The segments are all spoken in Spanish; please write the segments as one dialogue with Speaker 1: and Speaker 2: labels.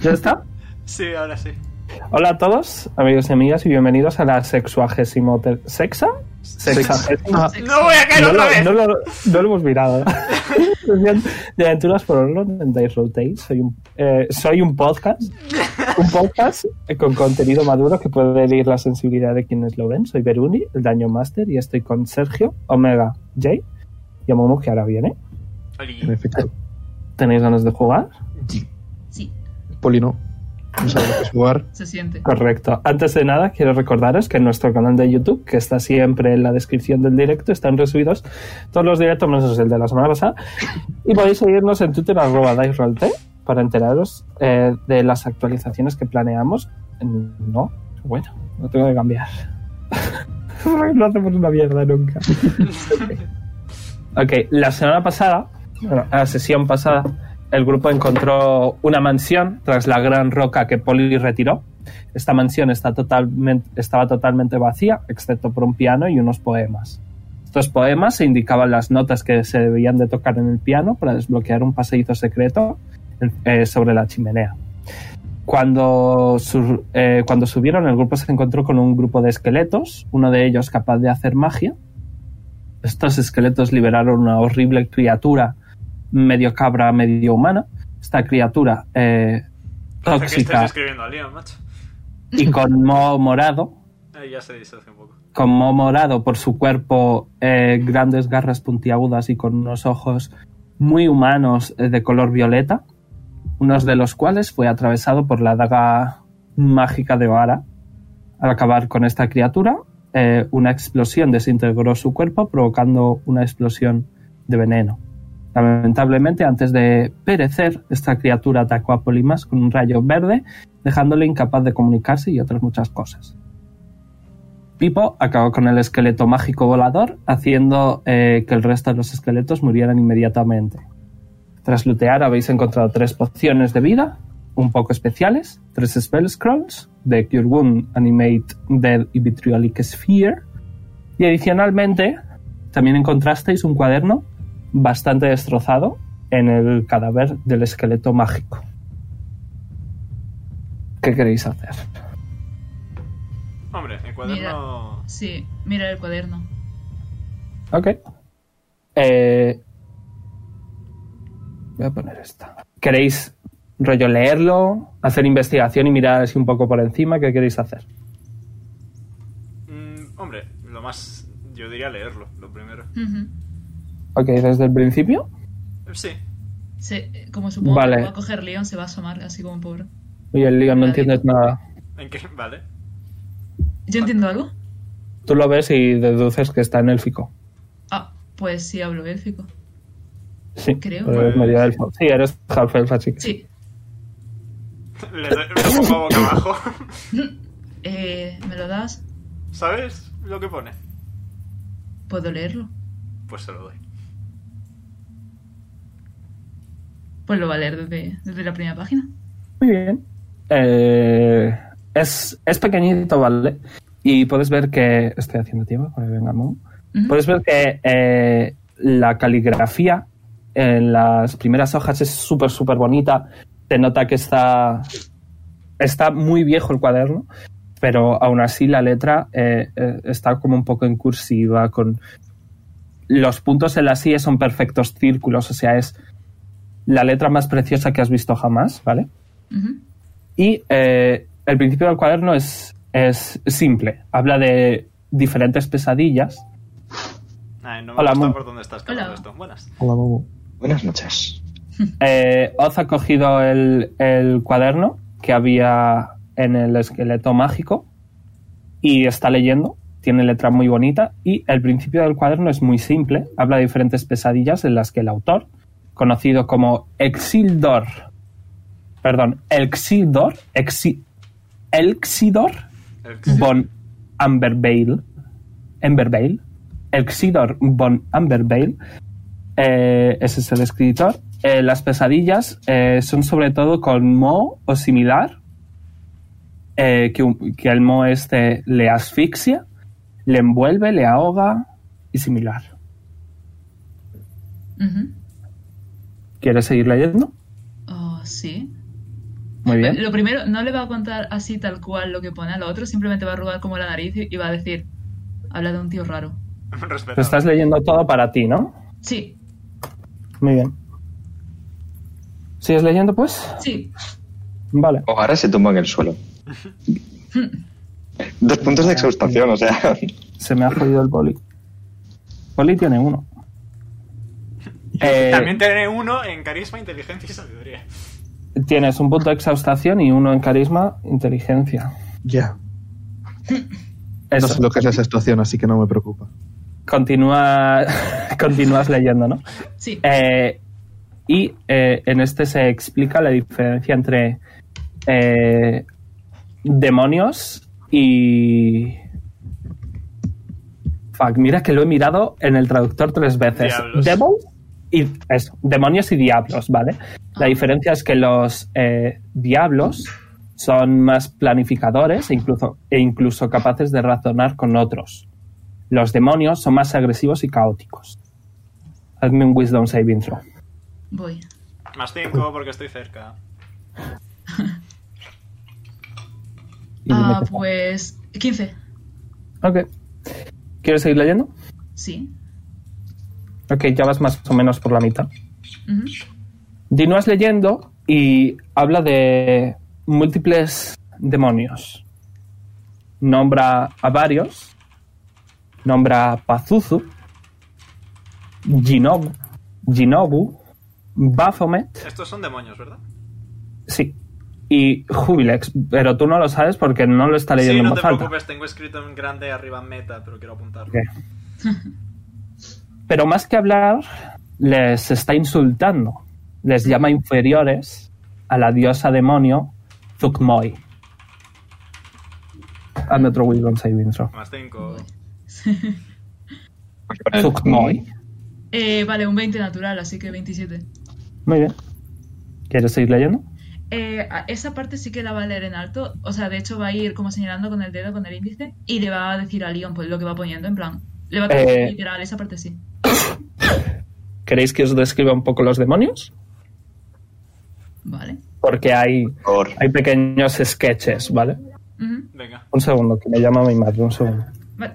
Speaker 1: ¿Ya está?
Speaker 2: Sí, ahora sí.
Speaker 1: Hola a todos, amigos y amigas, y bienvenidos a la sexuagésimo... ter- ¿Sexa? Sexagésima.
Speaker 2: ¡No voy a caer
Speaker 1: No
Speaker 2: otra
Speaker 1: lo,
Speaker 2: vez!
Speaker 1: no lo- no lo hemos mirado. de aventuras por Orlon en Dice Roll Tales. Soy un, eh, soy un podcast. Un podcast con contenido maduro que puede herir la sensibilidad de quienes lo ven. Soy Beruni, el Daño Master, y estoy con Sergio, Omega, Jay y Momo, que ahora viene.
Speaker 2: Oli.
Speaker 3: En efecto,
Speaker 1: ¿Tenéis ganas de jugar?
Speaker 4: Sí,
Speaker 3: Poli no. No sabe lo que es jugar.
Speaker 4: se siente.
Speaker 1: Correcto. Antes de nada, quiero recordaros que en nuestro canal de YouTube, que está siempre en la descripción del directo, están resubidos todos los directos, menos el de la semana pasada. Y podéis seguirnos en Twitter, arroba DiceRollT, para enteraros eh, de las actualizaciones que planeamos. Mm, No, bueno, no tengo que cambiar. Porque no hacemos una mierda nunca. ok, la semana pasada, bueno, la sesión pasada, el grupo encontró una mansión tras la gran roca que Polly retiró. Esta mansión está totalmente, estaba totalmente vacía, excepto por un piano y unos poemas. Estos poemas se indicaban las notas que se debían de tocar en el piano para desbloquear un pasadizo secreto eh, sobre la chimenea. Cuando, su- eh, cuando subieron, el grupo se encontró con un grupo de esqueletos, uno de ellos capaz de hacer magia. Estos esqueletos liberaron una horrible criatura, medio cabra, medio humana. Esta criatura eh,
Speaker 2: Parece que este
Speaker 1: tóxica
Speaker 2: estás escribiendo a Leon, macho.
Speaker 1: y con moho morado.
Speaker 2: Ahí ya se disocia un poco.
Speaker 1: Con moho morado por su cuerpo, eh, grandes garras puntiagudas y con unos ojos muy humanos eh, de color violeta, unos de los cuales fue atravesado por la daga mágica de Oara. Al acabar con esta criatura, eh, una explosión desintegró su cuerpo provocando una explosión de veneno. Lamentablemente, antes de perecer, esta criatura atacó a Polimas con un rayo verde, dejándole incapaz de comunicarse y otras muchas cosas. Pipo acabó con el esqueleto mágico volador, haciendo eh, que el resto de los esqueletos murieran inmediatamente. Tras lootear habéis encontrado tres pociones de vida, un poco especiales, tres spell scrolls de Cure Wound, Animate, Dead y Vitriolic Sphere, y adicionalmente también encontrasteis un cuaderno bastante destrozado en el cadáver del esqueleto mágico. ¿Qué queréis hacer?
Speaker 2: Hombre, el cuaderno.
Speaker 4: Sí, mira el cuaderno.
Speaker 1: Ok. Eh, voy a poner esta. ¿Queréis rollo leerlo, hacer investigación y mirar así un poco por encima? ¿Qué queréis hacer?
Speaker 2: Mm, hombre, lo más. Yo diría leerlo, lo primero.
Speaker 4: Ujú.
Speaker 1: Ok, desde el principio.
Speaker 2: Eh, Sí.
Speaker 4: Se- como supongo
Speaker 1: Vale.
Speaker 4: que va a coger Leon, se va a asomar así como pobre.
Speaker 1: Oye, el Leon, no
Speaker 4: Vale.
Speaker 1: entiendes nada.
Speaker 2: ¿En qué? Vale.
Speaker 4: ¿Yo entiendo algo?
Speaker 1: Tú lo ves y deduces que está en élfico.
Speaker 4: Ah, pues sí hablo élfico.
Speaker 1: Sí,
Speaker 4: Creo.
Speaker 1: pero eres medio elfo. Sí, eres half elfa, chica.
Speaker 4: Sí.
Speaker 2: Le doy lo pongo boca abajo.
Speaker 4: Eh, ¿Me lo das?
Speaker 2: ¿Sabes lo que pone?
Speaker 4: ¿Puedo leerlo?
Speaker 2: Pues se lo doy.
Speaker 4: Pues lo va a leer desde, desde la primera página.
Speaker 1: Muy bien. Eh, es, es pequeñito, ¿vale? Y puedes ver que. Estoy haciendo tiempo para que venga Momo.
Speaker 4: Ujú.
Speaker 1: Puedes ver que eh, la caligrafía en las primeras hojas es súper, súper bonita. Te nota que está. Está muy viejo el cuaderno, pero aún así la letra eh, eh, está como un poco en cursiva. Con los puntos en las sillas son perfectos círculos, o sea, es la letra más preciosa que has visto jamás, ¿vale?
Speaker 4: Ujú.
Speaker 1: Y eh, el principio del cuaderno es, es simple. Habla de diferentes pesadillas
Speaker 2: Ay, no me
Speaker 1: Hola,
Speaker 2: gusta
Speaker 1: Moon.
Speaker 2: por dónde estás cavando
Speaker 4: Hola.
Speaker 2: esto. Buenas.
Speaker 3: Hola, Momo.
Speaker 5: Buenas noches.
Speaker 1: Eh, Oz ha cogido el, el cuaderno que había en el esqueleto mágico y está leyendo. Tiene letra muy bonita y el principio del cuaderno es muy simple. Habla de diferentes pesadillas en las que el autor, conocido como Exildor, perdón, Exildor, Exi, Elxidor
Speaker 2: El-
Speaker 1: von Ambervale, Ambervale, Exidor von Ambervale, eh, ese es el escritor. Eh, las pesadillas eh, son sobre todo con Mo o similar, eh, que, un- que el Mo este le asfixia, le envuelve, le ahoga y similar.
Speaker 4: Ujú.
Speaker 1: ¿Quieres seguir leyendo?
Speaker 4: Oh, sí.
Speaker 1: Muy bien.
Speaker 4: Lo primero, no le va a contar así tal cual lo que pone a lo otro, simplemente va a arrugar como la nariz y y va a decir, habla de un tío raro.
Speaker 1: Lo
Speaker 2: Respetado.
Speaker 1: estás leyendo todo para ti, ¿no?
Speaker 4: Sí,
Speaker 1: Muy bien. ¿Sigues leyendo, pues?
Speaker 4: sí,
Speaker 1: Vale.
Speaker 5: O ahora se tumba en el suelo. Dos puntos de exhaustación, o sea.
Speaker 1: Se me ha jodido el boli. Boli tiene uno. Eh,
Speaker 2: También tiene uno en carisma, inteligencia y sabiduría.
Speaker 1: Tienes un punto de exhaustación y uno en carisma, inteligencia.
Speaker 3: Ya.
Speaker 1: Eso.
Speaker 3: No sé lo que es esa situación, así que no me preocupa.
Speaker 1: Continúa, continúas leyendo, ¿no?
Speaker 4: sí.
Speaker 1: Eh, y eh, en este se explica la diferencia entre eh, demonios y... Fuck, mira que lo he mirado en el traductor tres veces.
Speaker 2: Diablos.
Speaker 1: Devils y eso, demonios y diablos, ¿vale? La diferencia es que los eh, diablos son más planificadores e incluso, e incluso capaces de razonar con otros. Los demonios son más agresivos y caóticos. Hazme un Wisdom Saving Throw.
Speaker 4: Voy.
Speaker 2: Más cinco porque estoy cerca.
Speaker 1: Y dime
Speaker 4: Ah,
Speaker 1: qué tal.
Speaker 4: pues 15.
Speaker 1: Ok. ¿Quieres seguir leyendo?
Speaker 4: Sí.
Speaker 1: Ok, ya vas más o menos por la mitad.
Speaker 4: Ujú.
Speaker 1: Dinúas leyendo y habla de múltiples demonios. Nombra a varios. Nombra a Pazuzu, Ginobu, Ginobu, Baphomet,
Speaker 2: Estos son demonios, ¿verdad?
Speaker 1: sí, y Jubilex. Pero tú no lo sabes porque no lo está leyendo
Speaker 2: Sí,
Speaker 1: en
Speaker 2: no
Speaker 1: voz
Speaker 2: te
Speaker 1: alta.
Speaker 2: preocupes, tengo escrito en grande arriba meta, pero quiero apuntarlo.
Speaker 1: Ok. Pero más que hablar, les está insultando. Les llama inferiores a la diosa demonio Zukmoy. Hazme otro Wisdom Saving Throw.
Speaker 2: Más cinco.
Speaker 1: Zukmoy.
Speaker 4: Eh, vale, un 20 natural, así que 27.
Speaker 1: Muy bien. ¿Quieres seguir leyendo?
Speaker 4: Eh, a- esa parte sí que la va a leer en alto. O sea, de hecho va a ir como señalando con el dedo, con el índice, y le va a decir a Leon pues, lo que va poniendo, en plan. Le va a decir
Speaker 1: Eh.
Speaker 4: literal, esa parte sí.
Speaker 1: ¿Queréis que os describa un poco los demonios?
Speaker 4: Vale.
Speaker 1: Porque hay,
Speaker 5: Por-
Speaker 1: hay pequeños sketches, ¿vale?
Speaker 4: Ujú.
Speaker 2: Venga,
Speaker 1: Un segundo, que me llama mi madre, un segundo.
Speaker 4: Vale.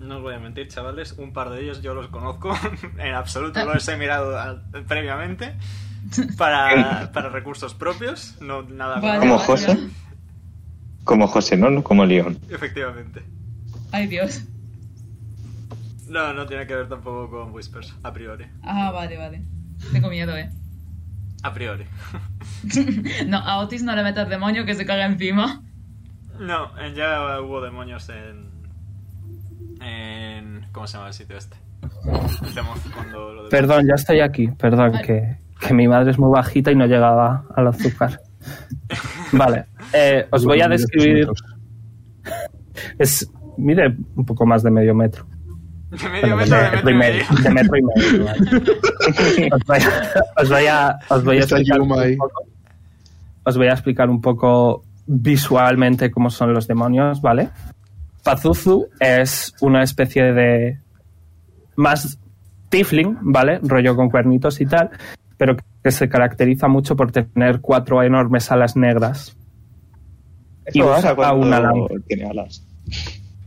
Speaker 2: no os voy a mentir, chavales. Un par de ellos yo los conozco. en absoluto los he mirado al- previamente. Para, para recursos propios, no nada
Speaker 4: Vale,
Speaker 5: ¿Como
Speaker 4: vale,
Speaker 5: José?
Speaker 4: vale.
Speaker 5: Como José, ¿no? No Como León.
Speaker 2: Efectivamente.
Speaker 4: Ay, Dios.
Speaker 2: No, no tiene que ver tampoco con Whispers, a priori.
Speaker 4: Ah, vale, vale. Tengo miedo, eh.
Speaker 2: A priori.
Speaker 4: No, a Otis no le metas demonio que se caga encima.
Speaker 2: No, eh, ya hubo demonios en. en ¿Cómo se llama el sitio este? Hacemos cuando lo de-
Speaker 1: Perdón, ya estoy aquí. Perdón,
Speaker 4: Vale.
Speaker 1: que, que mi madre es muy bajita y no llegaba al azúcar. Vale, eh, os voy a
Speaker 3: Mide estos
Speaker 1: describir.
Speaker 3: metros.
Speaker 1: Es, mide un poco más de medio metro.
Speaker 2: De medio
Speaker 1: Bueno,
Speaker 2: metro, de metro y medio.
Speaker 1: de metro y medio. vale. os, voy a, os voy a- os voy a
Speaker 3: Está
Speaker 1: explicar
Speaker 3: Yuma ahí.
Speaker 1: un poco, os voy a explicar un poco visualmente cómo son los demonios, ¿vale? Pazuzu es una especie de más tifling, ¿vale? Rollo con cuernitos y tal, pero que se caracteriza mucho por tener cuatro enormes alas negras. Y
Speaker 5: Eso
Speaker 1: usa
Speaker 5: ahora cuando
Speaker 1: una lanza.
Speaker 5: Tiene alas.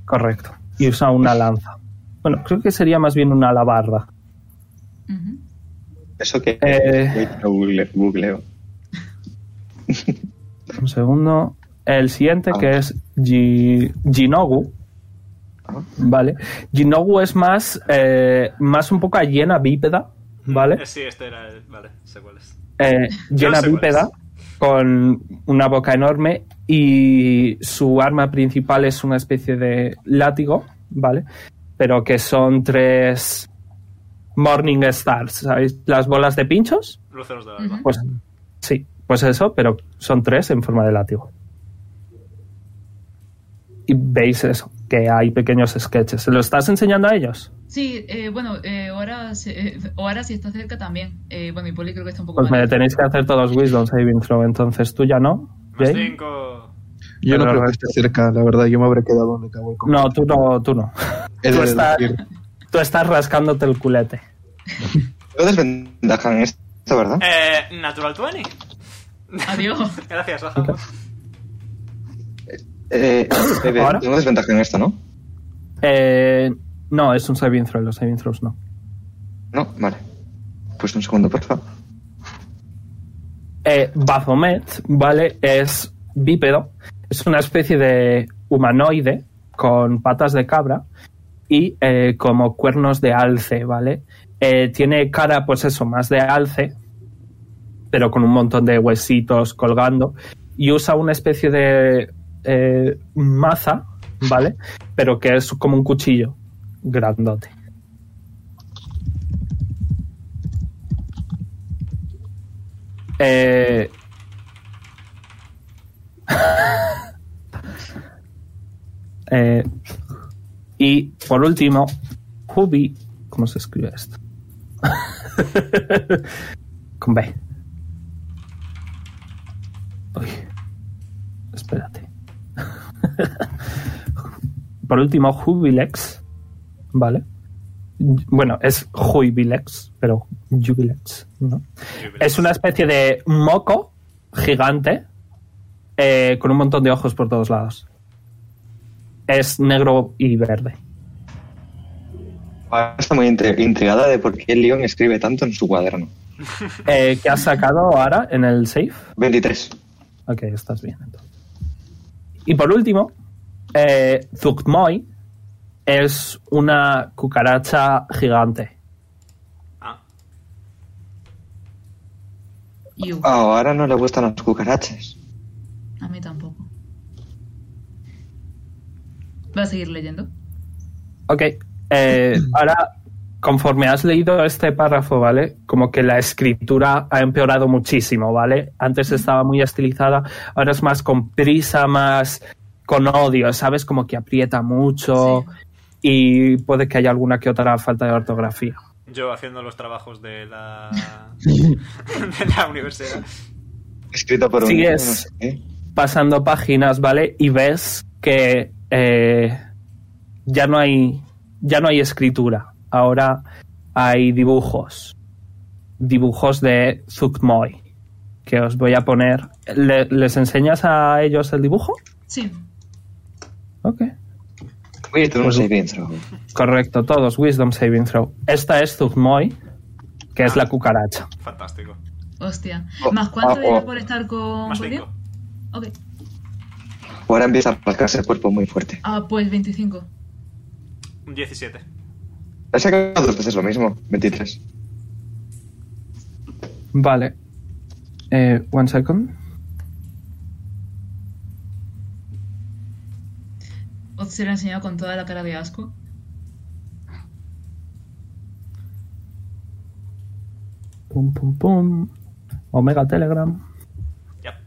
Speaker 1: Correcto. Y usa una lanza. Bueno, creo que sería más bien una alabarda.
Speaker 4: Ujú.
Speaker 5: Eso que.
Speaker 1: Eh.
Speaker 5: Wait, lo google- googleo.
Speaker 1: Un segundo. El siguiente que es Gi- Jinogu. Vale. Jinogu es más, eh, más un poco a hiena bípeda.
Speaker 2: Eh,
Speaker 1: Vale.
Speaker 2: Sí, este era el. Vale, sé cuál es.
Speaker 1: Eh, hiena
Speaker 2: sé cuál
Speaker 1: bípeda
Speaker 2: es.
Speaker 1: con una boca enorme y su arma principal es una especie de látigo. Vale. Pero que son tres Morning Stars. ¿Sabéis? Las bolas de pinchos.
Speaker 2: Luceros de la alba.
Speaker 4: Ujú.
Speaker 1: Pues sí, pues eso, pero son tres en forma de látigo. Y veis eso, que hay pequeños sketches. ¿Se lo estás enseñando a ellos?
Speaker 4: Sí, eh, bueno, eh, ahora, se- eh, ahora si está cerca también. Eh, bueno, y Poli creo que está un poco
Speaker 1: Pues
Speaker 4: mal.
Speaker 1: me tenéis que hacer todos Wisdom Saving Throw, entonces tú ya no.
Speaker 2: Más
Speaker 1: Jay?
Speaker 2: cinco.
Speaker 3: Yo
Speaker 1: Pero
Speaker 3: no creo que
Speaker 1: no.
Speaker 3: esté cerca, la verdad. Yo me habré quedado donde acabó el combate.
Speaker 1: No, pues tú no, tú no.
Speaker 3: He
Speaker 1: tú
Speaker 3: de
Speaker 1: estás-
Speaker 3: decir,
Speaker 1: Tú estás rascándote el culete.
Speaker 5: Tengo desventaja en esto, ¿verdad?
Speaker 2: Eh, Natural 20.
Speaker 4: Adiós.
Speaker 2: Gracias, Rafa.
Speaker 5: Eh, eh,
Speaker 1: ¿Ahora?
Speaker 5: tengo desventaja en esto, ¿no?
Speaker 1: Eh, no, es un saving throw, los saving throws no.
Speaker 5: No, vale. Pues un segundo, por favor.
Speaker 1: Eh, Baphomet, ¿vale? Es bípedo. Es una especie de humanoide con patas de cabra y eh, como cuernos de alce, ¿vale? Eh, tiene cara, pues eso, más de alce, pero con un montón de huesitos colgando. Y usa una especie de eh, maza, ¿vale? Pero que es como un cuchillo grandote. Eh... Eh, y por último, Hubi. ¿Cómo se escribe esto? Con B. Uy. Espérate. por último, Jubilex. ¿Vale? Bueno, es Jubilex, pero Jubilex, ¿no? Es una especie de moco gigante eh, con un montón de ojos por todos lados. Es negro y verde.
Speaker 5: Ahora está muy intri- intrigada de por qué Leon escribe tanto en su cuaderno.
Speaker 1: Eh, ¿Qué has sacado ahora en el safe?
Speaker 5: 23.
Speaker 1: Ok, estás bien entonces. Y por último, eh, Zugmoy es una cucaracha gigante.
Speaker 2: Ah,
Speaker 4: Iu.
Speaker 5: Ahora no le gustan las cucarachas.
Speaker 4: A mí tampoco. ¿Va a seguir leyendo?
Speaker 1: Ok. eh, ahora, conforme has leído este párrafo, ¿vale? Como que la escritura ha empeorado muchísimo, ¿vale? Antes estaba muy estilizada, ahora es más con prisa, más con odio, ¿sabes? Como que aprieta mucho y puede que haya alguna que otra falta de ortografía.
Speaker 2: yo haciendo los trabajos de la, de la universidad.
Speaker 5: Escrito por un.
Speaker 1: Sí,
Speaker 5: niño,
Speaker 1: es.
Speaker 5: no sé qué.
Speaker 1: pasando páginas, ¿vale? Y ves que eh, ya no hay ya no hay escritura. Ahora hay dibujos. Dibujos de Zugmoy. Que os voy a poner. ¿Le- ¿Les enseñas a ellos el dibujo?
Speaker 4: Sí.
Speaker 1: Ok.
Speaker 5: Uy,
Speaker 1: Pues
Speaker 5: tenemos ahí dentro.
Speaker 1: Correcto, todos. Wisdom Saving Throw. Esta es Zugmoy, que es la cucaracha.
Speaker 2: Fantástico.
Speaker 4: Hostia.
Speaker 5: Oh,
Speaker 4: ¿Más cuánto
Speaker 5: oh,
Speaker 4: era
Speaker 5: oh.
Speaker 4: por estar con
Speaker 2: Más
Speaker 4: Julio?
Speaker 2: 5.
Speaker 4: Ok.
Speaker 5: Ahora empieza a rascarse el cuerpo muy fuerte.
Speaker 4: Ah, pues 25.
Speaker 2: Un 17.
Speaker 5: La he sacado dos veces lo mismo. 23.
Speaker 1: Vale. Eh, one second.
Speaker 4: Os se lo he enseñado con toda la cara de asco.
Speaker 1: Pum, pum, pum. Omega Telegram.
Speaker 2: Ya.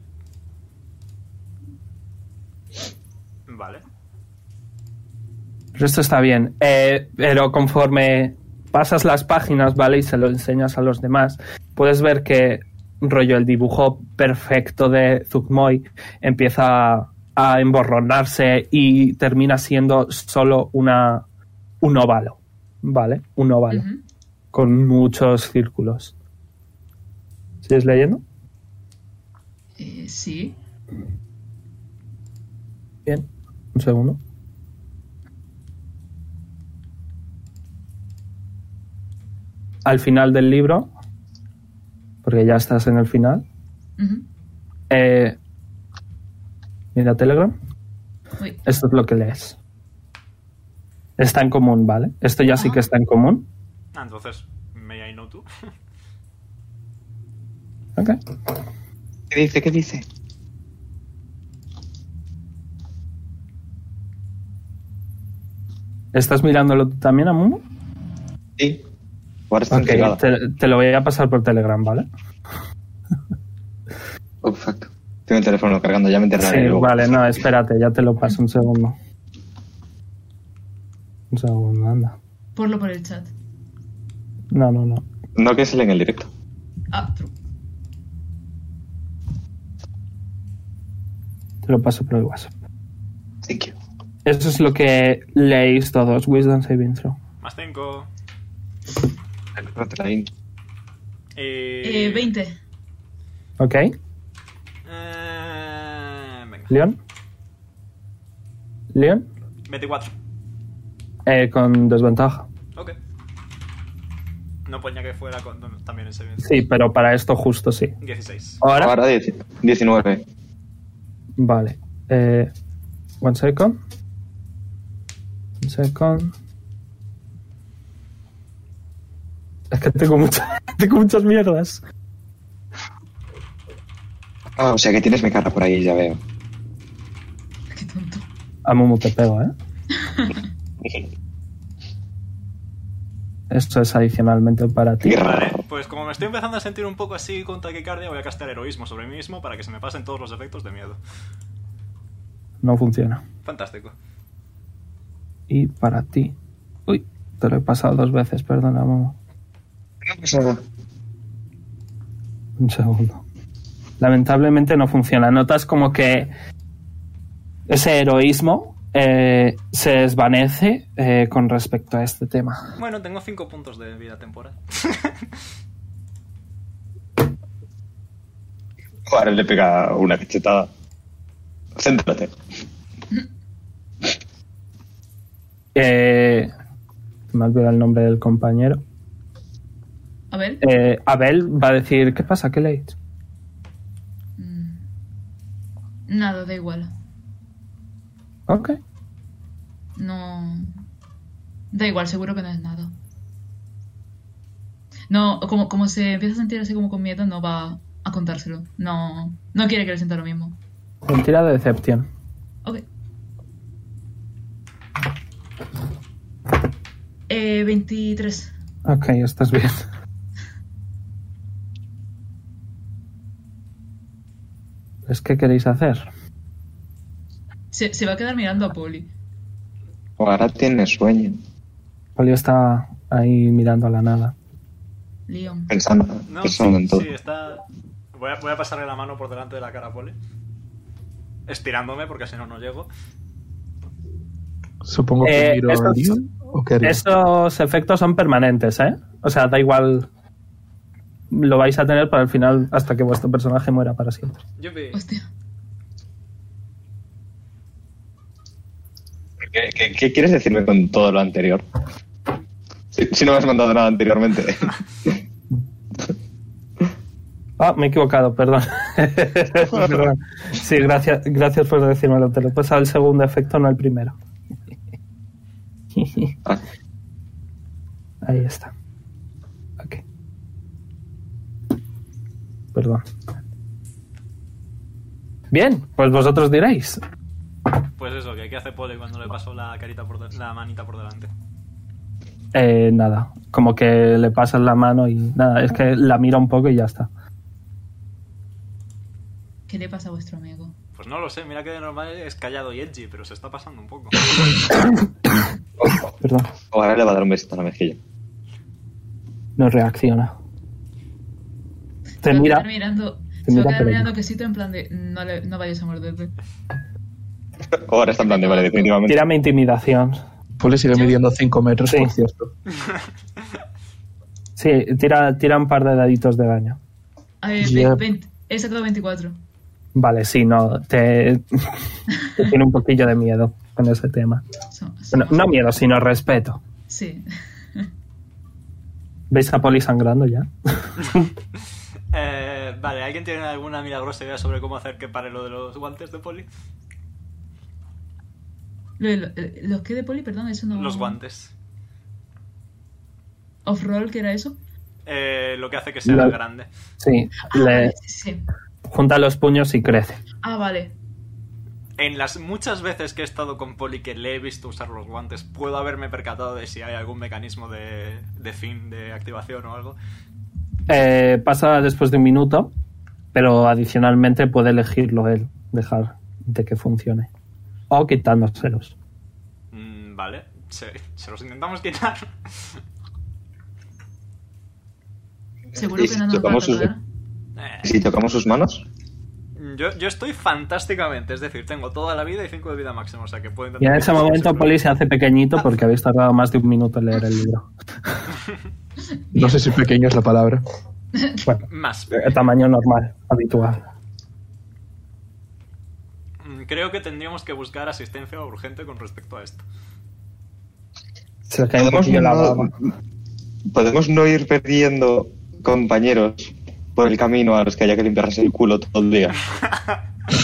Speaker 2: Vale.
Speaker 1: El resto está bien. Eh, pero conforme pasas las páginas, ¿vale? Y se lo enseñas a los demás, puedes ver que rollo el dibujo perfecto de Zugmoy empieza a emborronarse y termina siendo solo una un óvalo, ¿vale? Un óvalo
Speaker 4: Ujú.
Speaker 1: con muchos círculos. ¿Sigues leyendo?
Speaker 4: Eh, sí.
Speaker 1: Bien, un segundo. Al final del libro, porque ya estás en el final,
Speaker 4: Ujú.
Speaker 1: eh, mira Telegram,
Speaker 4: Uy.
Speaker 1: esto es lo que lees. Está en común, ¿vale? Esto ya sí que está en común.
Speaker 2: Ah, entonces, me I know tú.
Speaker 1: Ok.
Speaker 5: ¿Qué dice? ¿Qué dice?
Speaker 1: ¿Estás mirándolo tú también, Amumu?
Speaker 5: Sí. Ahora está
Speaker 1: Ok,
Speaker 5: intrigada.
Speaker 1: te, te lo voy a pasar por Telegram, ¿vale?
Speaker 5: Oh, fuck. Tengo el teléfono cargando, ya me enterraré
Speaker 1: Sí,
Speaker 5: luego.
Speaker 1: vale, no, espérate, ya te lo paso un segundo. Un segundo, anda.
Speaker 4: Ponlo por el chat.
Speaker 1: No, no, no.
Speaker 5: No que se lee en el directo.
Speaker 4: Ah, true.
Speaker 1: Te lo paso por el WhatsApp.
Speaker 5: Thank you.
Speaker 1: Eso es lo que leéis todos. Wisdom Saving Throw.
Speaker 2: Más 5.
Speaker 5: Agárratela ahí.
Speaker 2: Eh.
Speaker 4: Eh, 20.
Speaker 1: ¿Ok?
Speaker 2: eh,
Speaker 1: ¿León? ¿León?
Speaker 2: 24.
Speaker 1: Eh, con desventaja.
Speaker 2: Ok. No ponía que fuera con, no, también ese bien.
Speaker 1: Sí, pero para esto justo sí.
Speaker 2: 16.
Speaker 1: Ahora,
Speaker 5: Ahora 10 19.
Speaker 1: vale. Eh, one second. One second. Es que tengo, mucha- tengo muchas mierdas.
Speaker 5: Ah, o sea que tienes mi cara por ahí, ya veo.
Speaker 4: Qué tonto.
Speaker 1: A Momo te pego, ¿eh? Esto es adicionalmente para ti.
Speaker 5: Grrr.
Speaker 2: Pues como me estoy empezando a sentir un poco así con taquicardia, voy a castear heroísmo sobre mí mismo para que se me pasen todos los efectos de miedo.
Speaker 1: No funciona.
Speaker 2: Fantástico.
Speaker 1: Y para ti. Uy, te lo he pasado dos veces, perdona, Momo.
Speaker 5: No pasa nada.
Speaker 1: Un segundo. Lamentablemente no funciona. Notas como que ese heroísmo eh, se desvanece eh, con respecto a este tema.
Speaker 2: Bueno, tengo 5 puntos de vida temporal.
Speaker 5: Ahora le pega una cachetada. Céntrate.
Speaker 1: Eh, me ha olvidado el nombre del compañero.
Speaker 4: A ver.
Speaker 1: Eh, Abel va a decir, ¿qué pasa? ¿Qué leéis?
Speaker 5: Eh.
Speaker 4: Mm. Nada, da igual.
Speaker 1: Ok.
Speaker 4: No. Da igual, seguro que no es nada. No, como, como se empieza a sentir así como con miedo, no va a contárselo. No, no quiere que le sienta lo mismo.
Speaker 1: Mentira de Deception.
Speaker 4: Ok. Eh, 23.
Speaker 1: Ok, estás bien. Pues, ¿qué queréis hacer?
Speaker 4: Se, se va a quedar mirando a Poli.
Speaker 5: Ahora tienes sueño.
Speaker 1: Polio está ahí mirando a la nada.
Speaker 4: Leon.
Speaker 5: Pensando,
Speaker 2: No,
Speaker 5: pensando en todo.
Speaker 2: sí, está... Voy a, voy a pasarle la mano por delante de la cara a Poli. Estirándome porque si no, no llego.
Speaker 3: Supongo que
Speaker 1: Eh,
Speaker 3: miro
Speaker 1: esto-
Speaker 3: a Leon, o qué haría.
Speaker 1: Estos efectos son permanentes, ¿eh? O sea, da igual. Lo vais a tener para el final hasta que vuestro personaje muera para siempre.
Speaker 2: Yupi.
Speaker 4: Hostia.
Speaker 5: ¿Qué, qué, qué quieres decirme con todo lo anterior? Si, si no me has mandado nada anteriormente.
Speaker 1: Ah, me he equivocado, perdón. Perdón. Sí, gracias, gracias por decírmelo. Te lo he pasado el segundo efecto, no el primero.
Speaker 5: Ah,
Speaker 1: Ahí está. Ok. Perdón. Bien, pues vosotros diréis.
Speaker 2: Pues eso, que qué hace Poli cuando le paso la carita por de- la manita por delante.
Speaker 1: Eh, nada, como que le pasas la mano y nada, es que la mira un poco y ya está.
Speaker 4: ¿Qué le pasa a vuestro amigo?
Speaker 2: Pues no lo sé, mira que de normal es callado y edgy, pero se está pasando un poco.
Speaker 1: Perdón,
Speaker 5: Ahora le va a dar un besito a la mejilla.
Speaker 1: no reacciona. Te
Speaker 4: Se va a
Speaker 1: mira,
Speaker 4: quedar mirando,
Speaker 1: Te
Speaker 4: se va a
Speaker 1: mira,
Speaker 4: quedar
Speaker 1: pero-
Speaker 4: mirando quesito en plan de no, le- no vayas a morderte.
Speaker 5: Ahora está en plan de vale, definitivamente.
Speaker 1: tírame intimidación.
Speaker 3: Poli sigue midiendo 5 metros,
Speaker 1: Sí.
Speaker 3: por cierto.
Speaker 1: Sí, tira, tira un par de daditos de daño.
Speaker 4: A ver,
Speaker 3: Ya.
Speaker 4: ve- veinte- he sacado 24.
Speaker 1: Vale, sí, no, te, te tiene un poquillo de miedo con ese tema.
Speaker 4: Son-
Speaker 1: Bueno,
Speaker 4: somos-
Speaker 1: no miedo, sino respeto.
Speaker 4: Sí.
Speaker 1: ¿Veis a Poli sangrando ya?
Speaker 2: Eh, vale, ¿alguien tiene alguna milagrosa idea sobre cómo hacer que pare lo de los guantes de Poli?
Speaker 4: Lo de- lo- eh, ¿Los qué de poli? Perdón, eso no.
Speaker 2: Los guantes.
Speaker 4: ¿Off-roll qué era eso?
Speaker 2: Eh, lo que hace que sea
Speaker 1: La-
Speaker 2: grande.
Speaker 1: Sí,
Speaker 4: Ah,
Speaker 1: le
Speaker 4: vale, sí, sí.
Speaker 1: junta los puños y crece.
Speaker 4: Ah, vale.
Speaker 2: En las muchas veces que he estado con Poli que le he visto usar los guantes, puedo haberme percatado de si hay algún mecanismo de, de fin, de activación o algo.
Speaker 1: Eh, pasa después de un minuto, pero adicionalmente puede elegirlo él, dejar de que funcione. O quitándoselos.
Speaker 2: Mm, vale, se, se los intentamos quitar.
Speaker 4: Seguro
Speaker 5: Y
Speaker 4: que
Speaker 5: si
Speaker 4: no nos va a
Speaker 5: tocamos sus-
Speaker 4: tocar.
Speaker 2: Eh,
Speaker 5: Si tocamos sus manos,
Speaker 2: yo, yo estoy fantásticamente, es decir, tengo toda la vida y 5 de vida máximo, o sea que puedo
Speaker 1: Y
Speaker 2: intentar.
Speaker 1: en ese momento Poli se hace pequeñito porque habéis tardado más de un minuto en leer el libro.
Speaker 3: No sé si pequeño es la palabra.
Speaker 1: Bueno,
Speaker 2: Más.
Speaker 1: eh, tamaño normal, habitual.
Speaker 2: Mm, Creo que tendríamos que buscar asistencia urgente con respecto a esto.
Speaker 1: Se le cae un poquillo la baba.
Speaker 5: podemos no ir perdiendo compañeros por el camino a los que haya que limpiarse el culo todo el día.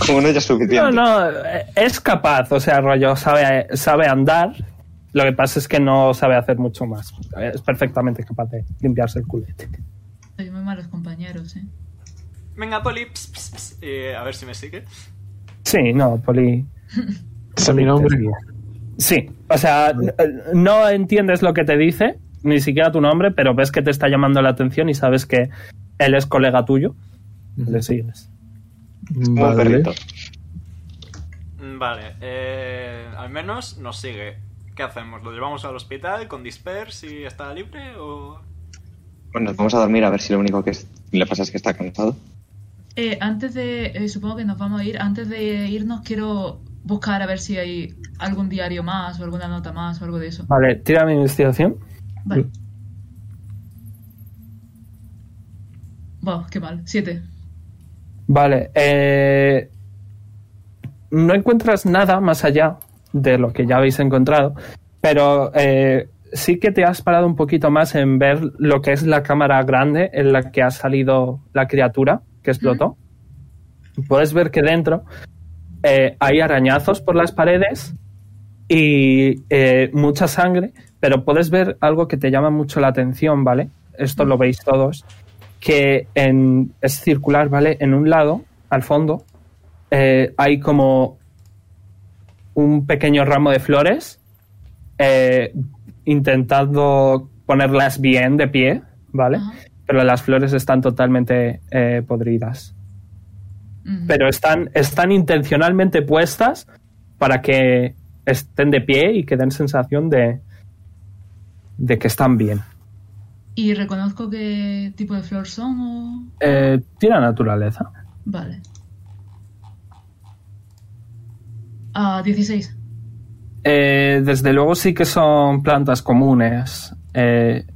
Speaker 5: Como no ya es
Speaker 1: No,
Speaker 5: suficiente.
Speaker 1: no, eh, es capaz, o sea, rollo, sabe, sabe andar. Lo que pasa es que no sabe hacer mucho más. Es perfectamente capaz de limpiarse el culete.
Speaker 4: Soy muy malos compañeros, ¿eh?
Speaker 2: Venga, Poli, ps, ps, ps, eh, a ver si me sigue.
Speaker 1: Sí, no, Poli.
Speaker 3: ¿Es mi nombre?
Speaker 1: Sí, o sea, n- no entiendes lo que te dice, ni siquiera tu nombre, pero ves que te está llamando la atención y sabes que él es colega tuyo. Le sigues.
Speaker 5: Como un
Speaker 3: Vale.
Speaker 5: perrito.
Speaker 2: Mm, Vale, eh, al menos nos sigue. ¿Qué hacemos? ¿Lo llevamos al hospital con Disperse y está libre? ¿O
Speaker 5: Bueno, nos vamos a dormir a ver si lo único que es- le pasa es que está cansado.
Speaker 4: Eh, antes de. eh, supongo que nos vamos a ir. Antes de irnos, quiero buscar a ver si hay algún diario más o alguna nota más o algo de eso.
Speaker 1: Vale, tira mi investigación.
Speaker 4: Vale. Wow, qué mal. Siete.
Speaker 1: Vale, eh, no encuentras nada más allá de lo que ya habéis encontrado, pero eh, sí que te has parado un poquito más en ver lo que es la cámara grande en la que ha salido la criatura que explotó. Puedes ver que dentro eh, hay arañazos por las paredes y eh, mucha sangre, pero puedes ver algo que te llama mucho la atención, ¿vale? Esto lo veis todos que en, es circular, ¿vale? En un lado, al fondo, eh, hay como un pequeño ramo de flores, eh, intentando ponerlas bien de pie, ¿vale?
Speaker 4: Ajá.
Speaker 1: Pero las flores están totalmente eh, podridas.
Speaker 4: Ujú.
Speaker 1: Pero están, están intencionalmente puestas para que estén de pie y que den sensación de, de que están bien.
Speaker 4: ¿Y reconozco qué tipo de flor son o.?
Speaker 1: Eh, tira naturaleza.
Speaker 4: Vale. Ah, 16.
Speaker 1: Eh, desde luego sí que son plantas comunes. eh,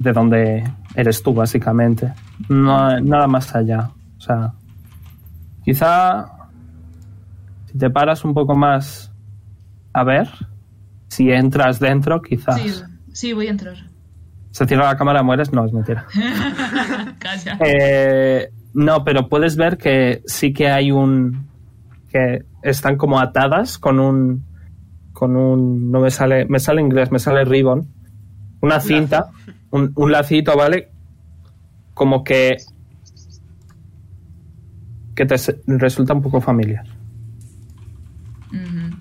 Speaker 1: de donde eres tú, básicamente. No, nada más allá. O sea, quizá si te paras un poco más a ver, si entras dentro, quizás.
Speaker 4: Sí, sí, voy a entrar.
Speaker 1: Se cierra la cámara, mueres. No, es mentira.
Speaker 4: Calla.
Speaker 1: Eh, no, pero puedes ver que sí que hay un. que están como atadas con un. con un. no me sale. me sale inglés, me sale ribbon. Una cinta, un, un lacito, ¿vale? Como que. que te se- resulta un poco familiar.
Speaker 4: Ujú.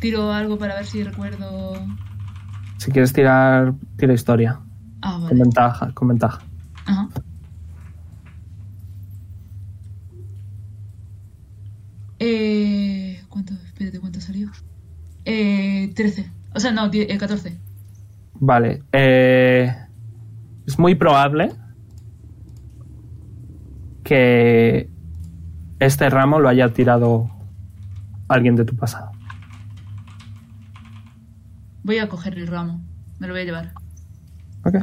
Speaker 4: Tiro algo para ver si recuerdo.
Speaker 1: Si quieres tirar. tira historia.
Speaker 4: Ah,
Speaker 1: Con
Speaker 4: vale.
Speaker 1: ventaja, con ventaja.
Speaker 4: Ajá. Eh, ¿Cuánto? Espérate, ¿cuánto salió? Eh, 13. O sea, no, die- eh, 14.
Speaker 1: Vale. eh, es muy probable que este ramo lo haya tirado alguien de tu pasado.
Speaker 4: Voy a coger el ramo. Me lo voy a llevar.
Speaker 1: Ok.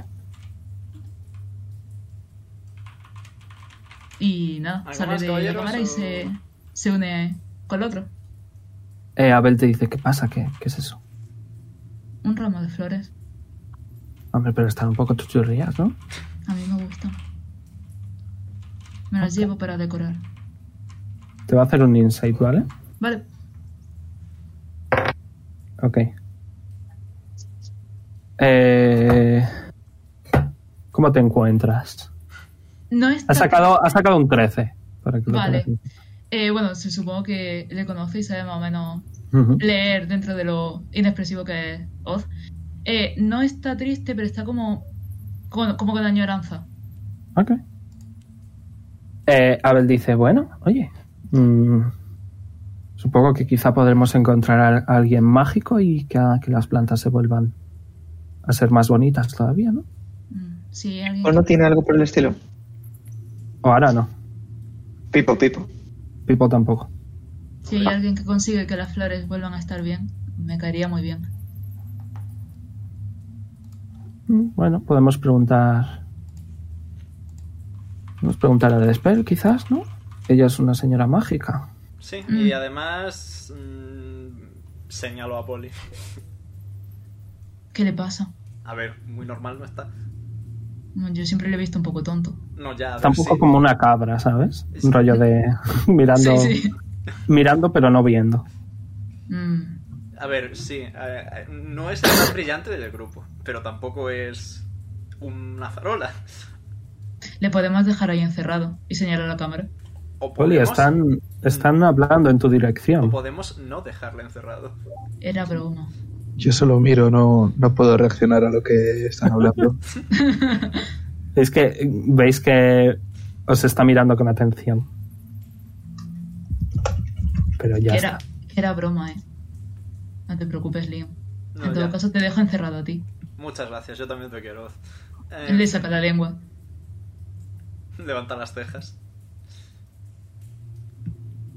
Speaker 4: Y nada,
Speaker 2: ¿Algo
Speaker 4: sale
Speaker 2: más,
Speaker 4: de la
Speaker 2: caballeros,
Speaker 4: cámara
Speaker 2: o-
Speaker 4: y se, se une con el otro.
Speaker 1: Eh, Abel te dice, ¿qué pasa? ¿Qué, qué es eso?
Speaker 4: Un ramo de flores.
Speaker 1: Hombre, pero están un poco chuchurrías, ¿no?
Speaker 4: A mí me gusta. Me las llevo para decorar.
Speaker 1: Te va a hacer un insight, ¿vale?
Speaker 4: Vale.
Speaker 1: Ok. Eh, ¿Cómo te encuentras?
Speaker 4: No está.
Speaker 1: Has sacado, has sacado un 13. Para que lo
Speaker 4: Vale.
Speaker 1: tengas.
Speaker 4: Eh, bueno, se supongo que le conoce y sabe más o menos
Speaker 1: Ujú.
Speaker 4: leer dentro de lo inexpresivo que es Oz. Eh, no está triste, pero está como, con- como con añoranza.
Speaker 1: Ok. Eh, Abel dice, bueno, oye, mm, supongo que quizá podremos encontrar a a alguien mágico y que haga que las plantas se vuelvan a ser más bonitas todavía, ¿no?
Speaker 4: Mm, Sí, alguien.
Speaker 1: Pues
Speaker 5: ¿O no tiene algo por el estilo?
Speaker 1: O ahora no,
Speaker 5: Pipo, Pipo.
Speaker 1: Pipo tampoco.
Speaker 4: Si hay alguien que consigue que las flores vuelvan a estar bien, me caería muy bien.
Speaker 1: Mm, Bueno, podemos preguntar... Podemos preguntar a Despel, quizás, ¿no? Ella es una señora mágica.
Speaker 2: Sí, y además mm, señaló a Polly.
Speaker 4: ¿Qué le pasa?
Speaker 2: A ver, muy normal no está.
Speaker 4: No, Yo siempre lo he visto un poco tonto.
Speaker 2: No, ya. a ver,
Speaker 1: Tampoco
Speaker 2: sí.
Speaker 1: como una cabra, ¿sabes?
Speaker 2: Sí.
Speaker 1: Un rollo de mirando,
Speaker 4: Sí, sí.
Speaker 1: mirando pero no viendo.
Speaker 4: Mm,
Speaker 2: A ver, sí. eh, no es el más brillante del grupo, pero tampoco es una farola.
Speaker 4: Le podemos dejar ahí encerrado y señalar a la cámara.
Speaker 2: O
Speaker 1: Poli,
Speaker 2: podemos- Mm.
Speaker 1: están, están hablando en tu
Speaker 2: o
Speaker 1: dirección.
Speaker 2: podemos no dejarle encerrado.
Speaker 4: Era broma.
Speaker 3: Yo solo miro, no, no puedo reaccionar a lo que están hablando.
Speaker 1: Es que eh, veis que os está mirando con atención. Pero ya
Speaker 4: Que
Speaker 1: está.
Speaker 4: era, que era broma, eh. No te preocupes, Liam.
Speaker 2: No,
Speaker 4: en
Speaker 2: ya.
Speaker 4: todo caso, te dejo encerrado a ti.
Speaker 2: Muchas gracias, yo también te quiero. Eh,
Speaker 4: Él le saca la lengua.
Speaker 2: levanta las cejas.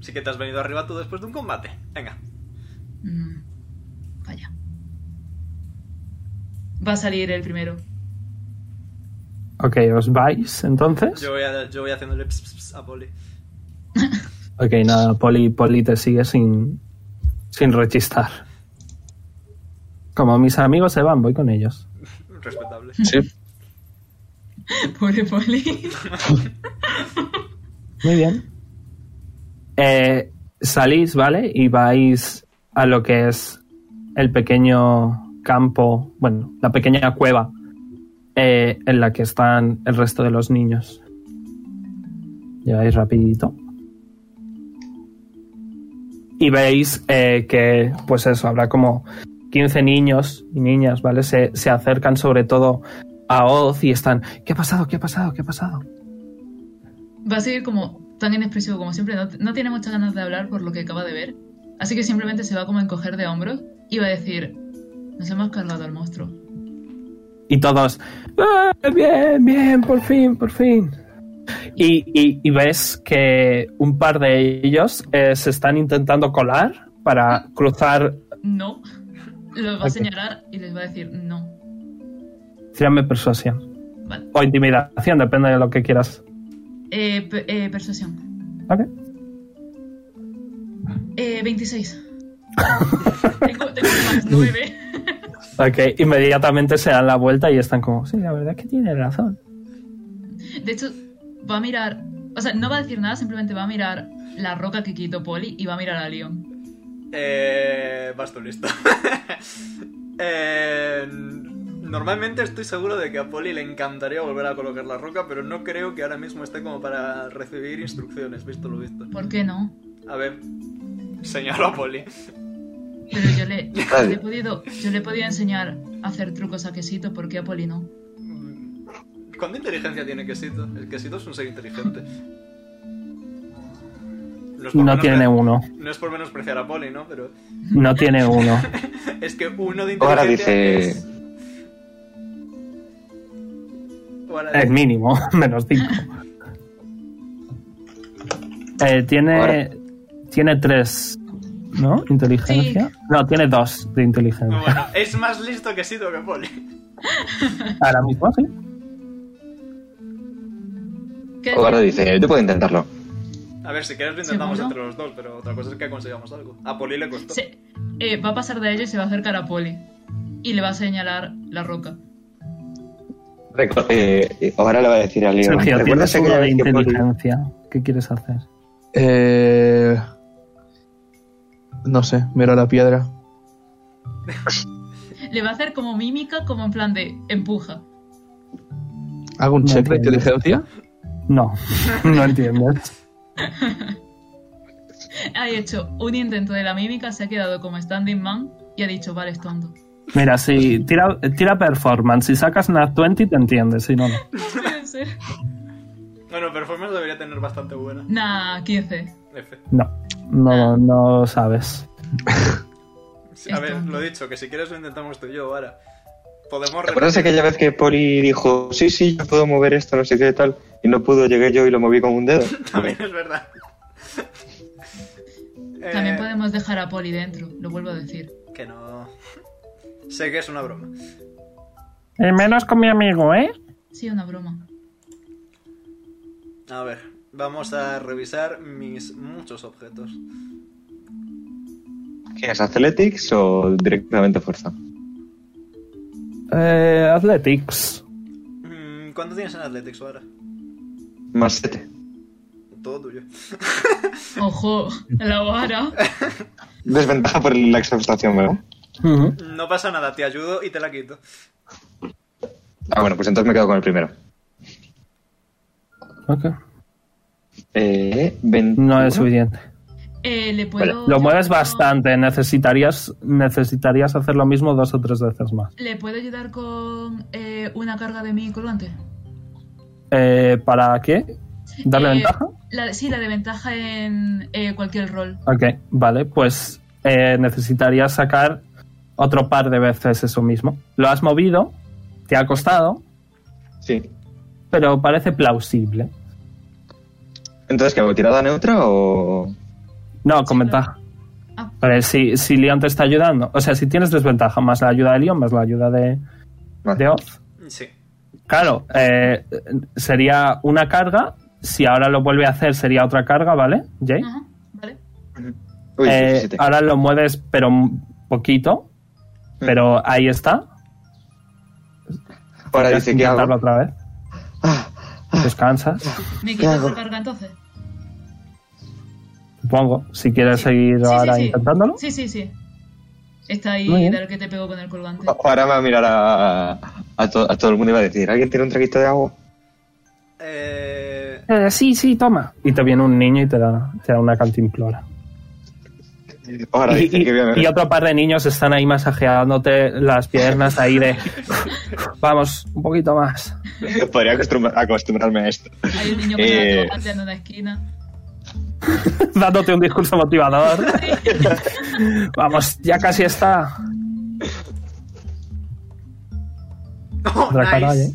Speaker 2: Sí que te has venido arriba tú después de un combate. Venga.
Speaker 4: Mm, vaya. Va a salir el primero.
Speaker 1: Ok, ¿os vais entonces?
Speaker 2: Yo voy, a- yo voy haciéndole ps, ps, ps a Poli.
Speaker 1: Ok, nada, Poli, Poli te sigue sin, sin rechistar. Como mis amigos se van, voy con ellos.
Speaker 2: Respetable.
Speaker 3: Sí.
Speaker 4: Pobre Poli.
Speaker 1: Muy bien. Eh, salís, ¿vale? Y vais a lo que es el pequeño campo, bueno, la pequeña cueva eh, en la que están el resto de los niños. Llegáis rapidito. Y veis eh, que, pues eso, habrá como 15 niños y niñas, ¿vale? Se, se acercan sobre todo a Oz y están, ¿qué ha pasado? ¿Qué ha pasado? ¿Qué ha pasado?
Speaker 4: Va a seguir como tan inexpresivo como siempre. No, no tiene muchas ganas de hablar por lo que acaba de ver. Así que simplemente se va como a encoger de hombros y va a decir: Nos hemos cargado al monstruo.
Speaker 1: Y todos, "Ah, bien, bien, por fin, por fin. Y, y- y ves que un par de ellos eh, se están intentando colar para cruzar.
Speaker 4: No. Los va a
Speaker 1: Ok.
Speaker 4: señalar y les va a decir: No.
Speaker 1: Tírame persuasión.
Speaker 4: Vale.
Speaker 1: O intimidación, depende de lo que quieras.
Speaker 4: Eh, pe- eh, persuasión.
Speaker 1: ¿Vale?
Speaker 4: Eh, 26. tengo, tengo más 9.
Speaker 1: Ok, inmediatamente se dan la vuelta y están como, sí, la verdad es que tiene razón.
Speaker 4: De hecho, va a mirar. O sea, no va a decir nada, simplemente va a mirar la roca que quitó Poli y va a mirar a Leon.
Speaker 2: Eh, vas tú listo. Eh, normalmente estoy seguro de que a Poli le encantaría volver a colocar la roca, pero no creo que ahora mismo esté como para recibir instrucciones, visto lo visto.
Speaker 4: ¿Por qué no?
Speaker 2: A ver. Señalo a Poli.
Speaker 4: Pero yo le, yo le
Speaker 5: Vale.
Speaker 4: he podido, yo le he podido enseñar a hacer trucos a Quesito, ¿por qué a Poli no?
Speaker 2: ¿Cuánta inteligencia tiene Quesito? El Quesito es un ser inteligente. es por
Speaker 1: Pues No
Speaker 2: menos-
Speaker 1: tiene uno,
Speaker 2: No es por menospreciar a Poli, ¿no? Pero
Speaker 1: no tiene uno.
Speaker 2: es que uno de inteligencia
Speaker 5: Ahora dice-
Speaker 2: es- Ahora
Speaker 1: Es
Speaker 2: dice-
Speaker 1: mínimo, menos 5. tiene,
Speaker 5: Ahora.
Speaker 1: Eh, tiene 3, ¿no? Inteligencia.
Speaker 4: Sí.
Speaker 1: No, tiene 2 de inteligencia.
Speaker 2: Bueno, es más listo que Sito que Poli.
Speaker 1: Ahora mismo sí.
Speaker 4: ¿Qué
Speaker 5: Ahora dice, yo puedo intentarlo.
Speaker 2: A ver, si quieres lo intentamos
Speaker 4: ¿Seguro?
Speaker 2: entre los dos, pero otra cosa es que consigamos algo. A Poli le costó.
Speaker 4: Se- eh, va a pasar de ello y se va a acercar a Poli. Y le va a señalar la roca.
Speaker 5: Reco- eh, eh, ahora le va a decir a Leon.
Speaker 1: Sergio,
Speaker 5: ¿recuerdas
Speaker 1: tienes uno
Speaker 5: aquella
Speaker 1: de
Speaker 5: vez que Poli-
Speaker 1: inteligencia. ¿Qué quieres hacer?
Speaker 3: Eh, no sé, miro la piedra.
Speaker 4: Le va a hacer como mímica, como en plan de empuja.
Speaker 3: ¿Hago un
Speaker 1: No
Speaker 3: check de
Speaker 1: entiendo.
Speaker 3: inteligencia?
Speaker 1: No, no entiendes.
Speaker 4: Ha hecho un intento de la mímica, se ha quedado como standing man y ha dicho, vale, es tonto.
Speaker 1: Mira, si tira, tira performance, si sacas una 20 te entiendes, si no, no.
Speaker 4: No puede ser.
Speaker 2: Bueno, performance debería tener bastante buena.
Speaker 4: Nah, 15.
Speaker 2: F.
Speaker 1: No, no, no sabes.
Speaker 2: Sí, A
Speaker 4: Es
Speaker 2: ver,
Speaker 4: tonto.
Speaker 2: lo dicho, que si quieres lo intentamos tú y yo ahora. Podemos
Speaker 5: ¿Te acuerdas
Speaker 2: repetir-
Speaker 5: aquella vez que Poli dijo, sí, sí, yo puedo mover esto, no sé qué tal? Y no pudo, llegué yo y lo moví con un dedo.
Speaker 2: También es verdad.
Speaker 4: También
Speaker 2: Eh,
Speaker 4: podemos dejar a Poli dentro, lo vuelvo a decir.
Speaker 2: Que no. Sé que es una broma.
Speaker 1: Y menos con mi amigo, ¿eh?
Speaker 4: Sí, una broma.
Speaker 2: A ver. Vamos a revisar mis muchos objetos.
Speaker 5: ¿Qué es Athletics o directamente fuerza?
Speaker 1: Eh, athletics.
Speaker 2: Mm, ¿Cuánto tienes en Athletics ahora?
Speaker 5: Más 7.
Speaker 2: Todo tuyo.
Speaker 4: Ojo, la vara.
Speaker 5: Desventaja por la exhaustación, ¿verdad?
Speaker 1: Ujú.
Speaker 2: No pasa nada, te ayudo y te la quito.
Speaker 5: Ah, bueno, pues entonces me quedo con el primero.
Speaker 1: Ok.
Speaker 5: Eh, 20.
Speaker 1: No es suficiente.
Speaker 4: Eh, le puedo.
Speaker 1: Lo
Speaker 4: yo
Speaker 1: mueves
Speaker 4: puedo-
Speaker 1: bastante. Necesitarías, necesitarías hacer lo mismo dos o tres veces más.
Speaker 4: ¿Le puedo ayudar con eh, una carga de mi colgante?
Speaker 1: Eh, ¿Para qué? ¿Darle
Speaker 4: Eh,
Speaker 1: ventaja?
Speaker 4: la- sí, la de ventaja en eh, cualquier rol.
Speaker 1: Ok, vale. Pues eh, necesitarías sacar otro par de veces eso mismo. Lo has movido, te ha costado,
Speaker 5: Sí.
Speaker 1: pero parece plausible.
Speaker 5: Entonces, ¿qué hago? ¿Tirada neutra o.?
Speaker 1: No, con ventaja.
Speaker 4: Ah.
Speaker 1: Vale, si, si Leon te está ayudando. O sea, si tienes desventaja, más la ayuda de Leon, más la ayuda de,
Speaker 5: Vale.
Speaker 1: de Oz.
Speaker 2: Sí.
Speaker 1: Claro, eh, sería una carga. Si ahora lo vuelve a hacer, sería otra carga, ¿vale, Jay?
Speaker 4: Ajá, vale.
Speaker 5: Uy,
Speaker 1: Eh,
Speaker 5: 17.
Speaker 1: ahora lo mueves, pero un poquito.
Speaker 5: Mm.
Speaker 1: Pero ahí está.
Speaker 5: Ahora
Speaker 1: Podrías
Speaker 5: dice, ¿qué
Speaker 1: intentarlo
Speaker 5: hago? Ah,
Speaker 1: otra vez. Descansas,
Speaker 4: ¿Me quitas
Speaker 5: hago?
Speaker 4: la carga entonces?
Speaker 1: supongo. Si quieres
Speaker 4: Sí.
Speaker 1: seguir
Speaker 4: Sí, sí,
Speaker 1: ahora
Speaker 4: sí.
Speaker 1: intentándolo.
Speaker 4: Sí, sí, sí. Está ahí
Speaker 1: Muy bien. Oh.
Speaker 4: del que te pego con el colgante.
Speaker 5: Ahora me va a mirar a, a, to- a todo el mundo y va a decir, ¿alguien tiene un traguito de agua?
Speaker 2: Eh,
Speaker 1: Eh, sí, sí, toma. Y te viene un niño y te da, te da una cantimplora.
Speaker 5: Ahora
Speaker 1: Y,
Speaker 5: dice
Speaker 1: y-
Speaker 5: que voy a
Speaker 1: y
Speaker 5: beber.
Speaker 1: otro par de niños están ahí masajeándote las piernas ahí de... Vamos, un poquito más.
Speaker 5: Podría acostumbra- acostumbrarme a esto.
Speaker 4: Hay un niño con el
Speaker 5: Eh.
Speaker 4: colgante en una esquina.
Speaker 1: Dándote un discurso motivador. Vamos, ya casi está.
Speaker 2: oh,
Speaker 1: Otra cara,
Speaker 2: nice.
Speaker 1: ¿eh?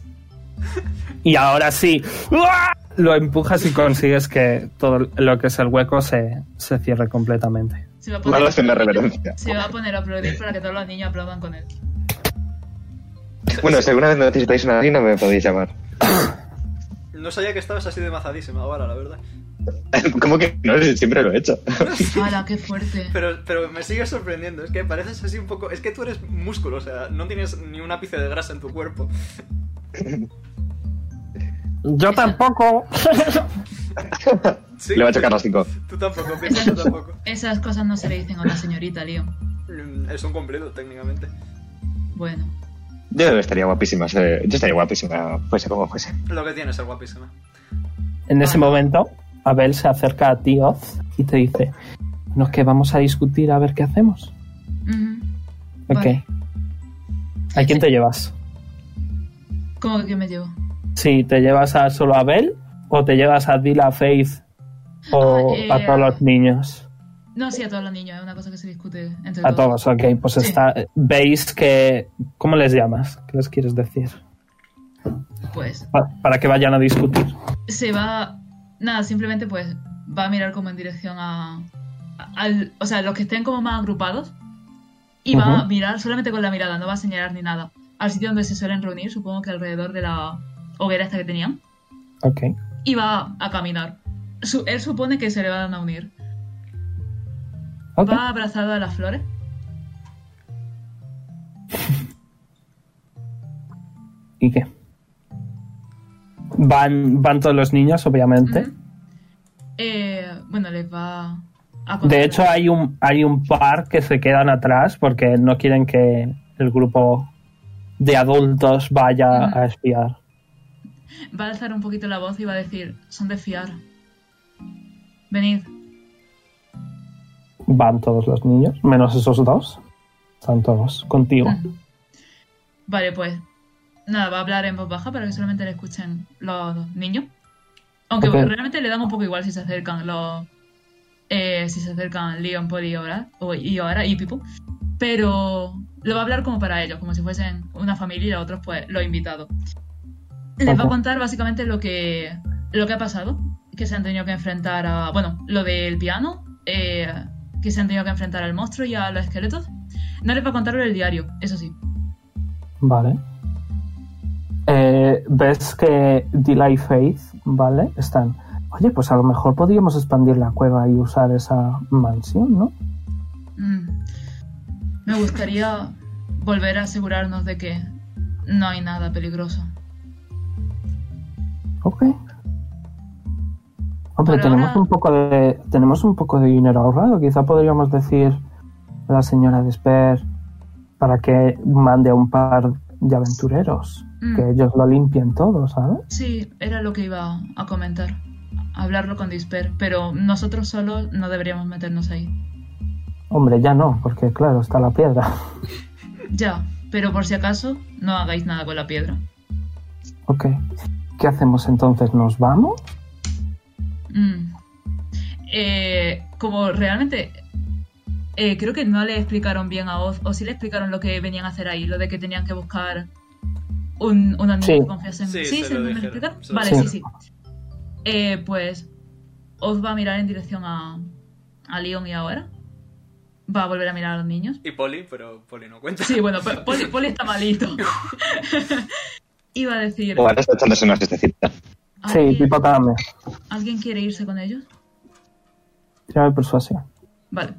Speaker 1: Y ahora sí. ¡Uah! Lo empujas y consigues que todo lo que es el hueco se, se cierre completamente.
Speaker 4: Se va a poner,
Speaker 5: Malas en la reverencia.
Speaker 4: se va a poner a aplaudir para que todos los niños aplaudan con él.
Speaker 5: Bueno, si alguna vez necesitáis una harina, me podéis llamar.
Speaker 2: No sabía que estabas así de mazadísima ahora, la verdad.
Speaker 5: ¿Cómo que no? Si Siempre lo he hecho.
Speaker 4: ¡Hala, qué fuerte!
Speaker 2: Pero, pero me sigue sorprendiendo. Es que pareces así un poco. Es que tú eres músculo, o sea, no tienes ni un ápice de grasa en tu cuerpo.
Speaker 1: Yo tampoco.
Speaker 2: Sí,
Speaker 5: Le va a chocar las cinco.
Speaker 2: Tú tampoco, Pina, tú tampoco.
Speaker 4: Esas cosas no se le dicen a una señorita, Leon.
Speaker 2: Mm, Es un cumplido, técnicamente.
Speaker 4: Bueno,
Speaker 5: Yo estaría guapísima. eh, Yo estaría guapísima, fuese como fuese.
Speaker 2: Lo que tienes es guapísima.
Speaker 1: En ese momento, Abel se acerca a ti, Oz, y te dice: Nos que vamos a discutir a ver qué hacemos.
Speaker 4: Ujú.
Speaker 1: Ok.
Speaker 4: Vale.
Speaker 1: ¿A quién te llevas?
Speaker 4: ¿cómo que quién me llevo?
Speaker 1: Si te llevas a solo a Abel, o te llevas a Dila, Faith, o
Speaker 4: Ah, eh,
Speaker 1: a todos los niños.
Speaker 4: No, sí, a todos los niños, es una cosa que se discute entre
Speaker 1: A todos, ok. Pues
Speaker 4: Sí.
Speaker 1: está. Veis que. ¿Cómo les llamas? ¿Qué les quieres decir?
Speaker 4: Pues
Speaker 1: Pa- para que vayan a discutir.
Speaker 4: se va. Nada, simplemente pues va a mirar como en dirección a. a- al, o sea, los que estén como más agrupados. Y va a
Speaker 1: Ujú.
Speaker 4: mirar solamente con la mirada, no va a señalar ni nada. Al sitio donde se suelen reunir, supongo que alrededor de la hoguera esta que tenían.
Speaker 1: Ok.
Speaker 4: Y va a caminar. Su- él supone que se le van a unir.
Speaker 1: Ok.
Speaker 4: Va abrazado a las flores.
Speaker 1: ¿Y qué? Van, van todos los niños, obviamente.
Speaker 4: Ujú. Eh, bueno, les va a contar-
Speaker 1: De hecho, hay un, hay un par que se quedan atrás porque no quieren que el grupo de adultos vaya
Speaker 4: Ujú.
Speaker 1: a espiar.
Speaker 4: va a alzar un poquito la voz y va a decir, son de fiar. Venid.
Speaker 1: Van todos los niños, menos esos dos. Están todos contigo.
Speaker 4: Mm. Vale, pues nada, va a hablar en voz baja para que solamente le escuchen los niños. Aunque
Speaker 1: Ok.
Speaker 4: realmente le dan un poco igual si se acercan los. eh, si se acercan Leon, Paul y ahora, o, y ahora y Pipo. Pero lo va a hablar como para ellos, como si fuesen una familia y los otros, pues, los invitados. Les va a
Speaker 1: Ojo.
Speaker 4: contar básicamente lo que, lo que ha pasado, que se han tenido que enfrentar a. Bueno, lo del piano, eh, que se han tenido que enfrentar al monstruo y a los esqueletos. No les va a contar el diario, eso sí.
Speaker 1: Vale. Eh, Ves que Delay Faith, ¿vale? Están. Oye, pues a lo mejor podríamos expandir la cueva y usar esa mansión, ¿no?
Speaker 4: Mm. Me gustaría volver a asegurarnos de que no hay nada peligroso.
Speaker 1: Ok. Hombre,
Speaker 4: Por
Speaker 1: tenemos
Speaker 4: ahora-
Speaker 1: un poco de tenemos un poco de dinero ahorrado. Quizá podríamos decir a la señora de Sper para que mande a un par de aventureros,
Speaker 4: Mm.
Speaker 1: que ellos lo limpien todo, ¿sabes?
Speaker 4: Sí, era lo que iba a comentar. Hablarlo con Disper, pero nosotros solos no deberíamos meternos ahí.
Speaker 1: Hombre, ya no, porque claro, está la piedra.
Speaker 4: Ya, pero por si acaso, no hagáis nada con la piedra.
Speaker 1: Ok. ¿Qué hacemos entonces? ¿Nos vamos?
Speaker 4: Mm. Eh, como realmente eh, creo que no le explicaron bien a Oz, o sí le explicaron lo que venían a hacer ahí, lo de que tenían que buscar un, un amigo
Speaker 1: Sí.
Speaker 4: que confiase en
Speaker 2: Sí, se
Speaker 4: se
Speaker 2: lo
Speaker 4: me
Speaker 2: dijeron,
Speaker 4: explicaron?
Speaker 2: se lo
Speaker 4: Vale, sí,
Speaker 1: dijeron.
Speaker 4: sí. Eh, pues Oz va a mirar en dirección a, a Leon y ahora. Va a volver a mirar a los niños.
Speaker 2: Y Poli, pero Poli no cuenta.
Speaker 4: Sí, bueno, P- Poli, Poli está malito. Iba a decir.
Speaker 5: O ahora está echándose una siestecita.
Speaker 1: Sí,
Speaker 4: ¿alguien-
Speaker 1: Pipa dame.
Speaker 4: ¿Alguien quiere irse con ellos?
Speaker 1: Tira de persuasión.
Speaker 4: Vale.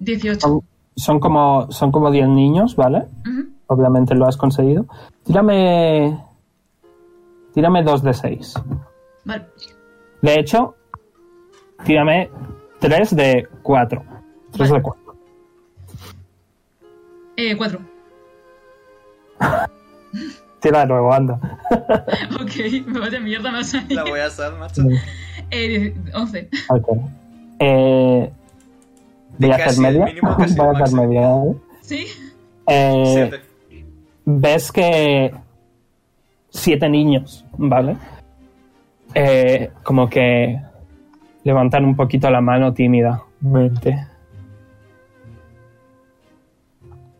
Speaker 4: 18.
Speaker 1: Son, son como son como 10 niños, ¿vale?
Speaker 4: Ujú.
Speaker 1: Obviamente lo has conseguido. Tírame tírame 2 de 6.
Speaker 4: Vale.
Speaker 1: De hecho, tírame 3 de 4. 3 de 4.
Speaker 4: Eh, 4.
Speaker 1: Tira de nuevo, anda.
Speaker 4: ok, me vaya mierda más ahí.
Speaker 2: La voy a asar, macho.
Speaker 4: Eh, 11.
Speaker 1: Ok. Eh, voy a hacer
Speaker 2: casi el
Speaker 1: media.
Speaker 2: mínimo,
Speaker 1: voy
Speaker 2: casi el
Speaker 1: a hacer
Speaker 2: máximo.
Speaker 1: media. ¿vale?
Speaker 4: ¿Sí?
Speaker 1: Eh,
Speaker 2: Siete.
Speaker 1: ves que siete niños, ¿vale? Eh, como que levantan un poquito la mano tímidamente.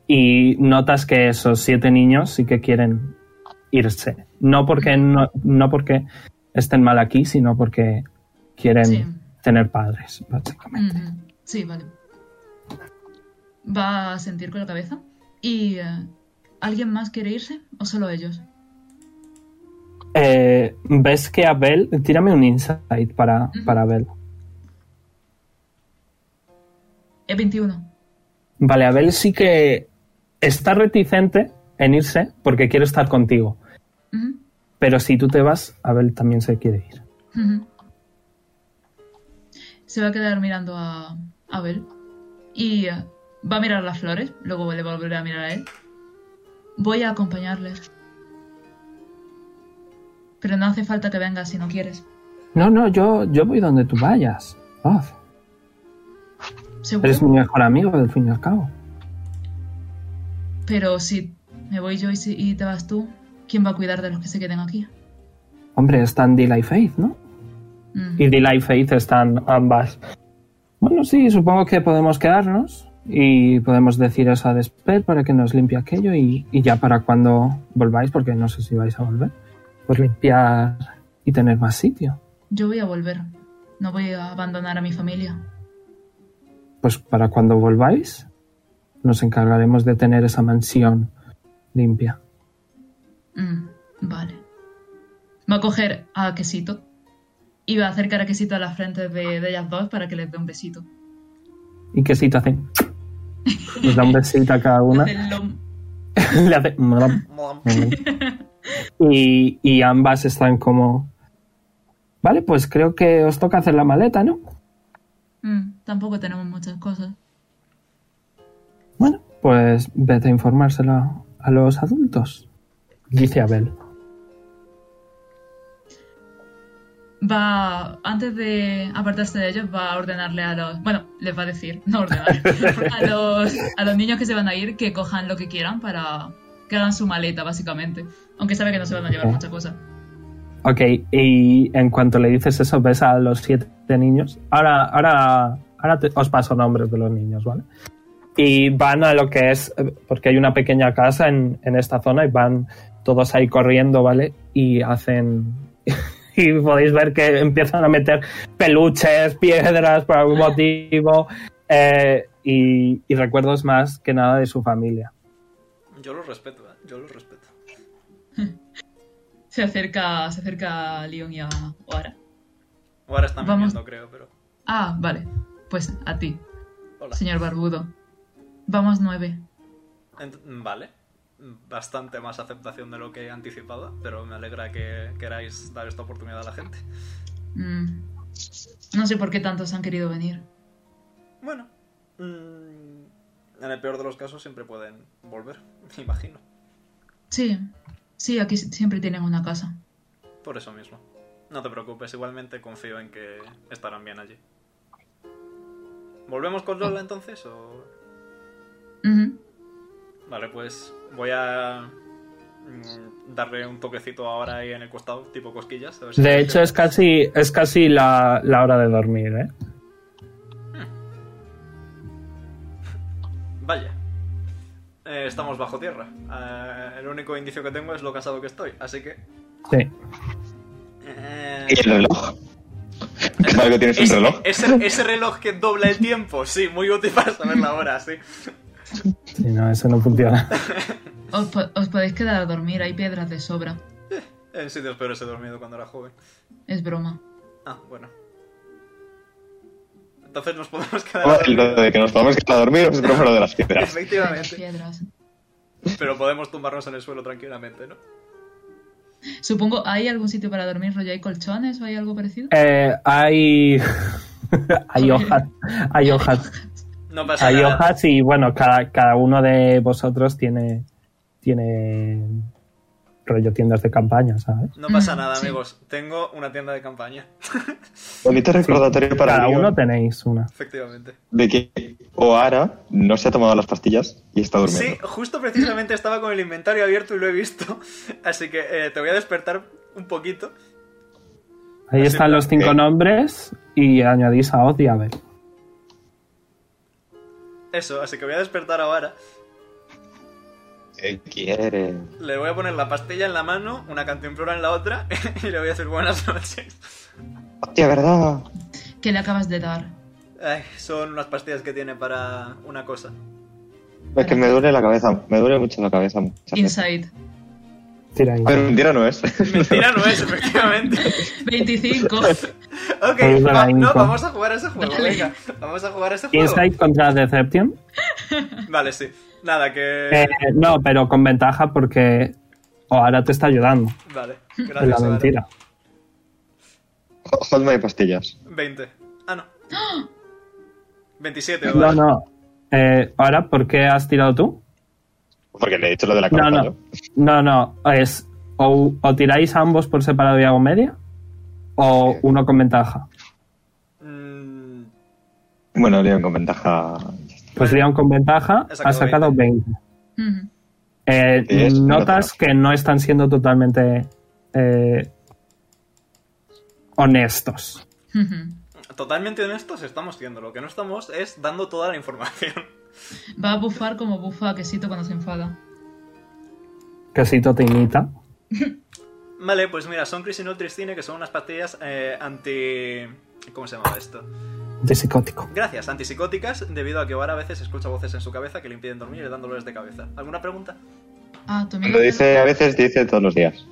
Speaker 1: Y notas que esos siete niños sí que quieren irse. No porque, no, no porque estén mal aquí, sino porque quieren
Speaker 4: Sí.
Speaker 1: tener padres, básicamente.
Speaker 4: Ujú. Sí, vale. Va a sentir con la cabeza. ¿Y eh, alguien más quiere irse o solo ellos?
Speaker 1: Eh, ves que Abel, tírame un insight para,
Speaker 4: Ujú.
Speaker 1: para Abel.
Speaker 4: Eh, 21.
Speaker 1: Vale, Abel sí que está reticente en irse porque quiere estar contigo.
Speaker 4: Ujú.
Speaker 1: Pero si tú te vas, Abel también se quiere ir.
Speaker 4: Ujú. Se va a quedar mirando a a Abel y eh, va a mirar las flores, luego le va a volver a mirar a él. Voy a acompañarles. Pero no hace falta que vengas si no quieres.
Speaker 1: No, no, yo, yo voy donde tú vayas. Oz,
Speaker 4: Seguro.
Speaker 1: eres mi mejor amigo, del fin y al cabo.
Speaker 4: Pero si me voy yo y, si- y te vas tú, ¿quién va a cuidar de los que se queden aquí?
Speaker 1: Hombre, están Dila y Faith, ¿no?
Speaker 4: Mm.
Speaker 1: Y Dila y Faith están ambas. Bueno, sí, supongo que podemos quedarnos y podemos decir eso a Desper para que nos limpie aquello y, y ya para cuando volváis, porque no sé si vais a volver, pues limpiar y tener más sitio.
Speaker 4: Yo voy a volver. No voy a abandonar a mi familia.
Speaker 1: pues para cuando volváis nos encargaremos de tener esa mansión limpia.
Speaker 4: Mm, Vale. Va a coger a Quesito y va a acercar a Quesito a las frentes de, de ellas dos para que les dé un besito.
Speaker 1: ¿Y qué cita hacen? Nos da un besito a cada una.
Speaker 4: Del lom-
Speaker 1: Le hace- y, y ambas están como... Vale, pues creo que os toca hacer la maleta, ¿no?
Speaker 4: Mm, tampoco tenemos muchas cosas.
Speaker 1: Bueno, pues vete a informárselo a los adultos. Dice Abel.
Speaker 4: Va, antes de apartarse de ellos, va a ordenarle a los... Bueno, les va a decir, no ordenar. a, los, a los niños que se van a ir que cojan lo que quieran para que hagan su maleta, básicamente. Aunque sabe que no se van a llevar
Speaker 1: Ok.
Speaker 4: muchas cosas.
Speaker 1: Ok, y en cuanto le dices eso, ves a los siete niños. Ahora, ahora, ahora te- os paso nombres de los niños, ¿vale? Y van a lo que es, eh, porque hay una pequeña casa en, en esta zona y van todos ahí corriendo, ¿vale? Y hacen... Y podéis ver que empiezan a meter peluches, piedras por algún motivo eh, y, y recuerdos más que nada de su familia.
Speaker 2: Yo lo respeto, ¿eh? yo lo respeto.
Speaker 4: Se acerca, se acerca a Leon y a Oara.
Speaker 2: Ahora están
Speaker 4: Vamos.
Speaker 2: viendo, creo, pero.
Speaker 4: Ah, vale. Pues a ti,
Speaker 2: Hola.
Speaker 4: señor Barbudo. Vamos nueve.
Speaker 2: Ent- Vale. Bastante más aceptación de lo que anticipaba, pero me alegra que queráis dar esta oportunidad a la gente.
Speaker 4: Mm. No sé por qué tantos han querido venir.
Speaker 2: Bueno, mm, en el peor de los casos siempre pueden volver, me imagino.
Speaker 4: Sí, sí, aquí si- siempre tienen una casa.
Speaker 2: Por eso mismo. No te preocupes, igualmente confío en que estarán bien allí. ¿Volvemos con Lola entonces? O...
Speaker 4: Ujú.
Speaker 2: Vale, pues voy a mm, darle un toquecito ahora ahí en el costado, tipo cosquillas. a ver si-
Speaker 1: De hecho, es casi, es casi la, la hora de dormir, ¿eh?
Speaker 2: Vaya. Eh, estamos bajo tierra. Eh, el único indicio que tengo es lo casado que estoy, así que...
Speaker 1: Sí.
Speaker 2: eh,
Speaker 5: ¿Y el reloj? Claro que tienes un
Speaker 2: ese-
Speaker 5: reloj.
Speaker 2: Ese, ese reloj que dobla el tiempo, sí, muy útil para saber la hora, sí.
Speaker 1: Sí, no, eso no funciona.
Speaker 4: Os, po- os podéis quedar a dormir, hay piedras de sobra.
Speaker 2: En sitios peores he dormido cuando era joven.
Speaker 4: Es broma.
Speaker 2: Ah, bueno. Entonces nos podemos quedar a
Speaker 5: Ahora, Lo
Speaker 2: dormir.
Speaker 5: Ah, de que nos podemos quedar a dormir es broma lo de las piedras.
Speaker 4: Las
Speaker 2: Efectivamente.
Speaker 4: piedras.
Speaker 2: Pero podemos tumbarnos en el suelo tranquilamente, ¿no?
Speaker 4: Supongo, ¿hay algún sitio para dormir? ¿Rollo hay colchones o hay algo parecido?
Speaker 1: Eh, hay. hay hojas. Hay hojas.
Speaker 2: No pasa
Speaker 1: Hay
Speaker 2: nada.
Speaker 1: hojas y bueno, cada, cada uno de vosotros tiene. Tiene. rollo tiendas de campaña, ¿sabes?
Speaker 2: No pasa
Speaker 4: Mm,
Speaker 2: nada,
Speaker 4: sí.
Speaker 2: amigos. Tengo una tienda de campaña,
Speaker 5: Bonito recordatorio para
Speaker 1: Cada
Speaker 5: mí
Speaker 1: uno tenéis una.
Speaker 2: efectivamente.
Speaker 5: de que Oara no se ha tomado las pastillas y está
Speaker 2: Sí,
Speaker 5: durmiendo.
Speaker 2: justo precisamente estaba con el inventario abierto y lo he visto. Así que eh, te voy a despertar un poquito.
Speaker 1: Ahí
Speaker 2: Así
Speaker 1: están los cinco
Speaker 5: Ok.
Speaker 1: nombres y añadís a Oz y a Abel.
Speaker 2: Eso, así que voy a despertar ahora.
Speaker 5: ¿Qué quiere?
Speaker 2: Le voy a poner la pastilla en la mano, una cantimplora en la otra y le voy a decir buenas noches.
Speaker 5: Hostia, ¿verdad?
Speaker 4: ¿Qué le acabas de dar?
Speaker 2: Ay, son unas pastillas que tiene para una cosa.
Speaker 5: Es que me duele la cabeza, me duele mucho la cabeza. muchas veces.
Speaker 4: Inside.
Speaker 1: Tira ahí.
Speaker 5: Pero mentira no es.
Speaker 2: Mentira no es, efectivamente.
Speaker 4: 25.
Speaker 2: Ok,
Speaker 1: Pero es de la
Speaker 2: va- no,
Speaker 1: info.
Speaker 2: vamos a jugar a ese juego,
Speaker 4: Dale.
Speaker 2: venga. Vamos a jugar a ese juego.
Speaker 1: Insight contra Deception.
Speaker 2: Vale, sí. Nada, que...
Speaker 1: Eh, no, pero con ventaja porque Oara te está ayudando.
Speaker 2: Vale,
Speaker 1: Es la
Speaker 2: gracias. Sara.
Speaker 1: mentira.
Speaker 5: Hold my pastillas.
Speaker 2: 20. Ah, no. 27,
Speaker 1: No,
Speaker 2: vale.
Speaker 1: no. Eh, Oara, ¿por qué has tirado tú?
Speaker 5: Porque le he dicho lo de la cabeza.
Speaker 1: No, no. No, no. Es o, o tiráis ambos por separado y hago media o uno con ventaja.
Speaker 2: Mm,
Speaker 5: Bueno, Leon con ventaja.
Speaker 1: Pues Leon con ventaja
Speaker 2: He sacado
Speaker 1: ha sacado 20.
Speaker 4: Ujú.
Speaker 1: Eh,
Speaker 5: Sí, es
Speaker 1: notas que no están siendo totalmente eh, honestos.
Speaker 4: Ujú.
Speaker 2: totalmente honestos estamos siendo. Lo que no estamos es dando toda la información.
Speaker 4: Va a bufar como bufa a quesito cuando se enfada.
Speaker 1: Quesito te imita.
Speaker 2: Vale, pues mira, son Crisinol Tristine, que son unas pastillas eh, anti... ¿Cómo se llama esto?
Speaker 1: De psicótico.
Speaker 2: Gracias, antipsicóticas, debido a que Oara a veces escucha voces en su cabeza que le impiden dormir y le dan dolores de cabeza. ¿Alguna pregunta?
Speaker 4: Ah, tu amiga,
Speaker 5: Lo dice a veces, dice todos los días.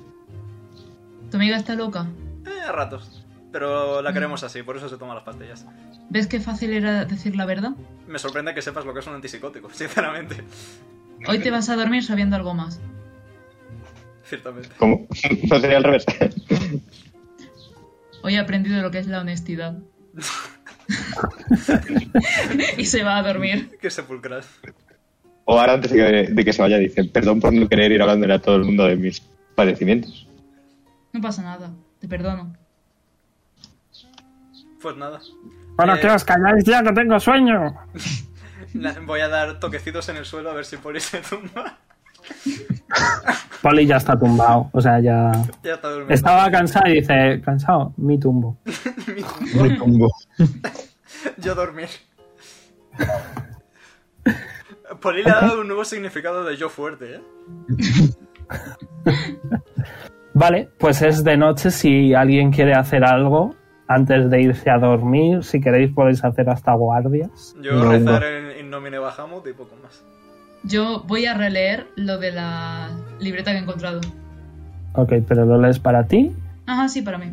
Speaker 4: tu amiga está loca.
Speaker 2: Eh, a ratos. Pero la queremos así, por eso se toman las pastillas.
Speaker 4: ¿Ves qué fácil era decir la verdad?
Speaker 2: Me sorprende que sepas lo que es un antipsicótico, sinceramente.
Speaker 4: Hoy te vas a dormir sabiendo algo más.
Speaker 2: Ciertamente.
Speaker 5: ¿Cómo? No sería al revés.
Speaker 4: Hoy he aprendido lo que es la honestidad. y se va a dormir.
Speaker 2: Qué sepulcral.
Speaker 5: O ahora antes de que, de que se vaya dice, perdón por no querer ir hablándole a todo el mundo de mis padecimientos.
Speaker 4: No pasa nada, te perdono.
Speaker 2: Pues nada.
Speaker 1: Bueno,
Speaker 2: Eh,
Speaker 1: que os calláis ya que tengo sueño.
Speaker 2: Na- Voy a dar toquecitos en el suelo a ver si Poli se tumba.
Speaker 1: Poli ya está tumbado. O sea, ya.
Speaker 2: ya está durmiendo.
Speaker 1: Estaba cansado y dice: Cansado, mi tumbo.
Speaker 3: Me pongo.
Speaker 2: Yo dormir. Poli le ha dado un nuevo significado de yo fuerte, ¿eh?
Speaker 1: Vale, pues es de noche. Si alguien quiere hacer algo antes de irse a dormir, si queréis, podéis hacer hasta guardias.
Speaker 2: Yo
Speaker 3: No,
Speaker 2: rezar
Speaker 3: no.
Speaker 2: en in nomine bajamos y poco más.
Speaker 4: Yo voy a releer lo de la libreta que he encontrado.
Speaker 1: Ok, pero lo lees para ti.
Speaker 4: Ajá, sí, para mí.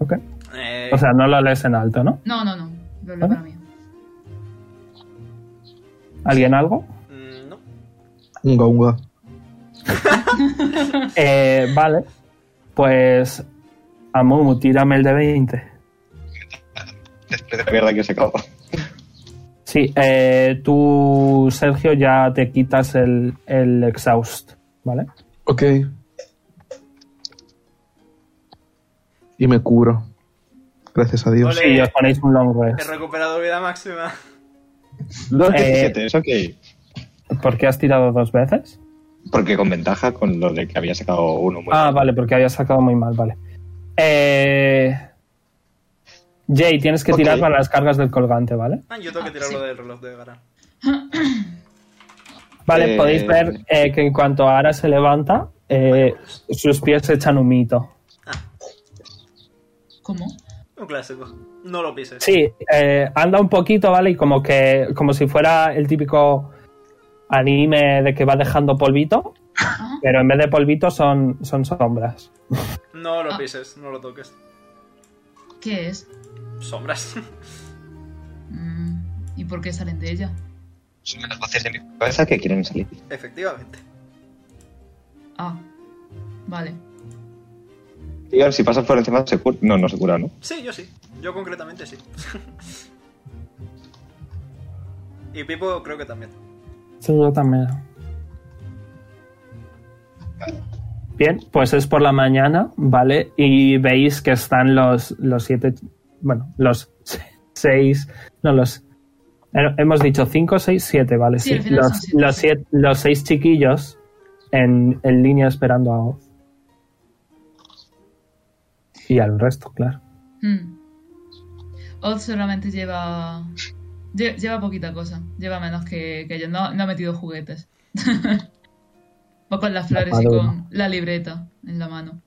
Speaker 1: Ok.
Speaker 2: Eh,
Speaker 1: O sea, no lo lees en alto, ¿no?
Speaker 4: No, no, no. Lo leo
Speaker 1: ¿Ah?
Speaker 4: para mí.
Speaker 1: ¿Alguien algo?
Speaker 2: mm, no.
Speaker 3: Unga, unga.
Speaker 1: Eh, vale. Pues. Amumu, tírame el de 20.
Speaker 5: Después de la mierda que se acaba.
Speaker 1: Sí, eh, tú, Sergio, ya te quitas el, el exhaust, ¿vale?
Speaker 3: Ok. Y me curo. Gracias a Dios.
Speaker 2: Ole.
Speaker 1: Y os ponéis un long
Speaker 2: He
Speaker 1: rest.
Speaker 2: recuperado vida máxima.
Speaker 5: Dos
Speaker 1: Eh.
Speaker 5: 17, es ok.
Speaker 1: ¿Por qué has tirado dos veces?
Speaker 5: Porque con ventaja con lo de que había sacado uno muy
Speaker 1: Ah,
Speaker 5: mal.
Speaker 1: vale, porque habías sacado muy mal, vale. Eh, Jay, tienes que
Speaker 5: Ok.
Speaker 1: tirar para las cargas del colgante, ¿vale?
Speaker 2: Ah, yo tengo que
Speaker 4: Ah,
Speaker 2: tirarlo
Speaker 4: sí.
Speaker 2: del reloj de Gara.
Speaker 1: Vale,
Speaker 5: Eh.
Speaker 1: podéis ver eh, que en cuanto Ara se levanta, eh, sus pies se echan humito.
Speaker 4: ¿Cómo?
Speaker 2: Ah, Un clásico. No lo pises.
Speaker 1: Sí, eh, anda un poquito, ¿vale? Y como que, como si fuera el típico anime de que va dejando polvito,
Speaker 4: Ajá.
Speaker 1: pero en vez de polvito son, son sombras.
Speaker 2: No lo
Speaker 4: Ah.
Speaker 2: pises, no lo toques.
Speaker 4: ¿Qué es?
Speaker 2: Sombras.
Speaker 4: Mm, ¿Y por qué salen de ella?
Speaker 5: Son las voces de mi cabeza que quieren salir.
Speaker 2: Efectivamente.
Speaker 4: Ah, vale.
Speaker 5: Digan, si pasas por encima se cura. No, no se cura, ¿no?
Speaker 2: Sí, yo sí. Yo concretamente sí. y Pipo creo que también.
Speaker 1: Sí, yo también. Bien, pues es por la mañana, ¿vale? Y veis que están los, los siete, bueno, los seis, no los... eh, Hemos dicho cinco, seis, siete, ¿vale?
Speaker 4: Sí, al final son
Speaker 1: Los,
Speaker 4: siete,
Speaker 1: los,
Speaker 4: sí.
Speaker 1: siete- los seis chiquillos en, en línea esperando a Oz. Y al resto, claro.
Speaker 4: Hmm. Oz solamente lleva. lle- Lleva poquita cosa. Lleva menos que, que yo. No, no ha metido juguetes. Va con las flores y
Speaker 1: madura.
Speaker 4: con la libreta en la mano.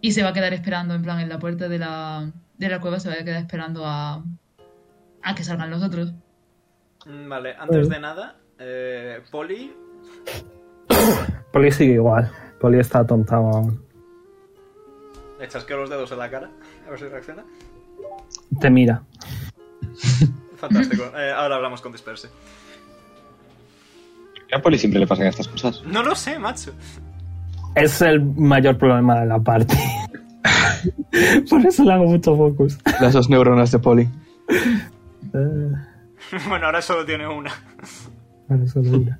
Speaker 4: Y se va a quedar esperando, en plan, en la puerta de la, de la cueva se va a quedar esperando a, a que salgan los otros.
Speaker 2: Mm, Vale, antes de nada, eh, Poli.
Speaker 1: Poli sigue igual. Poli está atontado aún.
Speaker 2: Le chasqueo los dedos en la cara. A ver si reacciona.
Speaker 1: Te mira.
Speaker 2: Fantástico. Eh, ahora hablamos con Disperse.
Speaker 5: A Poli siempre le pasan estas cosas.
Speaker 2: No lo sé, macho.
Speaker 1: Es el mayor problema de la parte. Por eso le hago mucho focus.
Speaker 3: Las dos neuronas de Poli.
Speaker 1: Eh,
Speaker 2: bueno, ahora solo tiene una.
Speaker 1: por eso lo diré.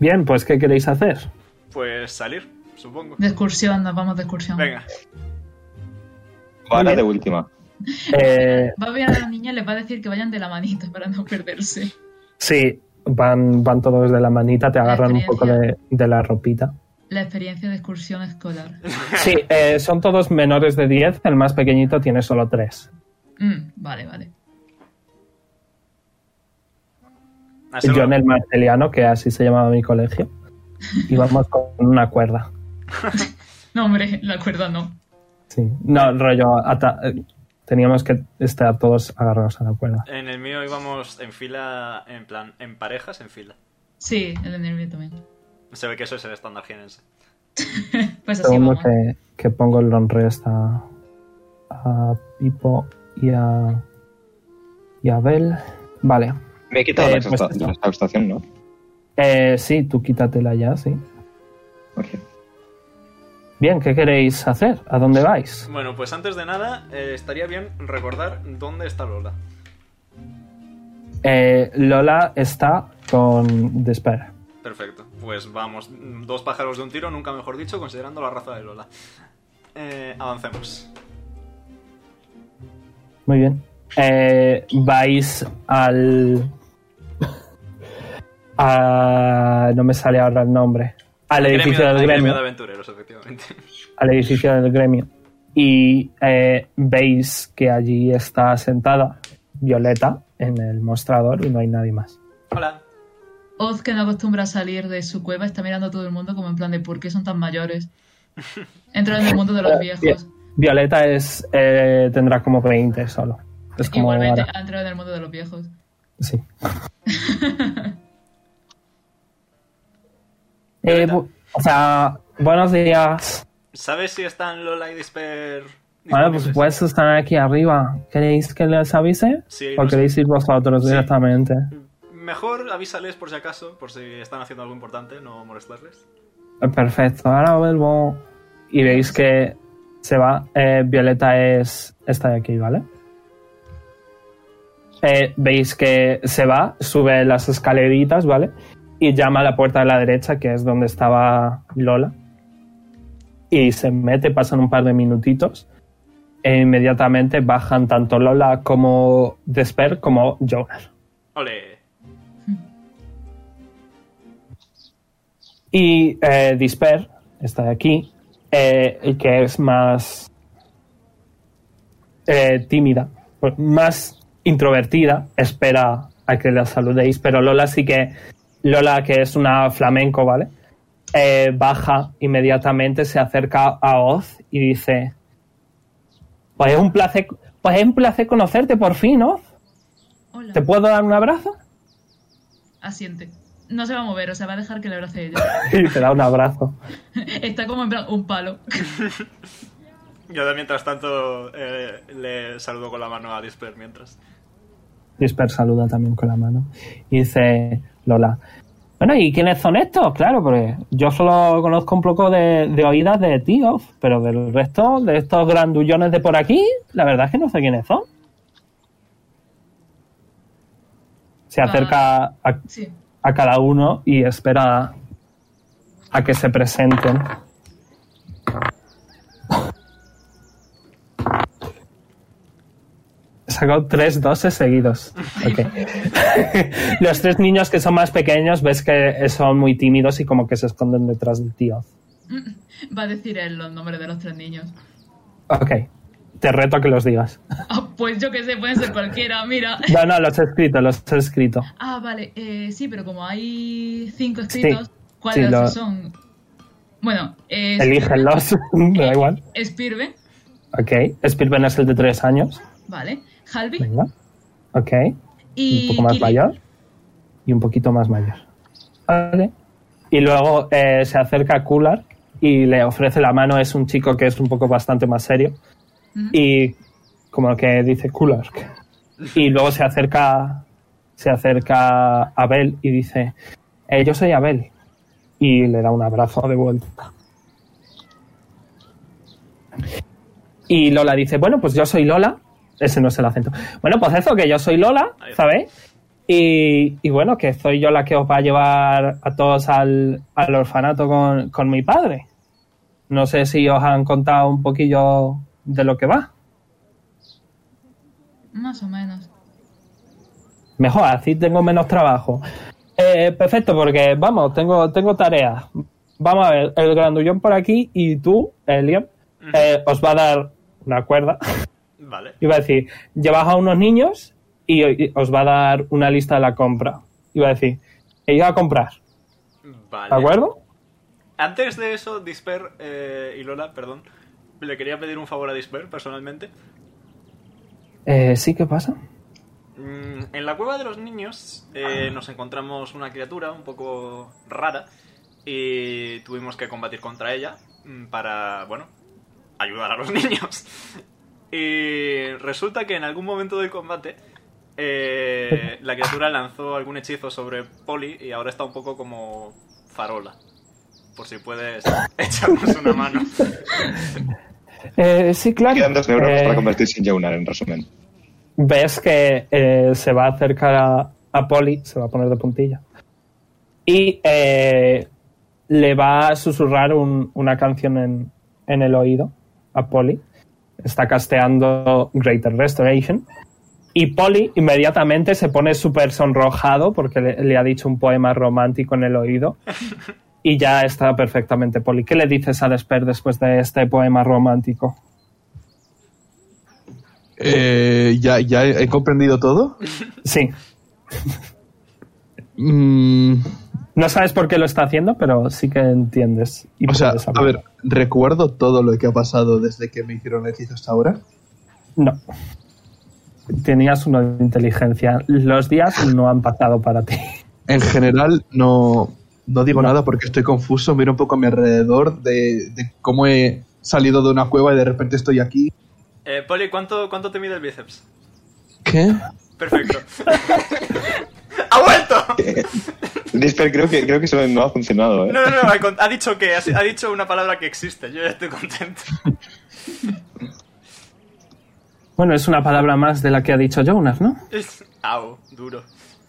Speaker 1: Bien, pues ¿qué queréis hacer?
Speaker 2: Pues salir, supongo.
Speaker 4: De excursión, nos vamos de excursión.
Speaker 2: Venga.
Speaker 5: Vara de última.
Speaker 1: Eh,
Speaker 4: Va a ver a la niña y les va a decir que vayan de la manita para no perderse.
Speaker 1: sí, van, van todos de la manita, te agarran un poco de, de la ropita.
Speaker 4: La experiencia de excursión escolar.
Speaker 1: Sí, eh, son todos menores de 10, el más pequeñito tiene solo 3.
Speaker 4: Mm, vale, vale.
Speaker 2: Así lo-
Speaker 1: Yo en el marteliano, que así se llamaba mi colegio, íbamos con una cuerda.
Speaker 4: No, hombre, la cuerda no.
Speaker 1: Sí. No, rollo, ata- eh, teníamos que estar todos agarrados a la cuerda.
Speaker 2: En el mío íbamos en fila, en plan, en parejas, en fila.
Speaker 4: Sí, el nervio también.
Speaker 2: Se ve que eso es el estándar jienense.
Speaker 4: Pues así
Speaker 1: segundo
Speaker 4: vamos.
Speaker 1: que, que pongo el long rest a, a Pipo y a, y a Bel. Vale.
Speaker 5: Me he quitado
Speaker 1: Eh,
Speaker 5: la,
Speaker 1: pues
Speaker 5: exhausta-
Speaker 1: esto.
Speaker 5: la exhaustación, ¿no?
Speaker 1: Eh, sí, tú quítatela ya, sí.
Speaker 5: Ok.
Speaker 1: Bien, ¿qué queréis hacer? ¿A dónde vais?
Speaker 2: Bueno, pues antes de nada, eh, estaría bien recordar dónde está Lola.
Speaker 1: Eh, Lola está con Despair.
Speaker 2: Perfecto. Pues vamos, mm, dos pájaros de un tiro, nunca mejor dicho, considerando la raza de Lola. Eh, avancemos.
Speaker 1: Muy bien. Eh, vais al. a- no me sale ahora el nombre. Al edificio
Speaker 2: Gremio-
Speaker 1: del
Speaker 2: al
Speaker 1: gremio.
Speaker 2: de aventureros, efectivamente.
Speaker 1: al edificio del gremio y eh, veis que allí está sentada Violeta en el mostrador y no hay nadie más.
Speaker 2: Hola.
Speaker 4: Oz, que no acostumbra a salir de su cueva, está mirando a todo el mundo como en plan de ¿por qué son tan mayores? Entra en el mundo de los viejos.
Speaker 1: Violeta es eh, tendrá como 20 solo. Es como
Speaker 4: Igualmente,
Speaker 1: ahora.
Speaker 4: ha entrado en el mundo de los viejos.
Speaker 1: Sí. Eh, bu- O sea, buenos días.
Speaker 2: ¿Sabes si están Lola y Disper?
Speaker 1: Vale, por supuesto, están aquí arriba. ¿Queréis que les avise?
Speaker 2: Sí,
Speaker 1: ¿O
Speaker 2: los-
Speaker 1: queréis ir vosotros
Speaker 2: Sí.
Speaker 1: directamente?
Speaker 2: Mejor avísales por si acaso, por si están haciendo algo importante, no molestarles.
Speaker 1: Eh, Perfecto, ahora vuelvo. Y veis que se va. eh, Violeta es esta de aquí, ¿vale? Eh, veis que se va, sube las escaleritas, ¿vale? Y llama a la puerta de la derecha, que es donde estaba Lola. Y se mete, pasan un par de minutitos. E inmediatamente bajan tanto Lola como Desper como Jonas.
Speaker 2: Ole,
Speaker 1: Y eh, Disper, está de aquí, eh, el que es más eh, tímida, pues, más introvertida, espera a que la saludéis, pero Lola sí que, Lola que es una flamenco, ¿vale? Eh, baja inmediatamente, se acerca a Oz y dice, pues es un placer, pues es un placer conocerte por fin, Oz.
Speaker 4: Hola.
Speaker 1: ¿Te puedo dar un abrazo?
Speaker 4: Asiente. No se va a mover, o sea, va a dejar que le abrace ella.
Speaker 1: Y te da un abrazo.
Speaker 4: Está como en plan un palo.
Speaker 2: yo de mientras tanto eh, le saludo con la mano a Disper mientras.
Speaker 1: Disper saluda también con la mano. Y dice Lola. Bueno, ¿y quiénes son estos? Claro, porque yo solo conozco un poco de, de oídas de tíos, pero del resto, de estos grandullones de por aquí, la verdad es que no sé quiénes son. Se
Speaker 4: Ah.
Speaker 1: acerca a,
Speaker 4: Sí.
Speaker 1: a cada uno y espera a que se presenten. He sacado tres doses seguidos. Ok. Los tres niños que son más pequeños ves que son muy tímidos y como que se esconden detrás del tío.
Speaker 4: Va a decir él los nombres de los tres niños.
Speaker 1: Ok. Te reto a que los digas.
Speaker 4: Ah, pues yo qué sé, pueden ser cualquiera, mira.
Speaker 1: No, no, los he escrito, los he escrito.
Speaker 4: Ah, vale, eh, sí, pero como hay cinco escritos,
Speaker 1: Sí,
Speaker 4: ¿cuáles
Speaker 1: sí, lo-
Speaker 4: son? Bueno, eh,
Speaker 1: Elígelos, me da igual.
Speaker 4: Spirve,
Speaker 1: Ok. Spirben es el de tres años.
Speaker 4: vale, Halby
Speaker 1: Venga. Ok.
Speaker 4: y
Speaker 1: un poco más
Speaker 4: Kili.
Speaker 1: mayor y un poquito más mayor. Vale. Y luego eh, se acerca a Kular y le ofrece la mano. Es un chico que es un poco bastante más serio.
Speaker 4: Ujú.
Speaker 1: Y como que dice Kular. Y luego se acerca, se acerca a Abel y dice, "Eh, yo soy Abel. Y le da un abrazo de vuelta. Y Lola dice, bueno, pues yo soy Lola. Ese no es el acento. Bueno, pues eso, que yo soy Lola, ¿sabéis? Y, y bueno, que soy yo la que os va a llevar a todos al, al orfanato con, con mi padre. No sé si os han contado un poquillo de lo que va.
Speaker 4: Más o menos.
Speaker 1: Mejor, así tengo menos trabajo. Eh, perfecto, porque vamos, tengo, tengo tareas. Vamos a ver, el grandullón por aquí y tú, Elian, eh, os va a dar una cuerda.
Speaker 2: Vale,
Speaker 1: Iba a decir, llevas a unos niños y, y os va a dar una lista de la compra. Iba a decir, he ido a comprar,
Speaker 2: vale.
Speaker 1: ¿de acuerdo?
Speaker 2: Antes de eso, Disper eh, y Lola, perdón, le quería pedir un favor a Disper personalmente.
Speaker 1: Eh, sí, ¿qué pasa?
Speaker 2: Mm, En la cueva de los niños eh, nos encontramos una criatura un poco rara y tuvimos que combatir contra ella mm, para, bueno, ayudar a los niños. Y resulta que en algún momento del combate eh, la criatura lanzó algún hechizo sobre Polly y ahora está un poco como farola. Por si puedes echarnos una mano.
Speaker 1: Eh, sí, claro.
Speaker 5: Quedan dos neuronas
Speaker 1: Eh,
Speaker 5: para convertirse en Jonar, en resumen.
Speaker 1: ves que eh, se va a acercar a, a Polly, se va a poner de puntilla. Y eh, le va a susurrar un- una canción en, en el oído a Polly. Está casteando Greater Restoration. Y Polly inmediatamente se pone súper sonrojado porque le, le ha dicho un poema romántico en el oído. Y ya está perfectamente Polly. ¿Qué le dices a Desper después de este poema romántico?
Speaker 3: Eh, ya, ya he he comprendido todo.
Speaker 1: Sí.
Speaker 3: Mm,
Speaker 1: No sabes por qué lo está haciendo, pero sí que entiendes. y
Speaker 3: o sea,
Speaker 1: puedes
Speaker 3: a
Speaker 1: hablar.
Speaker 3: ver, recuerdo todo lo que ha pasado desde que me hicieron el hechizo hasta ahora.
Speaker 1: No. Tenías uno de inteligencia. Los días no han pasado para ti.
Speaker 3: En general, no, No digo nada porque estoy confuso, miro un poco a mi alrededor de, de cómo he salido de una cueva y de repente estoy aquí.
Speaker 2: Eh, Poli, ¿cuánto, ¿cuánto te mide el bíceps?
Speaker 3: ¿Qué?
Speaker 2: Perfecto. ¡Ha vuelto!
Speaker 5: Disper, creo que, creo que eso no ha funcionado, ¿eh?
Speaker 2: No, no, no, ha con- ha dicho que ha, si- ha dicho una palabra que existe. Yo ya estoy contento.
Speaker 1: Bueno, es una palabra más de la que ha dicho Jonas, ¿no?
Speaker 2: Es- Au, duro.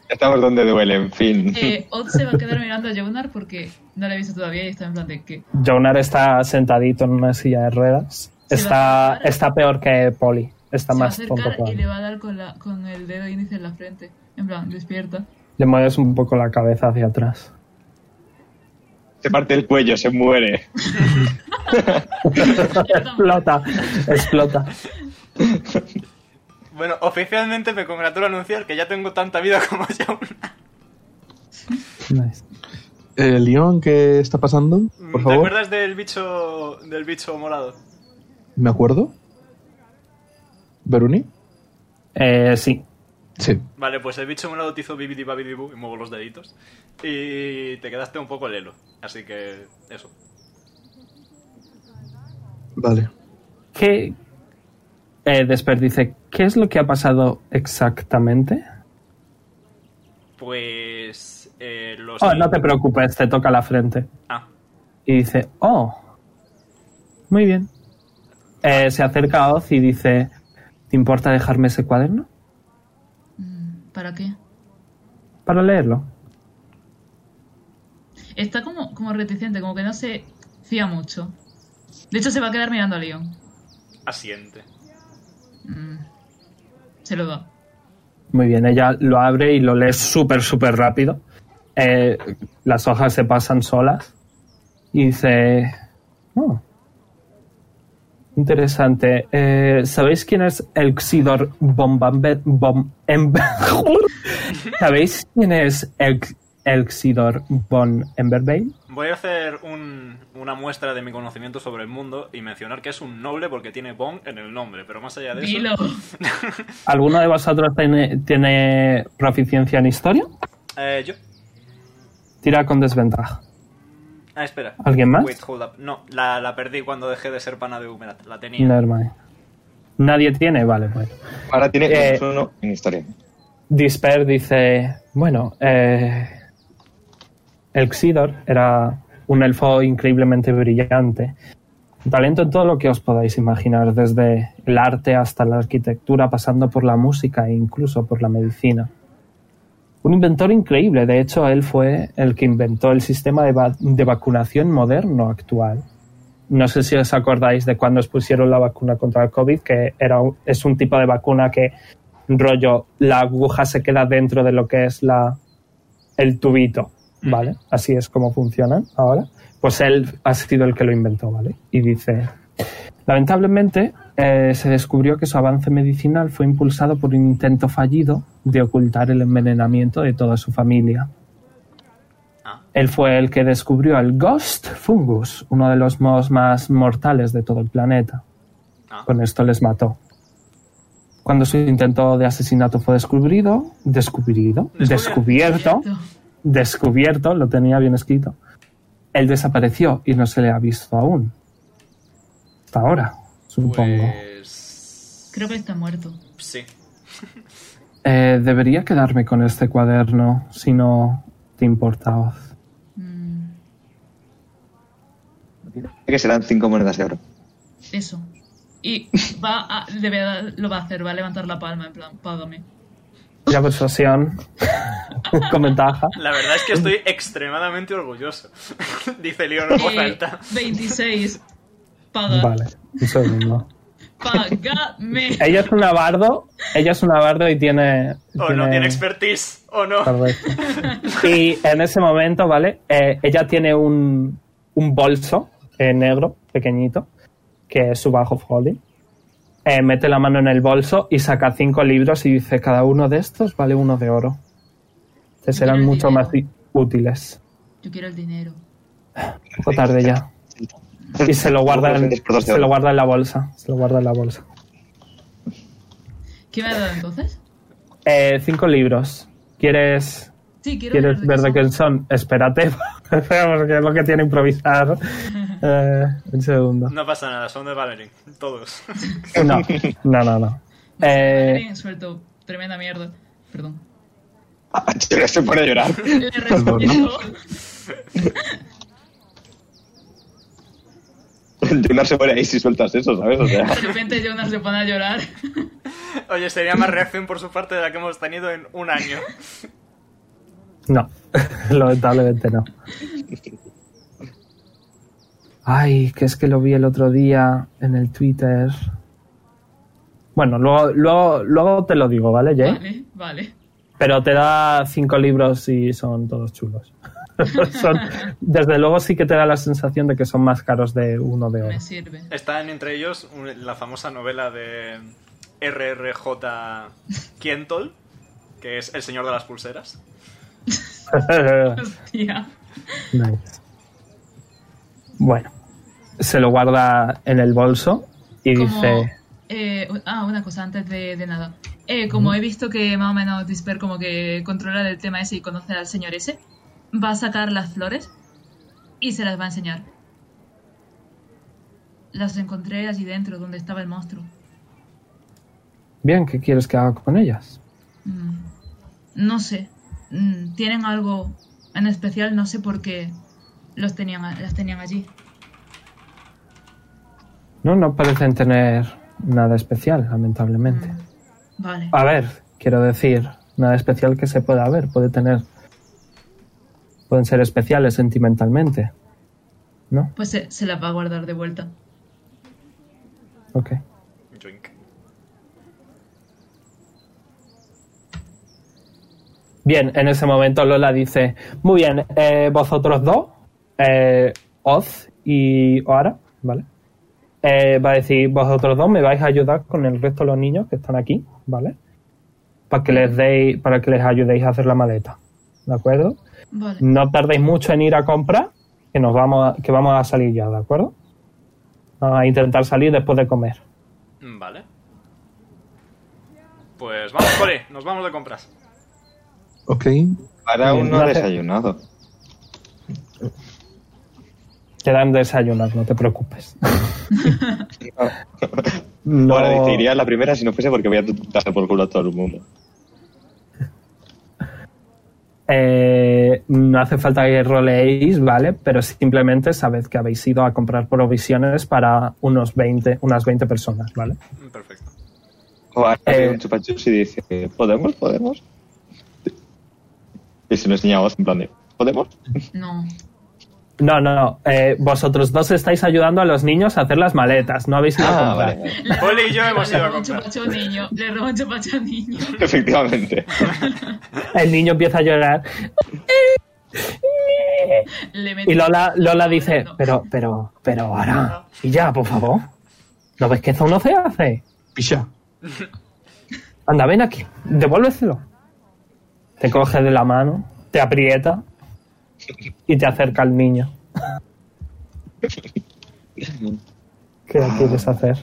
Speaker 5: Estamos donde duele, en fin.
Speaker 4: Eh, Odd se va a quedar mirando a Jonar porque no la he visto todavía y está en plan de que.
Speaker 1: Jonar está sentadito en una silla de ruedas.
Speaker 4: Se va a
Speaker 1: Está,
Speaker 4: acercar.
Speaker 1: está peor que Polly. Está
Speaker 4: Se va a
Speaker 1: más tonto
Speaker 4: acercar
Speaker 1: que
Speaker 4: y
Speaker 1: él.
Speaker 4: le va a dar con, la, con el dedo índice en la frente. En plan, despierta.
Speaker 1: Le mueves un poco la cabeza hacia atrás.
Speaker 5: Se parte el cuello, se muere.
Speaker 1: Explota, explota.
Speaker 2: Bueno, oficialmente me congratulo anunciar que ya tengo tanta vida como ya una.
Speaker 1: Nice.
Speaker 3: Eh, Leon, ¿qué está pasando? Por
Speaker 2: ¿Te
Speaker 3: favor.
Speaker 2: acuerdas del bicho del bicho morado?
Speaker 3: ¿Me acuerdo? ¿Beruni?
Speaker 1: Eh, sí.
Speaker 3: Sí.
Speaker 2: Vale, pues el bicho morado te hizo bibidi babidi bu, y muevo los deditos. Y te quedaste un poco lelo. Así que eso.
Speaker 3: Vale.
Speaker 1: ¿Qué? Eh, Desper dice, ¿qué es lo que ha pasado exactamente?
Speaker 2: Pues eh, los
Speaker 1: Oh, no te preocupes, te toca la frente.
Speaker 2: Ah,
Speaker 1: Y dice, oh, muy bien. Eh, se acerca a Oz y dice, ¿te importa dejarme ese cuaderno?
Speaker 4: Mm, ¿Para qué?
Speaker 1: Para leerlo.
Speaker 4: Está como, como reticente, como que no se fía mucho. De hecho, se va a quedar mirando a Leon.
Speaker 2: asiente.
Speaker 4: Mm, Se lo da.
Speaker 1: Muy bien, ella lo abre y lo lee súper, súper rápido. Eh, las hojas se pasan solas. Y dice, oh, interesante. Eh, ¿Sabéis quién es Elxidor Bombambe... Bom, em- ¿Sabéis quién es Elx- Elxidor Von Emberbane?
Speaker 2: Voy a hacer un- una muestra de mi conocimiento sobre el mundo y mencionar que es un noble porque tiene Bon en el nombre, pero más allá de eso.
Speaker 4: Dilo.
Speaker 1: ¿Alguno de vosotros tiene, tiene proficiencia en historia?
Speaker 2: Eh, yo.
Speaker 1: Tira con desventaja.
Speaker 2: Ah, espera.
Speaker 1: ¿Alguien más?
Speaker 2: Wait, hold up. No, la, la perdí cuando dejé de ser pana de Humerat. La tenía.
Speaker 1: Nevermind. Nadie tiene, vale, bueno.
Speaker 5: Ahora tiene
Speaker 1: Eh.
Speaker 5: uno en historia.
Speaker 1: Disper dice, bueno, eh, el Xidor era un elfo increíblemente brillante. Talento en todo lo que os podáis imaginar, desde el arte hasta la arquitectura, pasando por la música e incluso por la medicina. Un inventor increíble, de hecho, él fue el que inventó el sistema de, va- de vacunación moderno actual. No sé si os acordáis de cuando os pusieron la vacuna contra el COVID, que era, un- es un tipo de vacuna que rollo, la aguja se queda dentro de lo que es la el tubito, ¿vale? Así es como funcionan ahora. Pues él ha sido el que lo inventó, ¿vale? Y dice, lamentablemente eh, se descubrió que su avance medicinal fue impulsado por un intento fallido de ocultar el envenenamiento de toda su familia.
Speaker 2: Ah.
Speaker 1: Él fue el que descubrió el Ghost Fungus, uno de los modos más mortales de todo el planeta.
Speaker 2: Ah.
Speaker 1: Con esto les mató. Cuando su intento de asesinato fue descubrido, descubrido, descubierto, descubierto, lo tenía bien escrito, él desapareció y no se le ha visto aún. Hasta ahora, supongo.
Speaker 2: Pues.
Speaker 4: Creo que está muerto.
Speaker 2: Sí.
Speaker 1: Eh, debería quedarme con este cuaderno, si no te importa, Oz.
Speaker 4: Mm,
Speaker 5: Que serán cinco monedas de oro.
Speaker 4: Eso. Y va a, le voy a dar- lo va a hacer, va a levantar la palma, en plan, págame.
Speaker 1: Ya persuasión, con ventaja.
Speaker 2: La verdad es que estoy extremadamente orgulloso. Dice Leon en voz
Speaker 4: Eh,
Speaker 2: alta.
Speaker 4: 26. Paga.
Speaker 1: Vale, un segundo.
Speaker 4: Págame.
Speaker 1: Ella es una bardo, ella es una bardo y tiene... Ah.
Speaker 2: O no tiene expertise, o no.
Speaker 1: Correcto. Y en ese momento, ¿vale? Eh, ella tiene un, un bolso eh, negro, pequeñito, que es su bajo of holding. Eh, mete la mano en el bolso y saca cinco libros y dice, cada uno de estos vale uno de oro. Te serán
Speaker 4: Quiero el
Speaker 1: mucho más
Speaker 4: dinero.
Speaker 1: i- útiles.
Speaker 4: Yo quiero el dinero.
Speaker 1: Un poco tarde ya. Y se lo guarda en,
Speaker 5: Por doce
Speaker 1: se lo
Speaker 5: oro.
Speaker 1: guarda en la bolsa. Se lo guarda en la bolsa.
Speaker 4: ¿Qué me ha dado entonces?
Speaker 1: Eh, cinco libros. ¿Quieres,
Speaker 4: Sí, quiero
Speaker 1: ¿quieres ver de
Speaker 4: qué
Speaker 1: qué son? Espérate. Espera, porque es lo que tiene improvisar. Eh, un segundo.
Speaker 2: No pasa nada, son de Valerian, todos.
Speaker 1: No, no, no. no. Eh,
Speaker 4: Valerian suelto tremenda mierda. Perdón.
Speaker 5: Ah, ya se pone a llorar.
Speaker 4: Le respondo.
Speaker 5: Jonas se pone ahí si sueltas eso, ¿sabes? O sea,
Speaker 4: De repente Jonas se pone a llorar.
Speaker 2: Oye, sería más reacción por su parte de la que hemos tenido en un año.
Speaker 1: no, lamentablemente no. Ay, que es que lo vi el otro día en el Twitter. Bueno, luego, luego, luego te lo digo, ¿vale, Jay?
Speaker 4: Vale, vale.
Speaker 1: Pero te da cinco libros y son todos chulos. Son- desde luego sí que te da la sensación de que son más caros de uno de oro.
Speaker 4: Me sirve.
Speaker 2: Están entre ellos un- la famosa novela de RRJ Kientol, que es El Señor de las Pulseras.
Speaker 4: Hostia.
Speaker 1: Nice. Bueno, se lo guarda en el bolso y
Speaker 4: Como,
Speaker 1: dice...
Speaker 4: eh, u- ah, una cosa antes de, de nada. Eh, como he visto que más o menos Disper como que controla el tema ese y conoce al señor ese, va a sacar las flores y se las va a enseñar. Las encontré allí dentro, donde estaba el monstruo.
Speaker 1: Bien, ¿qué quieres que haga con ellas?
Speaker 4: Mm, No sé. Mm, Tienen algo en especial, no sé por qué los tenían, a- las tenían allí.
Speaker 1: No, no parecen tener nada especial, lamentablemente.
Speaker 4: Mm, Vale.
Speaker 1: A ver, quiero decir, nada especial que se pueda ver, puede tener... Pueden ser especiales sentimentalmente. ¿No?
Speaker 4: Pues se, se las va a guardar de vuelta.
Speaker 1: Ok.
Speaker 2: Yoink.
Speaker 1: Bien, en ese momento Lola dice, muy bien, eh, vosotros dos, eh, Oz y Oara, ¿vale? Eh, va a decir, vosotros dos me vais a ayudar con el resto de los niños que están aquí, ¿vale? Para que les deis, para que les ayudéis a hacer la maleta, ¿de acuerdo?
Speaker 4: Vale.
Speaker 1: No tardéis mucho en ir a comprar, que nos vamos, a- que vamos a salir ya, ¿de acuerdo? Vamos a intentar salir después de comer.
Speaker 2: Vale. Pues vamos, Cole, nos vamos de compras.
Speaker 3: Ok.
Speaker 5: para
Speaker 1: Bien,
Speaker 5: uno
Speaker 1: vale.
Speaker 5: desayunado.
Speaker 1: Quedan desayunar, no te preocupes.
Speaker 5: Ahora
Speaker 1: No-
Speaker 5: dice, iría a la primera si no fuese porque voy a darse por culo a todo el mundo.
Speaker 1: Eh, no hace falta que roleéis, ¿vale? Pero simplemente sabed que habéis ido a comprar provisiones para unos 20, unas 20 personas, ¿vale?
Speaker 2: Mm, Perfecto.
Speaker 5: O ahora
Speaker 1: Eh.
Speaker 5: ve un chupachups y dice, ¿podemos? ¿Podemos? Y se lo enseñamos en plan de, ¿podemos?
Speaker 4: No.
Speaker 1: No, no, no. eh, vosotros dos estáis ayudando a los niños a hacer las maletas, no habéis ido a
Speaker 5: Ah,
Speaker 1: comprar.
Speaker 5: vale, vale.
Speaker 4: Le
Speaker 2: Oli y yo hemos
Speaker 4: le
Speaker 2: ido a
Speaker 4: robo un
Speaker 2: comprar.
Speaker 4: chupacho al niño. Le robo un chupacho al niño.
Speaker 5: Efectivamente.
Speaker 1: El niño empieza a llorar
Speaker 4: Le meto-
Speaker 1: y Lola, Lola dice,
Speaker 4: No.
Speaker 1: pero, pero, pero ahora, y ya, por favor. ¿No ves que eso no se hace?
Speaker 3: Picha.
Speaker 1: Anda, ven aquí, devuélveselo. Te coge de la mano, te aprieta y te acerca al niño. ¿Qué quieres hacer?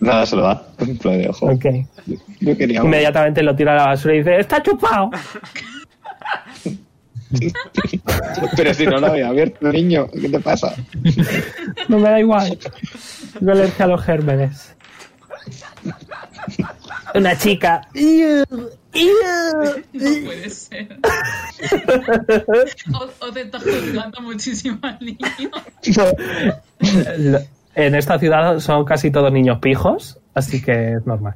Speaker 5: Nada, se lo da. En plan de, ojo.
Speaker 1: Ok.
Speaker 5: Yo quería un-
Speaker 1: Inmediatamente lo tira a la basura y dice, está chupado.
Speaker 5: Pero si no lo había abierto, niño, ¿qué te pasa?
Speaker 1: No me da igual. Tengo alergia a los gérmenes. Una chica.
Speaker 4: No puede ser. O, o te estás juzgando muchísimo al niño.
Speaker 1: En esta ciudad son casi todos niños pijos, así que es normal.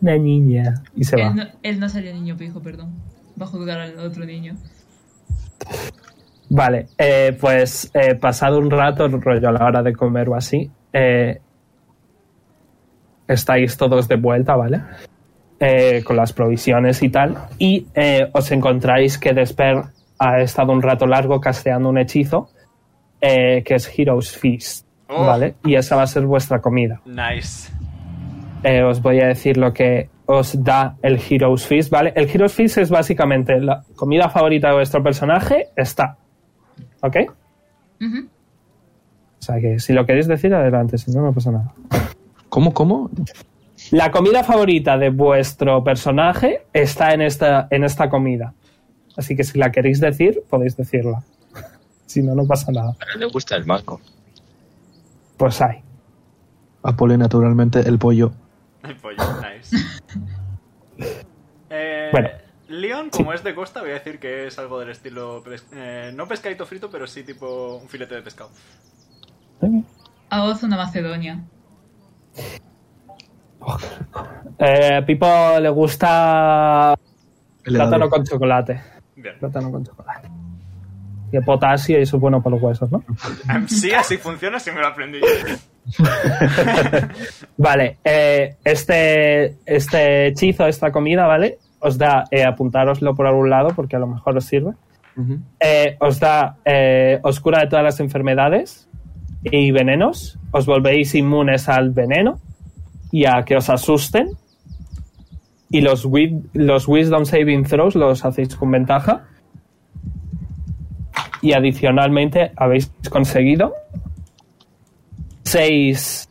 Speaker 1: Una niña. Y se va.
Speaker 4: Él no, él no salió niño pijo, perdón. Va a juzgar al otro niño.
Speaker 1: Vale, eh, pues eh, pasado un rato, rollo a la hora de comer o así, eh, estáis todos de vuelta, ¿vale? Eh, con las provisiones y tal, y eh, os encontráis que Desper ha estado un rato largo casteando un hechizo eh, que es Heroes Feast,
Speaker 2: Oh.
Speaker 1: ¿vale? Y esa va a ser vuestra comida.
Speaker 2: Nice.
Speaker 1: Eh, os voy a decir lo que os da el Heroes Feast, ¿vale? El Heroes Feast es básicamente la comida favorita de vuestro personaje, está. ¿Ok?
Speaker 4: Ujú.
Speaker 1: O sea que si lo queréis decir, adelante, si no, no pasa nada.
Speaker 3: ¿Cómo, cómo?
Speaker 1: La comida favorita de vuestro personaje está en esta, en esta comida. Así que si la queréis decir, podéis decirla. si no, no pasa nada.
Speaker 6: Pero le gusta el maco.
Speaker 1: Pues hay.
Speaker 3: Apole, naturalmente, el pollo.
Speaker 2: El pollo, nice. Eh,
Speaker 1: Bueno.
Speaker 2: Leon, como es de costa, voy a decir que es algo del estilo. pes- eh, no pescadito frito, pero sí tipo un filete de pescado.
Speaker 4: A Oz una Macedonia.
Speaker 1: Eh, Pipo le gusta
Speaker 3: El
Speaker 1: plátano
Speaker 3: helado.
Speaker 1: con chocolate.
Speaker 2: Bien.
Speaker 1: Plátano con chocolate. Y el potasio y eso es bueno para los huesos, ¿no?
Speaker 2: Em, Sí, así funciona, si me lo aprendí yo.
Speaker 1: Vale, eh, este, este hechizo, esta comida, ¿vale? Os da, eh, apuntároslo por algún lado porque a lo mejor os sirve.
Speaker 7: Ujú.
Speaker 1: Eh, os da, eh, os cura de todas las enfermedades y venenos. Os volvéis inmunes al veneno y a que os asusten. Y los, wi- los Wisdom Saving Throws los hacéis con ventaja. Y adicionalmente habéis conseguido seis,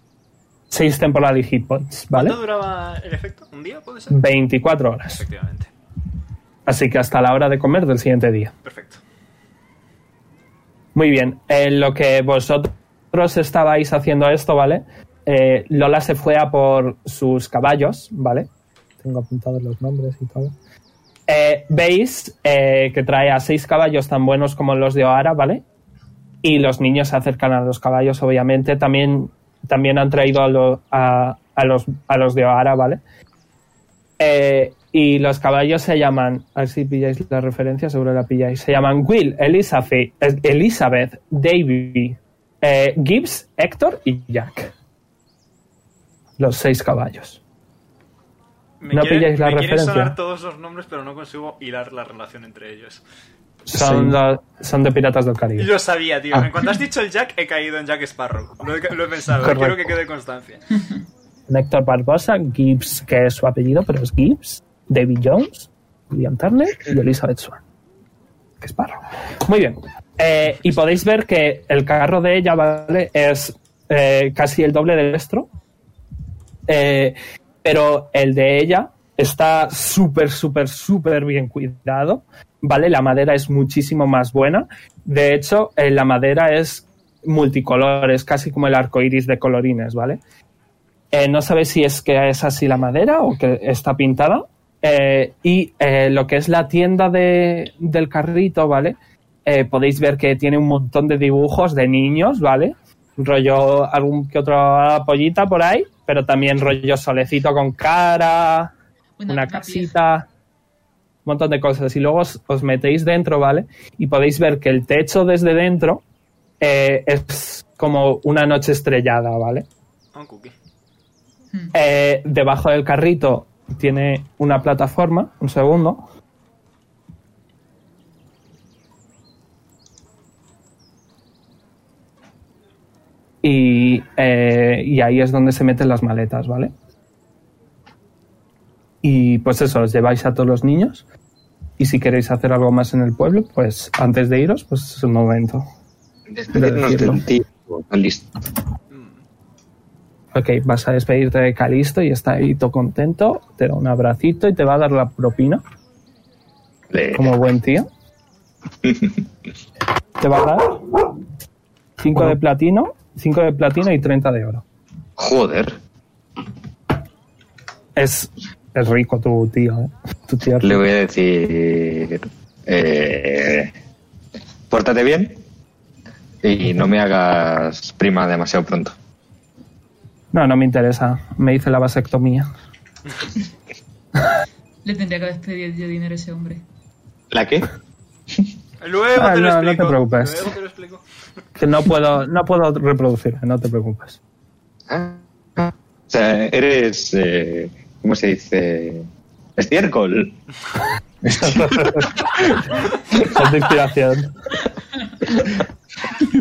Speaker 1: seis temporal hit points, ¿vale?
Speaker 2: ¿Cuánto duraba el efecto? ¿Un día puede ser?
Speaker 1: 24 horas.
Speaker 2: Efectivamente.
Speaker 1: Así que hasta la hora de comer del siguiente día.
Speaker 2: Perfecto.
Speaker 1: Muy bien. En lo que vosotros estabais haciendo esto, ¿vale? Eh, Lola se fue a por sus caballos, ¿vale? Tengo apuntados los nombres y todo. Eh, Veis eh, que trae a seis caballos tan buenos como los de Oara, ¿vale? Y los niños se acercan a los caballos, obviamente. También, también han traído a, lo- a- a los, a los de Oara, ¿vale? Eh, y los caballos se llaman, a ver si pilláis la referencia, seguro la pilláis. Se llaman Will, Elizabeth, eh, Elizabeth Davy, eh, Gibbs, Héctor y Jack. Los seis caballos.
Speaker 2: Me
Speaker 1: No
Speaker 2: quieren-
Speaker 1: pilláis la
Speaker 2: me quieren
Speaker 1: referencia.
Speaker 2: sonar todos los nombres, pero no consigo hilar la relación entre ellos.
Speaker 1: Son,
Speaker 3: Sí.
Speaker 1: los- son de Piratas del
Speaker 2: Y
Speaker 1: Caribe.
Speaker 2: Lo sabía, tío.
Speaker 3: Ah.
Speaker 2: En cuanto has dicho el Jack, he caído en Jack Sparrow. Lo he, lo he pensado,
Speaker 1: Correcto.
Speaker 2: quiero que quede constancia.
Speaker 1: Héctor Barbosa, Gibbs, que es su apellido, pero es Gibbs, David Jones, William Turner y Elizabeth Swan. Que es parro. Muy bien. Eh, y podéis ver que el carro de ella, ¿vale? Es eh, casi el doble del nuestro. Eh, pero el de ella está súper, súper, súper bien cuidado, ¿vale? La madera es muchísimo más buena. De hecho, eh, la madera es multicolor, es casi como el arco iris de colorines, ¿vale? Eh, no sabéis si es que es así la madera o que está pintada. Eh, y eh, lo que es la tienda de- del carrito, ¿vale? Eh, podéis ver que tiene un montón de dibujos de niños, ¿vale? Rollo algún que otro pollita por ahí, pero también rollo solecito con cara, una, casita, un montón de cosas. Y luego os, os metéis dentro, ¿vale? Y podéis ver que el techo desde dentro eh, es como una noche estrellada, ¿vale?
Speaker 2: Un cookie.
Speaker 4: Hmm.
Speaker 1: Eh, debajo del carrito tiene una plataforma. Un segundo. Y, eh, y ahí es donde se meten las maletas, ¿vale? Y pues eso, os lleváis a todos los niños. Y si queréis hacer algo más en el pueblo, pues antes de iros, pues es un momento.
Speaker 6: Despedirnos
Speaker 1: Pero
Speaker 6: del tío. Listo.
Speaker 1: Ok, vas a despedirte de Calisto y está ahí todo contento. Te da un abracito y te va a dar la propina
Speaker 6: Le-
Speaker 1: como buen tío. Te va a dar 5 de platino, 5 de platino y 30 de oro.
Speaker 6: Joder.
Speaker 1: Es, es rico tu tío, ¿eh? Tu tío es
Speaker 6: Le
Speaker 1: rico.
Speaker 6: voy a decir. Eh, pórtate bien y no me hagas prima demasiado pronto.
Speaker 1: No, no me interesa. Me hice la vasectomía.
Speaker 4: Le tendría que haber pedido yo dinero a ese hombre.
Speaker 6: ¿La qué?
Speaker 2: Luego
Speaker 1: Ah,
Speaker 2: te lo
Speaker 1: no, no te
Speaker 2: explico.
Speaker 1: preocupes.
Speaker 2: Luego te lo explico.
Speaker 1: Que no puedo, no puedo reproducirme, no te preocupes.
Speaker 6: Ah, O sea, eres. eh, ¿Cómo se dice? Estiércol.
Speaker 1: Es de inspiración.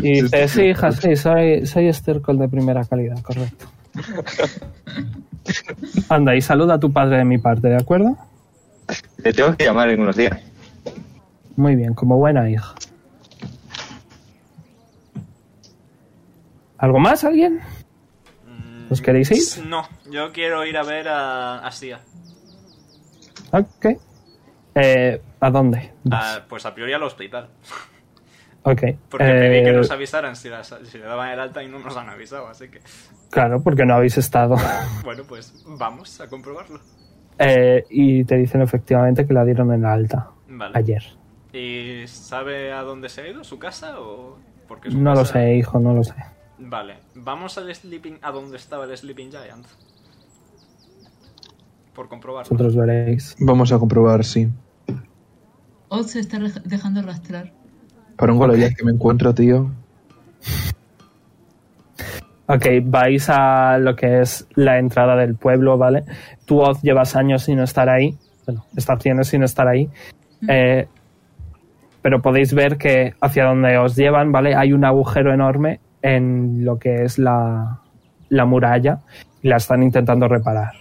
Speaker 1: Y dices, sí, hija, sí, soy, soy estercol de primera calidad, correcto. Anda, y saluda a tu padre de mi parte, ¿de acuerdo?
Speaker 6: Te tengo que llamar en unos días.
Speaker 1: Muy bien, como buena hija. ¿Algo más, alguien?
Speaker 2: Mm,
Speaker 1: ¿Os queréis ir?
Speaker 2: No, yo quiero ir a ver a, a Sia.
Speaker 1: Ok. Eh, ¿A dónde? vas?
Speaker 2: Ah, pues a priori al hospital.
Speaker 1: ok.
Speaker 2: Porque pedí que
Speaker 1: eh,
Speaker 2: nos avisaran si, las- si le daban el alta y no nos han avisado, así que.
Speaker 1: Claro, porque no habéis estado.
Speaker 2: Bueno, pues vamos a comprobarlo.
Speaker 1: Eh, y te dicen efectivamente que la dieron en la alta
Speaker 2: Vale.
Speaker 1: ayer.
Speaker 2: ¿Y sabe a dónde se ha ido? ¿Su casa o.? Porque su
Speaker 1: No lo
Speaker 2: casa-
Speaker 1: sé, hijo, no lo sé.
Speaker 2: Vale, vamos al Sleeping. a donde estaba el Sleeping Giant. Por comprobarlo.
Speaker 1: Vosotros veréis.
Speaker 3: Vamos a comprobar, sí.
Speaker 4: Oz se está re- dejando arrastrar.
Speaker 3: Para un Goliath que me encuentro, tío.
Speaker 1: Ok, vais a lo que es la entrada del pueblo, ¿vale? Tú, Oz, llevas años sin estar ahí. Bueno, estaciones sin estar ahí. Eh, pero podéis ver que hacia donde os llevan, ¿vale? Hay un agujero enorme en lo que es la, la muralla y la están intentando reparar.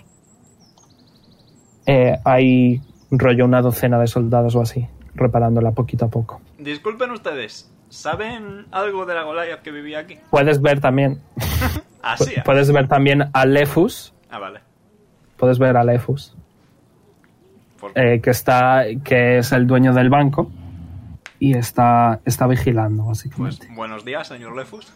Speaker 1: Eh, hay rollo una docena de soldados o así, reparándola poquito a poco.
Speaker 2: Disculpen ustedes, ¿saben algo de la Goliath que vivía aquí?
Speaker 1: Puedes ver también,
Speaker 2: Ah, sí. ah.
Speaker 1: puedes ver también a Lefus,
Speaker 2: Ah, vale.
Speaker 1: puedes ver a Lefus,
Speaker 2: Por-
Speaker 1: eh, que está, que es el dueño del banco y está, está vigilando básicamente.
Speaker 2: Pues buenos días, señor Lefus.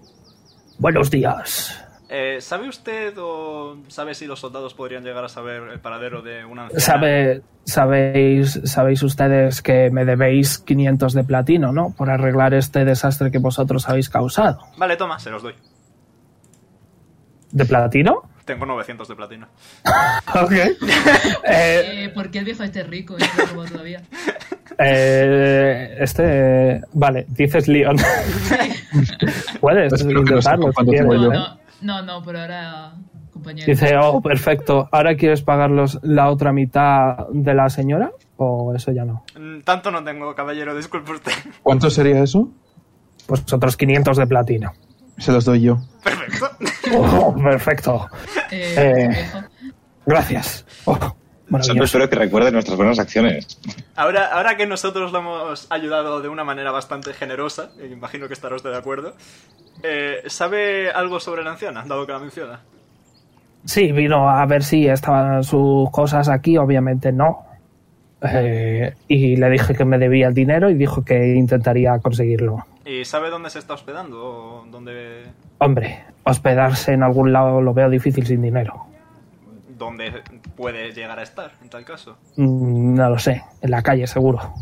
Speaker 4: Pues-
Speaker 1: Buenos días.
Speaker 2: Eh, ¿Sabe usted o sabe si los soldados podrían llegar a saber el paradero de una anciana?
Speaker 1: Sabe, sabéis, sabéis ustedes que me debéis 500 de platino, ¿no? Por arreglar este desastre que vosotros habéis causado.
Speaker 2: Vale, toma, se los doy.
Speaker 1: ¿De platino?
Speaker 2: Tengo 900 de platino.
Speaker 1: Ok. Eh,
Speaker 4: Eh, ¿Por qué el viejo este es rico y no lo robó todavía?
Speaker 1: eh, este. Vale, dices Leon. Puedes
Speaker 3: Espero que no sepa
Speaker 1: intentarlo si
Speaker 3: cuánto
Speaker 1: quieres,
Speaker 3: tengo
Speaker 4: No,
Speaker 1: ¿eh?
Speaker 3: yo.
Speaker 4: no, no, no, por ahora, compañero.
Speaker 1: Dice, oh, perfecto. ¿Ahora quieres pagar los- la otra mitad de la señora? ¿O eso ya no?
Speaker 2: Mm, Tanto no tengo, caballero, disculpe usted.
Speaker 3: ¿Cuánto sería eso?
Speaker 1: Pues otros 500 de platino.
Speaker 3: Se los doy yo.
Speaker 2: Perfecto.
Speaker 1: Oh, perfecto.
Speaker 4: Eh,
Speaker 1: eh.
Speaker 4: viejo.
Speaker 1: Gracias. Oh,
Speaker 6: Solo
Speaker 1: maravilloso.
Speaker 6: espero que recuerden nuestras buenas acciones.
Speaker 2: Ahora, ahora que nosotros lo hemos ayudado de una manera bastante generosa, eh, imagino que estará usted de acuerdo, eh, ¿sabe algo sobre la anciana, dado que la menciona?
Speaker 1: Sí, vino a ver si estaban sus cosas aquí, obviamente no. Eh, y le dije que me debía el dinero y dijo que intentaría conseguirlo.
Speaker 2: ¿Y sabe dónde se está hospedando o dónde,
Speaker 1: Hombre, hospedarse en algún lado lo veo difícil sin dinero.
Speaker 2: dónde puede llegar a estar, en tal caso?
Speaker 1: Mm, No lo sé, en la calle seguro.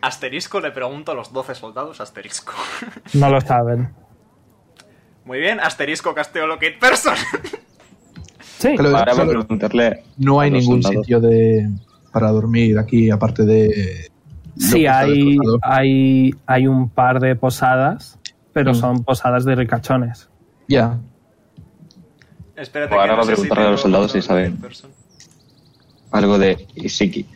Speaker 2: Asterisco le pregunto a los 12 soldados, asterisco.
Speaker 1: No lo saben.
Speaker 2: Muy bien, asterisco casteo locate person.
Speaker 1: Sí,
Speaker 3: Claro,
Speaker 6: Ahora voy a
Speaker 3: solo-
Speaker 6: preguntarle.
Speaker 3: no
Speaker 6: a
Speaker 3: hay
Speaker 6: los
Speaker 3: ningún
Speaker 6: soldados.
Speaker 3: sitio de para dormir aquí, aparte de.
Speaker 1: sí
Speaker 3: lo que está
Speaker 1: hay,
Speaker 3: destrozado.
Speaker 1: hay, hay un par de posadas, pero
Speaker 3: Mm.
Speaker 1: son posadas de ricachones.
Speaker 3: Ya.
Speaker 2: Espérate
Speaker 6: Ahora
Speaker 2: que no
Speaker 6: va a
Speaker 2: sé si
Speaker 6: preguntarle a
Speaker 2: tengo
Speaker 6: los soldados si
Speaker 2: locate
Speaker 6: saben.
Speaker 2: person.
Speaker 6: Algo de Isiki.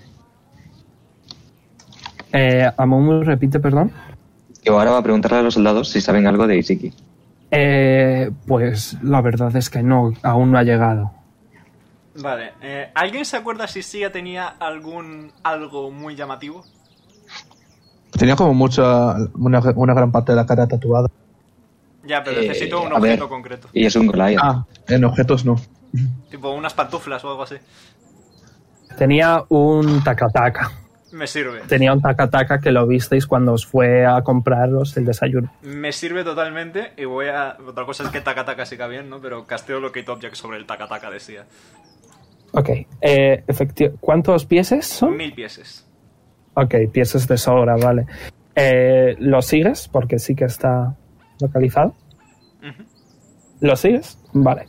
Speaker 1: Eh, Amumu, repite, perdón.
Speaker 6: Que ahora va a preguntarle a los soldados si saben algo de Isiki.
Speaker 1: Eh, pues la verdad es que no, aún no ha llegado.
Speaker 2: Vale, eh, ¿alguien se acuerda si Sia tenía algún algo muy llamativo?
Speaker 3: Tenía como mucha. Una, una gran parte de la cara tatuada.
Speaker 2: Ya, pero
Speaker 6: Eh,
Speaker 2: necesito un
Speaker 6: a ver.
Speaker 2: objeto concreto.
Speaker 6: Y es un Goliath.
Speaker 3: Ah, en objetos no.
Speaker 2: Tipo unas pantuflas o algo así.
Speaker 1: Tenía un tacataca.
Speaker 2: Me sirve.
Speaker 1: Tenía un tacataca que lo visteis cuando os fue a compraros el desayuno.
Speaker 2: Me sirve totalmente y voy a... Otra cosa es que Takataka siga bien, ¿no? Pero casteo locate object sobre el Takataka de Sia.
Speaker 1: Ok, eh, efecti- ¿cuántos pieses son?
Speaker 2: Mil pieses.
Speaker 1: Ok, pieses de sobra, vale. Eh, ¿Lo sigues? Porque sí que está localizado.
Speaker 2: Ujú.
Speaker 1: ¿Lo sigues? Vale.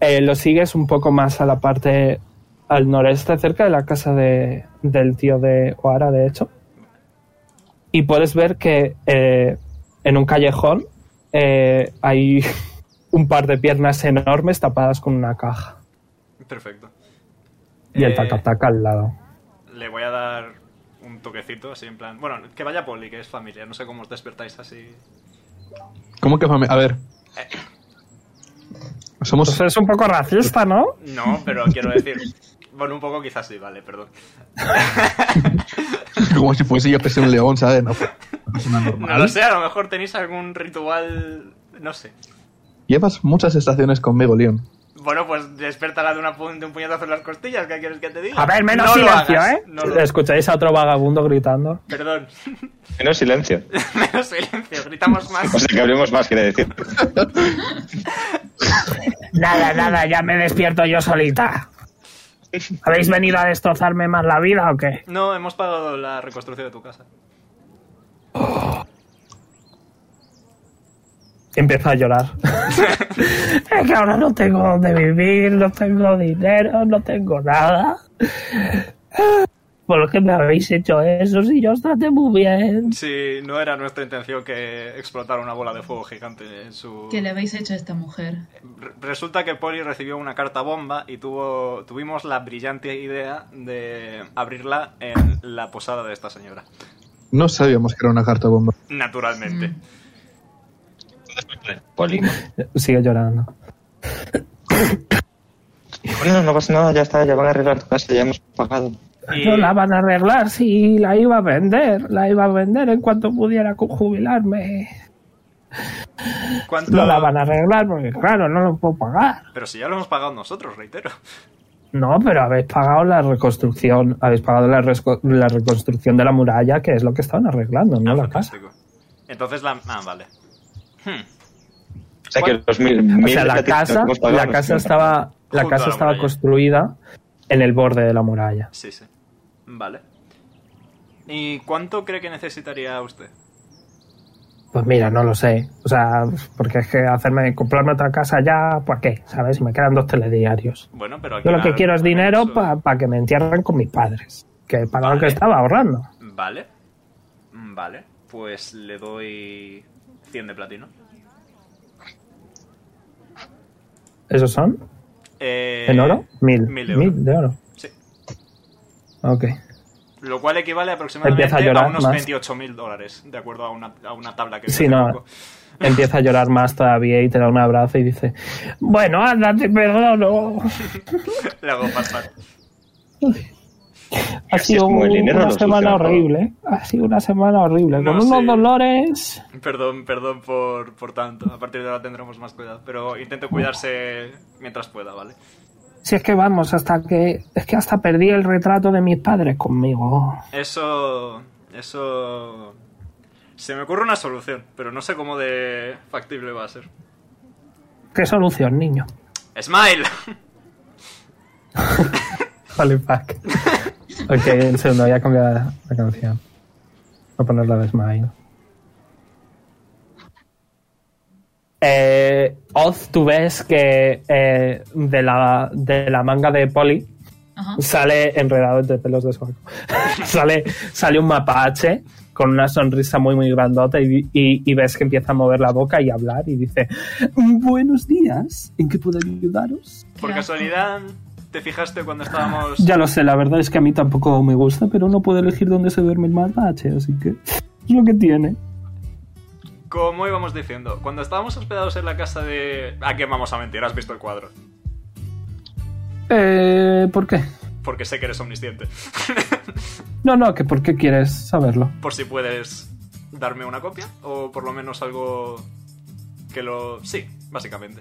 Speaker 1: Eh, lo sigues un poco más a la parte al noreste, cerca de la casa de, del tío de Oara, de hecho. Y puedes ver que eh, en un callejón eh, hay un par de piernas enormes tapadas con una caja.
Speaker 2: Perfecto.
Speaker 1: Y el
Speaker 2: Eh,
Speaker 1: tacataca al lado.
Speaker 2: Le voy a dar un toquecito así en plan... Bueno, que vaya Poli, que es familia. No sé cómo os despertáis así.
Speaker 3: ¿Cómo que fami- A ver. Somos.
Speaker 1: Pues es un poco racista, ¿no?
Speaker 2: No, pero quiero decir... Bueno, un poco quizás sí, vale, perdón.
Speaker 3: como si fuese yo que soy un león, ¿sabes? No, es una
Speaker 2: No
Speaker 3: normal.
Speaker 2: lo sé, a lo mejor tenéis algún ritual... No sé.
Speaker 3: Llevas muchas estaciones conmigo, León.
Speaker 2: Bueno, pues despértala de, una pu- de un puñetazo en las costillas, ¿qué quieres que te diga?
Speaker 1: A ver, menos
Speaker 2: No lo
Speaker 1: silencio,
Speaker 2: hagas,
Speaker 1: ¿eh?
Speaker 2: no lo-
Speaker 1: Escucháis a otro vagabundo gritando.
Speaker 2: Perdón,
Speaker 6: Menos silencio.
Speaker 2: menos silencio, gritamos más.
Speaker 6: O sea, que hablemos más, quiere decir.
Speaker 1: Nada, nada, ya me despierto yo solita. ¿Habéis venido a destrozarme más la vida o qué?
Speaker 2: No, hemos pagado la reconstrucción de tu casa.
Speaker 1: Empieza a llorar. es que ahora no tengo dónde vivir, no tengo dinero, no tengo nada. ¿Por qué me habéis hecho eso si yo os traté muy bien?
Speaker 2: Sí, no era nuestra intención que explotara una bola de fuego gigante en su...
Speaker 4: ¿Qué le habéis hecho a esta mujer?
Speaker 2: Re- Resulta que Polly recibió una carta bomba y tuvo, tuvimos la brillante idea de abrirla en la posada de esta señora.
Speaker 3: No sabíamos que era una carta bomba.
Speaker 2: Naturalmente.
Speaker 1: Mm.
Speaker 6: Polino.
Speaker 1: Sigue llorando.
Speaker 6: Bueno, no pasa nada, ya está, ya van a arreglar tu casa, ya hemos pagado.
Speaker 2: Y-
Speaker 1: No la van a arreglar si la iba a vender. La iba a vender en cuanto pudiera jubilarme.
Speaker 2: ¿Cuánto?
Speaker 1: No la van a arreglar porque, claro, no lo puedo pagar.
Speaker 2: Pero si ya lo hemos pagado nosotros, reitero.
Speaker 1: No, pero habéis pagado la reconstrucción. Habéis pagado la, resco- la reconstrucción de la muralla, que es lo que estaban arreglando, no
Speaker 2: Ah,
Speaker 1: la casa.
Speaker 2: fantástico. Entonces la... Ah, vale. Hmm.
Speaker 6: O sea,
Speaker 2: Bueno,
Speaker 6: que los mil,
Speaker 1: O
Speaker 6: mil
Speaker 1: sea, la
Speaker 6: platinos
Speaker 1: casa,
Speaker 6: que hemos pagado
Speaker 1: la
Speaker 6: nos
Speaker 1: casa
Speaker 6: han
Speaker 1: estaba, la
Speaker 2: Junto a
Speaker 1: casa
Speaker 2: la
Speaker 1: estaba
Speaker 2: muralla.
Speaker 1: construida en el borde de la muralla.
Speaker 2: Sí, sí. Vale. ¿Y cuánto cree que necesitaría usted?
Speaker 1: Pues mira, no lo sé. O sea, porque es que hacerme comprarme otra casa ya, ¿para qué? ¿Sabes? Me quedan dos telediarios.
Speaker 2: Bueno, pero aquí...
Speaker 1: Yo lo que
Speaker 2: la-
Speaker 1: quiero es
Speaker 2: la-
Speaker 1: dinero
Speaker 2: eso-
Speaker 1: para que me entierren con mis padres. Que para lo
Speaker 2: Vale.
Speaker 1: que estaba ahorrando.
Speaker 2: Vale. Mm, Vale. Pues le doy 100 de platino.
Speaker 1: ¿Esos son?
Speaker 2: Eh,
Speaker 1: ¿En oro? Mil.
Speaker 2: mil de oro.
Speaker 1: Mil de oro.
Speaker 2: Sí.
Speaker 1: Ok.
Speaker 2: Lo cual equivale aproximadamente
Speaker 1: Empieza
Speaker 2: a,
Speaker 1: a llorar
Speaker 2: unos
Speaker 1: más.
Speaker 2: 28.000 dólares, de acuerdo a una, a una tabla que... vi
Speaker 1: Sí,
Speaker 2: hace
Speaker 1: no.
Speaker 2: poco.
Speaker 1: Empieza a llorar más todavía y te da un abrazo y dice: Bueno, ándate, perdono.
Speaker 2: Le hago pat, pat.
Speaker 1: Ha
Speaker 6: Así
Speaker 1: sido
Speaker 6: es como el
Speaker 1: un-
Speaker 6: dinero
Speaker 1: una
Speaker 6: lo
Speaker 1: semana
Speaker 6: soluciona todo.
Speaker 1: horrible. ¿eh? Ha sido una semana horrible.
Speaker 2: No,
Speaker 1: con unos
Speaker 2: sí.
Speaker 1: dolores.
Speaker 2: Perdón, perdón por, por tanto. A partir de ahora tendremos más cuidado. Pero intento cuidarse mientras pueda, ¿vale?
Speaker 1: Si es que vamos, hasta que. Es que hasta perdí el retrato de mis padres conmigo.
Speaker 2: Eso... Eso... Se me ocurre una solución, pero no sé cómo de factible va a ser.
Speaker 1: ¿Qué solución, niño?
Speaker 2: ¡Smile!
Speaker 1: Vale, fuck. ok, en segundo, voy a cambiar la canción. Voy a ponerla de Smile. Eh, Oz, tú ves que eh, de, la, de la manga de Polly
Speaker 4: Ajá.
Speaker 1: sale enredado entre pelos de sobaco. sale, sale un mapache con una sonrisa muy muy grandota y, y- y ves que empieza a mover la boca y a hablar y dice "Mm, buenos días, ¿en qué puedo ayudaros?
Speaker 2: Por
Speaker 4: Qué asco.
Speaker 2: casualidad, ¿te fijaste cuando estábamos...?
Speaker 1: Ya lo sé, la verdad es que a mí tampoco me gusta, pero no puedo elegir dónde se duerme el mapache, así que es lo que tiene.
Speaker 2: Como íbamos diciendo, cuando estábamos hospedados en la casa de... ¿A quién vamos a mentir? Has visto el cuadro.
Speaker 1: Eh, ¿Por qué?
Speaker 2: Porque sé que eres omnisciente.
Speaker 1: No, no, que por qué quieres saberlo.
Speaker 2: Por si puedes darme una copia o por lo menos algo que lo... Sí, básicamente.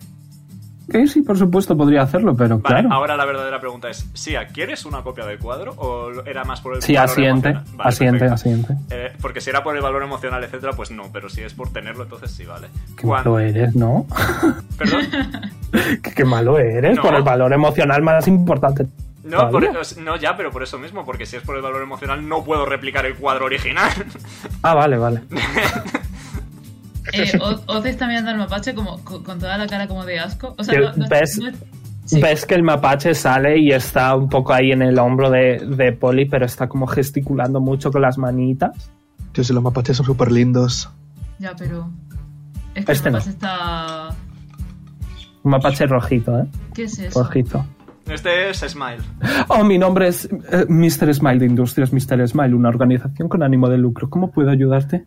Speaker 1: Que sí, por supuesto podría hacerlo, pero
Speaker 2: Vale,
Speaker 1: claro.
Speaker 2: ahora la verdadera pregunta es, ¿Sia, quieres una copia del cuadro o era más por el
Speaker 1: Sí,
Speaker 2: valor
Speaker 1: asiente,
Speaker 2: emocional? Vale,
Speaker 1: asiente,
Speaker 2: perfecto.
Speaker 1: asiente.
Speaker 2: Eh, porque si era por el valor emocional, etcétera, pues no, pero si es por tenerlo, entonces sí, vale.
Speaker 1: Qué
Speaker 2: Cuan-
Speaker 1: malo eres, ¿no?
Speaker 2: ¿Perdón?
Speaker 1: Qué, qué malo eres,
Speaker 2: No.
Speaker 1: por el valor emocional más importante.
Speaker 2: No, por-
Speaker 1: Todavía.
Speaker 2: os- no, ya, pero por eso mismo, porque si es por el valor emocional no puedo replicar el cuadro original.
Speaker 1: Ah, vale, vale.
Speaker 4: Eh, Oz Oz está mirando al mapache como, co- con toda la cara como de asco. O sea,
Speaker 1: Yo-
Speaker 4: no, no-
Speaker 1: ¿ves?
Speaker 4: no- sí.
Speaker 1: Ves que el mapache sale y está un poco ahí en el hombro de, de Polly, pero está como gesticulando mucho con las manitas.
Speaker 3: Tío, si los mapaches son súper lindos.
Speaker 4: Ya, pero... Es que
Speaker 1: Este
Speaker 4: el
Speaker 1: no.
Speaker 4: mapache está...
Speaker 1: Un mapache rojito, ¿eh?
Speaker 4: ¿Qué es eso?
Speaker 1: Rojito.
Speaker 2: Este es Smile.
Speaker 1: Oh, mi nombre es eh, Mr. Smile de Industrias Mr. Smile, una organización con ánimo de lucro. ¿Cómo puedo ayudarte?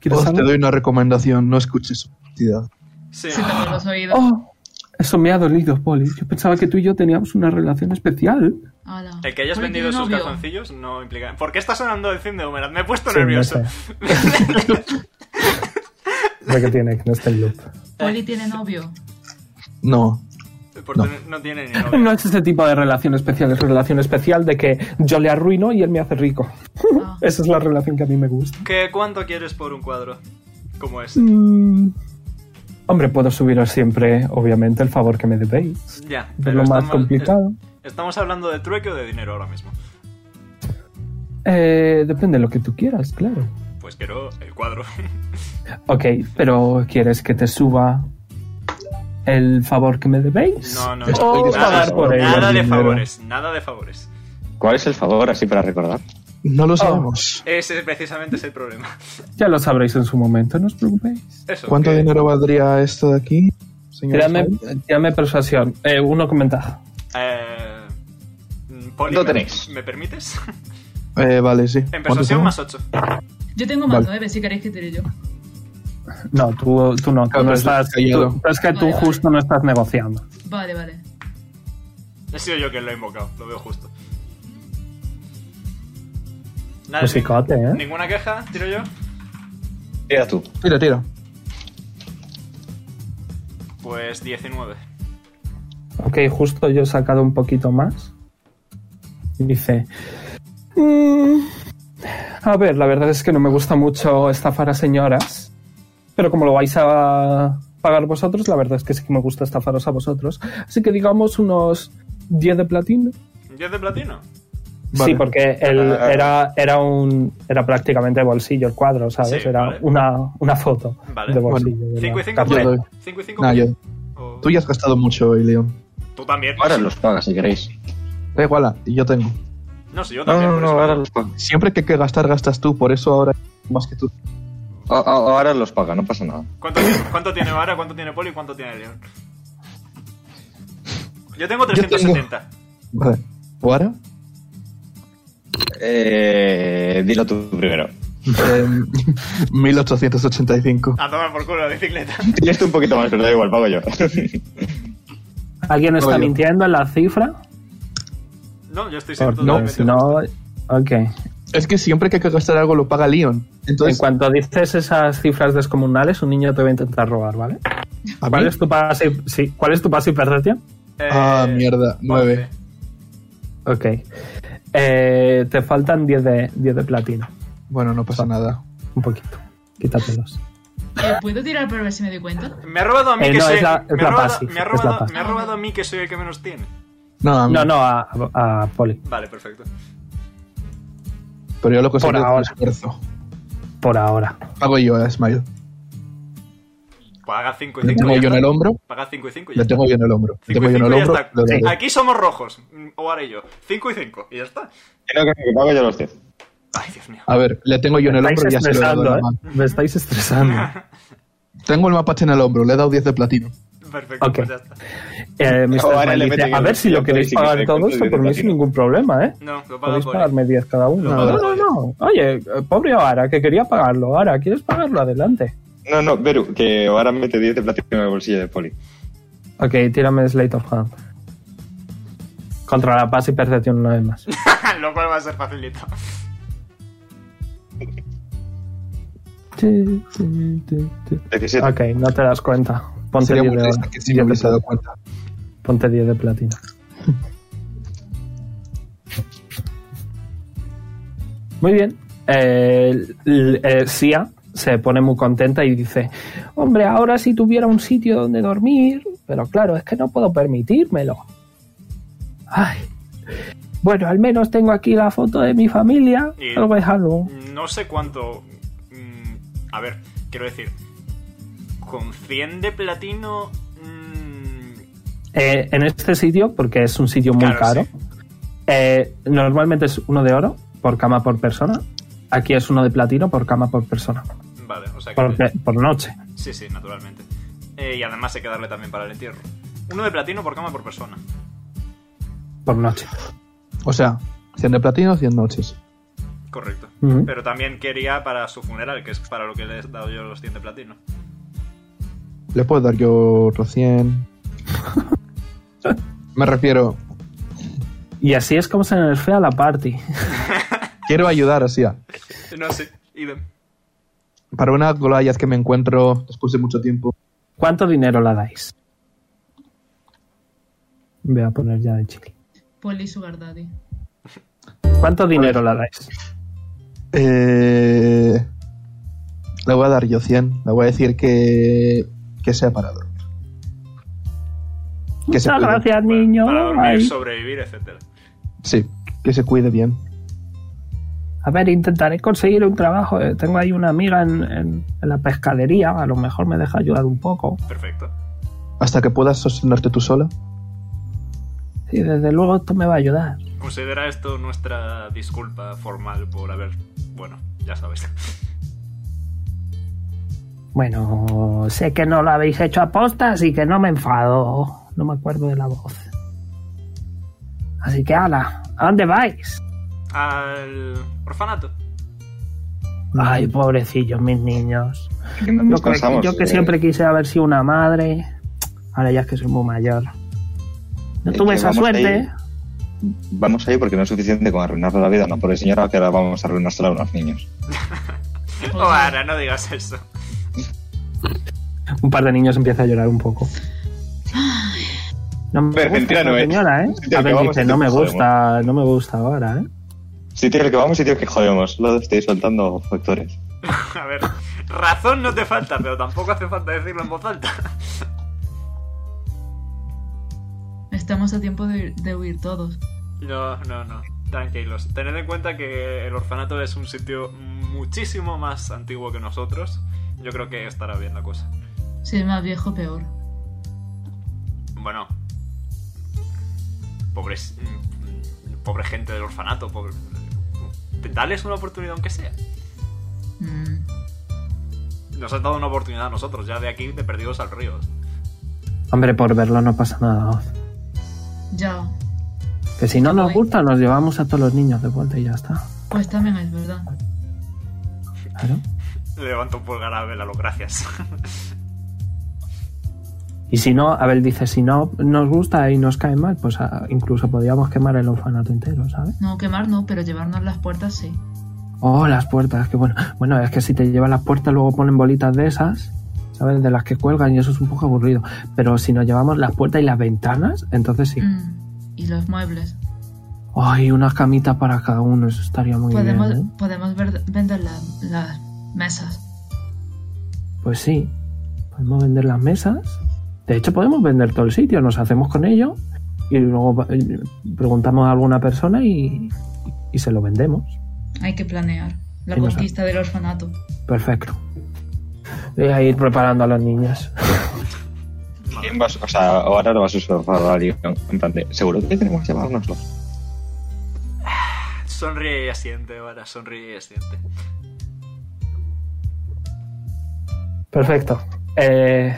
Speaker 1: ¿Quieres
Speaker 3: Os Oh, te
Speaker 1: algo?
Speaker 3: doy una recomendación, no escuches su partida.
Speaker 2: Sí.
Speaker 4: Se tapa los oídos.
Speaker 1: Oh, eso me ha dolido, Polly. Yo pensaba que tú y yo teníamos una relación especial.
Speaker 4: Ala.
Speaker 2: El que hayas
Speaker 4: Porque
Speaker 2: vendido
Speaker 4: tiene
Speaker 2: sus
Speaker 4: novio.
Speaker 2: calzoncillos no implica. ¿Por qué está sonando el fin de humedad? Me he puesto
Speaker 1: Sí,
Speaker 2: nervioso.
Speaker 1: no Lo que tiene, que no está en loop.
Speaker 4: Poli tiene novio.
Speaker 3: No,
Speaker 2: Por tener- no tiene ni novio.
Speaker 1: No es ese tipo de relación especial, es relación especial de que yo le arruino y él me hace rico.
Speaker 4: Ah.
Speaker 1: Esa es la relación que a mí me gusta.
Speaker 2: ¿Qué, ¿Cuánto quieres por un cuadro? Como este.
Speaker 1: Mm. Hombre, puedo subiros siempre, obviamente, el favor que me debéis.
Speaker 2: Ya,
Speaker 1: Es
Speaker 2: pero
Speaker 1: lo más
Speaker 2: estamos-
Speaker 1: complicado.
Speaker 2: es- estamos hablando de trueque o de dinero ahora mismo.
Speaker 1: Eh, depende de lo que tú quieras, claro.
Speaker 2: Pues quiero el cuadro.
Speaker 1: Ok, pero ¿quieres que te suba el favor que me debéis?
Speaker 2: No, no,
Speaker 3: Estoy
Speaker 2: no.
Speaker 3: dispuesto
Speaker 2: Oh, Nada,
Speaker 1: a por ello,
Speaker 2: nada de
Speaker 1: dinero.
Speaker 2: favores, nada de favores.
Speaker 6: ¿Cuál es el favor, así para recordar?
Speaker 3: No
Speaker 2: Oh.
Speaker 3: lo sabemos.
Speaker 2: Ese precisamente es el problema.
Speaker 1: Ya lo sabréis en su momento, no os preocupéis.
Speaker 2: Eso,
Speaker 3: ¿Cuánto
Speaker 2: que-
Speaker 3: dinero valdría esto de aquí, señor?
Speaker 1: Tirame,
Speaker 3: Stein?
Speaker 1: tirame persuasión. Eh, uno con ventaja.
Speaker 2: Eh, mm, Poli,
Speaker 6: Lo
Speaker 2: ¿me-
Speaker 6: tenéis.
Speaker 2: ¿Me permites?
Speaker 3: Eh, vale, sí.
Speaker 2: En
Speaker 3: ¿Cuánto
Speaker 2: persuasión
Speaker 3: tengo?
Speaker 2: más 8.
Speaker 4: Yo tengo más
Speaker 3: Vale.
Speaker 4: nueve, si queréis que tire yo.
Speaker 1: No, tú, tú no. tú
Speaker 3: Claro,
Speaker 1: no
Speaker 3: estoy
Speaker 1: estás,
Speaker 3: callado.
Speaker 1: tú- es que tú
Speaker 4: Vale, vale.
Speaker 1: justo no estás negociando.
Speaker 4: Vale, vale.
Speaker 2: He sido yo quien lo he invocado, lo veo justo. Nada,
Speaker 1: Pues picote, ¿eh?
Speaker 2: Ninguna queja, tiro yo.
Speaker 6: Tira tú.
Speaker 3: Tira, tira.
Speaker 2: Pues 19.
Speaker 1: Ok, justo yo he sacado un poquito más. Y dice... "Mm, a ver, la verdad es que no me gusta mucho estafar a señoras. Pero como lo vais a pagar vosotros, la verdad es que sí que me gusta estafaros a vosotros. Así que digamos unos 10 de platino.
Speaker 2: 10 de platino.
Speaker 3: Vale.
Speaker 1: Sí, porque él
Speaker 6: Ah.
Speaker 1: era, era un era prácticamente bolsillo el cuadro, ¿sabes?
Speaker 2: Sí,
Speaker 1: era
Speaker 2: vale.
Speaker 1: una, una foto
Speaker 2: Vale.
Speaker 1: de bolsillo. de la
Speaker 2: 5 y 5
Speaker 1: carta.
Speaker 3: Yo doy.
Speaker 2: 5 y 5
Speaker 3: Nah, yo- Tú ya has gastado mucho hoy, León.
Speaker 2: Tú también.
Speaker 6: Ahora los pagas si queréis.
Speaker 3: Da igual, ah, yo tengo.
Speaker 2: No, sí, yo
Speaker 6: No,
Speaker 2: también.
Speaker 6: no,
Speaker 2: por
Speaker 6: no,
Speaker 2: eso.
Speaker 6: ahora los paga.
Speaker 3: Siempre que hay que gastar, gastas tú. Por eso ahora más que tú.
Speaker 6: A- a- Ahora los paga, no pasa nada.
Speaker 2: ¿Cuánto, tiene- cuánto tiene Vara, cuánto tiene Poli y cuánto tiene León? Yo tengo 370.
Speaker 3: Vale. ¿O ahora?
Speaker 6: Eh, dilo tú primero.
Speaker 3: Em, 1885.
Speaker 2: A tomar por culo la bicicleta.
Speaker 6: Tienes tú un poquito más, pero da igual, pago yo.
Speaker 1: ¿Alguien está
Speaker 3: Oye.
Speaker 1: mintiendo en la cifra?
Speaker 2: No, yo estoy
Speaker 3: Ah,
Speaker 2: siendo
Speaker 1: Porque si
Speaker 2: totalmente
Speaker 1: no... Ok.
Speaker 3: Es que siempre que hay que gastar algo lo paga Leon.
Speaker 1: En
Speaker 3: Entonces,
Speaker 1: cuanto dices esas cifras descomunales, un niño te va a intentar robar, ¿vale?
Speaker 3: ¿a
Speaker 1: ¿Cuál
Speaker 3: mí?
Speaker 1: es tu pase, sí, ¿cuál es tu pase y percepción?
Speaker 2: Eh,
Speaker 3: Ah, mierda, nueve.
Speaker 1: Ok. Eh, te faltan 10 de, 10 de platino.
Speaker 3: Bueno, no pasa nada.
Speaker 1: Un poquito. Quítatelos.
Speaker 4: Eh, ¿Puedo tirar para ver si me doy cuenta?
Speaker 2: Me ha robado a mí
Speaker 1: Eh,
Speaker 2: que
Speaker 1: no,
Speaker 2: soy.
Speaker 1: es la- es
Speaker 2: me,
Speaker 1: la
Speaker 2: ha robado,
Speaker 1: pasi,
Speaker 2: me, ha
Speaker 1: es la
Speaker 2: robado,
Speaker 1: pasi.
Speaker 2: me ha robado a mí que soy el que menos tiene.
Speaker 3: No, a mí.
Speaker 1: No, no, a, a, a Poli.
Speaker 2: Vale, perfecto.
Speaker 3: Pero yo lo conseguí
Speaker 1: Por
Speaker 3: con
Speaker 1: ahora.
Speaker 3: esfuerzo.
Speaker 1: Por ahora.
Speaker 3: Pago yo a Smile.
Speaker 2: Pues haga 5 y
Speaker 3: Le
Speaker 2: 5.
Speaker 3: tengo yo en el hombro.
Speaker 2: Paga 5 y 5 y ya
Speaker 3: Le
Speaker 2: está.
Speaker 3: tengo yo en el hombro. Le
Speaker 2: Cinco
Speaker 1: pues
Speaker 2: y
Speaker 3: tengo yo en el
Speaker 2: cinco y ya
Speaker 3: hombro.
Speaker 2: está.
Speaker 3: le doy.
Speaker 2: Aquí somos rojos, mm, o ahora y yo. 5 y 5, y ya está.
Speaker 6: Creo que que pago yo los 10.
Speaker 2: Ay, Dios mío.
Speaker 3: A ver, le tengo yo en el
Speaker 1: Me estáis
Speaker 3: hombro y ya se lo he dado
Speaker 1: estresando,
Speaker 3: en la
Speaker 1: ¿eh?
Speaker 3: mano.
Speaker 1: Me estáis estresando. ¿eh?
Speaker 3: Tengo el mapache en el hombro, le he dado 10 de platino.
Speaker 2: Perfecto,
Speaker 1: Ok.
Speaker 2: pues ya está.
Speaker 1: Eh, Mr.
Speaker 6: Ahora
Speaker 1: Smile
Speaker 6: le
Speaker 1: dice,
Speaker 6: meten
Speaker 1: a
Speaker 6: el
Speaker 1: ver si lo
Speaker 6: descuento y
Speaker 1: queréis
Speaker 6: que
Speaker 1: pagar
Speaker 6: te
Speaker 1: todos,
Speaker 6: cuento
Speaker 1: que por mí
Speaker 6: directamente.
Speaker 1: sin ningún problema, ¿eh?
Speaker 2: No, lo paga
Speaker 1: Podéis
Speaker 2: por
Speaker 1: pagarme 10 cada uno.
Speaker 3: No,
Speaker 1: No, no, no. Oye, eh, pobre Ahora, que quería pagarlo. Ahora, ¿quieres pagarlo? Adelante.
Speaker 6: No, no, Beru, que ahora mete 10 de platino en el bolsillo de Poli.
Speaker 1: Ok, tírame Slate of Hand. Contra la paz y percepción una vez más.
Speaker 2: Lo cual va a ser facilito.
Speaker 1: Ti, ti, ti, ti.
Speaker 6: 17.
Speaker 1: ok, no te das cuenta. Ponte
Speaker 3: Sería
Speaker 1: 10
Speaker 3: muy
Speaker 1: de
Speaker 3: triste
Speaker 1: oro.
Speaker 3: que si me
Speaker 1: 10 de
Speaker 3: hubiese dado
Speaker 1: platino.
Speaker 3: cuenta.
Speaker 1: Ponte 10 de platino. Muy bien. Eh, l- eh, Sia se pone muy contenta y dice, hombre, ahora si tuviera un sitio donde dormir, pero claro, es que no puedo permitírmelo. Ay. Bueno, al menos tengo aquí la foto de mi familia.
Speaker 2: Y-
Speaker 1: Algo es algo.
Speaker 2: No sé cuánto. mm, a ver, quiero decir. Con 100 de platino. mm,
Speaker 1: Eh, en este sitio, porque es un sitio muy
Speaker 2: Claro,
Speaker 1: caro, eh, normalmente es uno de oro por cama por persona. Aquí es uno de platino por cama por persona.
Speaker 2: vale, o sea que.
Speaker 1: Por, por noche.
Speaker 2: Sí, sí, naturalmente. Eh, y además hay que darle también para el entierro. Uno de platino por cama por persona.
Speaker 1: Por noche.
Speaker 3: O sea, 100 de platino, 100 noches.
Speaker 2: Correcto.
Speaker 1: Ujú.
Speaker 2: Pero también quería para su funeral, que es para lo que le he dado yo los 100 de platino.
Speaker 3: Le puedo dar yo otros 100. Me refiero,
Speaker 1: Y así es como se nerfea la party.
Speaker 3: quiero ayudar así. a-
Speaker 2: No sé, idem.
Speaker 3: Para una Goliath que me encuentro después de mucho tiempo.
Speaker 1: ¿Cuánto dinero la dais? Voy a poner ya de chile.
Speaker 4: Polly Sugar Daddy.
Speaker 1: ¿Cuánto
Speaker 2: Pues,
Speaker 1: dinero la dais?
Speaker 3: Eh, le voy a dar yo 100. Le voy a decir que, que sea para dormir. Que se
Speaker 1: Muchas
Speaker 3: cuide.
Speaker 1: gracias,
Speaker 2: Bueno,
Speaker 1: niño.
Speaker 2: Para dormir,
Speaker 1: Ay.
Speaker 2: sobrevivir, etcétera.
Speaker 3: Sí, que se cuide bien.
Speaker 1: A ver, intentaré conseguir un trabajo. Eh, Tengo ahí una amiga en, en- en la pescadería. A lo mejor me deja ayudar un poco.
Speaker 2: Perfecto.
Speaker 3: Hasta que puedas sostenerte tú sola.
Speaker 1: Sí, desde luego esto me va a ayudar.
Speaker 2: Considera esto nuestra disculpa formal por haber. Bueno, ya sabes.
Speaker 1: Bueno, sé que no lo habéis hecho a posta, así que no me enfado. No me acuerdo de la voz. Así que, ala, ¿a dónde vais?
Speaker 2: Al orfanato.
Speaker 1: Ay, pobrecillos, mis niños.
Speaker 6: Que no
Speaker 1: Yo
Speaker 6: Mm. nos
Speaker 1: que,
Speaker 6: cansamos.
Speaker 1: yo que
Speaker 6: Eh,
Speaker 1: siempre quise haber sido una madre. Ahora ya es que soy muy mayor. No
Speaker 6: Es
Speaker 1: tuve
Speaker 6: que
Speaker 1: esa
Speaker 6: vamos
Speaker 1: suerte.
Speaker 6: ahí. Vamos ahí porque no es suficiente con arruinarle la vida a una pobre señora que ahora vamos a arruinársela a unos niños.
Speaker 2: O ahora, no digas eso.
Speaker 1: Un par de niños empieza a llorar un poco. No me
Speaker 6: Pero
Speaker 1: gusta
Speaker 6: mentira
Speaker 1: esa
Speaker 6: no es.
Speaker 1: señora, ¿eh?
Speaker 6: Sitio
Speaker 1: A
Speaker 6: que
Speaker 1: ver,
Speaker 6: vamos,
Speaker 1: dice,
Speaker 6: sitio
Speaker 1: no me
Speaker 6: que
Speaker 1: gusta, no me gusta ahora, ¿eh?
Speaker 6: Sitio al que vamos, sitio que jodemos. Lo estoy soltando factores.
Speaker 2: A ver, razón no te falta, pero tampoco hace falta decirlo en voz alta.
Speaker 4: Estamos a tiempo de, huir- de huir todos.
Speaker 2: No, no, no. Tranquilos. Tened en cuenta que el orfanato es un sitio muchísimo más antiguo que nosotros. Yo creo que estará bien la cosa.
Speaker 4: Si es más viejo, peor.
Speaker 2: Bueno. Pobres. mm, Pobre gente del orfanato. Pobre, dales una oportunidad aunque sea.
Speaker 4: Mm.
Speaker 2: Nos has dado una oportunidad a nosotros, ya de aquí de perdidos al río.
Speaker 1: Hombre, por verlo no pasa nada.
Speaker 4: Ya.
Speaker 1: Que si no nos
Speaker 4: Voy.
Speaker 1: gusta, nos llevamos a todos los niños de vuelta y ya está.
Speaker 4: Pues también es verdad.
Speaker 1: Claro.
Speaker 2: Le levanto un pulgar a Velalo, gracias.
Speaker 1: Y si no, Abel dice, si no nos gusta y nos cae mal, pues ah, incluso podríamos quemar el orfanato entero, ¿sabes?
Speaker 4: No quemar no, pero llevarnos las puertas sí.
Speaker 1: Oh, las puertas, qué bueno. Bueno, es que si te llevan las puertas luego ponen bolitas de esas, ¿sabes? De las que cuelgan y eso es un poco aburrido. Pero si nos llevamos las puertas y las ventanas, entonces sí.
Speaker 4: Mm. Y los muebles.
Speaker 1: Ay, una camita para cada uno, eso estaría muy
Speaker 4: podemos
Speaker 1: bien. ¿eh?
Speaker 4: podemos ver- vender la- las mesas.
Speaker 1: Pues sí, podemos vender las mesas. De hecho, podemos vender todo el sitio, nos hacemos con ello y luego eh, preguntamos a alguna persona y, y se lo vendemos.
Speaker 4: Hay que planear. La
Speaker 1: Sí, no sé.
Speaker 4: conquista del orfanato.
Speaker 1: Perfecto. Voy a ir preparando a los niños.
Speaker 6: ¿Quién va a su- o sea, ahora lo va a susurrar a alguien, En plan de, seguro que tenemos que llevárnoslo.
Speaker 2: Sonríe y asiente ahora, sonríe y asiente.
Speaker 1: Perfecto. Eh,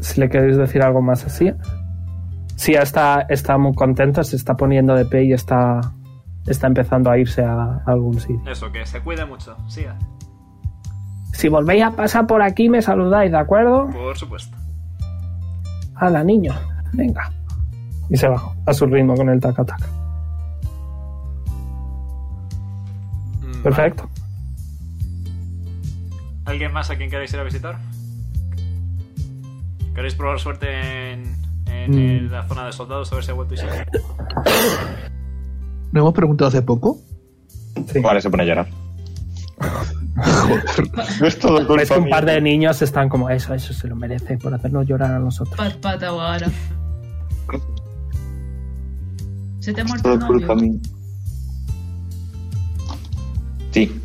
Speaker 1: si le queréis decir algo más así. Sí, está, está muy contenta, se está poniendo de pie y está, está empezando a irse a algún sitio.
Speaker 2: Eso, que se cuide mucho, siga.
Speaker 1: Si volvéis a pasar por aquí, me saludáis, ¿de acuerdo?
Speaker 2: Por supuesto.
Speaker 1: la niño, venga. Y se bajó a su ritmo con el taca-taca.
Speaker 2: Mm,
Speaker 1: Perfecto.
Speaker 2: vale. ¿Alguien más a quien queréis ir a visitar? ¿Queréis probar suerte en, en
Speaker 1: Mm.
Speaker 2: el- la zona de soldados a ver si ha vuelto y sigue?
Speaker 3: ¿No hemos preguntado hace poco?
Speaker 1: Sí.
Speaker 6: Vale, se pone a llorar. Joder. No es todo culpa
Speaker 1: Es que un
Speaker 6: mía.
Speaker 1: par de niños están como eso, eso se lo merece por hacernos llorar a nosotros.
Speaker 4: Pat, pat, ahora. Se te ha
Speaker 6: No es
Speaker 4: muerto el
Speaker 6: todo culpa
Speaker 4: novio.
Speaker 6: mía. Sí,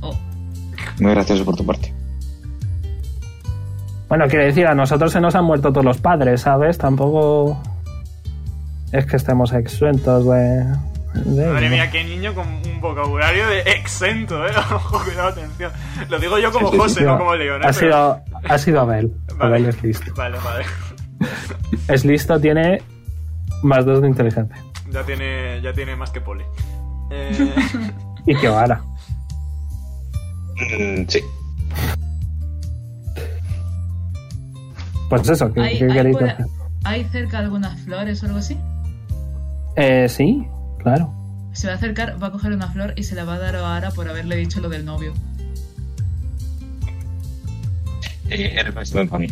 Speaker 4: Oh,
Speaker 6: muy gracioso por tu parte.
Speaker 1: Bueno, quiero decir, a nosotros se nos han muerto todos los padres, ¿sabes? Tampoco es que estemos exentos de... de
Speaker 2: Madre
Speaker 1: ello.
Speaker 2: mía, qué niño con un vocabulario de exento, eh. Ojo, cuidado, atención. Lo digo yo como José, no como León. ¿eh?
Speaker 1: ha,
Speaker 2: Pero-
Speaker 1: sido, ha sido Abel. Abel es listo.
Speaker 2: Vale, vale.
Speaker 1: Es listo, tiene más dos de inteligencia.
Speaker 2: Ya tiene, ya tiene más que poli. Eh,
Speaker 1: Y que vara.
Speaker 6: Mm, sí.
Speaker 1: Pues eso, ¿qué,
Speaker 4: ¿Hay,
Speaker 1: qué
Speaker 4: hay
Speaker 1: queréis
Speaker 4: por-
Speaker 1: decir?
Speaker 4: hay cerca algunas flores o algo así?
Speaker 1: Eh, sí, claro.
Speaker 4: Se va a acercar, va a coger una flor y se la va a dar a Ara por haberle dicho lo del novio.
Speaker 6: Eh, Eres más tonto a mí.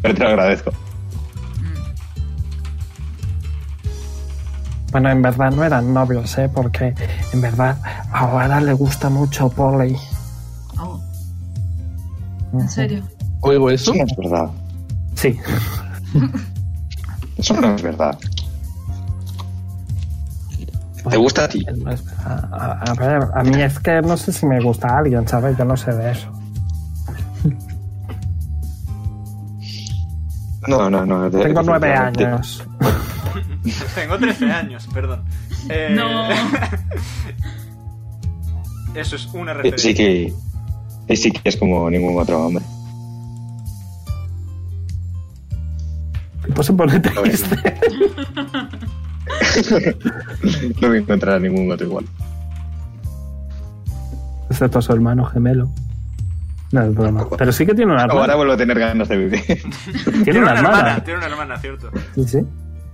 Speaker 6: Pero te lo agradezco.
Speaker 1: Bueno, en verdad no eran novios, ¿eh? Porque en verdad ahora le gusta mucho Polly.
Speaker 4: Oh. ¿En serio?
Speaker 3: Oigo eso.
Speaker 5: Eso no es verdad.
Speaker 1: Sí.
Speaker 5: Eso no es verdad. ¿Te gusta a ti?
Speaker 1: A, a- a ver, a mí es que no sé si me gusta a alguien, ¿sabes? Yo no sé de eso.
Speaker 5: No, no, no. de-
Speaker 1: Tengo nueve
Speaker 5: definitivamente.
Speaker 1: años.
Speaker 2: Tengo 13 años, perdón. Eh,
Speaker 4: No.
Speaker 2: Eso es una
Speaker 5: Eh,
Speaker 2: referencia.
Speaker 5: Sí que, eh, sí que es como ningún otro hombre.
Speaker 1: Pues se pone
Speaker 5: No me,
Speaker 1: triste.
Speaker 5: no me encontrará ningún otro igual.
Speaker 1: Excepto a Este su hermano gemelo. No es broma. Pero sí que tiene una
Speaker 5: Ahora
Speaker 1: hermana.
Speaker 5: vuelvo a tener ganas de vivir.
Speaker 1: Tiene una hermana.
Speaker 2: tiene una hermana, cierto.
Speaker 1: Sí, sí.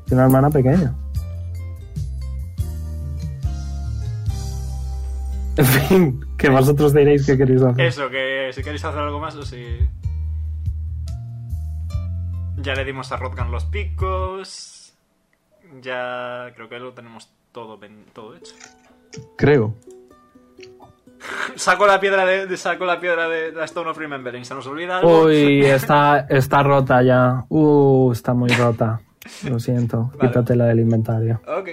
Speaker 1: Tiene una hermana pequeña. En fin, que vosotros diréis qué queréis hacer.
Speaker 2: Eso, que si queréis hacer algo más o si... Ya le dimos a Rodgan los picos. Ya creo que lo tenemos todo, pen- todo hecho.
Speaker 3: Creo.
Speaker 2: Saco la piedra de, de- saco la piedra de la Stone of Remembrance, se nos olvida algo.
Speaker 1: Uy, está, está rota ya. Uh, está muy rota. Lo siento,
Speaker 2: Vale.
Speaker 1: quítatela del inventario.
Speaker 2: Ok.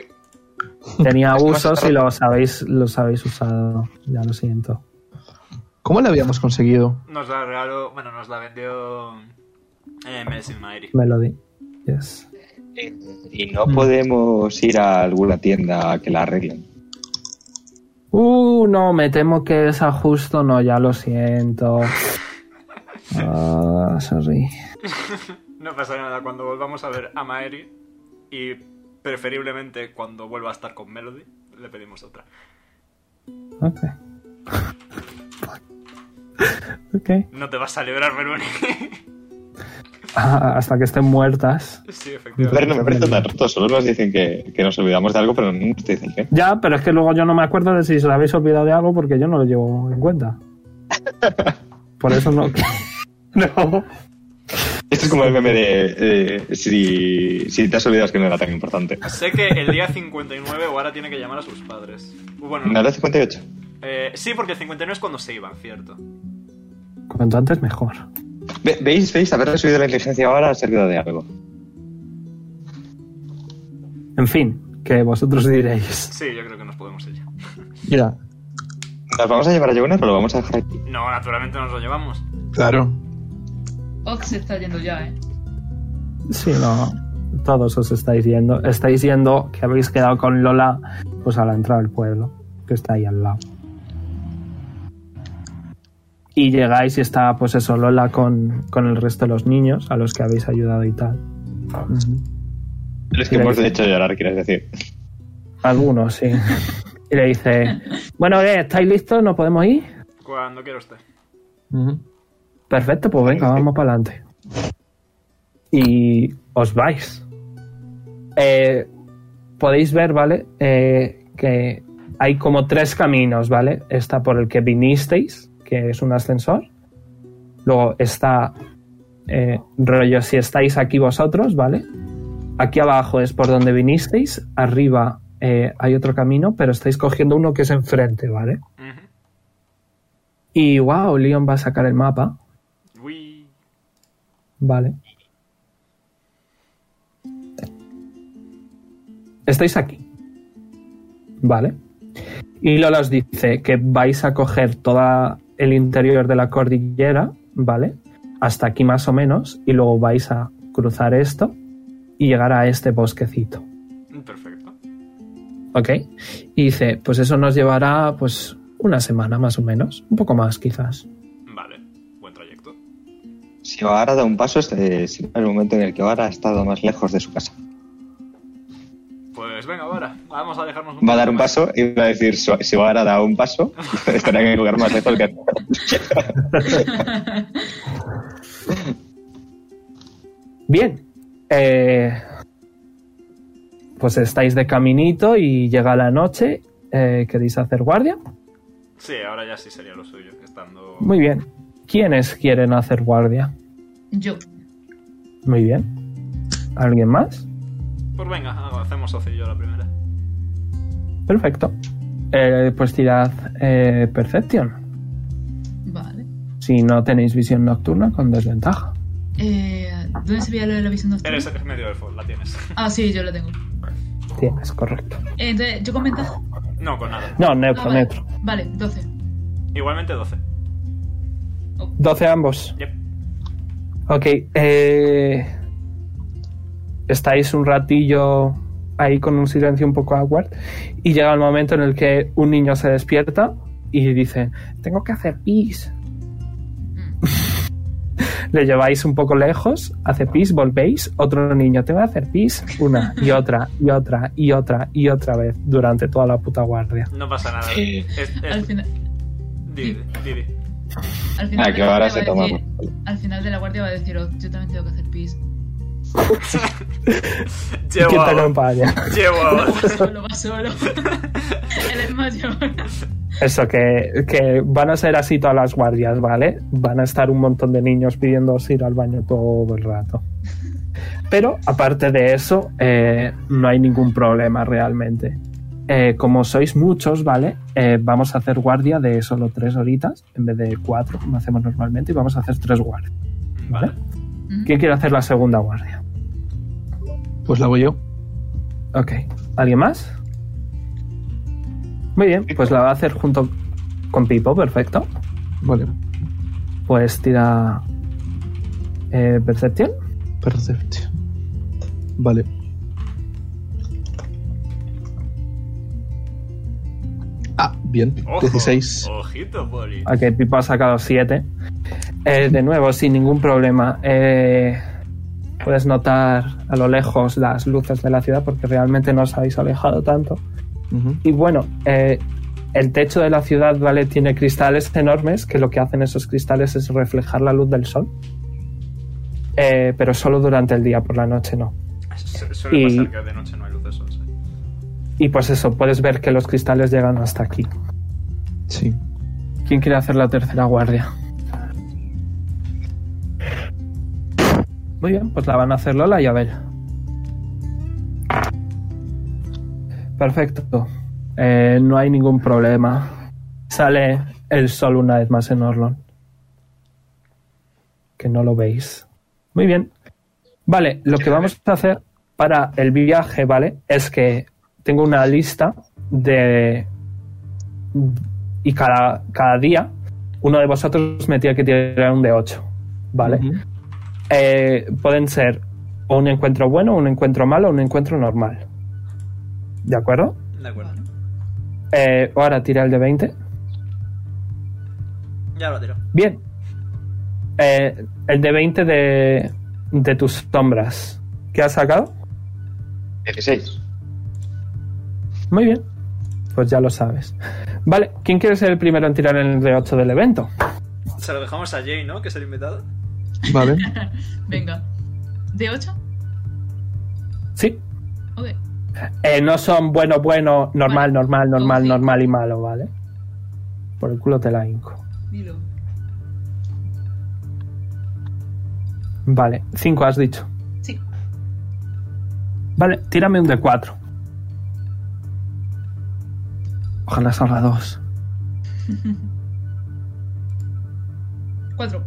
Speaker 1: Tenía
Speaker 5: Esto va a
Speaker 1: usos
Speaker 5: estar
Speaker 1: y los habéis, los habéis usado. Ya lo siento.
Speaker 3: ¿Cómo lo habíamos conseguido?
Speaker 2: Nos la regaló, bueno, nos la vendió eh, Medicine Mairi.
Speaker 1: Melody. Yes.
Speaker 5: Y no podemos ir a alguna tienda a que la arreglen.
Speaker 1: Uh, no, me temo que esa justo no, ya lo siento. Ah, sorry.
Speaker 2: No pasa nada, cuando volvamos a ver a Mairi y preferiblemente cuando vuelva a estar con Melody, le pedimos otra.
Speaker 1: Ok. ok.
Speaker 2: No te vas a librar, Meloni.
Speaker 1: Ah, hasta que estén muertas.
Speaker 2: sí,
Speaker 5: A ver,
Speaker 2: efectivamente.
Speaker 5: no me parece tan roto. Solo nos dicen que, que nos olvidamos de algo, pero no nos dicen qué.
Speaker 1: Ya, pero es que luego yo no me acuerdo de si se lo habéis olvidado de algo porque yo no lo llevo en cuenta. Por eso no. no.
Speaker 5: Esto es como el meme de eh, si, si te has olvidado es que no era tan importante.
Speaker 2: Sé que el día 59 Wara tiene que llamar a sus padres. Uh, Bueno,
Speaker 5: ¿No era 58?
Speaker 2: eh, sí, porque el 59 es cuando se iban, cierto.
Speaker 1: Cuanto antes mejor.
Speaker 5: Ve- ¿Veis? ¿Veis? Haber subido la inteligencia ahora ha servido de algo.
Speaker 1: En fin, que vosotros diréis.
Speaker 2: Sí, yo creo que nos podemos ir ya.
Speaker 3: Mira.
Speaker 5: ¿Nos vamos a llevar a Jonas o lo vamos a dejar aquí?
Speaker 2: No, naturalmente nos lo llevamos.
Speaker 3: Claro.
Speaker 4: Ox Oh, se está yendo ya, ¿eh?
Speaker 1: Sí, no. Todos os estáis yendo. Estáis yendo que habéis quedado con Lola pues a la entrada del pueblo, que está ahí al lado. Y llegáis y está pues eso, Lola con, con el resto de los niños a los que habéis ayudado y tal. Ujú.
Speaker 5: Los que
Speaker 1: Mira,
Speaker 5: hemos
Speaker 1: dice-
Speaker 5: hecho llorar, quieres decir.
Speaker 1: Algunos, sí. Y le dice, bueno, ¿qué? ¿estáis listos? ¿Nos podemos ir?
Speaker 2: Cuando quiera usted.
Speaker 1: Perfecto, pues venga, vamos para adelante. Y os vais. Eh, podéis ver, ¿vale? Eh, que hay como tres caminos, ¿vale? Está por el que vinisteis, que es un ascensor. Luego está eh, rollo si estáis aquí vosotros, ¿vale? Aquí abajo es por donde vinisteis. Arriba eh, hay otro camino, pero estáis cogiendo uno que es enfrente, ¿vale?
Speaker 2: Ujú.
Speaker 1: Y wow, Leon va a sacar el mapa.
Speaker 2: Uy.
Speaker 1: Vale. Estáis aquí. Vale. Y Lola os dice que vais a coger todo el interior de la cordillera, ¿vale? Hasta aquí más o menos, y luego vais a cruzar esto y llegar a este bosquecito.
Speaker 2: Perfecto.
Speaker 1: ¿Ok? Y dice, pues eso nos llevará pues una semana más o menos, un poco más quizás.
Speaker 2: Vale. Buen trayecto.
Speaker 5: Si Oara da un paso, este es el momento en el que Oara ha estado más lejos de su casa.
Speaker 2: Pues venga, Wara. Vamos a dejarnos
Speaker 5: Va a dar un
Speaker 2: poquito
Speaker 5: paso y va a decir, "Si- si Oara da un paso, estará en el lugar más lejos que...
Speaker 1: Bien. Eh, pues estáis de caminito y llega la noche. eh, ¿Queréis hacer guardia?
Speaker 2: más. Sí, ahora ya sí sería lo suyo. Estando.
Speaker 1: Muy bien. ¿Quiénes quieren hacer guardia?
Speaker 4: Yo.
Speaker 1: Muy bien. ¿Alguien más?
Speaker 2: Pues venga, hago- hacemos socio y yo la primera.
Speaker 1: Perfecto. Eh, pues tirad eh, Perception.
Speaker 4: Vale.
Speaker 1: Si no tenéis visión nocturna, con desventaja.
Speaker 4: Eh, ¿Dónde se veía lo de la visión nocturna?
Speaker 2: Eres medio elfo, la tienes.
Speaker 4: Ah, sí, yo lo tengo.
Speaker 1: Tienes, correcto.
Speaker 4: Eh, Entonces, ¿yo con ventaja?
Speaker 2: No, con nada.
Speaker 1: No,
Speaker 4: Ah,
Speaker 1: neutro,
Speaker 4: vale.
Speaker 1: neutro.
Speaker 4: vale, 12.
Speaker 2: Igualmente 12.
Speaker 1: 12 ambos.
Speaker 2: Yep.
Speaker 1: Ok. eh, estáis un ratillo ahí con un silencio un poco awkward y llega el momento en el que un niño se despierta y dice, tengo que hacer pis.
Speaker 4: Mm.
Speaker 1: Le lleváis un poco lejos, hace pis, volvéis, otro niño, te va a hacer pis, una y otra y otra y otra y otra vez durante toda la puta guardia.
Speaker 2: No pasa nada.
Speaker 5: Sí.
Speaker 2: Es, es-
Speaker 4: Al, final
Speaker 2: Didi, Didi.
Speaker 4: al final.
Speaker 5: Ah,
Speaker 4: de
Speaker 5: que
Speaker 4: la
Speaker 5: ahora
Speaker 4: guardia
Speaker 5: se
Speaker 4: va a
Speaker 5: toma.
Speaker 4: decir- Al final de la guardia va a decir, "Oh, yo también tengo que hacer pis.
Speaker 1: ¿Qué
Speaker 2: Llevo a
Speaker 1: tal
Speaker 2: vos.
Speaker 1: acompaña?
Speaker 2: Llevo a
Speaker 4: Va
Speaker 2: vos.
Speaker 4: solo, va solo. Él es mayor.
Speaker 1: Eso, que, que van a ser así todas las guardias, ¿vale? Van a estar un montón de niños pidiéndoos ir al baño todo el rato. Pero aparte de eso, eh, no hay ningún problema realmente. Eh, como sois muchos, ¿vale? Eh, vamos a hacer guardia de solo tres horitas en vez de cuatro, como hacemos normalmente, y vamos a hacer tres guardias.
Speaker 2: Vale.
Speaker 4: Ujú.
Speaker 1: ¿Quién quiere hacer la segunda guardia?
Speaker 3: Pues la hago yo.
Speaker 1: Ok. ¿Alguien más? Muy bien, pues la va a hacer junto con Pipo, perfecto.
Speaker 3: Vale.
Speaker 1: Pues tira. Eh, Percepción.
Speaker 3: Percepción. Vale. Ah, bien.
Speaker 2: Ojo,
Speaker 3: 16.
Speaker 2: Ojito, Poli.
Speaker 1: Ok, Pipo ha sacado 7. de nuevo, sin ningún problema. Eh, puedes notar a lo lejos las luces de la ciudad porque realmente no os habéis alejado tanto.
Speaker 3: Ujú.
Speaker 1: Y bueno, eh, el techo de la ciudad, ¿vale? Tiene cristales enormes que lo que hacen esos cristales es reflejar la luz del sol. Eh, pero solo durante el día, por la noche no.
Speaker 2: Su- Suele
Speaker 1: Y-
Speaker 2: pasar que de noche no hay luz de sol. sí.
Speaker 1: Y pues eso, puedes ver que los cristales llegan hasta aquí.
Speaker 3: Sí.
Speaker 1: ¿Quién quiere hacer la tercera guardia? Muy bien, pues la van a hacer Lola y Abel. Perfecto. Eh, no hay ningún problema. Sale el sol una vez más en Orlon. Que no lo veis. Muy bien. Vale, lo que vamos a hacer para el viaje, ¿vale? Es que tengo una lista de y cada, cada día uno de vosotros me tiene que tirar un de 8, ¿vale?
Speaker 3: Ujú.
Speaker 1: Eh, pueden ser o un encuentro bueno, un encuentro malo, un encuentro normal. ¿De acuerdo?
Speaker 2: De acuerdo.
Speaker 1: Eh, ahora tira el de 20.
Speaker 2: Ya lo tiro.
Speaker 1: Bien. Eh, el de 20 de, de tus sombras. ¿Qué has sacado?
Speaker 5: 16.
Speaker 1: Muy bien. Pues ya lo sabes. Vale, ¿quién quiere ser el primero en tirar el de 8 del evento?
Speaker 2: Se lo dejamos a Jay, ¿no? Que es el invitado.
Speaker 3: Vale.
Speaker 4: Venga. ¿De 8?
Speaker 1: Sí.
Speaker 4: Ok.
Speaker 1: Eh, no son bueno, bueno, normal,
Speaker 4: Vale.
Speaker 1: normal, normal,
Speaker 4: Sí.
Speaker 1: normal y malo, ¿vale? Por el culo te la hinco.
Speaker 4: Dilo.
Speaker 1: Vale, 5 has dicho.
Speaker 4: Sí.
Speaker 1: Vale, tírame un de 4. Ojalá salga 2.
Speaker 4: 4.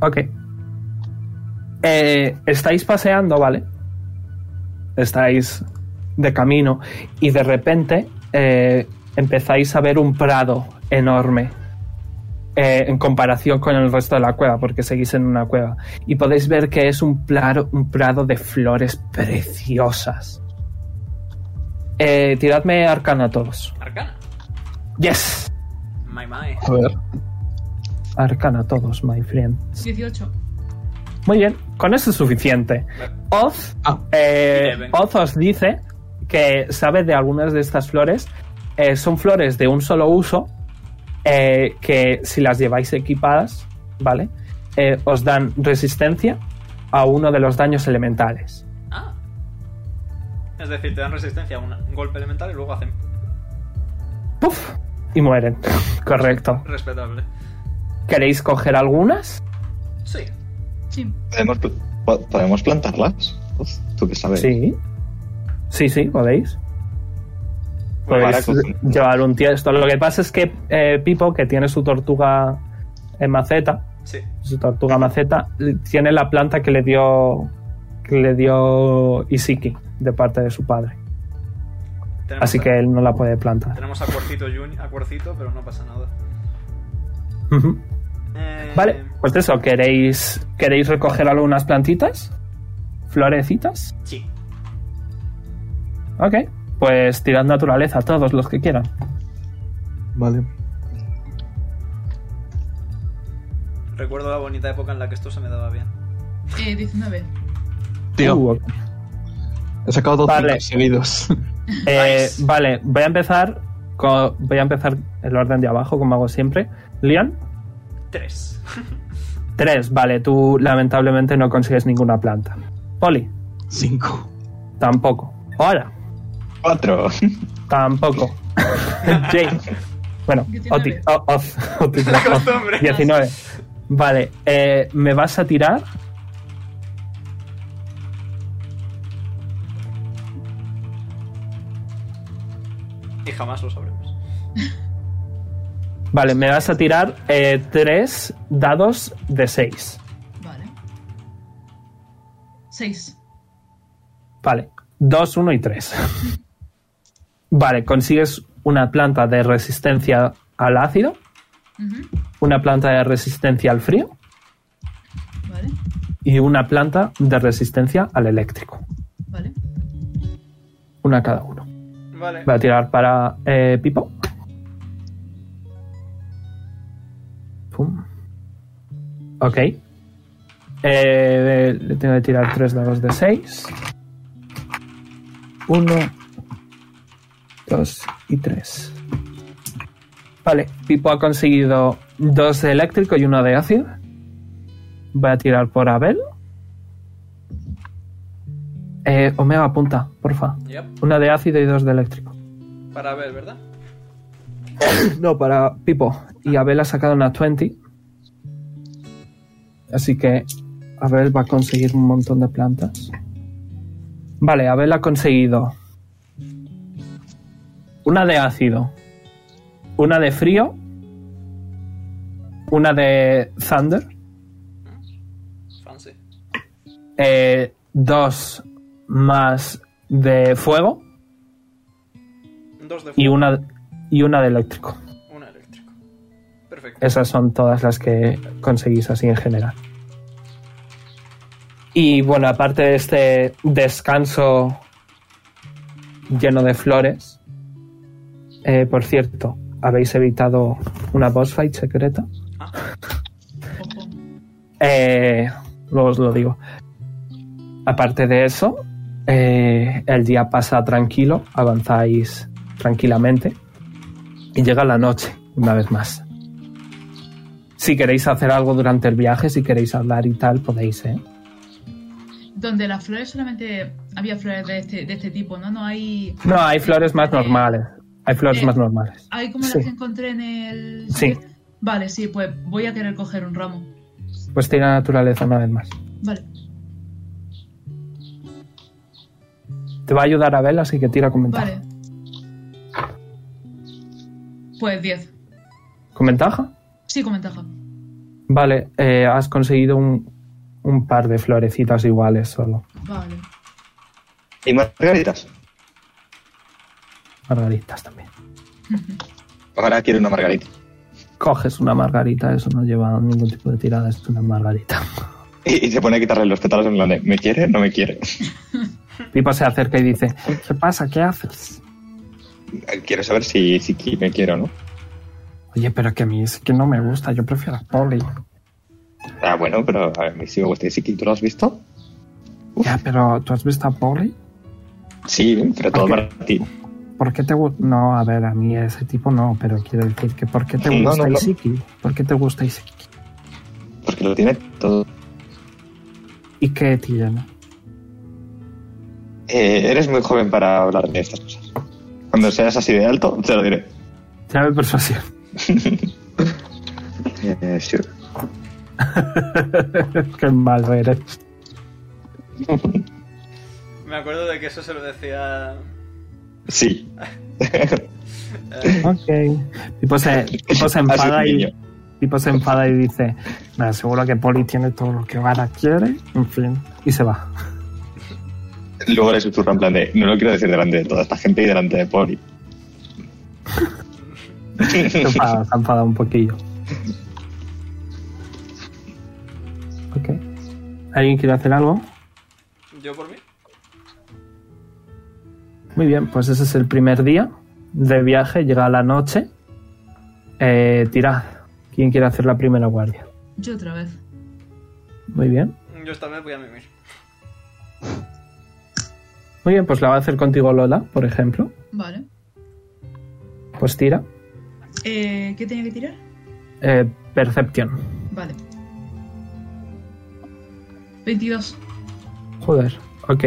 Speaker 1: Ok. Eh, estáis paseando, ¿vale? Estáis de camino y de repente eh, empezáis a ver un prado enorme eh, en comparación con el resto de la cueva, porque seguís en una cueva. Y podéis ver que es un, plaro- un prado de flores preciosas. Eh, tiradme arcana todos.
Speaker 2: Arcana.
Speaker 1: Yes.
Speaker 2: My, my.
Speaker 3: A ver.
Speaker 1: Arcana todos, my friend.
Speaker 4: 18.
Speaker 1: Muy bien, con eso es suficiente. Oz,
Speaker 3: Ah.
Speaker 1: eh,
Speaker 2: Eleven.
Speaker 1: Oz os dice que sabe de algunas de estas flores. Eh, son flores de un solo uso eh, que si las lleváis equipadas, ¿vale? Eh, os dan resistencia a uno de los daños elementales.
Speaker 2: Ah. Es decir, te dan resistencia a una- un golpe elemental y luego hacen
Speaker 1: ¡Puf! Y mueren. Correcto.
Speaker 2: respetable.
Speaker 1: ¿Queréis coger algunas?
Speaker 2: Sí.
Speaker 4: Sí.
Speaker 5: ¿Podemos, pl- po- podemos Pues. plantarlas? Uf, ¿Tú qué sabes?
Speaker 1: Sí. Sí, sí, podéis.
Speaker 6: Para
Speaker 1: Podéis
Speaker 6: con-
Speaker 1: llevar un tiesto. Lo que pasa es que eh, Pipo, que tiene su tortuga en maceta,
Speaker 2: Sí.
Speaker 1: su tortuga maceta, tiene la planta que le dio que le dio Isiki de parte de su padre.
Speaker 2: Tenemos
Speaker 1: Así
Speaker 2: a-
Speaker 1: que él no la puede plantar.
Speaker 2: Tenemos a Cuarcito, Juni- a Cuarcito, pero no pasa nada.
Speaker 1: Ujú.
Speaker 2: Eh,
Speaker 1: Vale, pues eso, ¿queréis, ¿queréis recoger algunas plantitas? ¿Florecitas?
Speaker 2: Sí.
Speaker 1: Ok, pues tirad naturaleza, todos los que quieran.
Speaker 3: Vale.
Speaker 2: Recuerdo la bonita época en la que esto se me daba bien.
Speaker 4: Eh, 19.
Speaker 3: Tío,
Speaker 1: Uh, ok.
Speaker 3: he sacado dos
Speaker 1: vale.
Speaker 3: cinco seguidos.
Speaker 1: Eh, Vale, voy a empezar con- voy a empezar el orden de abajo, como hago siempre. Leon,
Speaker 2: Tres.
Speaker 1: tres, vale, tú lamentablemente no consigues ninguna planta. Poli,
Speaker 3: Cinco.
Speaker 1: tampoco. Hola,
Speaker 5: Cuatro.
Speaker 1: tampoco. Jane, bueno, Oti, oh, o- Oz, Otis,
Speaker 2: La
Speaker 1: no, Oz.
Speaker 2: costumbre.
Speaker 1: 19. Vale, eh, me vas a tirar.
Speaker 2: Y jamás lo sabremos.
Speaker 1: Vale, me vas a tirar eh, tres dados de 6.
Speaker 4: Vale. 6.
Speaker 1: Vale, 2, 1 y 3. Vale, consigues una planta de resistencia al ácido, una planta de resistencia al frío
Speaker 4: Vale,
Speaker 1: y una planta de resistencia al eléctrico.
Speaker 4: vale.
Speaker 1: Una cada uno.
Speaker 2: Vale.
Speaker 1: Voy a tirar para eh, Pipo. Pum. Ok. Eh, le tengo que tirar tres dados de 6. 1, 2 y 3. Vale, Pipo ha conseguido dos de eléctrico y uno de ácido. Voy a tirar por Abel. Eh, Omega, apunta, porfa.
Speaker 2: Yep.
Speaker 1: Una de ácido y dos de eléctrico.
Speaker 2: Para ver, ¿verdad?
Speaker 1: No, para Pipo. Y Abel ha sacado una 20. Así que Abel va a conseguir un montón de plantas. Vale, Abel ha conseguido una de ácido, una de frío, una de thunder,
Speaker 2: Fancy.
Speaker 1: eh, dos más de fuego
Speaker 2: Dos de
Speaker 1: y
Speaker 2: fuego.
Speaker 1: una, y una de eléctrico.
Speaker 2: Una eléctrico. Perfecto.
Speaker 1: Esas son todas las que conseguís así en general. Y bueno, aparte de este descanso lleno de flores, eh, por cierto, habéis evitado una boss fight secreta.
Speaker 4: Ojo.
Speaker 1: Eh, luego os lo digo. Aparte de eso, eh, el día pasa tranquilo, avanzáis tranquilamente y llega la noche una vez más. Si queréis hacer algo durante el viaje, si queréis hablar y tal, podéis, ¿eh?
Speaker 4: Donde las flores solamente había flores de este, de este tipo, ¿no? No hay.
Speaker 1: No, hay flores más
Speaker 4: Eh,
Speaker 1: normales. Hay flores
Speaker 4: eh,
Speaker 1: más normales.
Speaker 4: Hay como
Speaker 1: Sí.
Speaker 4: las que encontré en el.
Speaker 1: Sí.
Speaker 4: Vale, sí, pues voy a querer coger un ramo.
Speaker 1: Pues tira naturaleza una vez más.
Speaker 4: Vale.
Speaker 1: Te va a ayudar a Abel, así que tira con ventaja.
Speaker 4: Vale. Pues 10.
Speaker 1: ¿Con ventaja?
Speaker 4: Sí, con ventaja.
Speaker 1: Vale, eh, has conseguido un, un par de florecitas iguales solo.
Speaker 4: Vale.
Speaker 5: Y margaritas.
Speaker 1: Margaritas también.
Speaker 5: Ahora quiero una margarita.
Speaker 1: Coges una margarita, eso no lleva ningún tipo de tirada, es una margarita.
Speaker 5: Y, y se pone a quitarle los pétalos en plan de, ¿me quiere? ¿No me quiere?
Speaker 1: Pipa se acerca y dice, ¿qué pasa? ¿Qué haces?
Speaker 5: Quiero saber si, si qui- me quiero, ¿no?
Speaker 1: Oye, pero que a mí es que no me gusta, yo prefiero a Polly.
Speaker 5: Ah, bueno, pero a mí sí me gusta. ¿Sí, ¿Tú lo has visto?
Speaker 1: Ya, pero ¿tú has visto a Polly?
Speaker 5: Sí, pero todo
Speaker 1: Ok.
Speaker 5: para ti.
Speaker 1: ¿Por qué te gusta? No, a ver, a mí ese tipo no, pero quiero decir que ¿por qué te
Speaker 5: No,
Speaker 1: gusta
Speaker 5: no, no.
Speaker 1: Isiki? ¿Por qué te gusta Isiki?
Speaker 5: Porque lo tiene todo.
Speaker 1: ¿Y qué tiene?
Speaker 5: Eh, eres muy joven para hablar de estas cosas. Cuando seas así de alto, te lo diré.
Speaker 1: Tírame persuasión.
Speaker 5: Eh, sí.
Speaker 1: qué malo eres.
Speaker 2: Me acuerdo de que eso se lo decía
Speaker 5: Sí.
Speaker 1: Ok. Tipo se, tipo se enfada
Speaker 5: Así,
Speaker 1: y.
Speaker 5: niño.
Speaker 1: Tipo se enfada y dice: Me aseguro que Poli tiene todo lo que Vara quiere. En fin. Y se va.
Speaker 5: Luego le susurra en plan de, no lo quiero decir delante de toda esta gente y delante de Poli.
Speaker 1: Se enfada, se enfada un poquillo. Ok. ¿Alguien quiere hacer algo?
Speaker 2: Yo por mí.
Speaker 1: Muy bien, pues ese es el primer día de viaje. Llega la noche. Eh, tirad. ¿Quién quiere hacer la primera guardia?
Speaker 4: Yo otra vez.
Speaker 1: Muy bien.
Speaker 2: Yo esta vez voy a mimir.
Speaker 1: Muy bien, pues la va a hacer contigo Lola, por ejemplo.
Speaker 4: Vale.
Speaker 1: Pues tira.
Speaker 4: Eh, ¿Qué tenía que tirar?
Speaker 1: Eh, Perception.
Speaker 4: Vale. 22.
Speaker 1: Joder, ok.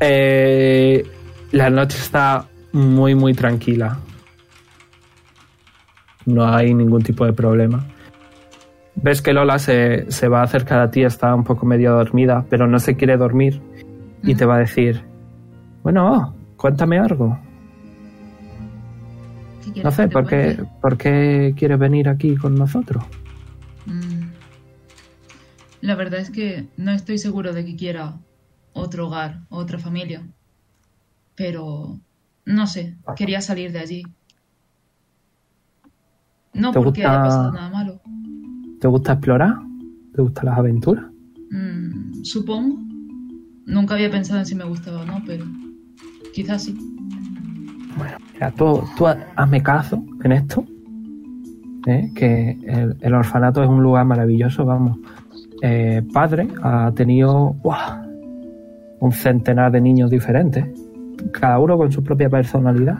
Speaker 1: Eh, la noche está muy, muy tranquila. No hay ningún tipo de problema. Ves que Lola se, se va a acercar a ti, está un poco medio dormida, pero no se quiere dormir y te va a decir, bueno, cuéntame algo.
Speaker 4: ¿Qué quieres
Speaker 1: No
Speaker 4: que
Speaker 1: sé,
Speaker 4: te
Speaker 1: ¿por qué,
Speaker 4: cuente?
Speaker 1: ¿por qué quieres venir aquí con nosotros?
Speaker 4: Mm. La verdad es que no estoy seguro de que quiera otro hogar, otra familia. Pero no sé, quería salir de allí. No
Speaker 1: ¿Te
Speaker 4: porque haya
Speaker 1: gusta-
Speaker 4: pasado nada malo.
Speaker 1: ¿Te gusta explorar? ¿Te gustan las aventuras?
Speaker 4: Mm, supongo. Nunca había pensado en si me gustaba o no, pero quizás sí.
Speaker 1: Mira, tú, tú ha- hazme caso en esto, ¿eh? que el, el orfanato es un lugar maravilloso, vamos. Eh, padre ha tenido ¡buah! un centenar de niños diferentes, cada uno con su propia personalidad.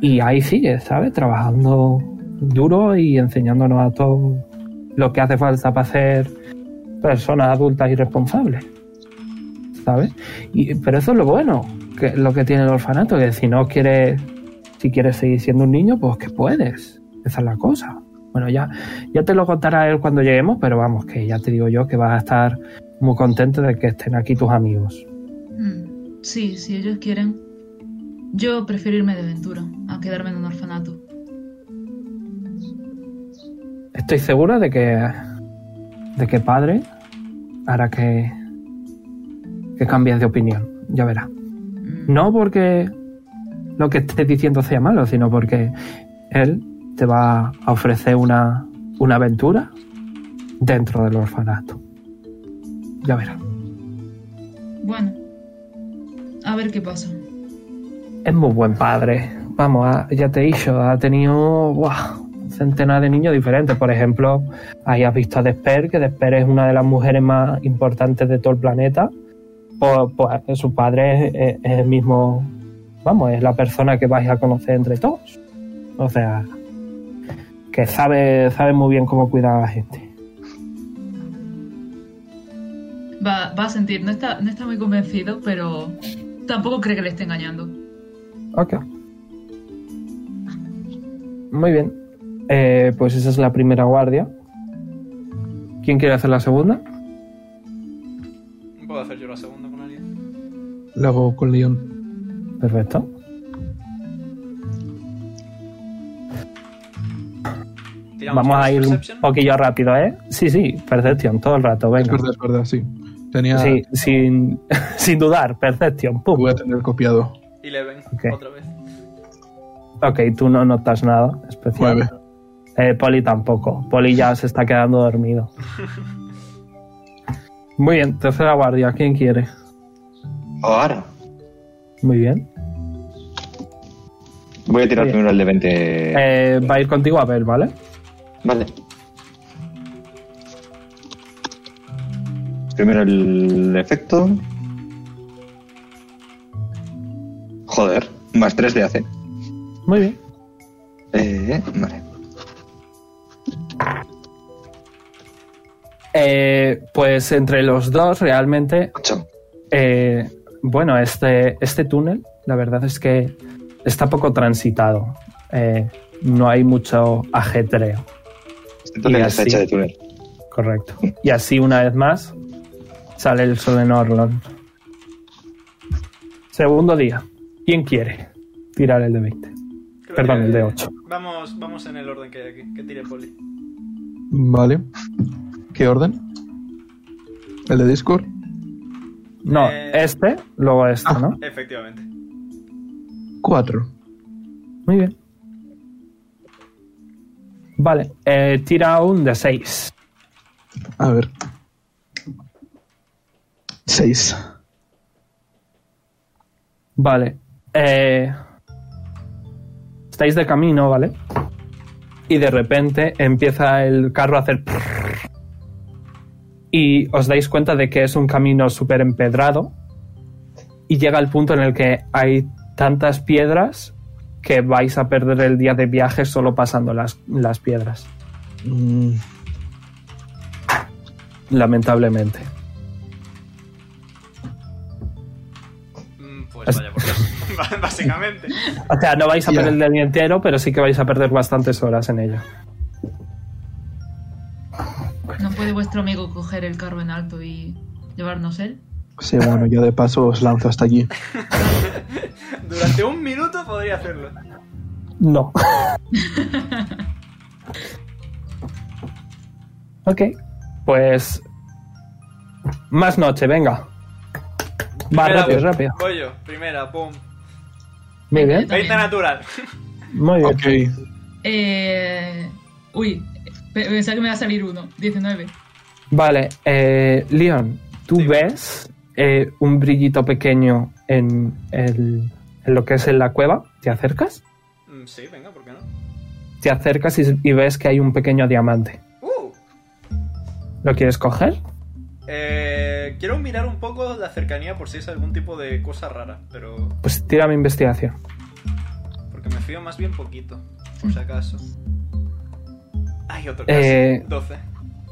Speaker 1: Y ahí sigue, ¿sabes? Trabajando duro y enseñándonos a todos lo que hace falta para ser personas adultas y responsables. ¿Sabes? Y- pero eso es lo bueno, que lo que tiene el orfanato, que si no quieres, si quieres seguir siendo un niño, pues que puedes. Esa es la cosa. Bueno, ya, ya te lo contará él cuando lleguemos, pero vamos, que ya te digo yo que vas a estar muy contento de que estén aquí tus amigos.
Speaker 4: Mm, sí, si ellos quieren. Yo prefiero irme de aventura a quedarme en un orfanato.
Speaker 1: Estoy segura de que, de que padre hará que, que cambies de opinión. Ya verás.
Speaker 4: Mm,
Speaker 1: No porque lo que estés diciendo sea malo, sino porque él te va a ofrecer una, una aventura dentro del orfanato. Ya verás.
Speaker 4: Bueno, a ver qué pasa.
Speaker 1: Es muy buen padre. Vamos, ha- ya te he dicho, ha tenido buah, centenas de niños diferentes. Por ejemplo, ahí has visto a Desper, que Desper es una de las mujeres más importantes de todo el planeta. Pues, pues, su padre es, es- es el mismo, vamos, es la persona que vais a conocer entre todos. O sea, que sabe, sabe muy bien cómo cuidar a la gente.
Speaker 4: Va, va a sentir, no está, no está muy convencido, pero tampoco cree que le esté engañando.
Speaker 1: Ok. Muy bien. Eh, pues esa es la primera guardia. ¿Quién quiere hacer la segunda?
Speaker 2: ¿Puedo hacer yo la segunda con alguien?
Speaker 3: Lo hago con León.
Speaker 1: Perfecto.
Speaker 2: Tiramos
Speaker 1: Vamos a ir un
Speaker 2: Perception.
Speaker 1: poquillo rápido, ¿eh? Sí, sí, Percepción, todo el rato,
Speaker 3: Es
Speaker 1: venga.
Speaker 3: verdad, es verdad, sí. Tenía.
Speaker 1: Sí, sin, sin dudar, Percepción,
Speaker 3: lo
Speaker 1: pum.
Speaker 3: Voy a tener copiado.
Speaker 2: 11,
Speaker 1: Ok.
Speaker 2: otra vez.
Speaker 1: Ok, tú no notas nada especial.
Speaker 3: Nueve.
Speaker 1: Eh, Poli tampoco. Poli ya se está quedando dormido. Muy bien, tercera guardia, ¿quién quiere?
Speaker 5: Ahora.
Speaker 1: Muy bien.
Speaker 5: Voy a tirar
Speaker 1: Bien.
Speaker 5: primero el de 20.
Speaker 1: Eh, va a ir contigo a ver, ¿vale?
Speaker 5: Vale. Primero el efecto. Joder, más 3 de AC.
Speaker 1: Muy bien.
Speaker 5: Eh, vale.
Speaker 1: Eh, pues entre los dos realmente
Speaker 5: 8.
Speaker 1: Eh, bueno, este, este túnel, la verdad es que está poco transitado. Eh, no hay mucho ajetreo,
Speaker 5: Entonces
Speaker 1: Y
Speaker 5: ya está
Speaker 1: así.
Speaker 5: hecha de túnel.
Speaker 1: correcto. Y así, una vez más, sale el sol en Orlon. Segundo día. ¿Quién quiere? tirar el de 20.
Speaker 2: Creo
Speaker 1: Perdón,
Speaker 2: que-
Speaker 1: el de 8.
Speaker 2: Vamos, vamos en el orden que, que, que tire Poli.
Speaker 3: Vale. ¿Qué orden? ¿El de Discord?
Speaker 1: No,
Speaker 2: Eh.
Speaker 1: este, luego este, ¿no?
Speaker 2: Efectivamente.
Speaker 3: Cuatro.
Speaker 1: Muy bien. Vale, eh, tira un de 6.
Speaker 3: A ver. Seis.
Speaker 1: Vale. Eh, estáis de camino, ¿vale? Y de repente empieza el carro a hacer... prrr. Y os dais cuenta de que es un camino súper empedrado. Y llega el punto en el que hay tantas piedras que vais a perder el día de viaje solo pasando las, las piedras.
Speaker 3: Mm,
Speaker 1: Lamentablemente.
Speaker 2: Mm, Pues vaya por Dios. Ba- Básicamente.
Speaker 1: O sea, no vais a
Speaker 3: Ya.
Speaker 1: perder el día entero, pero sí que vais a perder bastantes horas en ello.
Speaker 4: ¿No puede vuestro amigo coger el carro en alto y llevarnos él?
Speaker 3: Sí, bueno, yo de paso os lanzo hasta allí.
Speaker 2: Durante un minuto podría hacerlo.
Speaker 1: No. ok, pues. Más noche, venga. Va,
Speaker 2: Primera,
Speaker 1: rápido, rápido.
Speaker 2: Voy yo. Primera, pum.
Speaker 1: Muy bien,
Speaker 4: También.
Speaker 2: 20 natural.
Speaker 1: muy bien.
Speaker 3: Ok.
Speaker 4: Eh... Uy, pe- pensaba que me iba a salir uno. 19.
Speaker 1: Vale, eh, Leon, tú
Speaker 2: Sí.
Speaker 1: ves eh, un brillito pequeño en, el- en lo que es en la cueva. ¿Te acercas?
Speaker 2: Mm, Sí, venga, ¿por qué no?
Speaker 1: Te acercas y, y ves que hay un pequeño diamante.
Speaker 2: Uh,
Speaker 1: ¿Lo quieres coger?
Speaker 2: eh, quiero mirar un poco la cercanía por si es algún tipo de cosa rara, pero
Speaker 1: Pues tira mi investigación.
Speaker 2: porque me fío más bien poquito, por si acaso. Ay, otro caso.
Speaker 1: Eh.
Speaker 2: 12.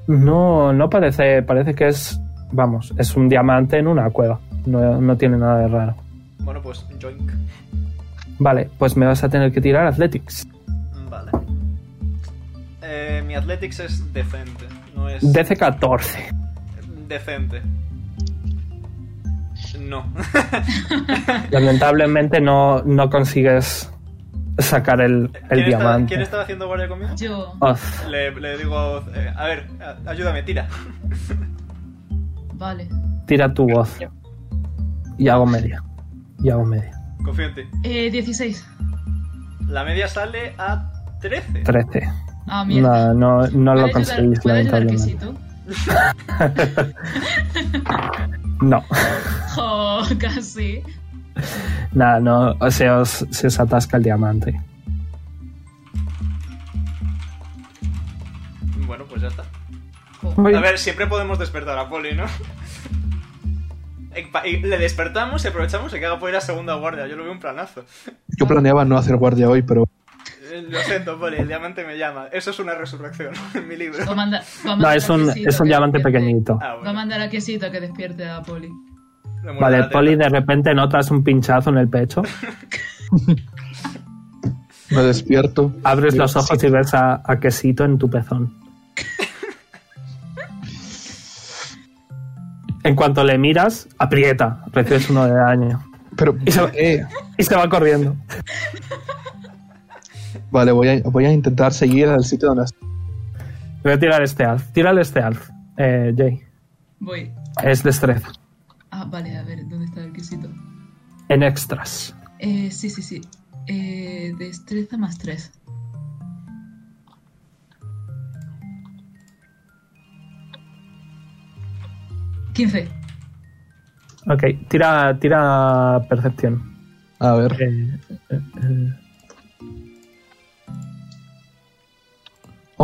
Speaker 1: No, no parece, parece que es, vamos, es un diamante en una cueva. No, no tiene nada de raro.
Speaker 2: Bueno, pues joink.
Speaker 1: Vale, pues me vas a tener que tirar Athletics.
Speaker 2: Mm, Vale. Eh, mi athletics es decente, no es
Speaker 1: DC 14.
Speaker 2: decente. No.
Speaker 1: Lamentablemente no, no consigues sacar el, el
Speaker 2: ¿Quién, estaba,
Speaker 1: diamante.
Speaker 2: ¿Quién estaba haciendo guardia conmigo?
Speaker 4: Yo...
Speaker 1: Oz.
Speaker 2: Le, le digo, eh, a ver, a- ayúdame, tira.
Speaker 4: Vale.
Speaker 1: tira tu voz. Y hago media. Y hago media.
Speaker 2: Confío en ti.
Speaker 4: Eh, 16.
Speaker 2: La media sale a 13.
Speaker 1: 13.
Speaker 4: Ah, mierda.
Speaker 1: No, no, no lo
Speaker 4: ¿Puede ayudar-
Speaker 1: conseguís,
Speaker 4: ¿Puede ayudar
Speaker 1: lamentablemente.
Speaker 4: quesito?
Speaker 1: No.
Speaker 4: Oh, casi.
Speaker 1: Nada, no, o sea, os- se os atasca el diamante.
Speaker 2: Bueno, pues ya está.
Speaker 4: Jo.
Speaker 1: Muy
Speaker 2: A
Speaker 1: bien.
Speaker 2: ver, siempre podemos despertar a Poli, ¿no? Y pa- y le despertamos y aprovechamos y que haga por ir a segunda guardia. Yo lo veo un planazo.
Speaker 3: Yo planeaba no hacer guardia hoy, pero
Speaker 2: Eh, Lo siento, Poli, el diamante me llama. Eso es una resurrección en mi libro.
Speaker 4: Va a mandar- va a
Speaker 1: No,
Speaker 4: mandar
Speaker 1: es
Speaker 4: a
Speaker 1: un,
Speaker 4: quesito
Speaker 1: es un
Speaker 4: que
Speaker 1: diamante
Speaker 4: despierte.
Speaker 1: pequeñito.
Speaker 2: Ah,
Speaker 4: Va a
Speaker 2: bueno.
Speaker 4: mandar a quesito que despierte a Poli.
Speaker 2: le muerde la
Speaker 1: Vale,
Speaker 2: teta.
Speaker 1: Poli de repente notas un pinchazo en el pecho,
Speaker 3: me despierto.
Speaker 1: abres los ojos y ves a, a quesito en tu pezón. En cuanto le miras, aprieta, recibes uno de daño.
Speaker 3: Pero,
Speaker 1: Y se,
Speaker 3: eh,
Speaker 1: y se va corriendo.
Speaker 3: vale, voy a, voy a intentar seguir al sitio donde has-
Speaker 1: Voy a tirar este alf. Tírale este alf, eh, Jay.
Speaker 4: Voy.
Speaker 1: Es destreza.
Speaker 4: Ah, vale, a ver, ¿dónde está el quesito?
Speaker 1: En extras.
Speaker 4: Eh, sí, sí, sí. Eh, destreza más 3. ¿15?
Speaker 1: Ok, tira, tira percepción.
Speaker 3: A ver.
Speaker 1: Eh, eh, eh,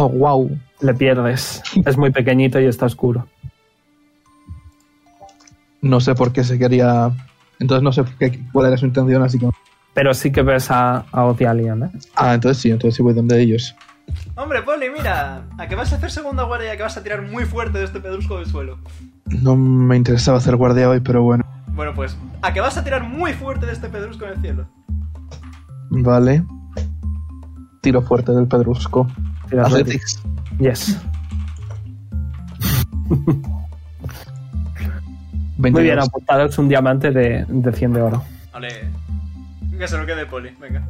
Speaker 3: Oh, wow.
Speaker 1: le pierdes. Es muy pequeñito y está oscuro.
Speaker 3: No sé por qué se quería. Entonces no sé qué- cuál era su intención, así que.
Speaker 1: Pero sí que ves a, a Oz y a Leon, ¿eh?
Speaker 3: Ah, entonces sí, entonces sí voy donde ellos.
Speaker 2: Hombre, Poli, mira. A que vas a hacer segunda guardia y a que vas a tirar muy fuerte de este pedrusco del suelo.
Speaker 3: No me interesaba hacer guardia hoy, pero bueno.
Speaker 2: Bueno, pues, a que vas a tirar muy fuerte de este pedrusco en el cielo.
Speaker 3: Vale. Tiro fuerte del pedrusco.
Speaker 1: Tira
Speaker 3: Athletics.
Speaker 1: Yes.
Speaker 3: 22.
Speaker 1: Muy bien, apuntado es un diamante de, de 100 de oro.
Speaker 2: Vale. Que se lo quede Poli, venga.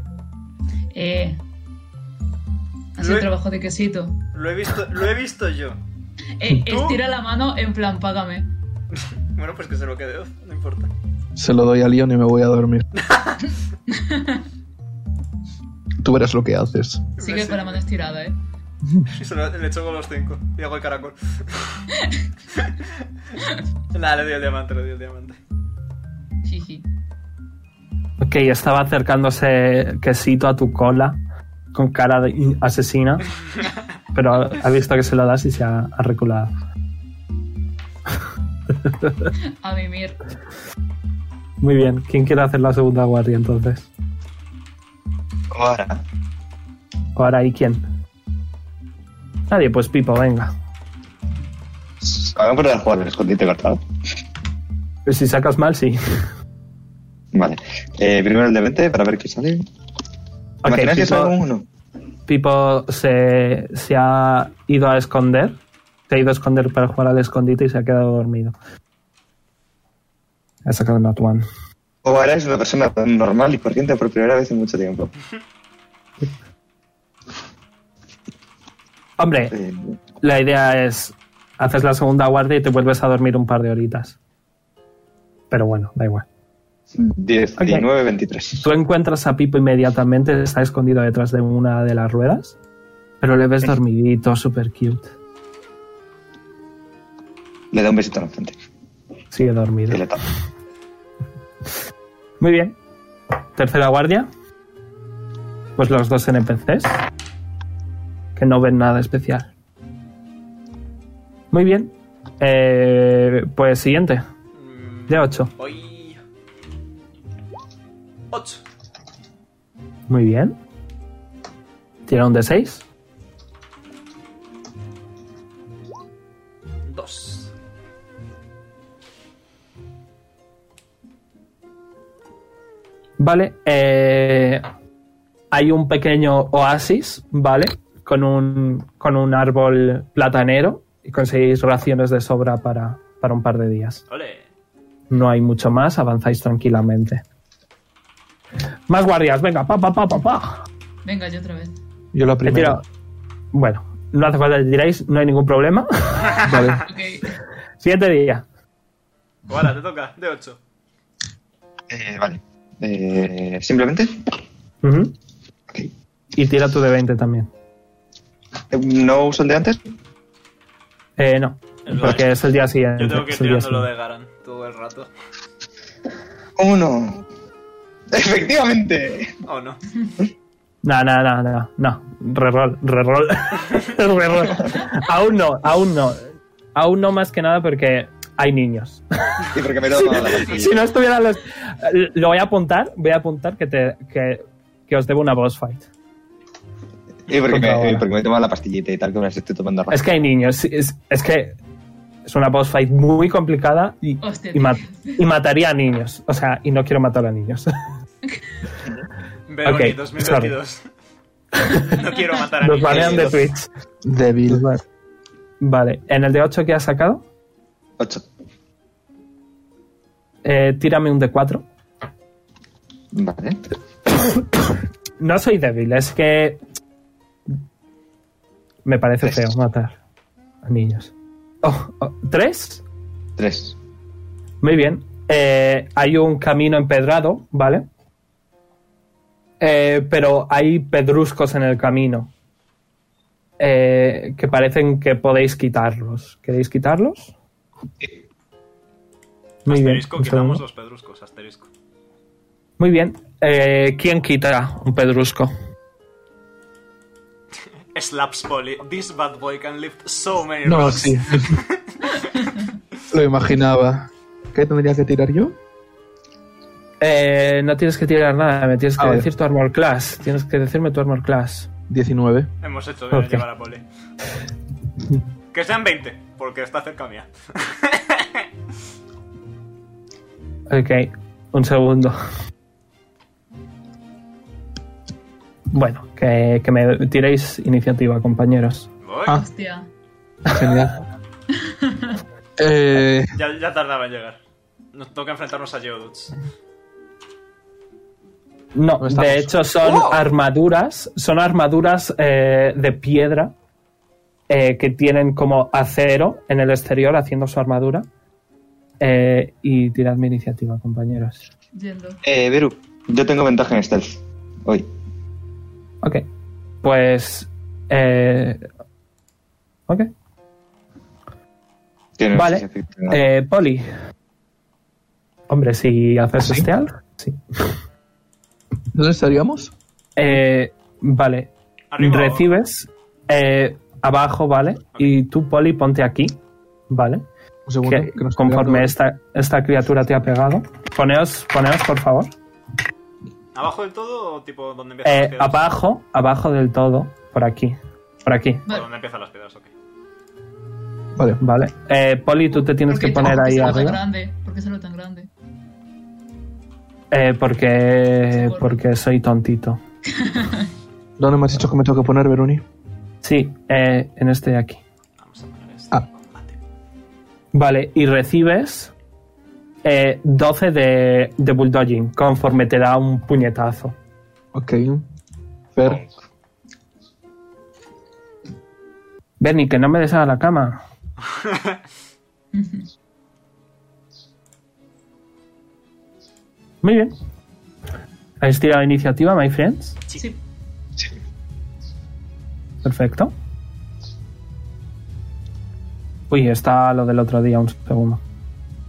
Speaker 4: Eh. Hace
Speaker 2: Lue-
Speaker 4: trabajo de quesito.
Speaker 2: Lo he visto, lo he visto yo.
Speaker 4: Eh,
Speaker 2: ¿Tú?
Speaker 4: estira la mano en plan, págame.
Speaker 2: Bueno, pues que se lo quede Oz, no importa.
Speaker 3: Se lo doy a Leon y me voy a dormir. Tú verás lo que haces.
Speaker 4: Sigue
Speaker 2: Me
Speaker 4: con la mano estirada, eh.
Speaker 2: Y se lo- le echo con los cinco. Y hago el caracol. Nada, le doy el diamante, le doy el diamante.
Speaker 4: Jiji.
Speaker 1: Ok, estaba acercándose quesito a tu cola con cara de in- asesina. pero ha- ha visto que se lo das y se ha, ha reculado.
Speaker 4: A mimir.
Speaker 1: Muy bien, ¿quién quiere hacer la segunda guardia entonces?
Speaker 5: Ahora.
Speaker 1: Ahora, ¿y quién? Nadie, pues Pipo, venga.
Speaker 5: Vamos a poner a jugar al escondite cortado.
Speaker 1: Pero Si sacas mal, sí.
Speaker 5: Vale. Eh, primero el de 20 para ver qué sale.
Speaker 1: Ok,
Speaker 5: Imagina que
Speaker 1: Pipo-
Speaker 5: salga un uno.
Speaker 1: Pipo se, se ha ido a esconder. Se ha ido a esconder para jugar al escondite y se ha quedado dormido. Ha sacado una tuan.
Speaker 5: Ahora es una persona normal y corriente por primera vez en mucho tiempo.
Speaker 1: Hombre,
Speaker 5: Eh,
Speaker 1: la idea es haces la segunda guardia y te vuelves a dormir un par de horitas. Pero bueno, da igual.
Speaker 5: 19, 23.
Speaker 1: Tú encuentras a Pipo inmediatamente, está escondido detrás de una de las ruedas, pero le ves dormidito, super cute.
Speaker 5: Le da un besito en la frente.
Speaker 1: Sigue dormido.
Speaker 5: Y le tapa.
Speaker 1: Muy bien. Tercera guardia. Pues los dos NPCs. Que no ven nada especial. Muy bien. Eh, pues siguiente.
Speaker 2: Mm,
Speaker 1: De 8.
Speaker 2: Hoy. Ocho.
Speaker 1: Muy bien. Tira un de 6.
Speaker 2: Dos.
Speaker 1: Vale. eh, hay un pequeño oasis, ¿vale? Con un, con un árbol platanero. Y conseguís raciones de sobra para, para un par de días.
Speaker 2: Ole.
Speaker 1: No hay mucho más, avanzáis tranquilamente. Más guardias, venga, pa, pa, pa, pa, pa.
Speaker 4: Venga, yo otra vez.
Speaker 3: Yo la
Speaker 1: He
Speaker 3: primera.
Speaker 1: tirado- Bueno, no hace falta que tiréis, no hay ningún problema.
Speaker 3: Vale.
Speaker 4: Ok.
Speaker 1: Siguiente día.
Speaker 2: Ahora te toca, de ocho.
Speaker 5: Eh, vale. Eh, Simplemente.
Speaker 1: Ujú.
Speaker 5: Ok.
Speaker 1: Y tira tú de 20 también.
Speaker 5: Eh, ¿No uso el de antes?
Speaker 1: Eh, no,
Speaker 2: El
Speaker 1: porque
Speaker 2: de-
Speaker 1: es el día siguiente.
Speaker 2: Yo tengo que ir
Speaker 1: es el día
Speaker 2: tirando lo
Speaker 1: siguiente.
Speaker 2: de Garan todo el rato.
Speaker 5: ¡Uno! ¡Efectivamente!
Speaker 2: Oh no.
Speaker 1: No, no, no, no, no. Reroll, reroll. reroll. aún no, aún no. Aún no más que nada porque hay niños.
Speaker 5: Y porque me he tomado la
Speaker 1: si no estuvieran los. Lo voy a apuntar, voy a apuntar que, te, que, que os debo una boss fight.
Speaker 5: Y porque
Speaker 1: Contra
Speaker 5: me,
Speaker 1: ahora.
Speaker 5: y porque me he tomado la pastillita y tal, que me las estoy tomando rápido.
Speaker 1: Es que hay niños, es, es que es una boss fight muy complicada y,
Speaker 4: Hostia,
Speaker 1: y, ma-
Speaker 4: tío.
Speaker 1: y mataría a niños. O sea, y no quiero matar a niños.
Speaker 2: Veo
Speaker 1: Ok,
Speaker 2: 2022. no quiero matar a
Speaker 1: Los
Speaker 2: niños.
Speaker 1: banean de Twitch.
Speaker 3: Débil.
Speaker 1: Vale, en el de 8 que has sacado,
Speaker 5: Ocho.
Speaker 1: eh, tírame un de 4.
Speaker 5: Vale.
Speaker 1: No soy débil, es que. Me parece feo
Speaker 5: Tres.
Speaker 1: matar a niños. Oh, oh, ¿Tres?
Speaker 5: Tres.
Speaker 1: Muy bien. Eh, hay un camino empedrado, ¿vale? Eh, pero hay pedruscos en el camino. eh, que parecen que podéis quitarlos. ¿Queréis quitarlos? Muy bien.
Speaker 2: Asterisco,
Speaker 1: un
Speaker 2: quitamos
Speaker 1: segundo.
Speaker 2: los pedruscos, asterisco.
Speaker 1: Muy bien. Eh, ¿Quién quita un pedrusco?
Speaker 2: Slaps Poli. This bad boy can lift so many
Speaker 3: No,
Speaker 2: rocks.
Speaker 3: sí. Lo imaginaba. ¿Qué tendría que tirar yo?
Speaker 1: Eh, no tienes que tirar nada, me tienes que
Speaker 3: Ah, vale.
Speaker 1: decir tu armor class. Tienes que decirme tu armor class.
Speaker 3: 19.
Speaker 2: Hemos hecho bien en
Speaker 1: Ok.
Speaker 2: llevar a Poli. Que sean 20, porque está cerca mía.
Speaker 1: Ok, un segundo. Bueno, que, que me tiréis iniciativa, compañeros.
Speaker 2: Voy.
Speaker 3: Ah.
Speaker 4: Hostia.
Speaker 3: Genial. Eh,
Speaker 2: Ya, ya tardaba en llegar. Nos toca enfrentarnos a Geodudes.
Speaker 1: No,
Speaker 3: No estamos.
Speaker 1: de hecho son
Speaker 2: ¡Oh!
Speaker 1: armaduras, son armaduras eh, de piedra eh, que tienen como acero en el exterior haciendo su armadura. Eh, y tirad mi iniciativa, compañeros.
Speaker 4: Yendo.
Speaker 5: Eh, Beru, yo tengo ventaja en stealth. Hoy.
Speaker 1: Ok, pues... eh, ok,
Speaker 5: Tienes
Speaker 1: Vale.
Speaker 5: esa efectividad.
Speaker 1: eh, Poli. Hombre, si haces
Speaker 3: ¿Sí?
Speaker 1: stealth, sí.
Speaker 3: ¿Dónde estaríamos?
Speaker 1: Eh, vale,
Speaker 2: Arriba,
Speaker 1: recibes eh, abajo, ¿vale? Y tú, Poli, ponte aquí, ¿vale?
Speaker 3: Un segundo.
Speaker 1: que-
Speaker 3: que nos
Speaker 1: conforme
Speaker 3: estoy
Speaker 1: esta, esta criatura te ha pegado. Poneos, poneos por favor.
Speaker 2: ¿Abajo del todo o tipo donde empiezan
Speaker 1: Eh,
Speaker 2: las piedras?
Speaker 1: abajo, abajo del todo, por aquí. Por aquí,
Speaker 2: O
Speaker 4: Vale.
Speaker 2: donde empiezan las piedras, ok.
Speaker 3: mirando. Vale.
Speaker 1: ¿vale? Eh, Poli, tú te tienes
Speaker 4: ¿Por qué
Speaker 1: que poner
Speaker 4: tan-
Speaker 1: ahí
Speaker 4: qué solo
Speaker 1: arriba.
Speaker 4: tan grande? ¿Por qué solo tan grande?
Speaker 1: Eh, porque,
Speaker 4: Sí, por-
Speaker 1: porque soy tontito.
Speaker 3: ¿Dónde me has dicho que me tengo que poner, Veroni?
Speaker 1: Sí, eh, en este de aquí.
Speaker 2: Vamos a poner este
Speaker 3: Ah.
Speaker 2: combate.
Speaker 1: Vale, y recibes eh, 12 de, de bulldogging conforme te da un puñetazo.
Speaker 3: Ok. Fer.
Speaker 1: Bernie, que no me deshaga la cama. Muy bien. ¿Habéis tirado iniciativa, my friends?
Speaker 4: Sí.
Speaker 1: Perfecto. Uy, está lo del otro día, un segundo.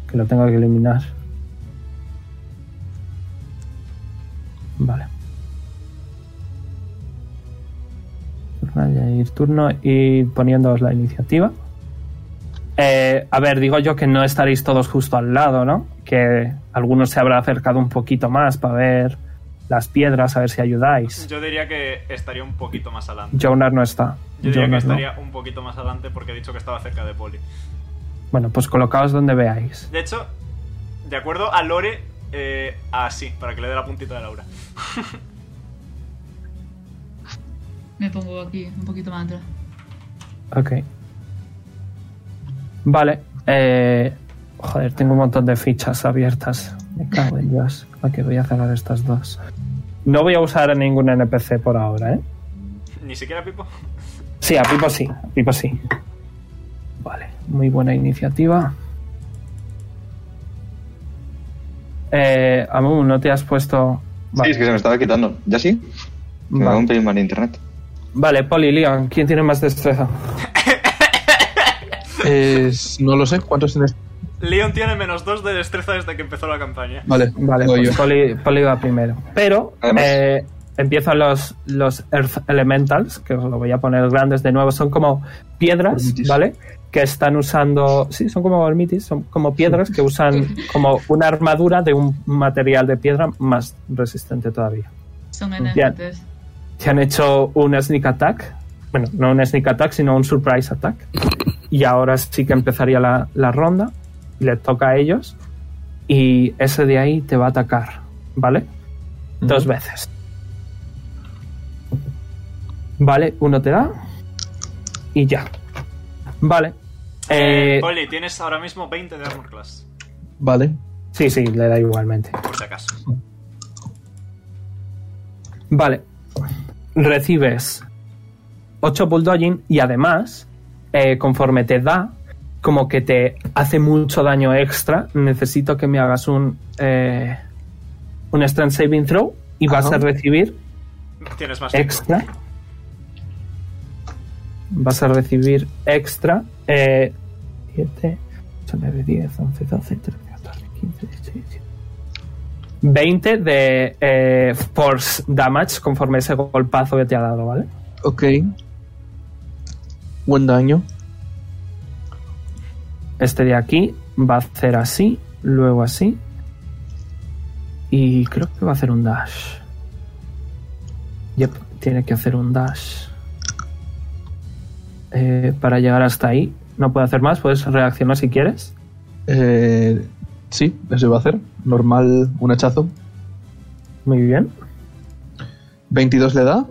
Speaker 1: Que lo tengo que eliminar. Vale. Turno, añadir turno y poniéndoos la iniciativa. Eh, a ver, digo yo que no estaréis todos justo al lado, ¿no? Que algunos se habrá acercado un poquito más para ver las piedras, a ver si ayudáis.
Speaker 2: Yo diría que estaría un poquito más adelante.
Speaker 1: Jonar no está.
Speaker 2: Yo diría
Speaker 1: Jonar
Speaker 2: que
Speaker 1: no.
Speaker 2: estaría un poquito más adelante porque he dicho que estaba cerca de Poli.
Speaker 1: Bueno, pues colocaos donde veáis.
Speaker 2: De hecho, de acuerdo a Lore, eh, así, para que le dé la puntita de Laura.
Speaker 4: Me pongo aquí, un poquito más atrás.
Speaker 1: Ok. Vale. eh, joder, tengo un montón de fichas abiertas. Me cago en Dios. Ok, voy a cerrar estas dos. No voy a usar a ningún NPC por ahora, ¿eh?
Speaker 2: Ni siquiera Pipo.
Speaker 1: Sí, a Pipo sí. a Pipo sí. Vale, muy buena iniciativa. Eh, Amu, no te has puesto...
Speaker 5: Sí, es que se me estaba quitando. ¿Ya sí? Que Me
Speaker 1: Vale.
Speaker 5: va un pelín mal de internet.
Speaker 1: Vale, Poli, Leon, ¿quién tiene más destreza?
Speaker 3: Es- no lo sé. ¿Cuántos tienes?
Speaker 2: Leon tiene menos dos de destreza desde que empezó la campaña.
Speaker 3: Vale.
Speaker 1: Vale,
Speaker 3: voy
Speaker 1: pues
Speaker 3: yo.
Speaker 1: Poli, Poli va primero. Pero
Speaker 5: Además.
Speaker 1: eh, empiezan los, los Earth Elementals, que os lo voy a poner grandes de nuevo. Son como piedras,
Speaker 3: Gormitis.
Speaker 1: ¿vale? Que están usando. Sí, son como gormitis, son como piedras que usan como una armadura de un material de piedra más resistente todavía.
Speaker 4: Son
Speaker 1: Bien.
Speaker 4: NFTs.
Speaker 1: Se han hecho un sneak attack. Bueno, no un sneak attack, sino un surprise attack. Y ahora sí que empezaría la, la ronda. Y le toca a ellos. Y ese de ahí te va a atacar, ¿vale? Dos veces. Vale, uno te da. Y ya. Vale. Eh,
Speaker 2: Poli, tienes ahora mismo 20 de armor class,
Speaker 3: Vale.
Speaker 1: sí, sí, le da igualmente.
Speaker 2: por si acaso.
Speaker 1: Vale. Recibes 8 bulldogging y además, eh, conforme te da, como que te hace mucho daño extra, necesito que me hagas un, eh, un strength saving throw y vas
Speaker 3: Ajá.
Speaker 1: a recibir
Speaker 2: Tienes más cinco.
Speaker 1: extra. Vas a recibir extra. Eh, 7, 8, 9, 10, 11, 12, 13, 14, 15, 16, 17. 20 de eh, force damage conforme ese golpazo que te ha dado, ¿vale?
Speaker 3: Ok. Buen daño.
Speaker 1: Este de aquí va a hacer así, luego así. Y creo que va a hacer un dash. Yep, tiene que hacer un dash. Eh, para llegar hasta ahí. No puede hacer más, puedes reaccionar si quieres.
Speaker 3: Eh, sí, eso va a hacer. Normal, un hachazo.
Speaker 1: Muy bien.
Speaker 3: 22 le da.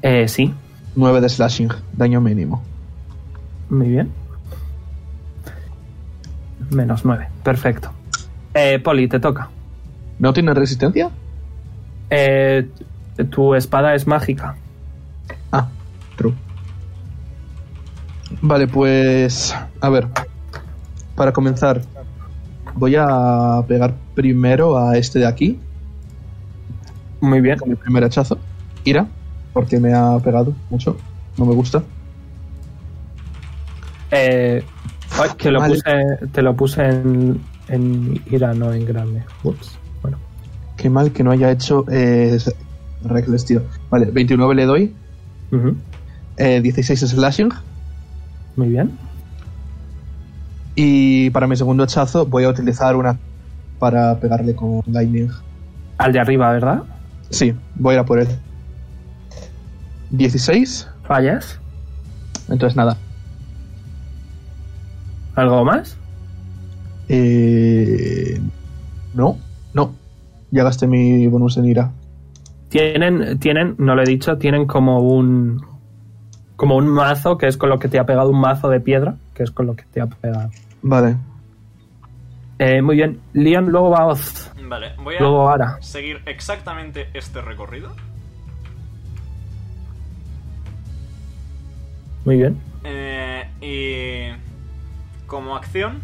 Speaker 1: Eh, sí,
Speaker 3: 9 de slashing. Daño mínimo.
Speaker 1: muy bien. Menos 9, perfecto. Eh, Poli, te toca.
Speaker 3: ¿No tiene resistencia?
Speaker 1: Eh, tu espada es mágica.
Speaker 3: Ah, true. Vale, pues. A ver. Para comenzar, voy a pegar primero a este de aquí
Speaker 1: Muy bien.
Speaker 3: con mi primer hachazo. Ira, porque me ha pegado mucho. No me gusta.
Speaker 1: Eh, ay, que lo
Speaker 3: Vale.
Speaker 1: puse, te lo puse en, en ira, no en grande. Ups. Bueno.
Speaker 3: Qué mal que no haya hecho eh, Reckless, tío. Vale, 29 le doy.
Speaker 1: Ujú.
Speaker 3: eh, 16 slashing.
Speaker 1: Muy bien.
Speaker 3: Y para mi segundo hachazo voy a utilizar una para pegarle con Lightning.
Speaker 1: Al de arriba, ¿verdad?
Speaker 3: Sí, voy a ir a por él. 16.
Speaker 1: Fallas.
Speaker 3: Entonces nada.
Speaker 1: ¿Algo más?
Speaker 3: Eh, no, no. Ya gasté mi bonus en ira.
Speaker 1: Tienen, tienen, no lo he dicho, tienen como un como un mazo que es con lo que te ha pegado un mazo de piedra, que es con lo que te ha pegado.
Speaker 3: Vale.
Speaker 1: Eh, muy bien, Leon, luego va Oz,
Speaker 2: Vale, voy
Speaker 1: luego
Speaker 2: a
Speaker 1: Ara.
Speaker 2: seguir exactamente este recorrido.
Speaker 1: Muy bien.
Speaker 2: Eh, y como acción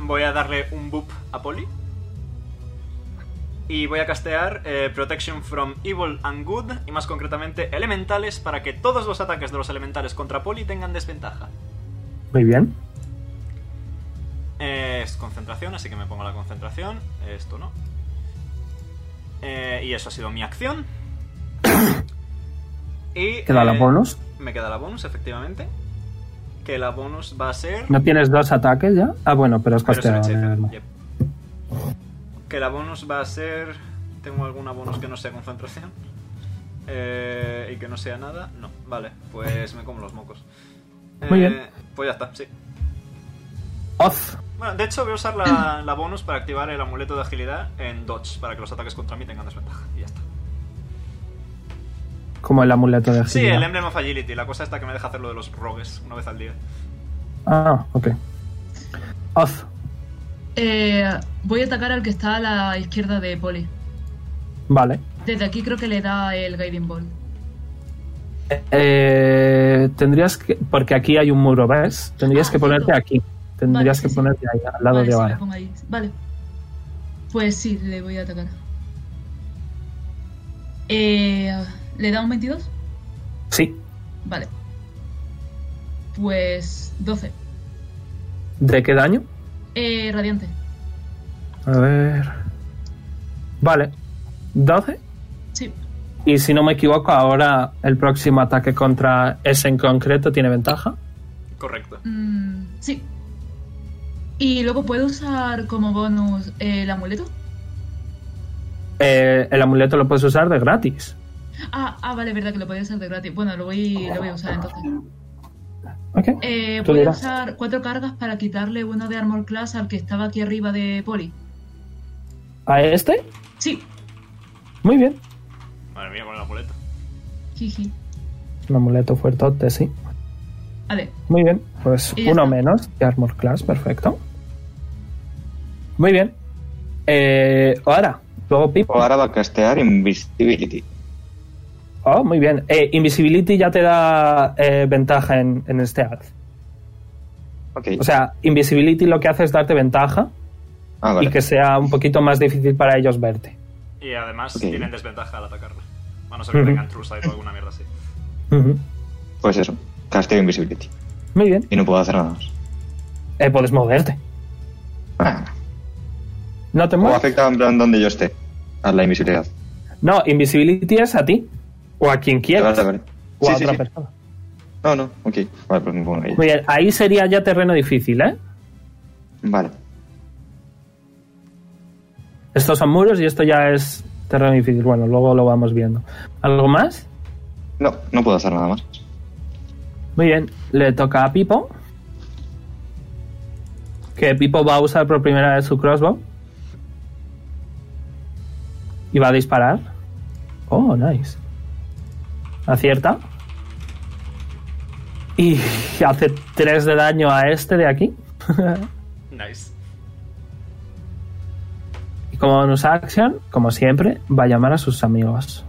Speaker 2: voy a darle un boop a Poli. Y voy a castear eh, Protection from Evil and Good y más concretamente Elementales para que todos los ataques de los elementales contra Poli tengan desventaja.
Speaker 1: Muy bien.
Speaker 2: Eh, es concentración, así que me pongo la concentración. Esto no. Eh, y eso ha sido mi acción. y,
Speaker 1: Queda la
Speaker 2: eh,
Speaker 1: bonus.
Speaker 2: Me queda la bonus, efectivamente. Que la bonus va a ser.
Speaker 1: ¿No tienes dos ataques ya? Ah, bueno, pero es
Speaker 2: Pero es un
Speaker 1: casteado.
Speaker 2: hechizo,
Speaker 1: nevermind.
Speaker 2: yep. Que la bonus va a ser. ¿Tengo alguna bonus que no sea concentración? Eh, y que no sea nada. No, vale, pues me como los mocos.
Speaker 1: Muy
Speaker 2: Eh,
Speaker 1: bien.
Speaker 2: Pues ya está, sí.
Speaker 1: Oz,
Speaker 2: Bueno, de hecho voy a usar la, la bonus para activar el amuleto de agilidad en dodge, para que los ataques contra mí tengan desventaja. Y ya está.
Speaker 1: como el amuleto de
Speaker 2: Sí, el
Speaker 1: agilidad.
Speaker 2: Emblem of Agility, la cosa esta que me deja hacer lo de los rogues una vez al día.
Speaker 1: Ah, ok. Oz,
Speaker 4: Eh, voy a atacar al que está a la izquierda de Poli.
Speaker 1: vale.
Speaker 4: Desde aquí creo que le da el Guiding Ball.
Speaker 1: Eh, tendrías que. Porque aquí hay un muro, ¿ves? Tendrías
Speaker 4: Ah,
Speaker 1: que ponerte
Speaker 4: cierto.
Speaker 1: aquí. Tendrías
Speaker 4: Vale,
Speaker 1: que
Speaker 4: sí, sí.
Speaker 1: ponerte ahí, al lado
Speaker 4: vale,
Speaker 1: de
Speaker 4: sí,
Speaker 1: Vara.
Speaker 4: lo pongo ahí. Vale. Pues sí, le voy a atacar. Eh, ¿Le da un 22?
Speaker 1: Sí.
Speaker 4: Vale. Pues 12.
Speaker 1: ¿De qué daño?
Speaker 4: Eh, radiante.
Speaker 1: A ver. Vale. 12.
Speaker 4: Sí.
Speaker 1: Y si no me equivoco, ahora el próximo ataque contra ese en concreto tiene ventaja.
Speaker 2: Correcto.
Speaker 4: Mm, sí. Y luego puedo usar como bonus el amuleto.
Speaker 1: Eh, el amuleto lo puedes usar de gratis.
Speaker 4: Ah, ah, vale, verdad que lo podía usar de gratis. Bueno, lo voy, lo voy a usar entonces.
Speaker 1: Ok.
Speaker 4: Eh,
Speaker 1: Tú
Speaker 4: voy a
Speaker 1: dirás.
Speaker 4: usar cuatro cargas para quitarle uno de armor class al que estaba aquí arriba de Poli.
Speaker 1: ¿A este?
Speaker 4: Sí.
Speaker 1: Muy bien.
Speaker 2: Madre mía, con el amuleto.
Speaker 4: Jiji.
Speaker 1: Un amuleto fuertote, sí.
Speaker 4: Vale.
Speaker 1: Muy bien, pues
Speaker 4: Y ya
Speaker 1: uno
Speaker 4: está.
Speaker 1: menos de Armor Class, perfecto. Muy bien. Eh, ahora, luego Pipo.
Speaker 5: Ahora va a castear Invisibility.
Speaker 1: Oh, muy bien. Eh, Invisibility ya te da eh, ventaja en, en este haz.
Speaker 5: Ok.
Speaker 1: O sea, Invisibility lo que hace es darte ventaja
Speaker 5: ah, vale.
Speaker 1: y que sea un poquito más difícil para ellos verte.
Speaker 2: Y además
Speaker 5: Ok.
Speaker 2: tienen desventaja al atacarla. A no ser que
Speaker 1: Ujú.
Speaker 2: tengan true sight o alguna mierda así.
Speaker 1: Ujú.
Speaker 5: Pues eso. Casteo Invisibility.
Speaker 1: Muy bien.
Speaker 5: Y no puedo hacer nada más.
Speaker 1: Eh, puedes moverte.
Speaker 5: Ah.
Speaker 1: No te
Speaker 5: O
Speaker 1: mueves.
Speaker 5: afecta en plan donde yo esté. A la invisibilidad.
Speaker 1: No, Invisibility es a ti. O a quien quieras.
Speaker 5: Vale, vale.
Speaker 1: O a
Speaker 5: Sí, sí,
Speaker 1: otra
Speaker 5: sí.
Speaker 1: persona.
Speaker 5: No, no. Ok. Vale, pues me pongo ahí.
Speaker 1: Muy bien, ahí sería ya terreno difícil, ¿eh?
Speaker 5: Vale.
Speaker 1: Estos son muros y esto ya es terreno difícil. Bueno, luego lo vamos viendo. ¿Algo más?
Speaker 5: No, no puedo hacer nada más.
Speaker 1: Muy bien, le toca a Pipo. Que Pipo va a usar por primera vez su crossbow. Y va a disparar. Oh, nice. Acierta. Y hace 3 de daño a este de aquí.
Speaker 2: Nice.
Speaker 1: y Como bonus action, como siempre, va a llamar a sus amigos.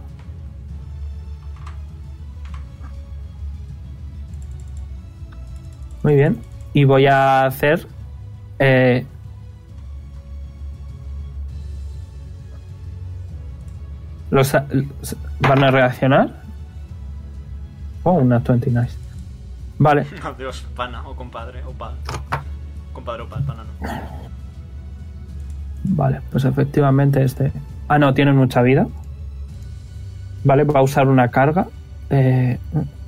Speaker 1: Muy bien. Y voy a hacer. eh, los, a- los- ¿Van a reaccionar? Oh, una 29. Vale.
Speaker 2: Adiós, pana o compadre o pal. Compadre o pal, pana no.
Speaker 1: Vale, pues efectivamente este. Ah, no, tienen mucha vida. Vale, va a usar una carga. Eh,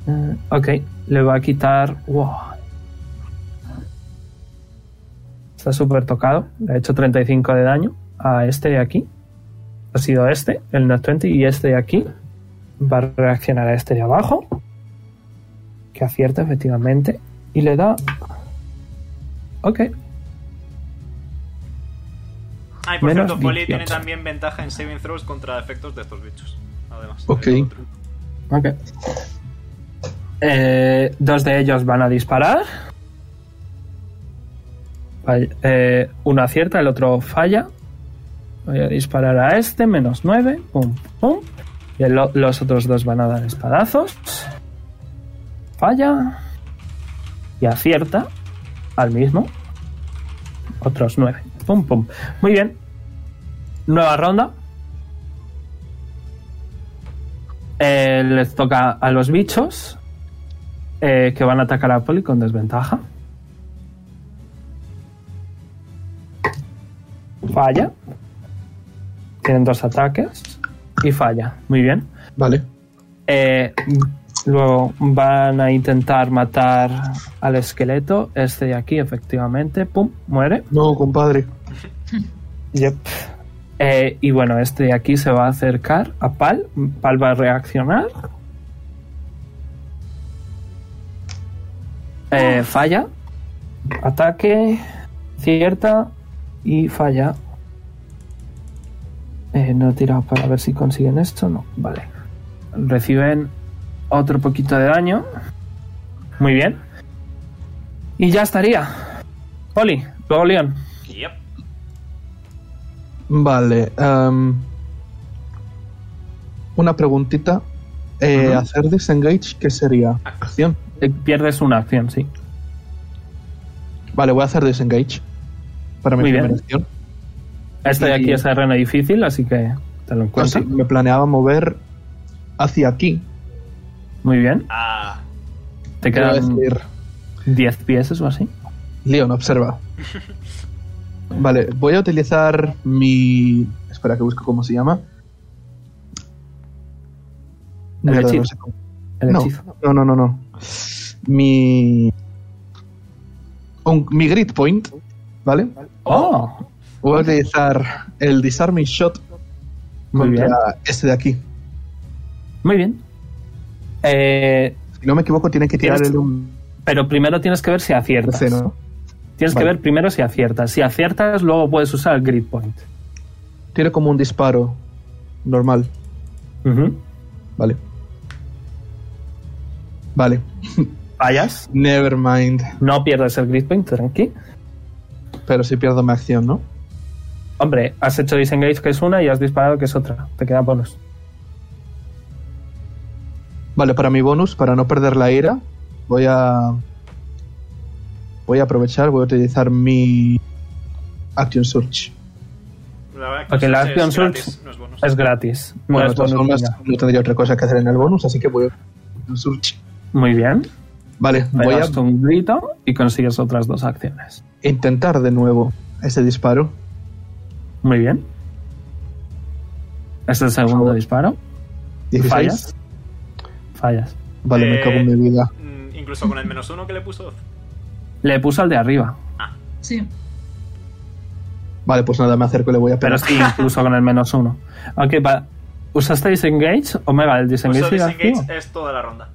Speaker 1: mm, mm, ok, le va a quitar. Wow. Está súper tocado. Le ha hecho 35 de daño a este de aquí. Ha sido este, el Nat 20, y este de aquí. Va a reaccionar a este de abajo. Que acierta, efectivamente. Y le da. Ok,
Speaker 2: Ah, y por
Speaker 1: Menos
Speaker 2: cierto, Foley tiene
Speaker 1: 18.
Speaker 2: también ventaja en saving throws contra efectos de estos bichos. Además.
Speaker 3: Ok.
Speaker 2: es lo otro.
Speaker 1: Ok. Eh, dos de ellos van a disparar. Fall- eh, uno acierta, el otro falla. Voy a disparar a este, menos 9. Pum, pum. Y el o- los otros dos van a dar espadazos. Falla. Y acierta al mismo. Otros 9. Pum, pum. Muy bien. Nueva ronda. Eh, les toca a los bichos eh, que van a atacar a Poli con desventaja. Falla. Tienen dos ataques y falla. Muy bien.
Speaker 3: Vale.
Speaker 1: Eh, luego van a intentar matar al esqueleto. Este de aquí, efectivamente. Pum, muere.
Speaker 3: No, compadre.
Speaker 1: Eh, y bueno, este de aquí se va a acercar a Pal. Pal va a reaccionar. Eh, falla. Ataque. Cierta. Y falla. Eh, no he tirado para ver si consiguen esto. No, vale. Reciben otro poquito de daño. Muy bien. Y ya estaría. Poli, luego Leon.
Speaker 2: Yep.
Speaker 3: Vale. em, una preguntita. Eh, Hacer disengage, ¿qué sería? Acción.
Speaker 1: Eh, Pierdes una acción, sí.
Speaker 3: Vale, voy a hacer disengage. Para mi
Speaker 1: Muy bien.
Speaker 3: primera acción.
Speaker 1: Este de aquí
Speaker 3: Y-
Speaker 1: es terreno difícil, así que te lo
Speaker 3: Pues
Speaker 1: encuentro.
Speaker 3: sí, me planeaba mover hacia aquí.
Speaker 1: Muy bien.
Speaker 2: Ah,
Speaker 1: Te
Speaker 3: Quiero
Speaker 1: quedan
Speaker 3: decir,
Speaker 1: 10 pies o así.
Speaker 3: Leon, observa. Vale, voy a utilizar mi. Espera que busco cómo se llama.
Speaker 1: El
Speaker 3: Mierda,
Speaker 1: hechizo.
Speaker 3: no sé cómo.
Speaker 1: El
Speaker 3: no,
Speaker 1: hechizo.
Speaker 3: No, no, no, no. Mi. un- mi grid point, ¿vale?
Speaker 1: ¡Oh!
Speaker 3: Voy a utilizar el disarming shot
Speaker 1: Muy
Speaker 3: contra
Speaker 1: bien.
Speaker 3: este de aquí.
Speaker 1: Muy bien. Eh,
Speaker 3: Si no me equivoco, tiene que tirar
Speaker 1: Tienes-
Speaker 3: el un
Speaker 1: pero primero tienes que ver si aciertas.
Speaker 3: 13, ¿no?
Speaker 1: Tienes
Speaker 3: Vale.
Speaker 1: que ver primero si aciertas. Si aciertas, luego puedes usar el grid point.
Speaker 3: Tiene como un disparo normal,
Speaker 1: Ujú.
Speaker 3: ¿vale? Vale.
Speaker 1: Fallas.
Speaker 3: Never mind.
Speaker 1: No pierdes el grid point, tranqui.
Speaker 3: Pero si pierdo mi acción, ¿no?
Speaker 1: Hombre, has hecho disengage que es una y has disparado que es otra. Te queda bonus.
Speaker 3: Vale, para mi bonus, para no perder la ira, voy a. Voy a aprovechar, voy a utilizar mi. Action Search.
Speaker 2: la verdad que
Speaker 1: Porque la
Speaker 2: es
Speaker 1: action
Speaker 2: gratis,
Speaker 1: search
Speaker 2: no es bonus.
Speaker 1: Es gratis. No
Speaker 3: Bueno, de
Speaker 1: es
Speaker 3: todas
Speaker 1: bonus
Speaker 3: formas,
Speaker 1: ni nada.
Speaker 3: no tendría otra cosa que hacer en el bonus, así que voy a. Action Search.
Speaker 1: Muy bien.
Speaker 3: Vale, voy a
Speaker 1: Pegas un grito y consigues otras dos acciones.
Speaker 3: intentar de nuevo ese disparo.
Speaker 1: Muy bien. Este Es el segundo disparo.
Speaker 3: 16.
Speaker 1: Fallas. Fallas.
Speaker 3: Vale, me
Speaker 2: Eh,
Speaker 3: cago en mi vida.
Speaker 2: Mm, Incluso con el menos uno que le puso.
Speaker 1: Le puso al de arriba.
Speaker 4: Sí.
Speaker 3: Vale, pues nada, me acerco y le voy a
Speaker 1: Pero
Speaker 3: pegar.
Speaker 1: sí, incluso con el menos uno. Ok, va. ¿Usaste disengage? Omega, el disengage
Speaker 2: Uso
Speaker 1: sigue activo.
Speaker 2: disengage es toda la ronda.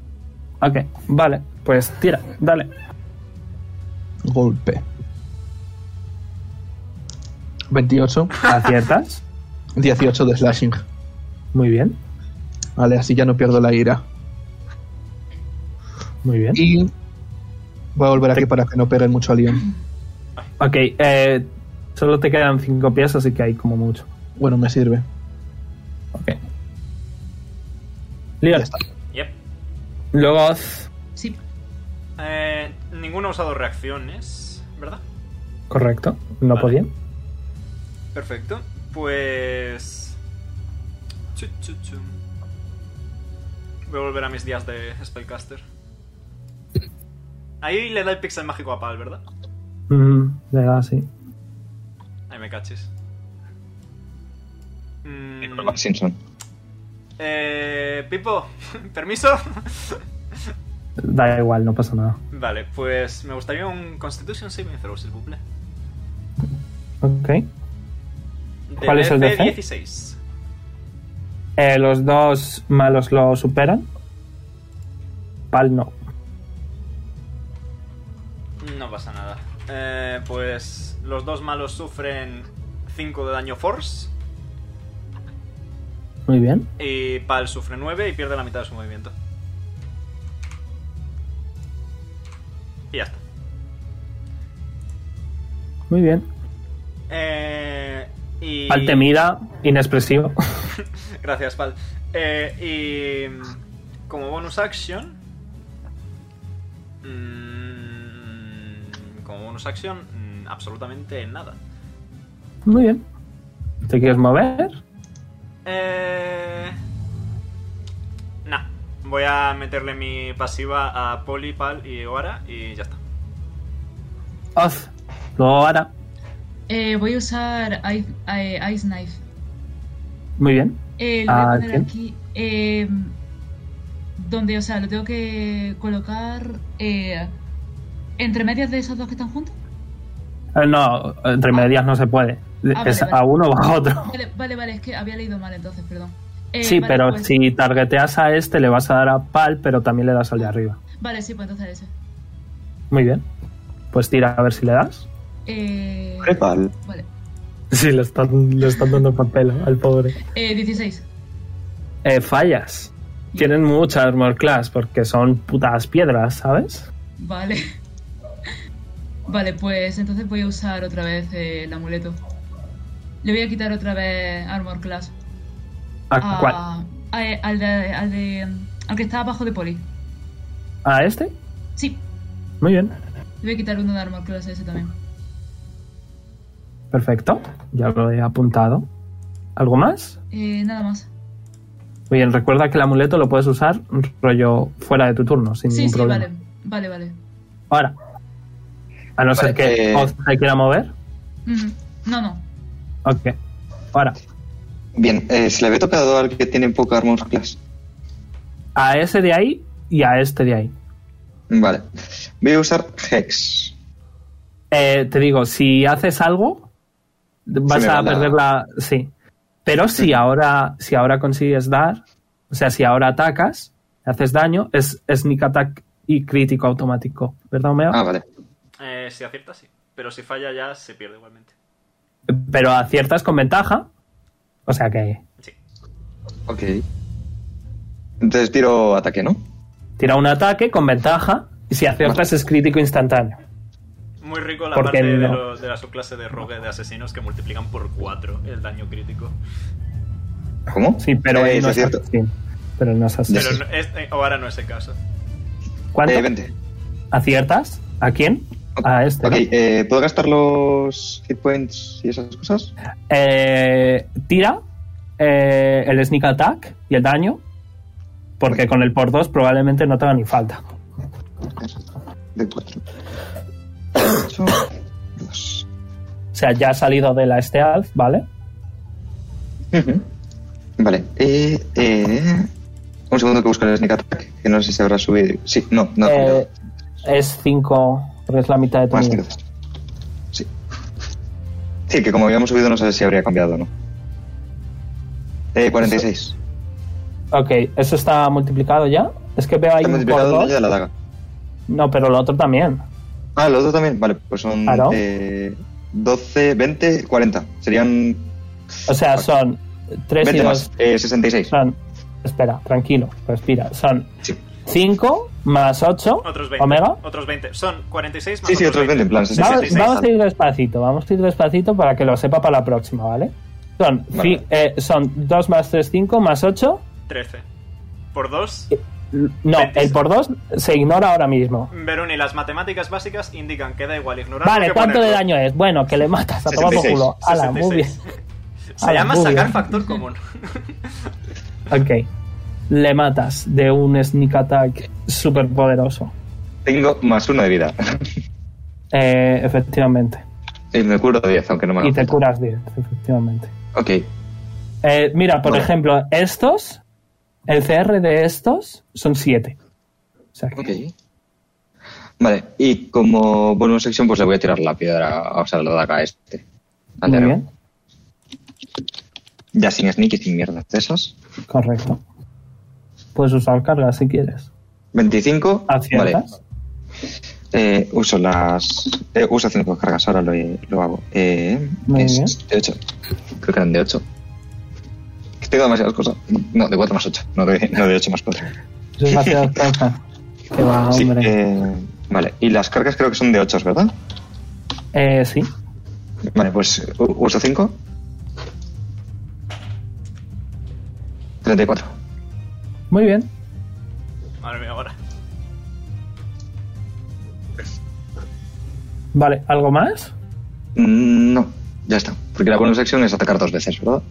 Speaker 1: Ok, vale. Pues tira, dale.
Speaker 3: Golpe. 28.
Speaker 1: Aciertas.
Speaker 3: 18 de slashing.
Speaker 1: Muy bien,
Speaker 3: Vale, así ya no pierdo la ira.
Speaker 1: muy bien.
Speaker 3: Y voy a volver aquí para que no peguen mucho a Leon.
Speaker 1: Ok, eh, solo te quedan cinco pies, así que hay como mucho.
Speaker 3: Bueno, me sirve.
Speaker 1: Ok. Leon.
Speaker 3: Ya está.
Speaker 2: Yep.
Speaker 1: Luego Oz.
Speaker 4: Sí.
Speaker 2: Eh, ninguno ha usado reacciones, ¿verdad?
Speaker 1: Correcto. No
Speaker 2: Vale.
Speaker 1: podía.
Speaker 2: Perfecto. Pues. Chu, chu, chu. Voy a volver a mis días de Spellcaster. Ahí le da el pixel mágico a Pal, ¿verdad?
Speaker 1: Mm, le da así.
Speaker 2: Ahí me cachis. Mm,
Speaker 6: Hola, Simpson.
Speaker 2: eh, Pipo, ¿permiso?
Speaker 1: Da igual, no pasa nada.
Speaker 2: vale, pues me gustaría un Constitution Saving Throw, si buble.
Speaker 1: Ok. ¿Cuál es el DC?
Speaker 2: 16.
Speaker 1: Eh, los dos malos lo superan. Pal no.
Speaker 2: No pasa nada. Eh, pues los dos malos sufren 5 de daño force
Speaker 1: Muy bien.
Speaker 2: y Pal sufre 9 y pierde la mitad de su movimiento. Y ya está.
Speaker 1: Muy bien.
Speaker 2: Eh, y...
Speaker 1: Pal te mira, inexpresivo.
Speaker 2: Gracias, Pal. Eh, y mm, como bonus action... mm, como bonus action, mm, absolutamente nada.
Speaker 1: Muy bien. ¿Te quieres mover?
Speaker 2: Eh... Nah, voy a meterle mi pasiva a Poli, Pal y Oara y ya está.
Speaker 1: Oz. Luego ahora.
Speaker 4: Eh, voy a usar Ice, eh, Ice Knife.
Speaker 1: Muy bien.
Speaker 4: Eh, lo voy a
Speaker 1: Ah,
Speaker 4: poner
Speaker 1: ¿quién?
Speaker 4: aquí. eh, donde, o sea, lo tengo que colocar eh, entre medias de esos dos que están juntos.
Speaker 1: Eh, no, entre medias no se puede.
Speaker 4: Ah,
Speaker 1: es
Speaker 4: vale,
Speaker 1: a
Speaker 4: vale.
Speaker 1: uno o a otro.
Speaker 4: Vale, vale, vale, es que había leído mal entonces, perdón. Eh,
Speaker 1: sí,
Speaker 4: vale,
Speaker 1: pero
Speaker 4: pues-
Speaker 1: si targeteas a este le vas a dar a pal, pero también le das al de arriba.
Speaker 4: Vale, sí, pues entonces ese.
Speaker 1: Muy bien. Pues tira a ver si le das.
Speaker 4: Eh,
Speaker 5: Pal.
Speaker 4: vale.
Speaker 1: Sí, le están, le están dando papel al pobre.
Speaker 4: Eh, 16.
Speaker 1: Eh, fallas. Tienen mucha armor class porque son putas piedras, ¿sabes?
Speaker 4: Vale. Vale, pues entonces voy a usar otra vez eh, el amuleto. Le voy a quitar otra vez Armor Class.
Speaker 1: ¿A
Speaker 4: a-
Speaker 1: cuál?
Speaker 4: a- e- al, de, al de. Al que está abajo de Poli.
Speaker 1: ¿A este?
Speaker 4: Sí,
Speaker 1: Muy bien.
Speaker 4: le voy a quitar uno de Armor Class a ese también.
Speaker 1: Perfecto. Ya lo he apuntado. ¿Algo más?
Speaker 4: Eh, nada más.
Speaker 1: Muy bien, recuerda que el amuleto lo puedes usar rollo fuera de tu turno, sin
Speaker 4: Sí,
Speaker 1: ningún
Speaker 4: sí,
Speaker 1: problema.
Speaker 4: vale. Vale, vale.
Speaker 1: Ahora. A no ser
Speaker 6: Vale,
Speaker 1: que
Speaker 6: eh,
Speaker 1: Oz se quiera mover.
Speaker 4: Ujú. No, no.
Speaker 1: Ok. Ahora.
Speaker 6: Bien, eh, se le había tocado al que tiene poca armor class.
Speaker 1: A ese de ahí y a este de ahí.
Speaker 6: Vale. Voy a usar Hex.
Speaker 1: Eh, te digo, si haces algo, vas
Speaker 6: me
Speaker 1: a
Speaker 6: va la-
Speaker 1: perder la... Sí. Pero si ahora, si ahora consigues dar, o sea, si ahora atacas, haces daño, es sneak attack y crítico automático. ¿Verdad, Omega?
Speaker 6: Ah, vale.
Speaker 2: Eh, si acierta, sí. Pero si falla ya, se pierde igualmente.
Speaker 1: Pero aciertas con ventaja. O sea que
Speaker 2: Sí.
Speaker 6: Ok. Entonces tiro ataque, ¿no?
Speaker 1: tira un ataque con ventaja y si aciertas es crítico instantáneo.
Speaker 2: Muy rico la
Speaker 1: Porque
Speaker 2: parte de,
Speaker 1: no.
Speaker 2: los- de la subclase de rogue de asesinos que multiplican por 4 el daño crítico.
Speaker 6: ¿Cómo?
Speaker 1: Sí, pero
Speaker 6: Eh,
Speaker 1: él no
Speaker 6: es
Speaker 1: es
Speaker 6: cierto.
Speaker 1: asesino. Pero no es asesino.
Speaker 2: Pero no, este- ahora no es el caso.
Speaker 1: ¿Cuánto?
Speaker 6: Eh, 20.
Speaker 1: ¿Aciertas? ¿A quién? A este.
Speaker 6: Ok,
Speaker 1: ¿no?
Speaker 6: eh, ¿puedo gastar los hit points y esas cosas?
Speaker 1: Ah. Eh, tira eh, el sneak attack y el daño. Porque con el por 2 probablemente no te haga ni falta.
Speaker 6: De 4. 2.
Speaker 1: O sea, ya ha salido de la este alf, ¿vale?
Speaker 6: Vale. Eh, eh, un segundo que busco el sneak attack, que no sé si habrá subido. Sí, no, no.
Speaker 1: Eh, es 5, porque es la mitad de tu
Speaker 6: Más
Speaker 1: nivel.
Speaker 6: 5. Sí. Sí, que como habíamos subido no sé si habría cambiado o no. Eh, 46.
Speaker 1: Ok, eso está multiplicado ya. Es que veo ahí
Speaker 6: Está
Speaker 1: un
Speaker 6: multiplicado el
Speaker 1: por
Speaker 6: daño de
Speaker 1: dos.
Speaker 6: la daga.
Speaker 1: No, pero el otro también.
Speaker 6: Ah, los dos también. Vale, pues son
Speaker 1: Claro.
Speaker 6: eh, 12, 20, 40. Serían
Speaker 1: O sea, son 3 y
Speaker 6: 20
Speaker 1: 2.
Speaker 6: más. Eh, 66.
Speaker 1: Son. Espera, tranquilo, respira. Son
Speaker 6: Sí.
Speaker 1: 5 más 8.
Speaker 2: Otros 20.
Speaker 1: Omega.
Speaker 2: Otros 20. Son 46 más
Speaker 6: Sí, sí, otros 20, en plan
Speaker 1: Vamos,
Speaker 6: 66.
Speaker 1: vamos a ir despacito, vamos a ir despacito para que lo sepa para la próxima, ¿vale? Son,
Speaker 5: Vale.
Speaker 1: fi- eh, son 2 más 3, 5 más 8.
Speaker 2: 13. Por 2,
Speaker 1: No,
Speaker 2: 26.
Speaker 1: el por 2 se ignora ahora mismo.
Speaker 2: Veruni, las matemáticas básicas indican Ah, que da igual ignorar.
Speaker 1: Vale, ¿cuánto de daño es? Bueno, que le matas a tomar por
Speaker 5: 66.
Speaker 1: culo. Ala, muy bien.
Speaker 2: Se
Speaker 1: Ala,
Speaker 2: llama
Speaker 1: muy
Speaker 2: sacar
Speaker 1: bien.
Speaker 2: factor común.
Speaker 1: Ok. Le matas de un sneak attack súper poderoso.
Speaker 5: Tengo más uno de vida.
Speaker 1: Eh, efectivamente.
Speaker 5: y me curo 10, aunque no me lo
Speaker 1: y te
Speaker 5: apunte.
Speaker 1: curas 10, efectivamente.
Speaker 5: Ok.
Speaker 1: Eh, mira, por
Speaker 5: Vale.
Speaker 1: ejemplo, estos, el CR de estos son 7. O sea, que-
Speaker 5: Ok. Vale, y como bonus sección, pues le voy a tirar la piedra, o sea, la daga a este. Al de
Speaker 1: muy
Speaker 5: arriba.
Speaker 1: bien.
Speaker 5: Ya sin sneak y sin mierdas de esas.
Speaker 1: Correcto. Puedes usar carga si quieres.
Speaker 5: 25. Vale.
Speaker 1: Aciertas.
Speaker 5: Eh, uso las. eh, uso 5 cargas, ahora lo, lo hago. Eh,
Speaker 1: Muy
Speaker 5: es
Speaker 1: bien.
Speaker 5: de 8. Creo que eran de 8. Tengo demasiadas cosas. No, de 4 más 8. No de, no de 8 más 4.
Speaker 1: Eso es demasiado fuerza. Que va,
Speaker 5: Sí,
Speaker 1: hombre. Eh,
Speaker 5: eh, vale, y las cargas creo que son de 8, ¿verdad?
Speaker 1: Eh, sí.
Speaker 5: Vale, pues u- uso 5. 34.
Speaker 1: Muy bien.
Speaker 2: Madre mía, ahora.
Speaker 1: Vale, ¿algo más?
Speaker 5: Mm, No, ya está. Porque la bonus acción es atacar dos veces, ¿verdad?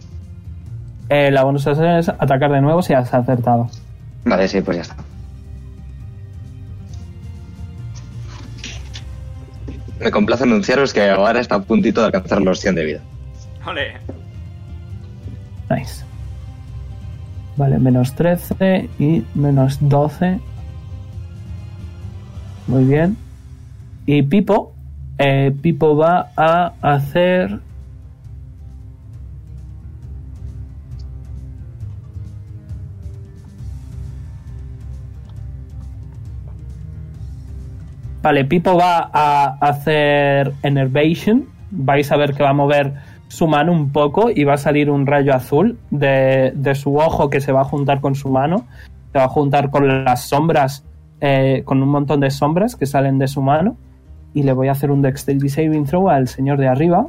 Speaker 1: Eh, la bonus acción es atacar de nuevo si has acertado.
Speaker 5: Vale, sí, pues ya está. Me complace anunciaros que ahora está a puntito de alcanzar los 100 de vida.
Speaker 2: Ole.
Speaker 1: Nice. Vale, menos 13 y menos 12. Muy bien. Y Pipo. eh, Pipo va a hacer. Vale, Pipo va a hacer Enervation. Vais a ver que va a mover su mano un poco y va a salir un rayo azul de, de su ojo que se va a juntar con su mano. Se va a juntar con las sombras, eh, con un montón de sombras que salen de su mano. Y le voy a hacer un Dexterity Saving Throw al señor de arriba.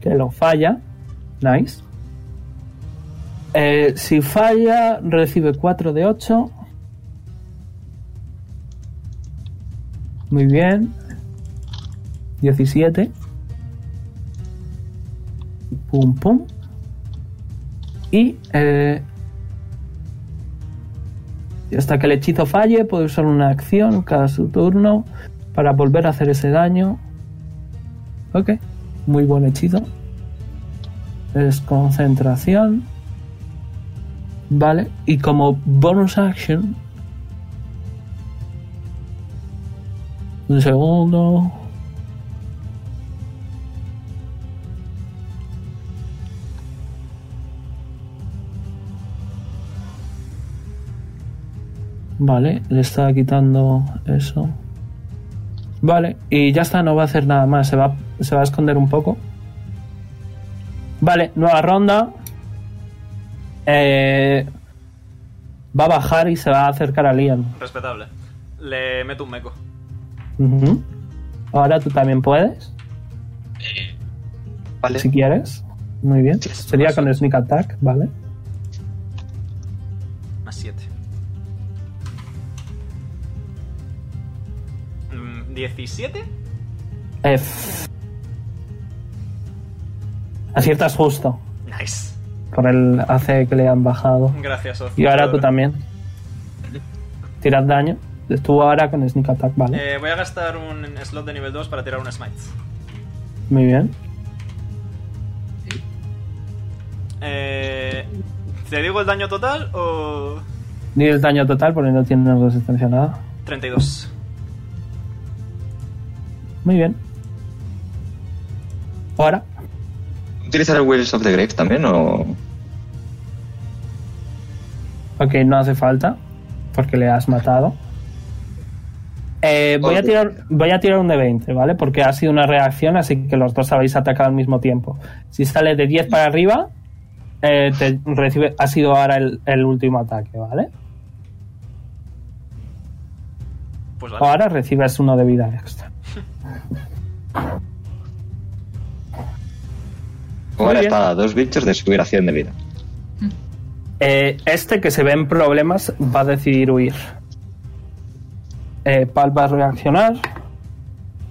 Speaker 1: Que lo falla. Nice. Eh, si falla, recibe 4 de 8. Muy bien. 17. Pum, pum. Y eh, hasta que el hechizo falle, puede usar una acción cada su turno para volver a hacer ese daño. Ok, muy buen hechizo. Es concentración. Vale, y como bonus action. Un segundo. Vale, le estaba quitando eso. Vale, y ya está, no va a hacer nada más. Se va, se va a esconder un poco. Vale, nueva ronda. Eh, va a bajar y se va a acercar a Liam.
Speaker 2: Respetable. Le meto un meco.
Speaker 1: Ujú. Ahora tú también puedes,
Speaker 5: Vale.
Speaker 1: si quieres. Muy bien. Sería con Sneak Attack, ¿vale?
Speaker 2: Más 7. Mm, 17.
Speaker 1: F. Aciertas justo
Speaker 2: Nice.
Speaker 1: por el AC que le han bajado.
Speaker 2: Gracias, Oz.
Speaker 1: Y ahora tú también. Tirad daño. Tú ahora con Sneak Attack, vale.
Speaker 2: Eh, voy a gastar un slot de nivel 2 para tirar un smite.
Speaker 1: Muy bien.
Speaker 2: Eh, ¿Te digo el daño total o...?
Speaker 1: Ni el daño total porque no tiene resistencia a nada.
Speaker 2: 32.
Speaker 1: Muy bien. Ahora.
Speaker 5: ¿Utilizar el Wheels of the Grave también o...?
Speaker 1: Ok, no hace falta. Porque le has matado. Eh, voy, a
Speaker 5: Ok.
Speaker 1: tirar, voy a tirar un de 20, ¿vale? Porque ha sido una reacción, así que los dos habéis atacado al mismo tiempo. Si sale de 10 para arriba, eh, te recibe, ha sido ahora el, el último ataque, ¿vale?
Speaker 2: Pues vale.
Speaker 1: Ahora recibes uno de vida extra.
Speaker 6: Ahora
Speaker 1: bien.
Speaker 6: está a dos bichos de subir a 100 de vida.
Speaker 1: Eh, este que se ve en problemas va a decidir huir. Eh, Pal va a reaccionar.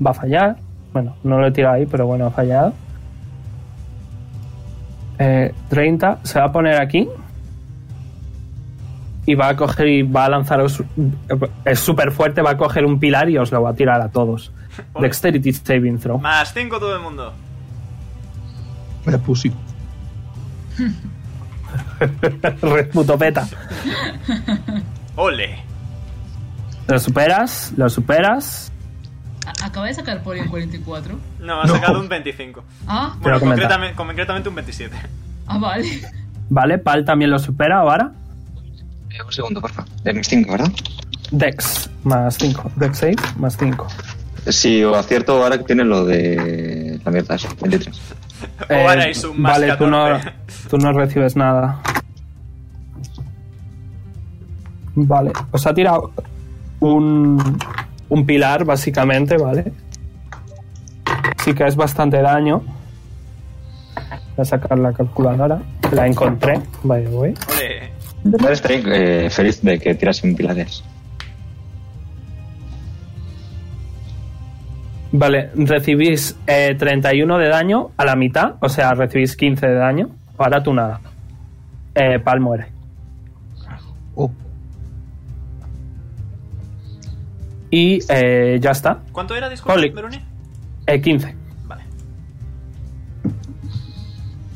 Speaker 1: Va a fallar. Bueno, no lo he tirado ahí, pero bueno, ha fallado. Eh, 30. Se va a poner aquí. Y va a coger y va a lanzaros. Es súper fuerte, va a coger un pilar y os lo va a tirar a todos.
Speaker 2: Ole.
Speaker 1: Dexterity Saving Throw.
Speaker 2: Más 5 todo el mundo.
Speaker 3: Me puse.
Speaker 1: Re puto peta.
Speaker 2: Ole.
Speaker 1: Lo superas, lo superas.
Speaker 4: A- Acaba de sacar Poli un 44.
Speaker 2: No, ha sacado un 25.
Speaker 4: Ah,
Speaker 1: comenta.
Speaker 2: Bueno, concretamente, concretamente un 27.
Speaker 4: ah, vale.
Speaker 1: Vale, Pal también lo supera ahora.
Speaker 6: Eh, un segundo, porfa. De mis 5, ¿verdad?
Speaker 1: Dex más 5. Dex 6 más 5.
Speaker 6: Si lo acierto, ahora que tiene lo de la mierda, eso, 23.
Speaker 2: O ahora Oh, es un más
Speaker 1: Eh, vale, tú no,
Speaker 2: 14.
Speaker 1: tú no recibes nada. Vale, os ha tirado un, un pilar, básicamente, ¿vale? Sí que es bastante daño. Voy a sacar la calculadora. La encontré, vale, voy.
Speaker 2: Ole.
Speaker 6: Ahora estaré eh, feliz de que tirase un pilares.
Speaker 1: Vale, recibís eh, 31 de daño a la mitad, o sea, recibís 15 de daño. Ahora tú nada. Eh, Pal muere.
Speaker 3: Oh,
Speaker 1: Y eh, ya está.
Speaker 2: ¿Cuánto era, disculpa,
Speaker 1: Ole.
Speaker 2: Veroni?
Speaker 1: Eh, 15.
Speaker 2: Vale.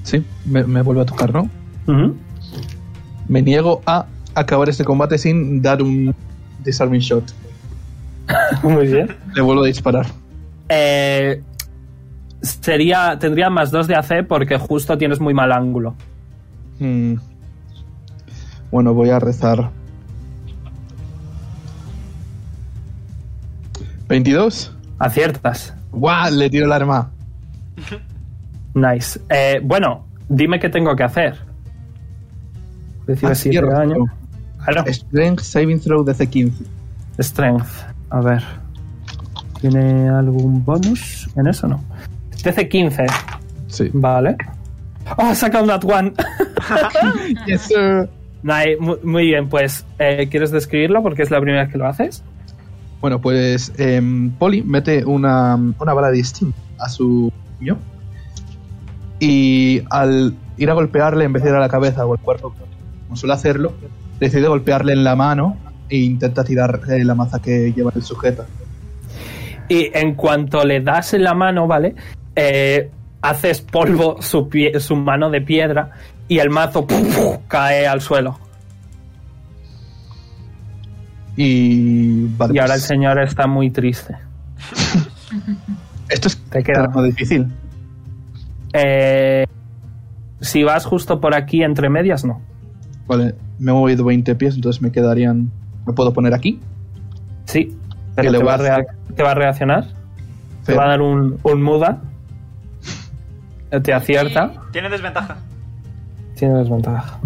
Speaker 3: sí, me, me vuelve a tocar, ¿no?
Speaker 1: Ujú.
Speaker 3: Me niego a acabar este combate sin dar un disarming shot.
Speaker 1: Muy bien.
Speaker 3: Le vuelvo a disparar.
Speaker 1: Eh, sería, tendría más 2 de AC porque justo tienes muy mal ángulo.
Speaker 3: Hmm. Bueno, voy a rezar. 22.
Speaker 1: Aciertas.
Speaker 3: ¡Guau! Le tiro el arma.
Speaker 1: Nice. Eh, bueno, dime qué tengo que hacer. Recibes 7 de
Speaker 3: Acierto.
Speaker 1: daño. Claro.
Speaker 3: Ah, Strength Saving Throw DC 15.
Speaker 1: Strength. A ver. ¿Tiene algún bonus en eso no? DC 15.
Speaker 3: Sí.
Speaker 1: Vale. ¡Oh, saca un Nat One!
Speaker 3: Yes, sir.
Speaker 1: Nice, mu- muy, bien, pues, eh, ¿quieres describirlo? Porque es la primera vez que lo haces.
Speaker 3: Bueno, pues em, Poli mete una, una bala de Steam a su niño. Y al ir a golpearle, en vez de ir a la cabeza o al cuerpo, como suele hacerlo, decide golpearle en la mano e intenta tirar eh, la maza que lleva el sujeta.
Speaker 1: Y en cuanto le das en la mano, ¿vale? Eh, haces polvo su, pie- su mano de piedra y el mazo cae al suelo.
Speaker 3: Y, vale,
Speaker 1: Y ahora el
Speaker 3: pues,
Speaker 1: señor está muy triste.
Speaker 3: Esto es
Speaker 1: Te queda.
Speaker 3: terreno difícil.
Speaker 1: Eh, si vas justo por aquí entre medias, no.
Speaker 3: Vale, me he movido 20 pies, entonces me quedarían. Me puedo poner aquí.
Speaker 1: Sí,
Speaker 3: Y
Speaker 1: pero
Speaker 3: le
Speaker 1: te
Speaker 3: voy
Speaker 1: va,
Speaker 3: a
Speaker 1: a rea- te va a reaccionar. Te va a dar un, un muda. Te acierta.
Speaker 2: Tiene desventaja.
Speaker 1: Tiene desventaja.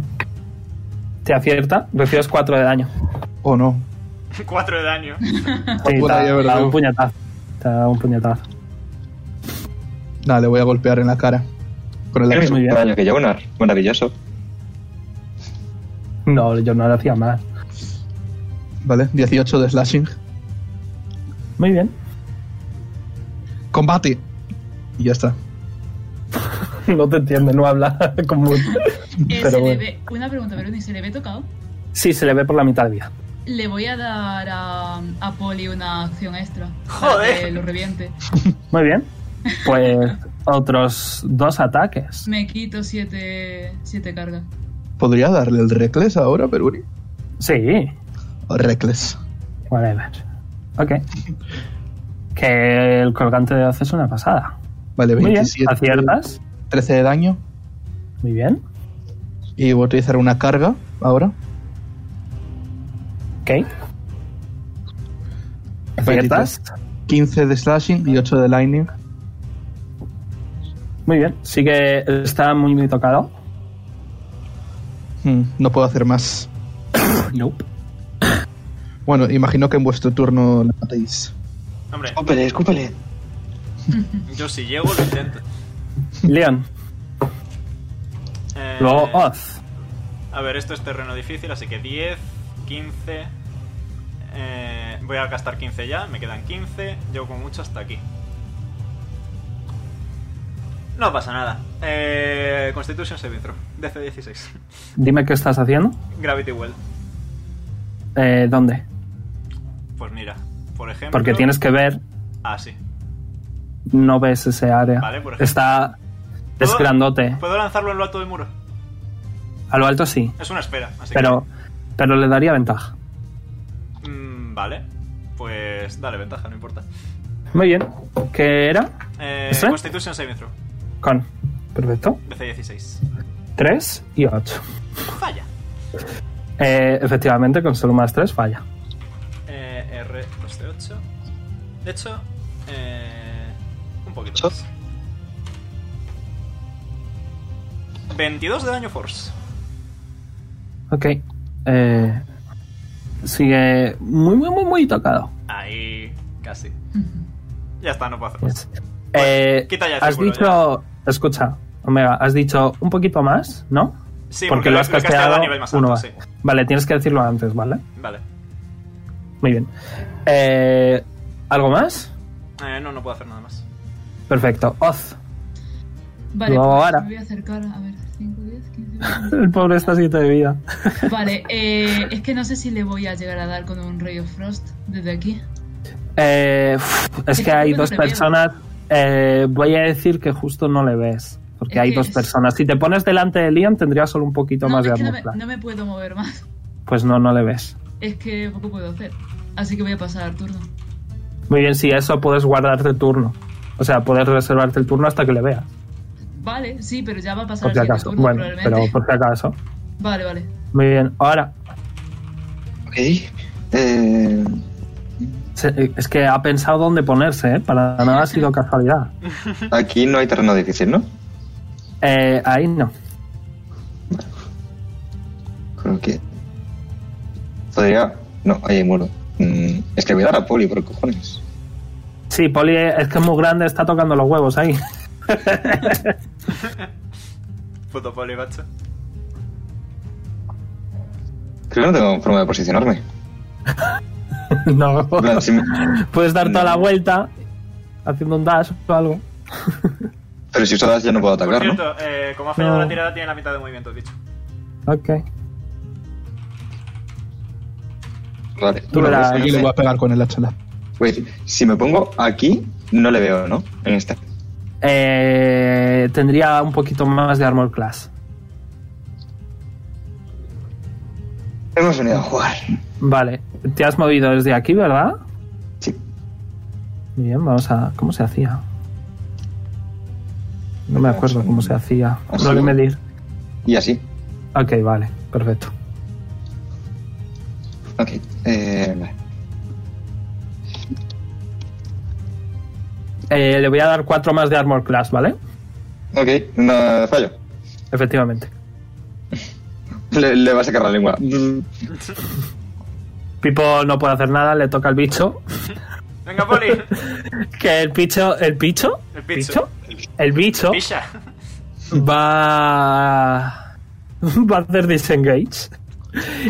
Speaker 1: Te acierta, recibes 4 de daño.
Speaker 3: O no.
Speaker 2: 4 de daño.
Speaker 1: Sí,
Speaker 3: por
Speaker 1: te da-
Speaker 3: ahí,
Speaker 1: te da
Speaker 3: verdad.
Speaker 1: un puñetazo. Te da un puñetazo.
Speaker 3: Nada, le voy a golpear en la cara. Con el
Speaker 6: El
Speaker 3: arco.
Speaker 6: mismo
Speaker 1: muy bien.
Speaker 6: daño que Jonar. Maravilloso.
Speaker 1: No, yo no lo hacía mal.
Speaker 3: Vale, 18 de slashing.
Speaker 1: Muy bien.
Speaker 3: ¡Combate! Y ya está.
Speaker 1: No te entiende, no habla como un-
Speaker 4: Eh,
Speaker 1: Pero
Speaker 4: se le
Speaker 1: bueno.
Speaker 4: ve- una pregunta, Veroni, ¿se le ve tocado?
Speaker 1: Sí, se le ve por la mitad de vida.
Speaker 4: Le voy a dar a, a Poli una acción extra.
Speaker 2: Joder.
Speaker 4: Para que lo reviente.
Speaker 1: Muy bien. Pues otros dos ataques.
Speaker 4: Me quito 7 siete cargas.
Speaker 3: Podría darle el Reckless ahora, pero bueno.
Speaker 1: Sí,
Speaker 3: Reckless.
Speaker 1: whatever. Ok. Que el colgante de 12 es una pasada.
Speaker 3: Vale,
Speaker 1: Muy bien,
Speaker 3: 27.
Speaker 1: aciertas.
Speaker 3: 13 de daño.
Speaker 1: Muy bien.
Speaker 3: Y voy a utilizar una carga ahora.
Speaker 1: Ok. Aciertas.
Speaker 3: 15 de slashing y 8 de lightning.
Speaker 1: Muy bien. Sí que está muy, muy tocado.
Speaker 3: Hmm, no puedo hacer más.
Speaker 1: Nope.
Speaker 3: Bueno, imagino que en vuestro turno la matéis.
Speaker 2: Hombre,
Speaker 5: Escúpele, escúpele.
Speaker 2: yo si llego lo intento.
Speaker 1: Leon.
Speaker 2: Eh,
Speaker 1: Luego Oz.
Speaker 2: A ver, esto es terreno difícil, así que 10, 15. eh, voy a gastar 15 ya, me quedan 15. Llego con mucho hasta aquí. No pasa nada. Eh, Constitution Saving Throw, DC16.
Speaker 1: Dime qué estás haciendo.
Speaker 2: Gravity Well.
Speaker 1: Eh, ¿Dónde?
Speaker 2: Pues mira, por ejemplo.
Speaker 1: Porque tienes que ver,
Speaker 2: Ah, sí.
Speaker 1: no ves ese área.
Speaker 2: Vale, por ejemplo.
Speaker 1: Está. Es
Speaker 2: ¿Puedo-
Speaker 1: grandote.
Speaker 2: ¿Puedo lanzarlo en lo alto del muro?
Speaker 1: A lo alto sí,
Speaker 2: Es una esfera, así
Speaker 1: pero, pero le daría ventaja.
Speaker 2: que. Mm, vale. Pues dale ventaja, no importa.
Speaker 1: Muy bien. ¿Qué era?
Speaker 2: Eh,
Speaker 1: ¿Eso?
Speaker 2: Constitution Saving Throw,
Speaker 1: Con. Perfecto.
Speaker 2: DC16.
Speaker 1: 3 y 8.
Speaker 2: Falla.
Speaker 1: efectivamente, con solo más 3 falla.
Speaker 2: Eh, R2C8. De hecho, eh, un poquito
Speaker 5: ¿Ocho?
Speaker 2: más. 22 de daño force.
Speaker 1: Ok. Eh, sigue muy, muy, muy, muy tocado.
Speaker 2: Ahí, casi. Ya está, no puedo hacer más.
Speaker 1: Yes. Pues, Eh,
Speaker 2: quita ya el
Speaker 1: has
Speaker 2: círculo,
Speaker 1: dicho. Escucha, Omega, has dicho un poquito más, ¿no?
Speaker 2: Sí,
Speaker 1: porque lo has
Speaker 2: he
Speaker 1: casteado
Speaker 2: a nivel más
Speaker 1: uno
Speaker 2: alto,
Speaker 1: más.
Speaker 2: sí.
Speaker 1: Vale, tienes que decirlo antes, ¿vale?
Speaker 2: Vale.
Speaker 1: Muy bien. Eh, ¿Algo más?
Speaker 2: Eh, no, no puedo hacer nada más.
Speaker 1: Perfecto. Oz.
Speaker 4: Vale,
Speaker 1: Luego
Speaker 4: pues
Speaker 1: ahora.
Speaker 4: me voy a acercar a ver 5, 10, 15.
Speaker 1: El pobre está a siete de vida.
Speaker 4: Vale, eh, es que no sé si le voy a llegar a dar con un Ray of Frost desde aquí.
Speaker 1: Eh, uf, es
Speaker 4: Es
Speaker 1: que
Speaker 4: que
Speaker 1: hay
Speaker 4: creo que
Speaker 1: dos
Speaker 4: no le veo.
Speaker 1: personas. eh, voy a decir que justo no le ves. Porque
Speaker 4: Es
Speaker 1: hay
Speaker 4: que
Speaker 1: dos
Speaker 4: es-
Speaker 1: personas. Si te pones delante de Liam, tendría solo un poquito
Speaker 4: No,
Speaker 1: más de
Speaker 4: es que no me,
Speaker 1: armor class.
Speaker 4: no me puedo mover más.
Speaker 1: Pues no, no le ves.
Speaker 4: Es que poco puedo hacer. Así que voy a pasar turno.
Speaker 1: Muy bien, si eso puedes guardarte turno. O sea, puedes reservarte el turno hasta que le veas.
Speaker 4: Vale, sí, pero ya va a
Speaker 1: Por
Speaker 4: pasar el
Speaker 1: si
Speaker 4: siguiente
Speaker 1: acaso.
Speaker 4: turno
Speaker 1: Bueno, pero
Speaker 4: probablemente.
Speaker 1: por si acaso.
Speaker 4: Vale, vale.
Speaker 1: Muy bien, ahora.
Speaker 5: Ok. Eh,
Speaker 1: se- Es que ha pensado dónde ponerse, ¿eh? Para nada ha sido casualidad.
Speaker 5: aquí no hay terreno difícil, ¿no?
Speaker 1: Eh, ahí no.
Speaker 5: Creo que. Podría. No, ahí hay muro. Mm, es que voy a dar a Poli, por cojones.
Speaker 1: Sí, Poli eh, es que es muy grande, está tocando los huevos ahí.
Speaker 2: Puto polibacho.
Speaker 5: Creo que no tengo forma de posicionarme.
Speaker 1: no. Oh.
Speaker 5: En plan, si me-
Speaker 1: Puedes dar toda la vuelta haciendo un dash o algo.
Speaker 5: Pero si uso dash ya no puedo
Speaker 2: Por
Speaker 5: atacar, ¿no?
Speaker 2: cierto, eh, como ha fallado
Speaker 1: No.
Speaker 2: la tirada, tiene la mitad de movimiento, he dicho.
Speaker 1: Ok.
Speaker 5: Vale.
Speaker 1: Tú
Speaker 5: Bueno,
Speaker 1: verás.
Speaker 5: pues,
Speaker 3: Aquí
Speaker 5: no
Speaker 3: le
Speaker 5: sé.
Speaker 3: voy a pegar con el hacha. en la-
Speaker 5: Pues, si me pongo aquí, no le veo, ¿no? En este. esta.
Speaker 1: Eh, tendría un poquito más de armor class.
Speaker 5: Hemos venido a jugar.
Speaker 1: Vale, te has movido desde aquí, ¿verdad?
Speaker 5: Sí.
Speaker 1: Muy Bien, vamos a... ¿Cómo se hacía? No me acuerdo cómo se hacía.
Speaker 5: Así.
Speaker 1: No le medir.
Speaker 5: Y así.
Speaker 1: Ok, vale, perfecto.
Speaker 5: Ok. Eh, vale.
Speaker 1: Eh, le voy a dar cuatro más de armor class, ¿vale?
Speaker 5: ok, no, fallo.
Speaker 1: Efectivamente.
Speaker 5: Le, le va a sacar la lengua. Mm.
Speaker 1: Pipo no puede hacer nada, le toca al bicho.
Speaker 2: Venga, poli.
Speaker 1: Que el bicho... ¿El bicho?
Speaker 2: El bicho.
Speaker 1: El bicho
Speaker 2: Pisha.
Speaker 1: va... Va a hacer disengage.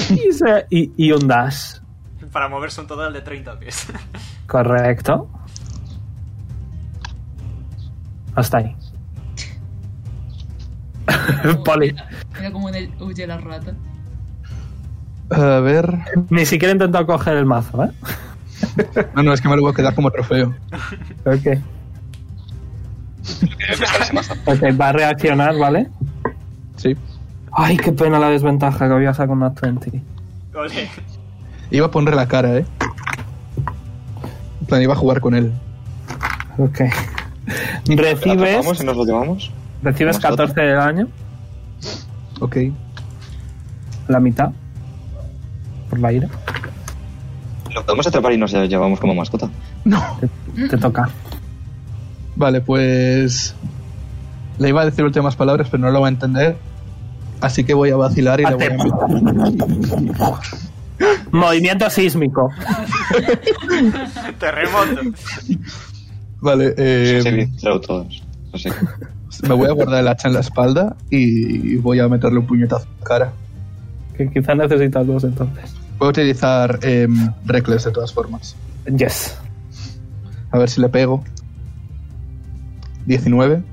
Speaker 1: y, se- y- y un dash.
Speaker 2: Para moverse un total de 30 pies.
Speaker 1: Correcto. Hasta ahí.
Speaker 4: Como-
Speaker 1: Poli.
Speaker 4: Era como en el huye la rata.
Speaker 3: A ver.
Speaker 1: Ni siquiera he intentado coger el mazo, ¿eh?
Speaker 3: No, no, es que me lo voy a quedar como trofeo.
Speaker 1: Ok. ok, va a reaccionar, ¿vale?
Speaker 3: Sí.
Speaker 1: Ay, qué pena la desventaja que había sacado una 20.
Speaker 2: Ole.
Speaker 3: Iba a ponerle la cara, ¿eh? En plan, iba a jugar con él.
Speaker 1: Ok.
Speaker 5: ¿La
Speaker 1: Recibes,
Speaker 5: atrapamos y nos lo llevamos?
Speaker 1: recibes 14 de daño,
Speaker 3: Ok.
Speaker 1: la mitad, por la ira.
Speaker 5: Lo podemos atrapar y nos lo llevamos como mascota.
Speaker 3: No.
Speaker 1: Te toca.
Speaker 3: Vale, pues. Le iba a decir últimas palabras, pero no lo va a entender. Así que voy a vacilar y le voy a.
Speaker 1: Movimiento sísmico.
Speaker 2: Terremoto.
Speaker 3: Vale, eh.
Speaker 5: Se bien, todos. No sé.
Speaker 3: Me voy a guardar el hacha en la espalda y voy a meterle un puñetazo en la cara.
Speaker 1: Que quizás necesitas dos entonces.
Speaker 3: Voy a utilizar em, Reckless de todas formas.
Speaker 1: Yes.
Speaker 3: A ver si le pego. 19.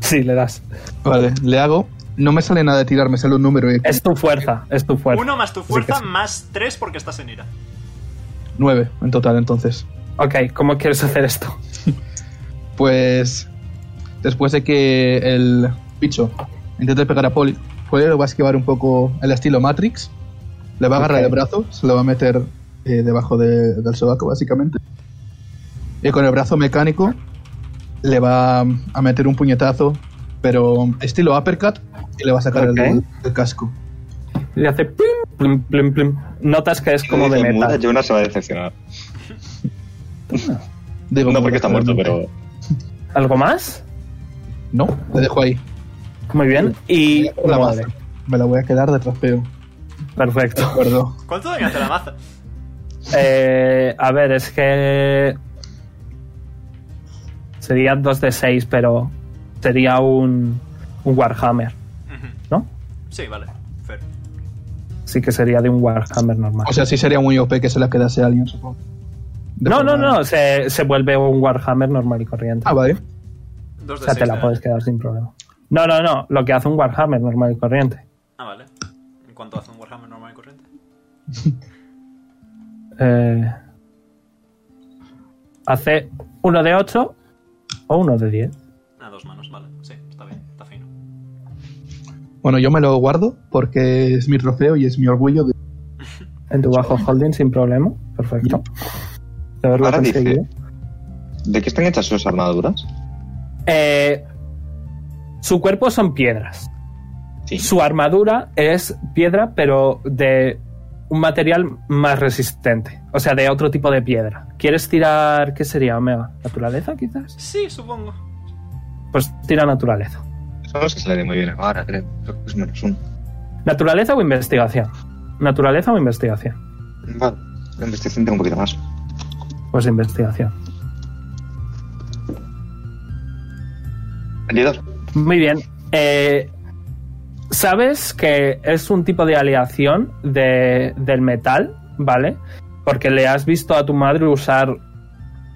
Speaker 1: Sí, le das.
Speaker 3: Vale, le hago. No me sale nada de tirar, me sale un número y
Speaker 1: Es tu fuerza, es tu fuerza.
Speaker 2: Uno más tu
Speaker 1: Así
Speaker 2: fuerza,
Speaker 1: que sí.
Speaker 2: más tres porque estás en ira.
Speaker 3: 9 en total entonces.
Speaker 1: Ok, ¿cómo quieres hacer esto?
Speaker 3: Pues después de que el bicho intente pegar a Poli, Poli lo va a esquivar un poco el estilo Matrix. Le va a agarrar
Speaker 1: Ok.
Speaker 3: el brazo, se lo va a meter eh, debajo de- del sobaco, básicamente. Y con el brazo mecánico le va a meter un puñetazo, pero estilo uppercut, y le va a sacar el-
Speaker 1: Ok.
Speaker 3: el, casco.
Speaker 1: Y hace plim, plim, plim, plim. Notas que es como de
Speaker 5: Dice, "Muda,
Speaker 1: metal.
Speaker 5: Yuna se va a decepcionar.
Speaker 3: Digo,
Speaker 5: No porque está muerto, pero.
Speaker 1: ¿Algo más?
Speaker 3: No, le dejo ahí.
Speaker 1: Muy bien. Y. Vale,
Speaker 3: La maza. Me la voy a quedar de trapeo. De
Speaker 1: perfecto.
Speaker 3: acuerdo.
Speaker 2: ¿Cuánto daño hace la maza?
Speaker 1: Eh, a ver, es que. Sería 2 de 6, pero sería un, un Warhammer,
Speaker 2: Ujú.
Speaker 1: ¿no?
Speaker 2: Sí, vale. Fair.
Speaker 1: Sí que sería de un Warhammer normal.
Speaker 3: O sea, sí sería muy OP que se la quedase a alguien, supongo. De
Speaker 1: no, no,
Speaker 3: forma-
Speaker 1: no, se, se vuelve un Warhammer normal y corriente.
Speaker 3: Ah, vale.
Speaker 2: Dos
Speaker 1: o
Speaker 2: de
Speaker 1: sea, te
Speaker 2: seis,
Speaker 1: la
Speaker 2: ¿eh?
Speaker 1: puedes quedar sin problema. No, no, no, lo que hace un Warhammer normal y corriente.
Speaker 2: Ah, vale. ¿En cuánto hace un Warhammer normal y corriente?
Speaker 1: Eh, hace uno de 8 o uno de 10.
Speaker 2: A Ah, dos manos, vale. Sí, está bien, está fino.
Speaker 3: Bueno, yo me lo guardo porque es mi trofeo y es mi orgullo. de-
Speaker 1: En tu bajo holding sin problema. Perfecto. De haberlo
Speaker 5: Ahora dice-
Speaker 1: conseguido.
Speaker 5: ¿De qué están hechas sus armaduras?
Speaker 1: Eh, su cuerpo son piedras.
Speaker 5: Sí.
Speaker 1: Su armadura es piedra, pero de un material más resistente. O sea, de otro tipo de piedra. ¿Quieres tirar, qué sería, Omega? ¿Naturaleza, quizás?
Speaker 2: Sí, supongo.
Speaker 1: Pues tira naturaleza.
Speaker 5: Eso no se sale muy bien ahora, creo. Creo que es menos uno.
Speaker 1: ¿Naturaleza o investigación? ¿Naturaleza o investigación?
Speaker 5: Vale. La investigación tengo un poquito más.
Speaker 1: Pues investigación.
Speaker 5: 22.
Speaker 1: Muy bien. Eh, Sabes que es un tipo de aleación de- del metal, ¿vale? Porque le has visto a tu madre usar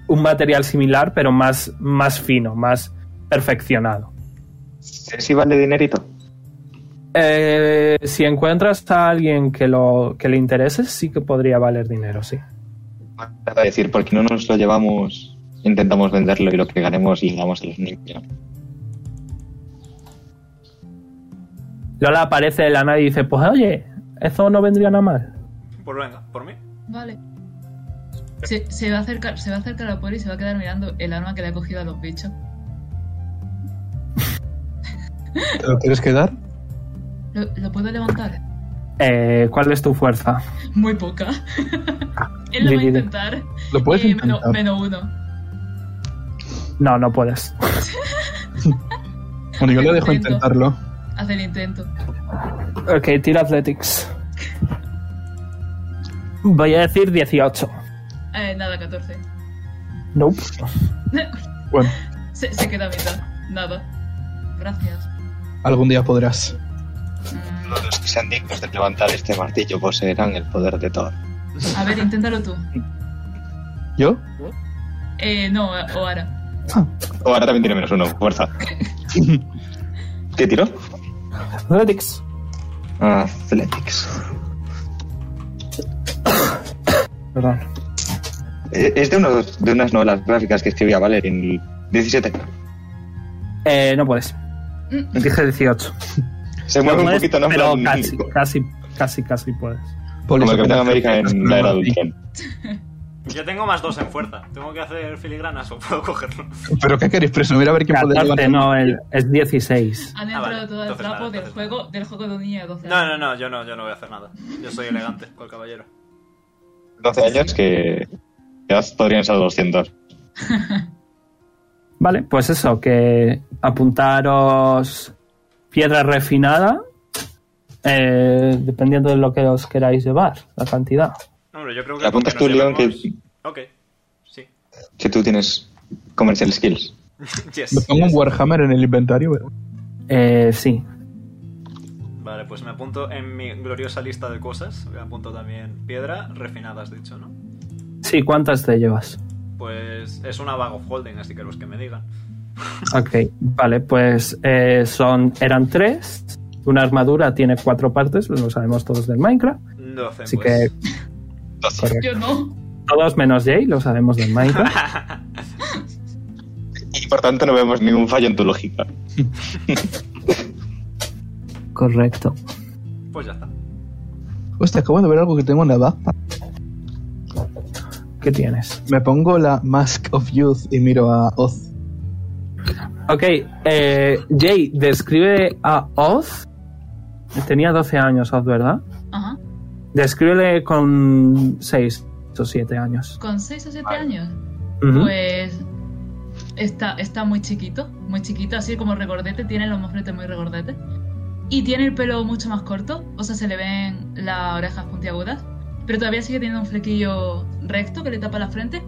Speaker 1: un material similar, pero más, más fino, más perfeccionado.
Speaker 5: ¿Sí, sí vale dinerito?
Speaker 1: Eh, si encuentras a alguien que, lo, que le interese, sí que podría valer dinero, sí.
Speaker 5: Para decir, porque no nos lo llevamos, intentamos venderlo y lo que ganemos y damos a los niños.
Speaker 1: Lola aparece de la nada y dice, pues oye, eso no vendría nada mal.
Speaker 2: Pues venga, por mí.
Speaker 4: Vale. Se, se va a acercar, se va a acercar a Poli y se va a quedar mirando el arma que le ha cogido a los bichos.
Speaker 3: ¿Te lo quieres quedar?
Speaker 4: ¿Lo, lo puedo levantar?
Speaker 1: Eh, ¿Cuál es tu fuerza?
Speaker 4: Muy poca.
Speaker 3: Ah,
Speaker 4: Él lo va a
Speaker 1: Dividido.
Speaker 4: intentar.
Speaker 3: Lo puedes
Speaker 4: Eh,
Speaker 3: intentar.
Speaker 4: menos, menos uno.
Speaker 1: No, no puedes.
Speaker 3: Bueno, yo le dejo
Speaker 4: Intento.
Speaker 3: intentarlo.
Speaker 4: Hace el intento.
Speaker 1: Ok, tira Athletics. Voy a decir 18.
Speaker 4: Eh, nada, 14.
Speaker 1: Nope.
Speaker 3: Bueno,
Speaker 4: Se, se queda a mitad. Nada. Gracias.
Speaker 3: algún día podrás.
Speaker 4: Mm,
Speaker 5: Los que sean dignos de levantar este martillo poseerán el poder de Thor.
Speaker 4: A ver, inténtalo tú.
Speaker 3: ¿Yo?
Speaker 4: Eh, no, o ahora.
Speaker 5: O Oh, ahora también tiene menos uno, fuerza. ¿Qué tiró?
Speaker 1: Athletics.
Speaker 5: Ah, Athletics.
Speaker 1: Perdón.
Speaker 5: Eh, Es de, unos, de unas novelas gráficas que escribía Valer en el 17.
Speaker 1: Eh, no puedes.
Speaker 4: Mm.
Speaker 1: Dije 18.
Speaker 5: Se
Speaker 1: No
Speaker 5: mueve un
Speaker 1: puedes,
Speaker 5: poquito, ¿no?
Speaker 1: pero
Speaker 5: En plan,
Speaker 1: casi, casi, casi, casi puedes.
Speaker 3: Poli,
Speaker 5: Como el
Speaker 3: se
Speaker 5: Capitán
Speaker 3: queda-
Speaker 5: América en la era de Ultron.
Speaker 2: Yo tengo más dos en fuerza. Tengo que hacer filigranas o puedo cogerlo.
Speaker 3: ¿Pero qué queréis? Presumir a ver quién puede
Speaker 1: 14,
Speaker 3: llevar.
Speaker 1: no, el- es 16.
Speaker 4: Han
Speaker 2: Ah,
Speaker 4: entrado
Speaker 2: vale.
Speaker 4: todo el
Speaker 2: Entonces nada,
Speaker 4: trapo del
Speaker 2: entonces
Speaker 4: juego, del juego de un niño de 12
Speaker 2: No,
Speaker 4: años.
Speaker 2: no, no, yo no, yo no voy a hacer nada. Yo soy elegante, cual caballero.
Speaker 5: 12 años que ya podrían ser 200.
Speaker 1: Vale, pues eso, que apuntaros piedra refinada, eh, dependiendo de lo que os queráis llevar, la cantidad.
Speaker 2: No, hombre, yo creo que.
Speaker 5: Le apuntas
Speaker 2: porque
Speaker 5: tú,
Speaker 2: nos
Speaker 5: León, que
Speaker 2: llevamos- Ok, sí.
Speaker 5: que tú tienes comercial skills.
Speaker 2: Yes.
Speaker 3: Me pongo un Warhammer en el inventario. pero-
Speaker 1: Eh, sí.
Speaker 2: Vale, pues me apunto en mi gloriosa lista de cosas. Me apunto también piedra refinada, has dicho, ¿no?
Speaker 1: Sí, ¿cuántas te llevas?
Speaker 2: Pues es una bag of holding, así que los que me digan.
Speaker 1: Ok, vale, pues eh, son, eran tres. Una armadura tiene cuatro partes, lo sabemos todos del Minecraft.
Speaker 2: 12,
Speaker 1: Así
Speaker 2: pues.
Speaker 1: que correcto.
Speaker 4: Yo no.
Speaker 1: todos menos Jay, lo sabemos del Minecraft.
Speaker 5: Y por tanto no vemos ningún fallo en tu lógica.
Speaker 1: correcto.
Speaker 2: Pues ya está.
Speaker 3: Hostia, acabo de ver algo que tengo en la backpack.
Speaker 1: ¿Qué tienes?
Speaker 3: Me pongo la Mask of Youth y miro a Oz.
Speaker 1: Ok, eh, Jay, describe a Oz. Tenía 12 años, Oz, ¿verdad?
Speaker 4: Ajá.
Speaker 1: Descríbele con 6 o 7 años.
Speaker 4: Con 6 o 7 años.
Speaker 1: Ujú.
Speaker 4: Pues está, está muy chiquito, muy chiquito, así como regordete, tiene los mofletes muy regordetes. Y tiene el pelo mucho más corto, o sea, se le ven las orejas puntiagudas, pero todavía sigue teniendo un flequillo recto que le tapa la frente.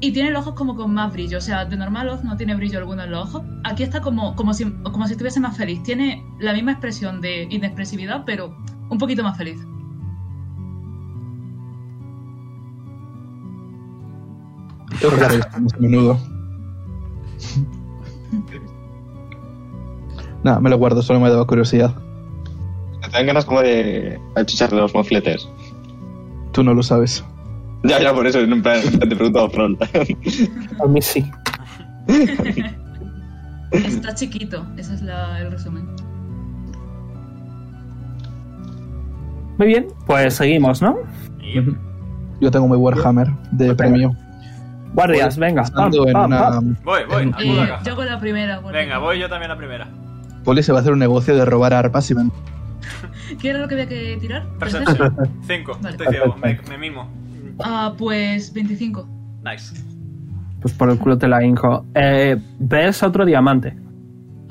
Speaker 4: Y tiene los ojos como con más brillo, o sea, de normal Oz no tiene brillo alguno en los ojos. Aquí está como, como, si, como si estuviese más feliz, tiene la misma expresión de inexpresividad, pero un poquito más feliz.
Speaker 3: Tengo que hacer esto más a menudo. Nada, me lo guardo, solo me daba curiosidad.
Speaker 5: Me dan ganas como de achicharle los mofletes.
Speaker 3: Tú no lo sabes.
Speaker 5: Ya, ya, por eso, en plan, te pregunto a Fron.
Speaker 1: A mí sí.
Speaker 4: Está chiquito, ese es la- el resumen.
Speaker 1: Muy bien, pues seguimos, ¿no?
Speaker 2: Y
Speaker 3: Yo tengo mi Warhammer de premio.
Speaker 1: Guardias, venga. Pam,
Speaker 3: Pensando en
Speaker 1: pam,
Speaker 3: una-
Speaker 1: pam.
Speaker 2: Voy, voy,
Speaker 3: En-
Speaker 2: a
Speaker 4: Eh,
Speaker 2: la caja.
Speaker 4: yo con la primera. bueno.
Speaker 2: Venga, voy yo también a primera.
Speaker 3: Poli se va a hacer un negocio de robar arpas y ven.
Speaker 4: ¿Qué era lo que había que tirar?
Speaker 2: Perception. 5,
Speaker 4: Vale.
Speaker 2: estoy ciego, me, me mimo.
Speaker 4: Ah, pues 25.
Speaker 2: Nice.
Speaker 1: Pues por el culo te la hinco. Eh, ves otro diamante.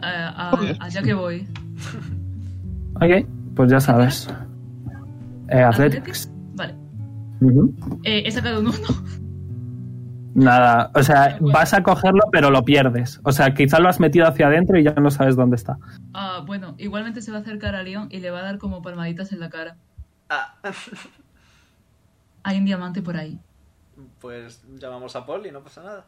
Speaker 4: Ah, ah, allá que voy.
Speaker 1: Ok, pues ya sabes. Eh, athletics.
Speaker 4: Vale.
Speaker 1: Ujú.
Speaker 4: Eh, he sacado un 1.
Speaker 1: Nada, o sea, vas a cogerlo pero lo pierdes. O sea, quizá lo has metido hacia adentro y ya no sabes dónde está.
Speaker 4: Ah, bueno, igualmente se va a acercar a Leon y le va a dar como palmaditas en la cara.
Speaker 2: Ah,
Speaker 4: Hay un diamante por ahí.
Speaker 2: pues llamamos a Paul y no pasa nada.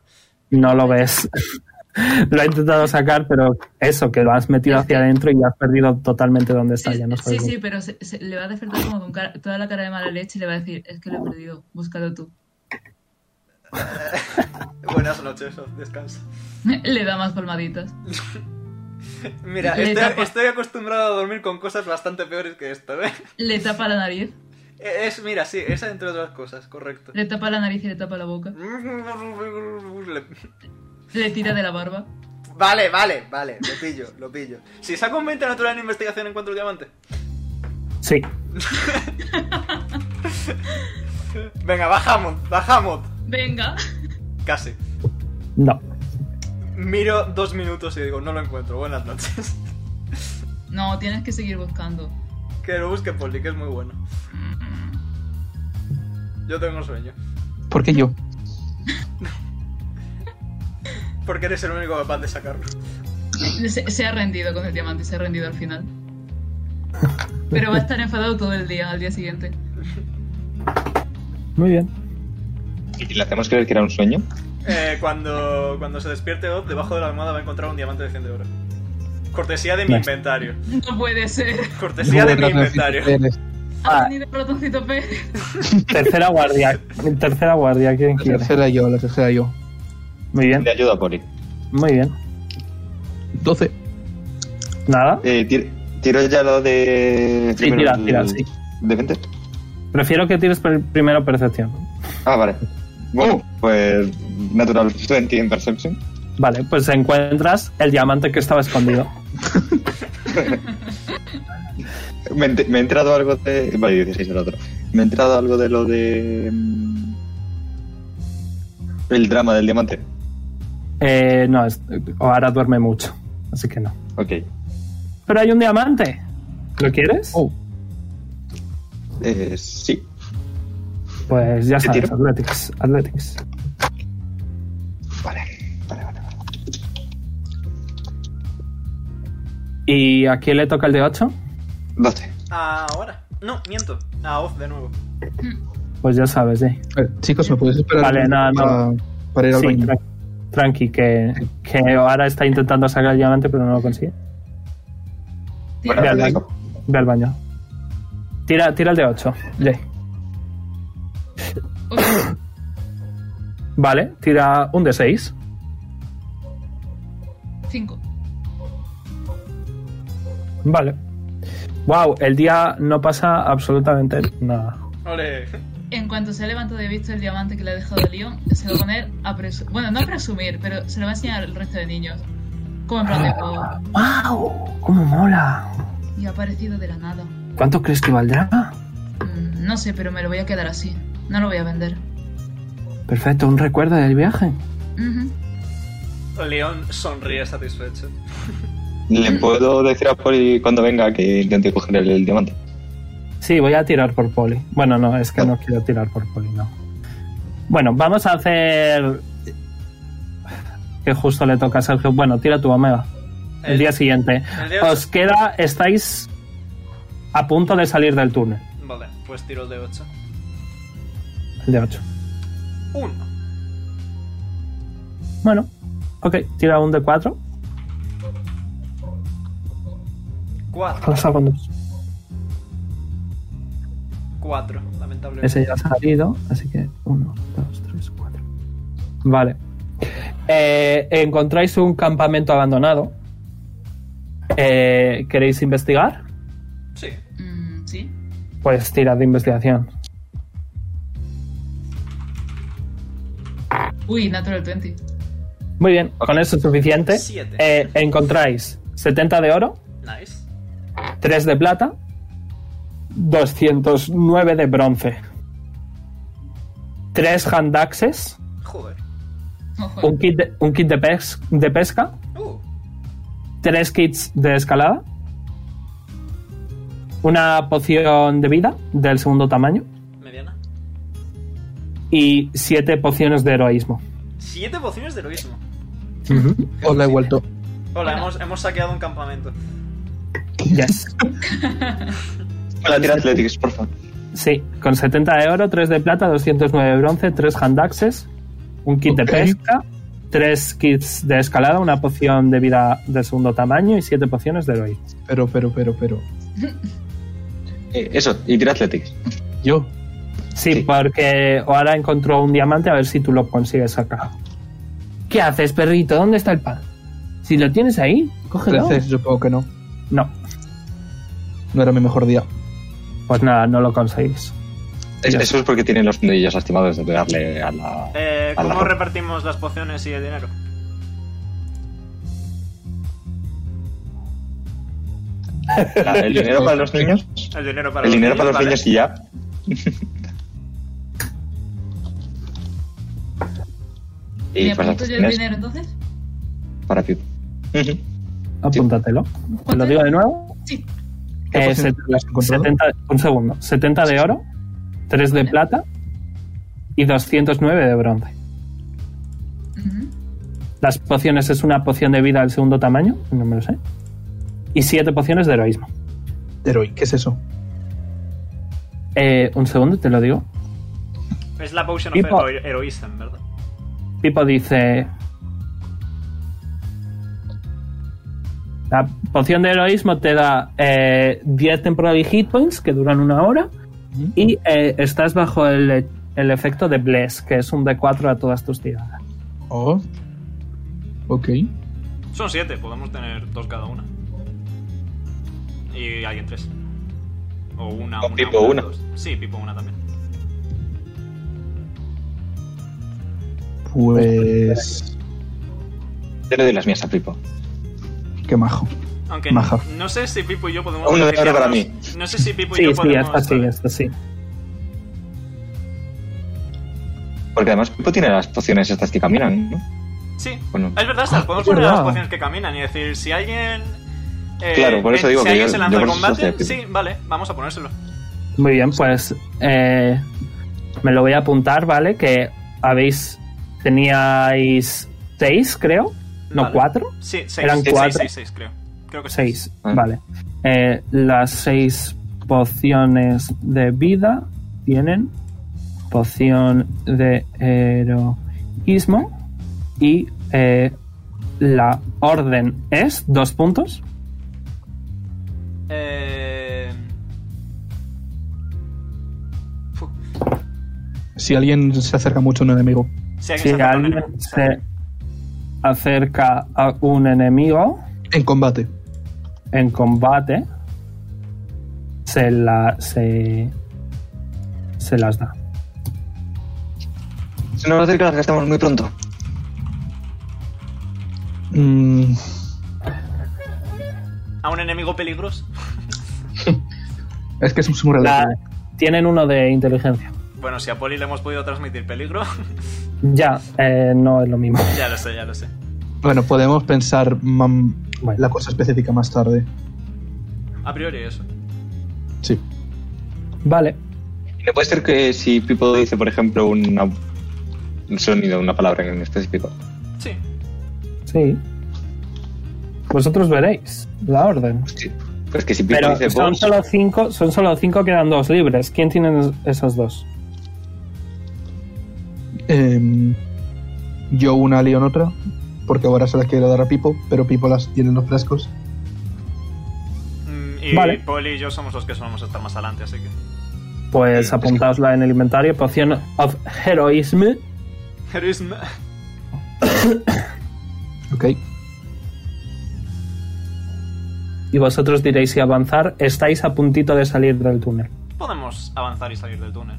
Speaker 1: No lo ves. lo he intentado sacar, pero eso, que lo has metido hacia adentro y has perdido totalmente dónde está.
Speaker 4: Sí,
Speaker 1: Ya no
Speaker 4: sí,
Speaker 1: sabes dónde.
Speaker 4: sí, pero se- se- le va a despertar como con cara- toda la cara de mala leche y le va a decir, es que lo he perdido, búscalo tú.
Speaker 2: Buenas noches, Oz, descansa.
Speaker 4: le da más palmaditas.
Speaker 2: Mira,
Speaker 4: Le
Speaker 2: estoy,
Speaker 4: tapa.
Speaker 2: estoy acostumbrado a dormir con cosas bastante peores que esto, ¿eh?
Speaker 4: Le tapa la nariz,
Speaker 2: Es, mira, sí, esa entre otras cosas, correcto.
Speaker 4: le tapa la nariz y le tapa la boca. Le tira de la barba.
Speaker 2: Vale, vale, vale, lo pillo, lo pillo. Si saco un 20 natural en investigación, encuentro el diamante.
Speaker 1: Sí.
Speaker 2: Venga, bajamos, bajamos.
Speaker 4: Venga.
Speaker 2: Casi.
Speaker 1: No.
Speaker 2: Miro dos minutos y digo, no lo encuentro, buenas noches.
Speaker 4: No, tienes que seguir buscando.
Speaker 2: Que lo busque Poli, que es muy bueno. Yo tengo sueño.
Speaker 3: ¿Por qué yo?
Speaker 2: Porque eres el único capaz de sacarlo.
Speaker 4: Se, se ha rendido con el diamante, se ha rendido al final. Pero va a estar enfadado todo el día, al día siguiente.
Speaker 1: Muy bien.
Speaker 5: ¿Y le hacemos creer que era un sueño?
Speaker 2: Eh, cuando, cuando se despierte Oz, debajo de la almohada va a encontrar un diamante de 100 de oro. Cortesía de mi
Speaker 1: Nice.
Speaker 2: inventario.
Speaker 4: No puede ser.
Speaker 2: Cortesía de mi inventario.
Speaker 4: Ha
Speaker 1: Ah.
Speaker 4: tenido ratoncito Pérez.
Speaker 1: Tercera guardia. Tercera guardia, ¿quién
Speaker 3: La
Speaker 1: quiere?
Speaker 3: tercera yo, la tercera yo.
Speaker 1: Muy bien,
Speaker 5: Te ayuda, Poli.
Speaker 1: muy bien.
Speaker 3: 12.
Speaker 1: Nada.
Speaker 5: Eh, ti- ¿Tiro ya lo de.
Speaker 1: Sí,
Speaker 5: primero
Speaker 1: tira,
Speaker 5: el-
Speaker 1: tira, sí.
Speaker 5: ¿De 20?
Speaker 1: Prefiero que tires per- primero percepción.
Speaker 5: Ah, vale. Bueno, pues. Natural 20 en Perception.
Speaker 1: Vale, pues encuentras el diamante que estaba escondido.
Speaker 5: Me, ent- me he entrado algo de. Vale, 16 el otro. Me he entrado algo de lo de. mm, El drama del diamante.
Speaker 1: Eh, no, es- ahora duerme mucho, así que no.
Speaker 5: Ok.
Speaker 1: Pero hay un diamante. ¿Lo quieres?
Speaker 3: Oh,
Speaker 5: Eh, sí.
Speaker 1: Pues ya
Speaker 5: ¿Qué
Speaker 1: sabes,
Speaker 5: tiro?
Speaker 1: Athletics. Athletics.
Speaker 5: Vale. Vale, vale, vale.
Speaker 1: ¿Y a quién le toca el de 8?
Speaker 5: 12.
Speaker 2: Ahora. No, miento. A off de nuevo.
Speaker 1: Pues ya sabes, sí.
Speaker 3: Eh, chicos, ¿me podéis esperar
Speaker 1: Vale,
Speaker 3: un
Speaker 1: nada,
Speaker 3: minuto para, para ir al
Speaker 1: Sí,
Speaker 3: baño?
Speaker 1: tran- tranqui, que, que ahora está intentando sacar el diamante, pero no lo consigue.
Speaker 4: Tira.
Speaker 1: Ve al
Speaker 5: vale.
Speaker 1: baño. Ve al baño. Tira, tira el de 8.
Speaker 4: Uy,
Speaker 1: Vale, tira un de 6.
Speaker 4: cinco.
Speaker 1: Vale. Wow, el día no pasa absolutamente nada.
Speaker 2: Ole.
Speaker 4: En cuanto se levanta de visto el diamante que le ha dejado Leon, se lo va a poner a presumir. Bueno, no a presumir, pero se lo va a enseñar al resto de niños. Como en plan de
Speaker 1: Ah.
Speaker 4: "Oh,
Speaker 1: ¡Wow! ¡Cómo mola!
Speaker 4: Y ha aparecido de la nada.
Speaker 7: ¿Cuánto crees que valdrá?
Speaker 4: Mm, no sé, pero me lo voy a quedar así. No lo voy a vender.
Speaker 7: Perfecto, un recuerdo del viaje.
Speaker 4: Ujú.
Speaker 2: León sonríe satisfecho.
Speaker 5: ¿Le puedo decir a Poli cuando venga que intente coger el, el diamante?
Speaker 1: Sí, voy a tirar por poli. Bueno, no, es que no quiero tirar por poli, no. Bueno, vamos a hacer. Que justo le toca a Sergio. Bueno, tira tu omega. El
Speaker 2: El-
Speaker 1: día siguiente.
Speaker 2: el día
Speaker 1: Os queda. Estáis a punto de salir del túnel.
Speaker 2: Vale, pues tiro el de 8.
Speaker 1: El de 8.
Speaker 2: 1.
Speaker 1: Bueno, ok, tira un de 4.
Speaker 2: 4.
Speaker 1: Pasa con dos.
Speaker 2: 4, lamentablemente.
Speaker 1: Ese ya ha salido, así que 1, 2, 3, 4. Vale. Eh, encontráis un campamento abandonado. Eh, ¿Queréis investigar?
Speaker 2: Sí.
Speaker 4: Mm, sí.
Speaker 1: Pues tirad de investigación.
Speaker 4: Uy, Natural 20.
Speaker 1: Muy bien, con eso es suficiente.
Speaker 2: Siete.
Speaker 1: Eh, encontráis 70 de oro,
Speaker 2: Nice.
Speaker 1: 3 de plata, 209 de bronce, 3 handaxes,
Speaker 2: Joder.
Speaker 4: Ojo.
Speaker 1: un kit de, un kit de pes- de pesca,
Speaker 2: Uh,
Speaker 1: tres kits de escalada, una poción de vida del segundo tamaño
Speaker 2: mediana.
Speaker 1: y siete pociones de heroísmo.
Speaker 2: Siete pociones de heroísmo.
Speaker 3: Hola, he vuelto.
Speaker 2: Hola, hemos, hemos saqueado un campamento.
Speaker 1: Yes.
Speaker 5: Hola, tira Athletics, por favor.
Speaker 1: Sí, con 70 de oro, 3 de plata, 209 de bronce, 3 handaxes, un kit
Speaker 3: Ok.
Speaker 1: de pesca, 3 kits de escalada, una poción de vida del segundo tamaño y 7 pociones de heroísmo.
Speaker 3: Pero, pero, pero, pero.
Speaker 5: Eh, eso, y tira Athletics.
Speaker 3: Yo.
Speaker 1: Sí,
Speaker 5: Sí.
Speaker 1: porque ahora encontró un diamante a ver si tú lo consigues sacar. ¿Qué haces, perrito? ¿Dónde está el pan? Si lo tienes ahí, cógelo.
Speaker 3: 13, supongo que no.
Speaker 1: No,
Speaker 3: No era mi mejor día.
Speaker 1: Pues nada, no lo conseguís.
Speaker 5: Es- Eso es porque tiene los nudillos lastimados de pegarle a la.
Speaker 2: Eh,
Speaker 5: a la
Speaker 2: ¿Cómo
Speaker 5: ropa.
Speaker 2: repartimos las pociones y el dinero?
Speaker 5: la- el dinero para los niños.
Speaker 2: El dinero para
Speaker 5: El
Speaker 2: los
Speaker 5: dinero para los
Speaker 2: vale.
Speaker 5: niños y ya. y
Speaker 4: ¿Le
Speaker 5: para las
Speaker 1: pues,
Speaker 4: apunto yo el
Speaker 5: pociones
Speaker 4: dinero entonces?
Speaker 5: pues, para Pipo. Ujú.
Speaker 1: Apúntatelo. Te lo
Speaker 4: ¿Cuánto
Speaker 1: digo
Speaker 4: es?
Speaker 1: de nuevo.
Speaker 4: Sí.
Speaker 3: ¿Qué
Speaker 1: Eh,
Speaker 3: porcentaje
Speaker 1: set-
Speaker 3: has encontrado?
Speaker 1: 70, un segundo. 70 de oro, 3 de plata y 209 de bronce.
Speaker 4: Ujú.
Speaker 1: Las pociones es una poción de vida del segundo tamaño, no me lo sé. Y 7 pociones de heroísmo.
Speaker 3: Heroi, ¿qué es eso?
Speaker 1: Eh, un segundo, te lo digo.
Speaker 2: Es la potion of
Speaker 1: Pipo.
Speaker 2: hero- heroism, ¿verdad?
Speaker 1: Pipo dice... La poción de heroísmo te da eh, 10 temporary hit points que duran una hora y eh, estás bajo el, el efecto de Bless, que es un D4 a todas tus tiradas.
Speaker 3: Oh. Ok.
Speaker 2: Son siete, podemos tener dos cada una. Y alguien tres. O una,
Speaker 5: Con
Speaker 2: una,
Speaker 5: Pipo
Speaker 2: una,
Speaker 5: una.
Speaker 2: dos. Sí, Pipo una también.
Speaker 3: Pues.
Speaker 5: Yo le doy las mías a Pipo.
Speaker 3: Qué majo.
Speaker 2: Aunque
Speaker 3: Maja.
Speaker 2: no sé si Pipo y yo podemos
Speaker 5: Uno de oro
Speaker 2: beneficiarnos.
Speaker 5: para mí.
Speaker 2: No sé si Pipo y
Speaker 1: sí,
Speaker 2: yo
Speaker 1: sí,
Speaker 2: podemos...
Speaker 1: esta sí, esta sí.
Speaker 5: Porque además Pipo tiene las pociones estas que caminan, ¿no?
Speaker 2: Sí.
Speaker 5: Bueno.
Speaker 2: Es verdad, Sal, podemos
Speaker 3: Ah, es
Speaker 2: poner las
Speaker 3: verdad.
Speaker 2: pociones que caminan y decir, si alguien... eh,
Speaker 5: Claro, por eso
Speaker 2: eh,
Speaker 5: digo
Speaker 2: si
Speaker 5: que
Speaker 2: alguien
Speaker 5: yo-
Speaker 2: se lanza
Speaker 5: yo
Speaker 2: al
Speaker 5: por eso
Speaker 2: combate,
Speaker 5: hacía
Speaker 2: sí, vale, vamos a ponérselo.
Speaker 1: Muy bien, pues eh, me lo voy a apuntar, ¿vale? Que habéis... Teníais 6, creo. No,
Speaker 2: Vale.
Speaker 1: 4.
Speaker 2: Sí, seis,
Speaker 1: Eran
Speaker 2: sí,
Speaker 1: cuatro.
Speaker 2: seis, seis, seis, creo. Creo que sí.
Speaker 1: Seis,
Speaker 6: Ah.
Speaker 1: vale. Eh, las seis pociones de vida tienen poción de heroísmo y eh, la orden es dos puntos.
Speaker 2: Eh... fu-
Speaker 3: Si alguien se acerca mucho a un enemigo.
Speaker 2: Si alguien
Speaker 1: Si
Speaker 2: se acerca a un
Speaker 1: alguien se acerca a
Speaker 2: enemigo,
Speaker 1: un enemigo
Speaker 3: En combate.
Speaker 1: en combate, se, la, se, se las da.
Speaker 5: Si no nos acerca, las gastamos muy pronto.
Speaker 3: Mm,
Speaker 2: a un enemigo peligroso.
Speaker 3: es que es muy relativo.
Speaker 1: La- tienen uno de inteligencia.
Speaker 2: Bueno, si a Poli le hemos podido transmitir peligro,
Speaker 1: Ya, eh, no es lo mismo.
Speaker 2: ya lo sé, ya lo sé.
Speaker 3: Bueno, podemos pensar mam,
Speaker 1: Bueno.
Speaker 3: la cosa específica más tarde.
Speaker 2: A priori eso.
Speaker 3: Sí.
Speaker 1: Vale,
Speaker 5: ¿Le puede ser que si Pipo dice, por ejemplo, una- un sonido, una palabra en específico?
Speaker 2: Sí.
Speaker 1: sí. Vosotros veréis la orden.
Speaker 5: Sí. Pues que si Pipo
Speaker 1: Pero
Speaker 5: dice
Speaker 1: son
Speaker 5: vos,
Speaker 1: solo cinco, son solo cinco, quedan dos libres. ¿Quién tiene es- esas dos?
Speaker 3: Em, yo una, Leon otra. Porque ahora se las quiero dar a Pipo, pero Pipo las tiene en los frescos.
Speaker 2: Mm, Y
Speaker 1: Vale.
Speaker 2: Poli y yo somos los que solemos estar más adelante, así que.
Speaker 1: Pues apuntaosla en el inventario. Poción of Heroism.
Speaker 2: Heroism.
Speaker 3: Ok.
Speaker 1: Y vosotros diréis si avanzar. Estáis a puntito de salir del túnel.
Speaker 2: Podemos avanzar y salir del túnel.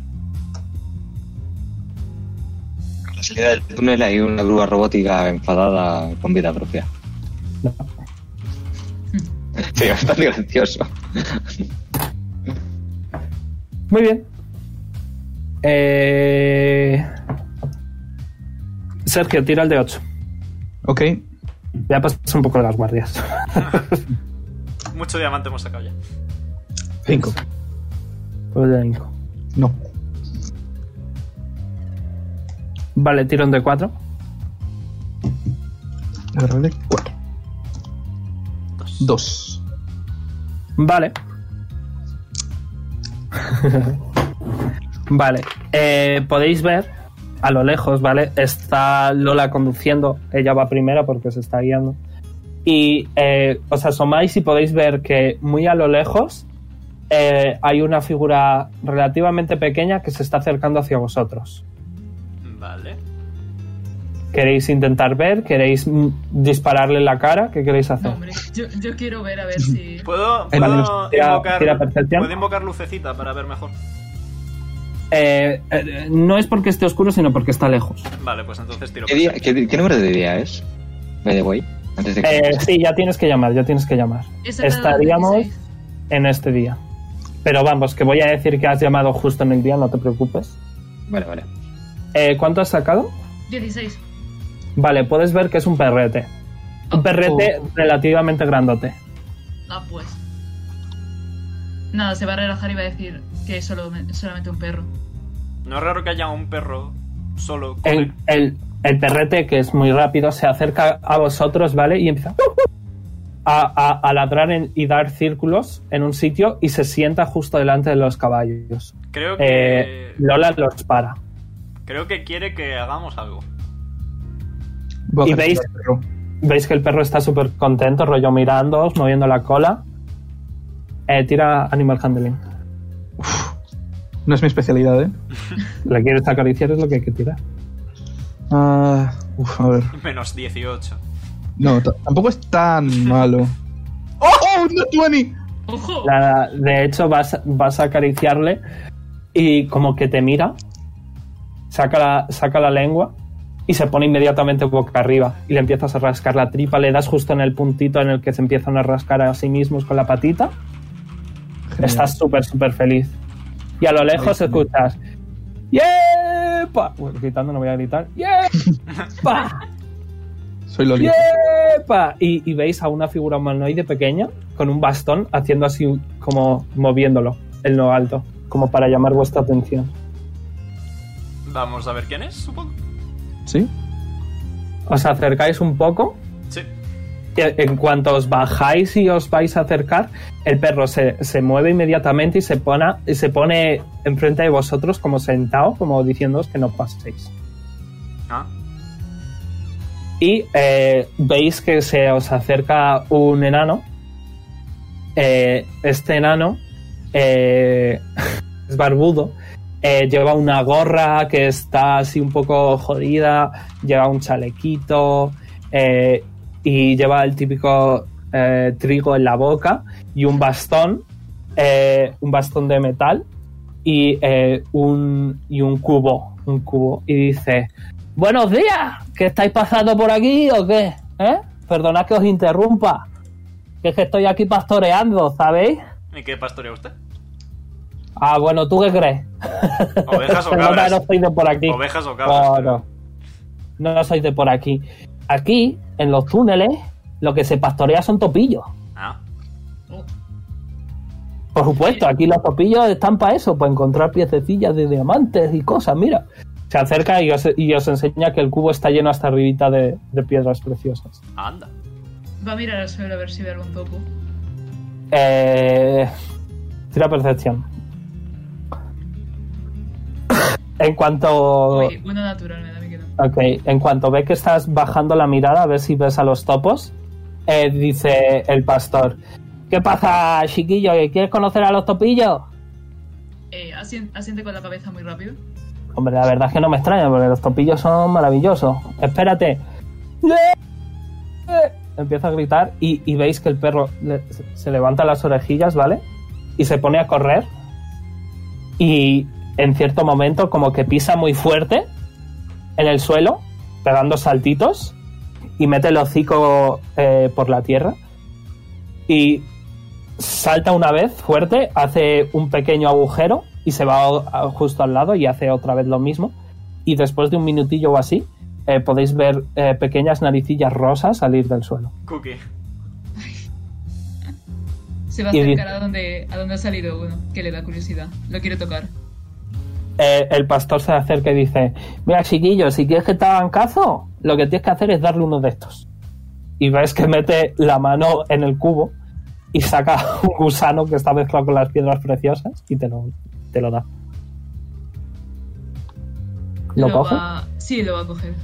Speaker 5: a la salida del túnel hay una grúa robótica enfadada con vida propia.
Speaker 1: No.
Speaker 5: Sí, bastante gracioso.
Speaker 1: Muy bien. Eh... Sergio, tira el de 8.
Speaker 3: Ok.
Speaker 1: Ya pasas un poco de las guardias.
Speaker 2: Mucho diamante hemos sacado ya.
Speaker 3: Cinco.
Speaker 1: Pues ya digo.
Speaker 3: No.
Speaker 1: Vale, tiro un de 4.
Speaker 3: Agarrarle cuatro. Dos.
Speaker 1: Vale. vale. eh, Podéis ver a lo lejos, ¿vale? Está Lola conduciendo. Ella va primera porque se está guiando. Y eh, os asomáis y podéis ver que muy a lo lejos eh, hay una figura relativamente pequeña que se está acercando hacia vosotros.
Speaker 2: Vale.
Speaker 1: ¿Queréis intentar ver? ¿Queréis mm, dispararle en la cara? ¿Qué queréis hacer?
Speaker 4: No, hombre, yo, yo quiero ver a ver si.
Speaker 2: ¿Puedo,
Speaker 3: Eh, vale,
Speaker 2: puedo
Speaker 1: tira-
Speaker 2: invocar,
Speaker 1: tira percepción.
Speaker 2: puedo invocar lucecita para ver mejor?
Speaker 1: Eh, eh, no es porque esté oscuro, sino porque está lejos.
Speaker 2: Vale, pues entonces tiro
Speaker 5: ¿Qué, día-
Speaker 2: percepción.
Speaker 5: qué- qué número de día es? By the way, antes de que...
Speaker 1: Eh, sí, ya tienes que llamar, ya tienes que llamar.
Speaker 4: He sacado
Speaker 1: Pues, Estaríamos
Speaker 4: 16.
Speaker 1: en este día. Pero vamos, que voy a decir que has llamado justo en el día, no te preocupes.
Speaker 5: Vale, vale.
Speaker 1: Eh, ¿Cuánto has sacado?
Speaker 4: 16.
Speaker 1: Vale, puedes ver que es un perrete. Un perrete relativamente grandote.
Speaker 4: Ah, pues. Nada, se va a relajar y va a decir que es solo, solamente un perro.
Speaker 2: No es raro que haya un perro solo con
Speaker 1: El, el- el perrete, que es muy rápido, se acerca a vosotros, ¿vale? Y empieza a, a- a ladrar en- y dar círculos en un sitio y se sienta justo delante de los caballos.
Speaker 2: Creo que.
Speaker 1: Eh, Lola los para.
Speaker 2: Creo que quiere que hagamos algo.
Speaker 3: Voy a
Speaker 1: ¿Y
Speaker 3: acercar
Speaker 1: veis?
Speaker 3: al perro.
Speaker 1: Veis que el perro está súper contento, rollo mirándoos, moviendo la cola. Eh, tira Animal Handling.
Speaker 3: No es mi especialidad, ¿eh?
Speaker 1: Le quieres acariciar, es lo que hay que tirar.
Speaker 3: Ah, uf, a ver.
Speaker 2: Menos 18.
Speaker 3: No, t- tampoco es tan malo. ¡Oh! ¡Oh! ¡No 20!
Speaker 4: ¡Ojo!
Speaker 1: La- de hecho, vas, vas a acariciarle y como que te mira, saca la, saca la lengua y se pone inmediatamente boca arriba y le empiezas a rascar la tripa, le das justo en el puntito en el que se empiezan a rascar a sí mismos con la patita. Estás súper, súper feliz. Y a lo lejos escuchas... ¡Yepa! Bueno, gritando no voy a gritar. ¡Yepa!
Speaker 3: Soy Loli.
Speaker 1: ¡Yepa! Y, y veis a una figura humanoide pequeña con un bastón haciendo así un- como moviéndolo en lo alto, como para llamar vuestra atención.
Speaker 2: Vamos a ver quién es, supongo.
Speaker 3: ¿Sí?
Speaker 1: Os acercáis un poco
Speaker 2: Sí.
Speaker 1: en cuanto os bajáis y os vais a acercar, el perro se, se mueve inmediatamente y se, pone, y se pone enfrente de vosotros como sentado, como diciéndoos que no paséis.
Speaker 2: Ah,
Speaker 1: Y eh, veis que se os acerca un enano. Eh, este enano eh, es barbudo. Eh, lleva una gorra que está así un poco jodida. Lleva un chalequito. eh, y lleva el típico eh, trigo en la boca. Y un bastón. eh, un bastón de metal. Y, eh, un, y un cubo. Un cubo. Y dice. Buenos días, ¿qué estáis pasando por aquí o qué? ¿Eh? Perdonad que os interrumpa, que es que estoy aquí pastoreando, ¿sabéis?
Speaker 2: ¿Y qué pastorea usted?
Speaker 1: Ah, bueno, ¿tú qué crees?
Speaker 2: ¿Ovejas o
Speaker 1: Perdona,
Speaker 2: cabras?
Speaker 1: no soy de por aquí.
Speaker 2: Ovejas o cabras.
Speaker 1: No, no. No, no soy de por aquí. Aquí, en los túneles, lo que se pastorea son topillos.
Speaker 2: Ah,
Speaker 1: Por supuesto, aquí los topillos están para eso, para encontrar piececillas de diamantes y cosas, mira. Se acerca y os, y os enseña que el cubo está lleno hasta arribita de- de piedras preciosas.
Speaker 2: anda.
Speaker 4: Va a mirar al suelo a ver si ve algún topo.
Speaker 1: Eh, tira percepción. En cuanto.
Speaker 4: Uy, uno natural me da mi queda.
Speaker 1: Ok, en cuanto ve que estás bajando la mirada, a ver si ves a los topos, eh, dice el pastor: ¿Qué pasa, chiquillo? ¿Que ¿Quieres conocer a los topillos?
Speaker 4: Eh, asien- asiente con la cabeza muy rápido.
Speaker 1: Hombre, la verdad es que no me extraña, porque los topillos son maravillosos. Espérate. Empieza a gritar y, y veis que el perro le- se levanta las orejillas, ¿vale? Y se pone a correr. Y en cierto momento como que pisa muy fuerte en el suelo, pegando saltitos. Y mete el hocico eh, por la tierra. Y salta una vez fuerte, hace un pequeño agujero y se va a- justo al lado y hace otra vez lo mismo. Y después de un minutillo o así, eh, podéis ver eh, pequeñas naricillas rosas salir del suelo.
Speaker 2: Cookie.
Speaker 4: Se va a
Speaker 1: Y dice-
Speaker 4: acercar a donde, a donde ha salido uno, que le da curiosidad. Lo quiere tocar.
Speaker 1: Eh, el pastor se acerca y dice, mira chiquillo, si quieres que te hagan caso, lo que tienes que hacer es darle uno de estos. Y ves que mete la mano en el cubo y saca un gusano que está mezclado con las piedras preciosas y te lo, te lo da. ¿Lo, coge?
Speaker 4: Va... Sí, lo va a coger.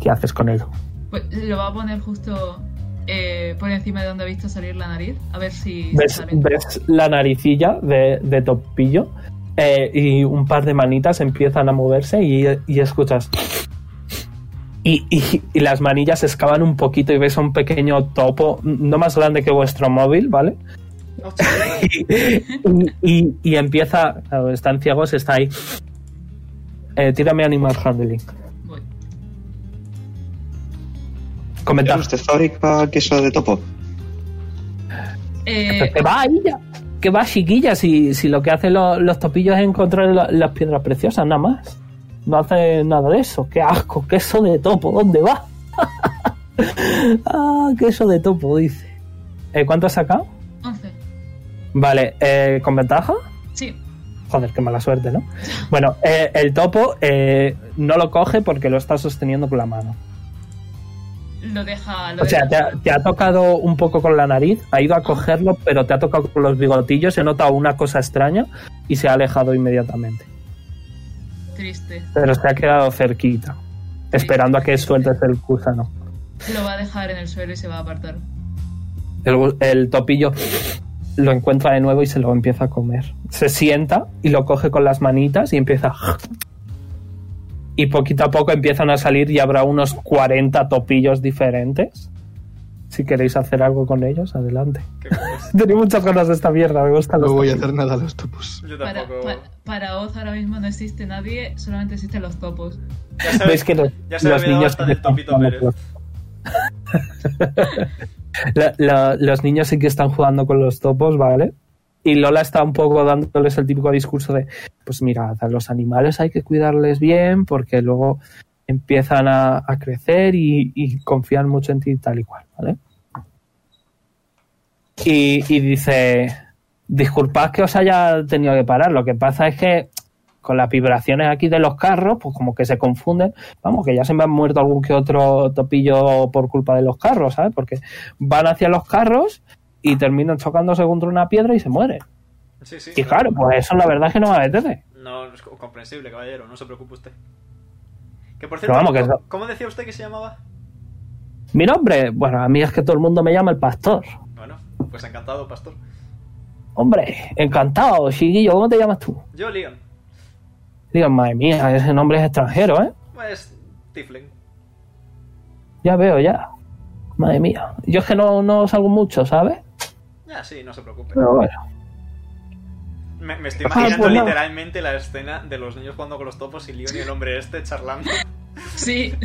Speaker 1: ¿Qué haces con él?
Speaker 4: Pues lo va a poner justo eh, por encima de donde ha visto salir la nariz. A ver si se
Speaker 1: ¿Ves,
Speaker 4: sale.
Speaker 1: ves la naricilla de, de topillo eh, y un par de manitas empiezan a moverse y, y escuchas. Y, y- y las manillas se excavan un poquito y ves a un pequeño topo, no más grande que vuestro móvil, ¿vale? y, y- y empieza. claro, están ciegos, está ahí. Eh, tírame Animal Handling.
Speaker 4: Voy.
Speaker 1: Comenta.
Speaker 5: ¿Usted fabrica queso de topo?
Speaker 4: Eh,
Speaker 1: Que va, ella. Que va, chiquilla. Si, si lo que hacen lo- los topillos es encontrar la- las piedras preciosas, nada más. No hace nada de eso. Qué asco, queso de topo. ¿Dónde va? ah, queso de topo, dice. Eh, ¿Cuánto has sacado?
Speaker 4: 11.
Speaker 1: Vale, eh, ¿con ventaja?
Speaker 4: Sí.
Speaker 1: Joder, qué mala suerte, ¿no? Bueno, eh, el topo eh, no lo coge porque lo está sosteniendo con la mano.
Speaker 4: Lo deja. Lo
Speaker 1: O sea,
Speaker 4: deja
Speaker 1: te ha, te ha tocado un poco con la nariz, ha ido a cogerlo, pero te ha tocado con los bigotillos, se nota una cosa extraña y se ha alejado inmediatamente.
Speaker 4: Triste.
Speaker 1: Pero se ha quedado cerquita, esperando a que sueltes el gusano.
Speaker 4: Lo va a dejar en el suelo y se va a apartar.
Speaker 1: El, gu- el topillo lo encuentra de nuevo y se lo empieza a comer. Se sienta y lo coge con las manitas y empieza... a- Y poquito a poco empiezan a salir y habrá unos 40 topillos diferentes. Si queréis hacer algo con ellos, adelante.
Speaker 2: Qué cosas.
Speaker 1: Tenía muchas ganas de esta mierda, me gustan los
Speaker 3: No voy a
Speaker 1: topillos.
Speaker 3: hacer nada a los topos.
Speaker 2: Yo
Speaker 4: Para,
Speaker 2: tampoco.
Speaker 4: para, para Oz ahora mismo no existe nadie, solamente existen los topos.
Speaker 2: Ya sabes-
Speaker 1: Veis que los,
Speaker 2: ya se me
Speaker 1: los
Speaker 2: había dado
Speaker 1: niños
Speaker 2: hasta del Topito Pérez.
Speaker 1: La- la- los niños sí que están jugando con los topos, ¿vale? Y Lola está un poco dándoles el típico discurso de, pues mira, a los animales hay que cuidarles bien porque luego empiezan a, a crecer y, y confían mucho en ti y tal y cual, ¿vale? Y, y dice, disculpad que os haya tenido que parar, lo que pasa es que con las vibraciones aquí de los carros, pues como que se confunden. Vamos, que ya se me han muerto algún que otro topillo por culpa de los carros, ¿sabes? Porque van hacia los carros y terminan chocándose contra una piedra y se mueren.
Speaker 2: Sí, sí.
Speaker 1: Y claro, pues eso la verdad es que no me apetece.
Speaker 2: No, es co- comprensible, caballero, no se preocupe usted. Que por cierto,
Speaker 1: vamos, que eso-
Speaker 2: ¿cómo decía usted que se llamaba?
Speaker 1: Mi nombre, bueno, a mí es que todo el mundo me llama el pastor.
Speaker 2: Bueno, pues encantado, pastor.
Speaker 1: Hombre, encantado, chiquillo, ¿cómo te llamas tú?
Speaker 2: Yo, Leon.
Speaker 1: Digan, madre mía, ese nombre es extranjero, ¿eh?
Speaker 2: Pues, Tifling.
Speaker 1: Ya veo, ya. Madre mía. Yo es que no, no salgo mucho, ¿sabes?
Speaker 2: Ah, sí, no se preocupe.
Speaker 1: Pero bueno.
Speaker 2: Me, me estoy
Speaker 1: Ah,
Speaker 2: imaginando
Speaker 1: pues no.
Speaker 2: literalmente la escena de los niños jugando con los topos y Leon y el hombre este charlando.
Speaker 4: Sí.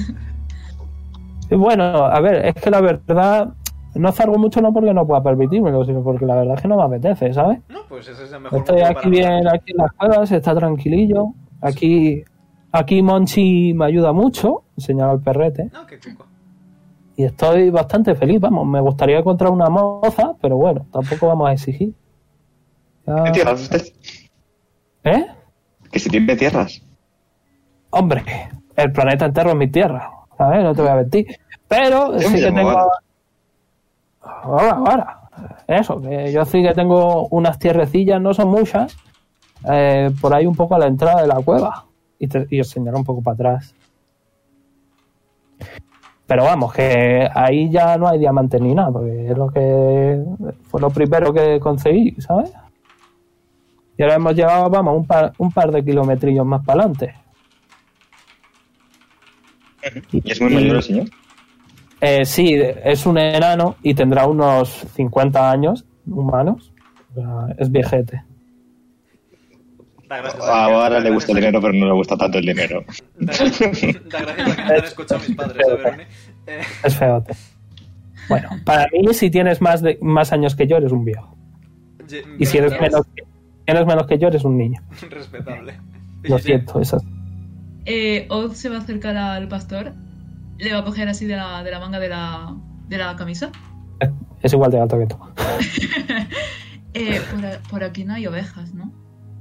Speaker 1: Y Bueno, a ver, es que la verdad... No salgo mucho no porque no pueda permitírmelo, sino porque la verdad es que no me apetece, ¿sabes?
Speaker 2: No, pues ese es el mejor
Speaker 1: Estoy
Speaker 2: motivo
Speaker 1: aquí
Speaker 2: para
Speaker 1: bien,
Speaker 2: hablar.
Speaker 1: aquí en las cuevas, está tranquilillo. Aquí, aquí Monchi me ayuda mucho, señala el perrete.
Speaker 2: No, qué cuco.
Speaker 1: Y estoy bastante feliz, vamos. Me gustaría encontrar una moza, pero bueno, tampoco vamos a exigir. Ya- Ah.
Speaker 5: ¿Qué tierras usted?
Speaker 1: ¿Eh?
Speaker 5: Que si tiene tierras.
Speaker 1: Hombre, el planeta entero es mi tierra, ¿sabes? No te voy a mentir. Pero
Speaker 5: Yo
Speaker 1: sí
Speaker 5: me
Speaker 1: que
Speaker 5: llamo
Speaker 1: tengo...
Speaker 5: Vara.
Speaker 1: Ahora, ahora. Eso, que yo sí que tengo unas tierrecillas, no son muchas, eh, por ahí un poco a la entrada de la cueva. Y, te- y os señalo un poco para atrás. Pero vamos, que ahí ya no hay diamante ni nada, porque es lo que fue lo primero que conseguí, ¿sabes? Y ahora hemos llegado, vamos, un par, un par de kilometrillos más para adelante.
Speaker 5: Y es muy mayor el señor.
Speaker 1: Eh, sí, es un enano y tendrá unos 50 años humanos. O sea, Es viejete.
Speaker 2: Da gracias. a-
Speaker 5: Ah, Ahora le
Speaker 2: da
Speaker 5: gusta el
Speaker 2: gracias-
Speaker 5: dinero, pero no le gusta tanto el dinero.
Speaker 2: Da gracias da gracias a que no te han escuchado mis padres, ¿eh, Verone? Eh,
Speaker 1: Es feote. Bueno, para mí, si tienes más, de, más años que yo, eres un viejo.
Speaker 2: ye-
Speaker 1: Y si eres menos, que- eres menos que yo, eres un niño.
Speaker 2: Respetable.
Speaker 1: Lo siento, eso.
Speaker 4: Eh, Oz se va a acercar al pastor, le va a coger así de la, de la manga de la, de la camisa.
Speaker 1: Es igual de alto que tú.
Speaker 4: Eh, por, a- por aquí no hay ovejas, ¿no?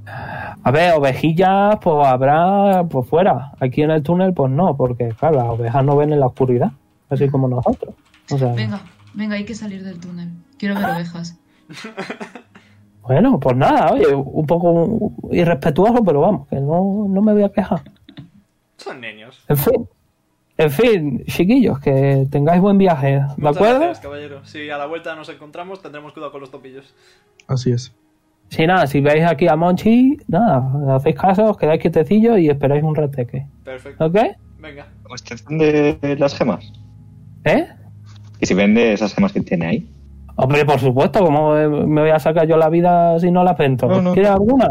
Speaker 1: A ver, ovejillas, pues habrá pues fuera. Aquí en el túnel, pues no, porque claro, las ovejas no ven en la oscuridad, así como nosotros. O sea,
Speaker 4: Venga, venga, hay que salir del túnel. Quiero ver ovejas.
Speaker 1: Bueno, pues nada, oye, un poco irrespetuoso, pero vamos, que no, no me voy a quejar.
Speaker 2: Son niños.
Speaker 1: En fin, en fin, chiquillos, que tengáis buen viaje, ¿de
Speaker 2: Muchas
Speaker 1: acuerdo?
Speaker 2: gracias, caballero. Si a la vuelta nos encontramos, tendremos cuidado con los topillos.
Speaker 3: Así es.
Speaker 1: Si nada, si veis aquí a Monchi, nada, hacéis caso, os quedáis quietecillos y esperáis un rateque,
Speaker 2: Perfecto.
Speaker 1: ¿ok?
Speaker 2: Venga.
Speaker 5: ¿Usted vende las gemas?
Speaker 1: ¿Eh?
Speaker 5: Que si vende esas gemas que tiene ahí.
Speaker 1: Hombre, por supuesto, ¿cómo me voy a sacar yo la vida si no la pento?
Speaker 5: No, no.
Speaker 1: ¿Quieres alguna?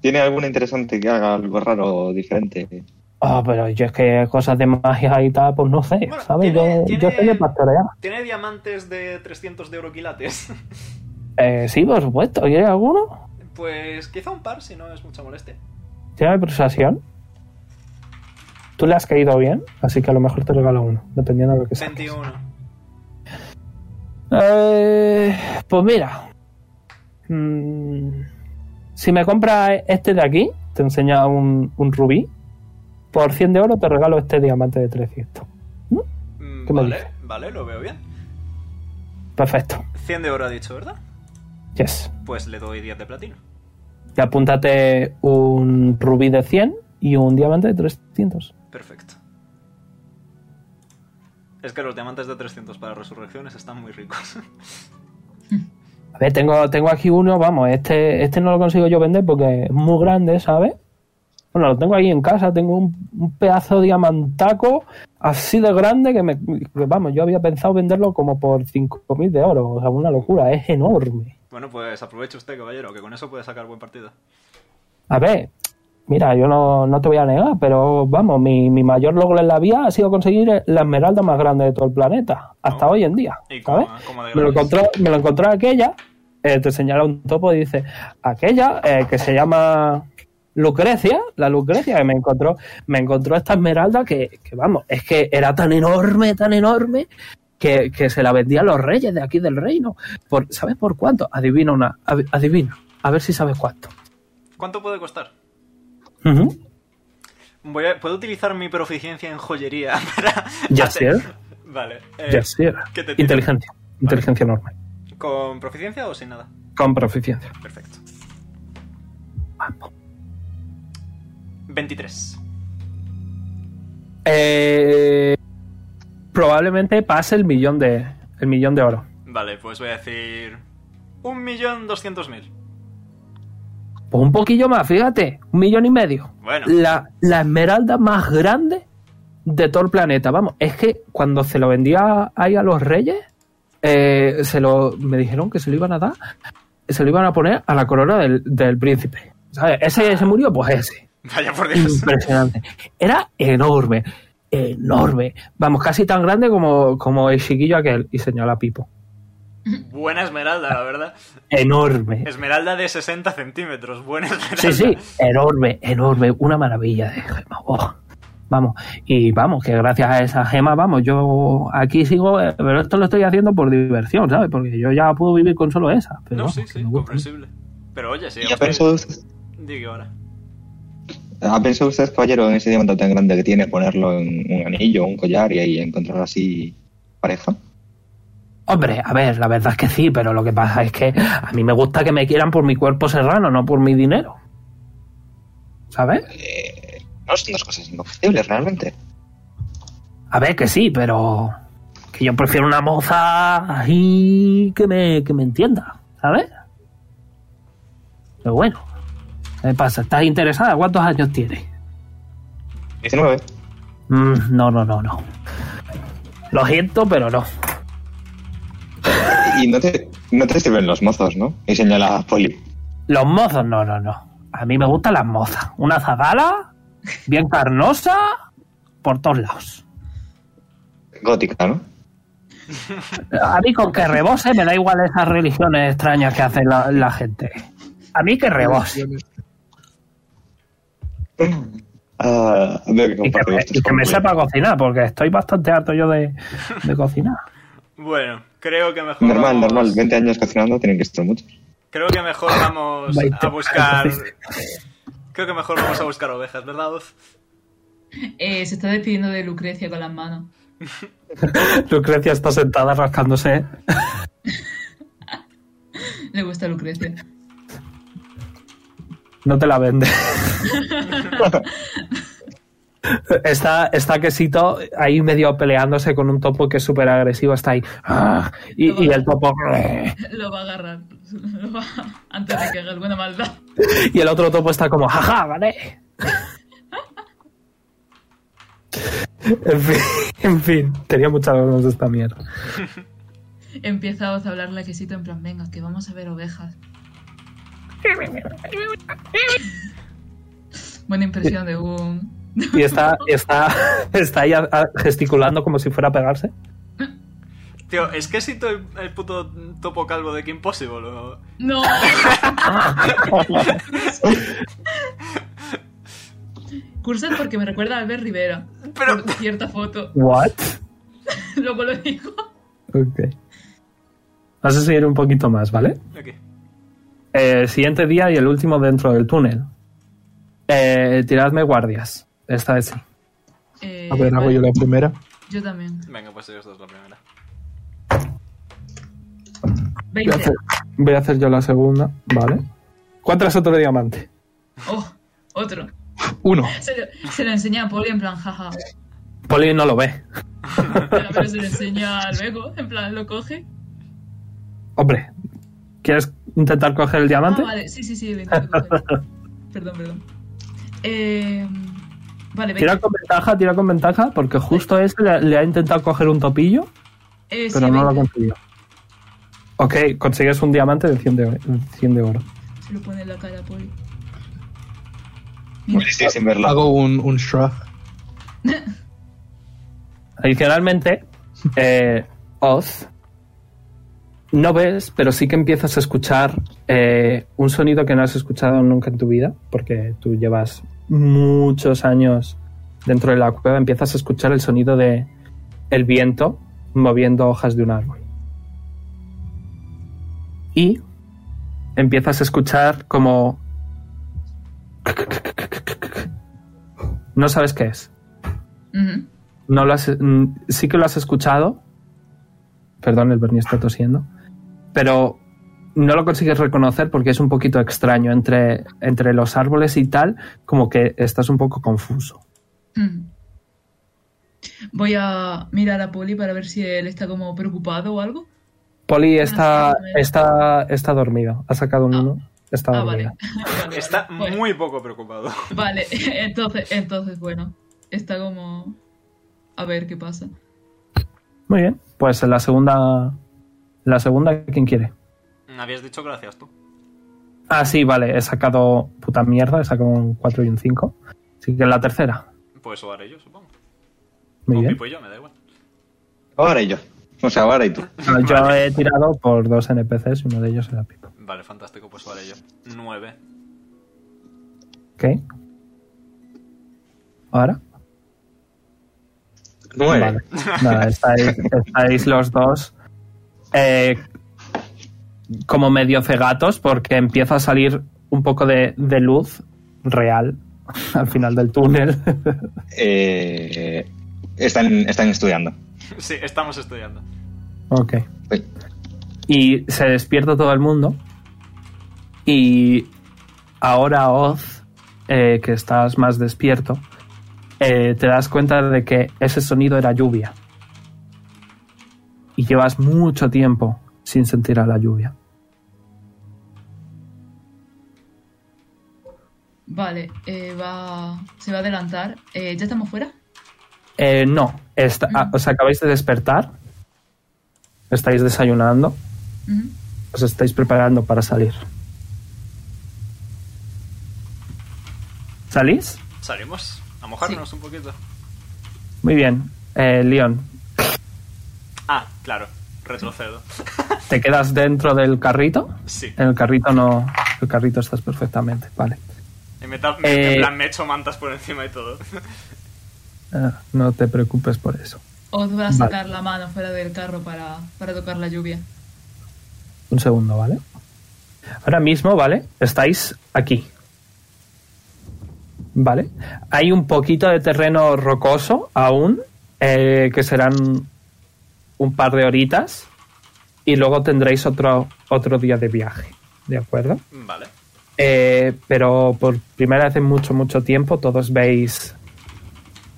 Speaker 5: ¿Tiene alguna interesante que haga algo raro o diferente?
Speaker 1: Ah, pero yo es que cosas de magia y tal, pues no sé,
Speaker 2: Bueno,
Speaker 1: ¿sabes?
Speaker 2: tiene-
Speaker 1: yo,
Speaker 2: tiene-
Speaker 1: yo soy de pastorear.
Speaker 2: Tiene diamantes de 300 de oro quilates.
Speaker 1: Eh, sí, por supuesto, ¿quieres alguno?
Speaker 2: Pues quizá un par, si no es mucha molestia.
Speaker 1: Tiene persuasión. Tú le has caído bien, así que a lo mejor te regalo uno, dependiendo de lo que sea.
Speaker 2: 21.
Speaker 1: Eh, pues mira. Mm, si me compras este de aquí, te enseña un, un rubí. Por 100 de oro te regalo este diamante de 300.
Speaker 2: Mm,
Speaker 1: ¿Qué me
Speaker 2: Vale,
Speaker 1: dice?
Speaker 2: vale, lo veo bien.
Speaker 1: Perfecto.
Speaker 2: 100 de oro ha dicho, ¿verdad?
Speaker 1: Yes.
Speaker 2: Pues le doy 10 de platino.
Speaker 1: Y apúntate un rubí de 100 y un diamante de 300.
Speaker 2: Perfecto. Es que los diamantes de 300 para resurrecciones están muy ricos.
Speaker 1: A ver, tengo, tengo aquí uno, vamos, este, este no lo consigo yo vender porque es muy grande, ¿sabes? Bueno, lo tengo ahí en casa, tengo un, un pedazo de diamantaco así de grande que me... que, vamos, yo había pensado venderlo como por 5.000 de oro, o sea, una locura, es enorme.
Speaker 2: bueno, pues aproveche usted, caballero, que con eso puede sacar buen partido.
Speaker 1: A ver, mira, yo no, no te voy a negar, pero vamos, mi, mi mayor logro en la vía ha sido conseguir la esmeralda más grande de todo el planeta, hasta hoy en día,
Speaker 2: ¿Y cómo,
Speaker 1: ¿sabes?
Speaker 2: cómo de
Speaker 1: ¿Ah? me lo
Speaker 2: grande es?
Speaker 1: encontró, me lo encontró aquella, eh, te señala un topo y dice, aquella eh, que se llama Lucrecia, la Lucrecia que me encontró, me encontró esta esmeralda que, que, vamos, es que era tan enorme, tan enorme, que, que se la vendían los reyes de aquí del reino. Por, ¿Sabes por cuánto? Adivina una, ad- adivina, a ver si sabes cuánto.
Speaker 2: ¿Cuánto puede costar?
Speaker 1: Ujú.
Speaker 2: Voy a- ¿Puedo utilizar mi proficiencia en joyería para.
Speaker 1: Ya
Speaker 2: hacer-
Speaker 1: sea.
Speaker 2: Vale. eh,
Speaker 1: Ya sí era.
Speaker 2: ¿qué te tiro?
Speaker 1: Inteligencia. Inteligencia normal.
Speaker 2: ¿Con proficiencia o sin nada?
Speaker 1: Con proficiencia.
Speaker 2: Perfecto. 23.
Speaker 1: Eh, probablemente pase el millón de el millón de oro.
Speaker 2: Vale, pues voy a decir. 1.200.000.
Speaker 1: Pues un poquillo más, fíjate, un millón y medio.
Speaker 2: Bueno.
Speaker 1: La, la esmeralda más grande de todo el planeta. Vamos, es que cuando se lo vendía ahí a los reyes, eh, se lo, me dijeron que se lo iban a dar, se lo iban a poner a la corona del, del príncipe. ¿Sabes? Ese que se murió, pues ese.
Speaker 2: Vaya por Dios.
Speaker 1: Impresionante. Era enorme, enorme. Vamos, casi tan grande como, como el chiquillo aquel. Y señala a Pipo.
Speaker 2: Buena esmeralda, la verdad.
Speaker 1: Enorme.
Speaker 2: Esmeralda de 60 centímetros. Buena esmeralda.
Speaker 1: Sí, sí, enorme, enorme, una maravilla de gema. oh. Vamos, y vamos, que gracias a esa gema, vamos, yo aquí sigo, eh, pero esto lo estoy haciendo por diversión, ¿sabes? Porque yo ya puedo vivir con solo esa. Pero
Speaker 2: No,
Speaker 1: vamos,
Speaker 2: sí,
Speaker 1: que
Speaker 2: sí,
Speaker 1: me gusta.
Speaker 2: comprensible. Pero oye, sí.
Speaker 5: ¿Y ha pensado, usted,
Speaker 2: Digo ahora.
Speaker 5: ha pensado usted, caballero, en ese diamante tan grande que tiene, ponerlo en un anillo, un collar y ahí encontrar así pareja?
Speaker 1: Hombre, a ver, la verdad es que sí, pero lo que pasa es que a mí me gusta que me quieran por mi cuerpo serrano, no por mi dinero. ¿Sabes?
Speaker 5: Eh, no son dos cosas incompatibles realmente.
Speaker 1: A ver, que sí, pero que yo prefiero una moza así que me, que me entienda, ¿sabes? Pero bueno, ¿qué pasa? ¿Estás interesada? ¿Cuántos años tienes?
Speaker 5: 19.
Speaker 1: Mm, no, no, no, no. Lo siento, pero no.
Speaker 5: Y no te, no te sirven los mozos, ¿no? Y señala a Poli.
Speaker 1: Los mozos, no, no, no. A mí me gustan las mozas. Una zagala, bien carnosa, por todos lados.
Speaker 5: Gótica, ¿no?
Speaker 1: A mí con que rebose me da igual esas religiones extrañas que hace la, la gente. A mí que rebose.
Speaker 5: Ah, veo que
Speaker 1: Y que,
Speaker 5: comparte
Speaker 1: me-
Speaker 5: gustos
Speaker 1: y que me
Speaker 5: conmigo.
Speaker 1: sepa cocinar, porque estoy bastante harto yo de, de cocinar.
Speaker 2: Bueno, creo que mejor.
Speaker 5: Normal,
Speaker 2: vamos-
Speaker 5: normal. 20 años cocinando tienen que estar muchos.
Speaker 2: Creo que mejor vamos
Speaker 1: Veinte.
Speaker 2: a buscar. Creo que mejor vamos a buscar ovejas, ¿verdad, Oz?
Speaker 4: Eh, se está despidiendo de Lucrecia con las manos.
Speaker 1: Lucrecia está sentada rascándose.
Speaker 4: Le gusta Lucrecia.
Speaker 1: No te la vende. está, está quesito ahí medio peleándose con un topo que es súper agresivo. Está ahí. "Ah", Y, y el topo.
Speaker 4: Lo va a agarrar. Lo va antes de que haga alguna maldad.
Speaker 1: Y el otro topo está como, jaja, vale. en, fin, en fin, tenía muchas ganas de esta mierda.
Speaker 4: Empieza Oz a hablarle a Quesito en plan, venga, que vamos a ver ovejas. Buena impresión de un...
Speaker 1: Y está, está, está ahí a- a- gesticulando como si fuera a pegarse.
Speaker 2: Tío, es que si to- el, puto topo calvo de Kim Possible. ¿no?
Speaker 4: ¡No! Cursar porque me recuerda a Albert Rivera.
Speaker 2: Pero.
Speaker 4: Por cierta foto.
Speaker 1: What?
Speaker 4: Luego lo digo.
Speaker 1: Ok. Vas a seguir un poquito más, ¿vale?
Speaker 2: Ok.
Speaker 1: El siguiente día y el último dentro del túnel. Eh, tiradme guardias. Esta vez sí.
Speaker 4: Eh,
Speaker 3: A ver, hago
Speaker 4: vale,
Speaker 3: yo la primera.
Speaker 4: yo también.
Speaker 2: Venga, pues esta es la primera.
Speaker 1: Voy a
Speaker 4: 20.
Speaker 1: hacer, voy a hacer yo la segunda, ¿vale? Cuatro azotes de diamante.
Speaker 4: Oh, otro.
Speaker 3: Uno.
Speaker 4: Se lo, se lo enseña a Poli en plan, jaja.
Speaker 1: Poli no lo ve.
Speaker 4: Pero, pero se lo enseña luego, en plan, lo coge.
Speaker 1: Hombre, ¿quieres intentar coger el diamante?
Speaker 4: Ah, vale, sí, sí, sí, lo intento coger. Perdón, perdón. Eh, vale,
Speaker 1: Tira
Speaker 4: 20.
Speaker 1: con ventaja, tira con ventaja, porque justo ese le, le ha intentado coger un topillo,
Speaker 4: Eh, sí,
Speaker 1: pero no lo ha
Speaker 4: 20.
Speaker 1: conseguido. Ok, consigues un diamante de 100 de, 100 de oro.
Speaker 4: Se lo pone en la cara a Poli.
Speaker 5: Poli sigue Pues sin verlo.
Speaker 3: Hago un, un shrug.
Speaker 1: Adicionalmente, eh, Oz, no ves, pero sí que empiezas a escuchar eh, un sonido que no has escuchado nunca en tu vida, porque tú llevas muchos años dentro de la cueva, empiezas a escuchar el sonido de el viento moviendo hojas de un árbol. Y empiezas a escuchar como No sabes qué es.
Speaker 4: Ujú.
Speaker 1: No lo has, mm, sí que lo has escuchado. Perdón, el Bernie está tosiendo. Pero no lo consigues reconocer porque es un poquito extraño entre, entre los árboles y tal, como que estás un poco confuso.
Speaker 4: Mm. Voy a mirar a Poli para ver si él está como preocupado o algo.
Speaker 1: Polly está,
Speaker 4: Ah, sí, me-
Speaker 1: está, está dormido. Ha sacado un
Speaker 4: Ah.
Speaker 1: uno. Está
Speaker 4: Ah, vale.
Speaker 1: dormido.
Speaker 4: Vale, vale.
Speaker 2: Está
Speaker 4: Pues-
Speaker 2: muy poco preocupado.
Speaker 4: Vale, entonces, entonces, bueno. Está como. A ver qué pasa.
Speaker 1: Muy bien. Pues la segunda. La segunda, ¿quién quiere?
Speaker 2: Habías dicho gracias tú.
Speaker 1: Ah, sí, vale. He sacado puta mierda. He sacado un 4 y un 5. Así que la tercera.
Speaker 2: Pues o haré yo, supongo.
Speaker 1: Muy
Speaker 2: o
Speaker 1: bien.
Speaker 2: Pipo y yo, me da igual.
Speaker 5: Ahora y yo. O sea, ahora y tú.
Speaker 1: Ah, Yo he tirado por dos NPCs y uno de ellos era Pipo.
Speaker 2: Vale, fantástico, pues o haré yo. Nueve.
Speaker 1: ¿Ok? ¿Ahora?
Speaker 5: Nueve.
Speaker 1: Vale. Nada, estáis, estáis los dos eh, como medio cegatos porque empieza a salir un poco de, de luz real al final del túnel.
Speaker 5: Eh, están, están estudiando.
Speaker 2: Sí, estamos estudiando.
Speaker 1: ok.
Speaker 5: Sí.
Speaker 1: Y se despierta todo el mundo. Y ahora Oz, eh, que estás más despierto, eh, te das cuenta de que ese sonido era lluvia. Y llevas mucho tiempo sin sentir a la lluvia.
Speaker 4: Vale, eh, va. Se va a adelantar. Eh, ¿Ya estamos fuera?
Speaker 1: Eh, no, está- ah, os acabáis de despertar. Estáis desayunando.
Speaker 4: Ujú.
Speaker 1: Os estáis preparando para salir. ¿Salís?
Speaker 2: Salimos a mojarnos un poquito.
Speaker 1: Muy bien. Eh, Leon,
Speaker 2: Ah, claro, retrocedo.
Speaker 1: ¿te quedas dentro del carrito?
Speaker 2: Sí.
Speaker 1: En el carrito no. El carrito estás perfectamente. Vale.
Speaker 2: En, meta-
Speaker 1: Eh.
Speaker 2: en plan, me echo mantas por encima y todo.
Speaker 1: Eh, no te preocupes por eso.
Speaker 4: Os va a sacar la mano fuera del carro para, para tocar la lluvia.
Speaker 1: Un segundo, ¿vale? Ahora mismo, ¿vale? Estáis aquí. ¿Vale? Hay un poquito de terreno rocoso aún, eh, que serán un par de horitas, y luego tendréis otro, otro día de viaje, ¿de acuerdo?
Speaker 2: Vale.
Speaker 1: Eh, pero por primera vez en mucho, mucho tiempo todos veis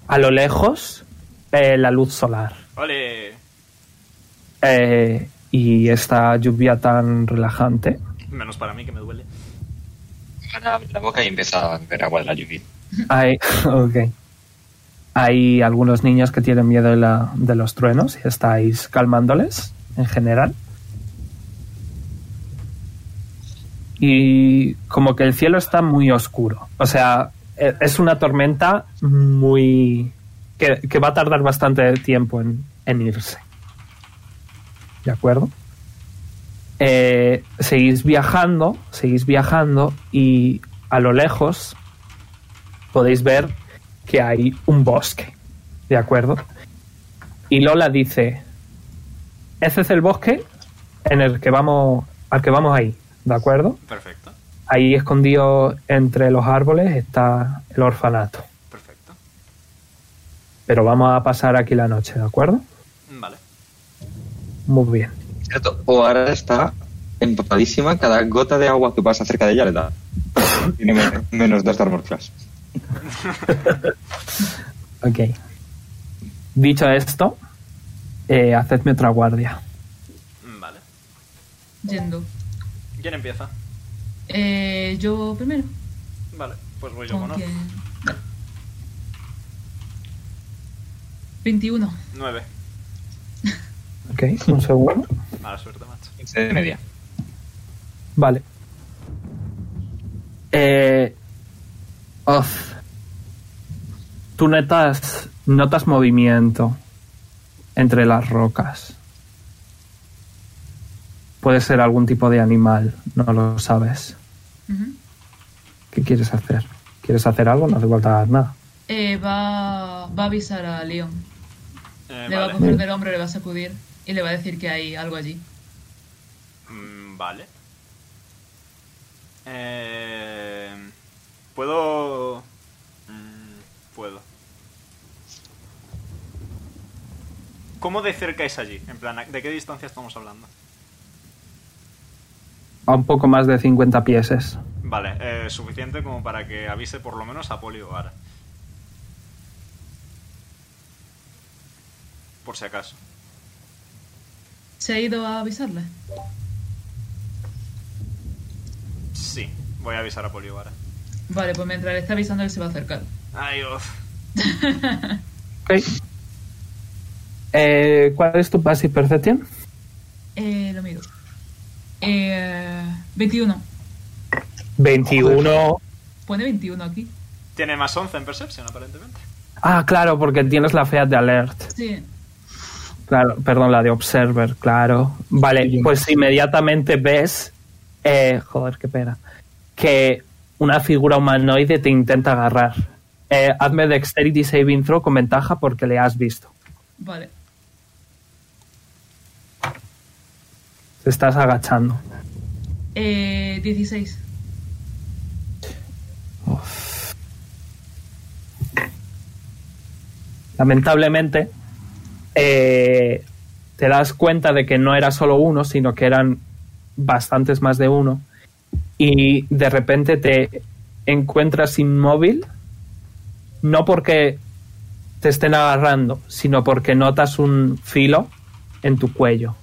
Speaker 1: a lo lejos eh, la luz solar.
Speaker 2: Ole,
Speaker 1: Eh, y esta lluvia tan relajante.
Speaker 2: menos para mí que me duele.
Speaker 5: Abre la boca y empieza a ver agua de la lluvia.
Speaker 1: Hay, ok. Hay algunos niños que tienen miedo de, la- de los truenos y estáis calmándoles en general. Y como que el cielo está muy oscuro. O sea, e- es una tormenta muy... que, que va a tardar bastante tiempo en, en irse. ¿De acuerdo? Eh, seguís viajando, seguís viajando y a lo lejos podéis ver que hay un bosque. ¿De acuerdo? Y Lola dice: Ese es el bosque en el que vamos. al que vamos ahí. ¿De acuerdo?
Speaker 2: Perfecto,
Speaker 1: Ahí escondido entre los árboles está el orfanato.
Speaker 2: perfecto.
Speaker 1: Pero vamos a pasar aquí la noche, ¿de acuerdo?
Speaker 2: Vale.
Speaker 1: Muy bien.
Speaker 5: Cierto, O ahora está empapadísima. Cada gota de agua que pasa cerca de ella le da. Tiene men- menos dos de armor class.
Speaker 1: Ok. Dicho esto, eh, hacedme otra guardia.
Speaker 2: Vale.
Speaker 4: Yendo.
Speaker 2: ¿Quién empieza?
Speaker 4: Eh, yo primero.
Speaker 2: Vale, pues voy yo
Speaker 4: ¿Con
Speaker 2: con Oz.
Speaker 4: quién? 21.
Speaker 2: Nueve.
Speaker 1: Ok, un segundo.
Speaker 2: Mala suerte, macho.
Speaker 5: 15 de media.
Speaker 1: Vale. Eh, Oz, tú notas, notas movimiento entre las rocas. Puede ser algún tipo de animal, no lo sabes.
Speaker 4: Ujú.
Speaker 1: ¿Qué quieres hacer? ¿Quieres hacer algo? No hace falta nada.
Speaker 4: Eh, va, va a avisar a Leon.
Speaker 2: Eh,
Speaker 4: Le va a
Speaker 2: vale.
Speaker 4: coger del hombro, le va a sacudir y le va a decir que hay algo allí.
Speaker 2: Mm, vale. Eh, ¿Puedo mm, puedo. ¿Cómo de cerca es allí? En plan, ¿de qué distancia estamos hablando?
Speaker 1: A un poco más de 50 pies es.
Speaker 2: Vale, eh, suficiente como para que avise por lo menos a Polio ahora. Por si acaso.
Speaker 4: ¿Se ha ido a avisarle?
Speaker 2: Sí, voy a avisar a Polio ahora.
Speaker 4: Vale, pues mientras le está avisando, él se va a acercar.
Speaker 2: Ay, uf.
Speaker 1: Ok. Eh, ¿Cuál es tu passive percepción?
Speaker 4: Eh, lo mido. Eh, 21.
Speaker 1: 21.
Speaker 4: Pone 21 aquí.
Speaker 2: Tiene más 11 en Perception, aparentemente.
Speaker 1: Ah, claro, porque tienes la fea de alert.
Speaker 4: Sí.
Speaker 1: Claro, perdón, la de observer, claro. Vale, pues inmediatamente ves. eh, joder, qué pena. Que una figura humanoide te intenta agarrar. Eh, hazme Dexterity Saving Throw con ventaja porque le has visto.
Speaker 4: Vale.
Speaker 1: Te estás agachando.
Speaker 4: Eh, 16.
Speaker 1: lamentablemente, eh, te das cuenta de que no era solo uno, sino que eran bastantes más de uno. Y de repente te encuentras inmóvil, no porque te estén agarrando, sino porque notas un filo en tu cuello.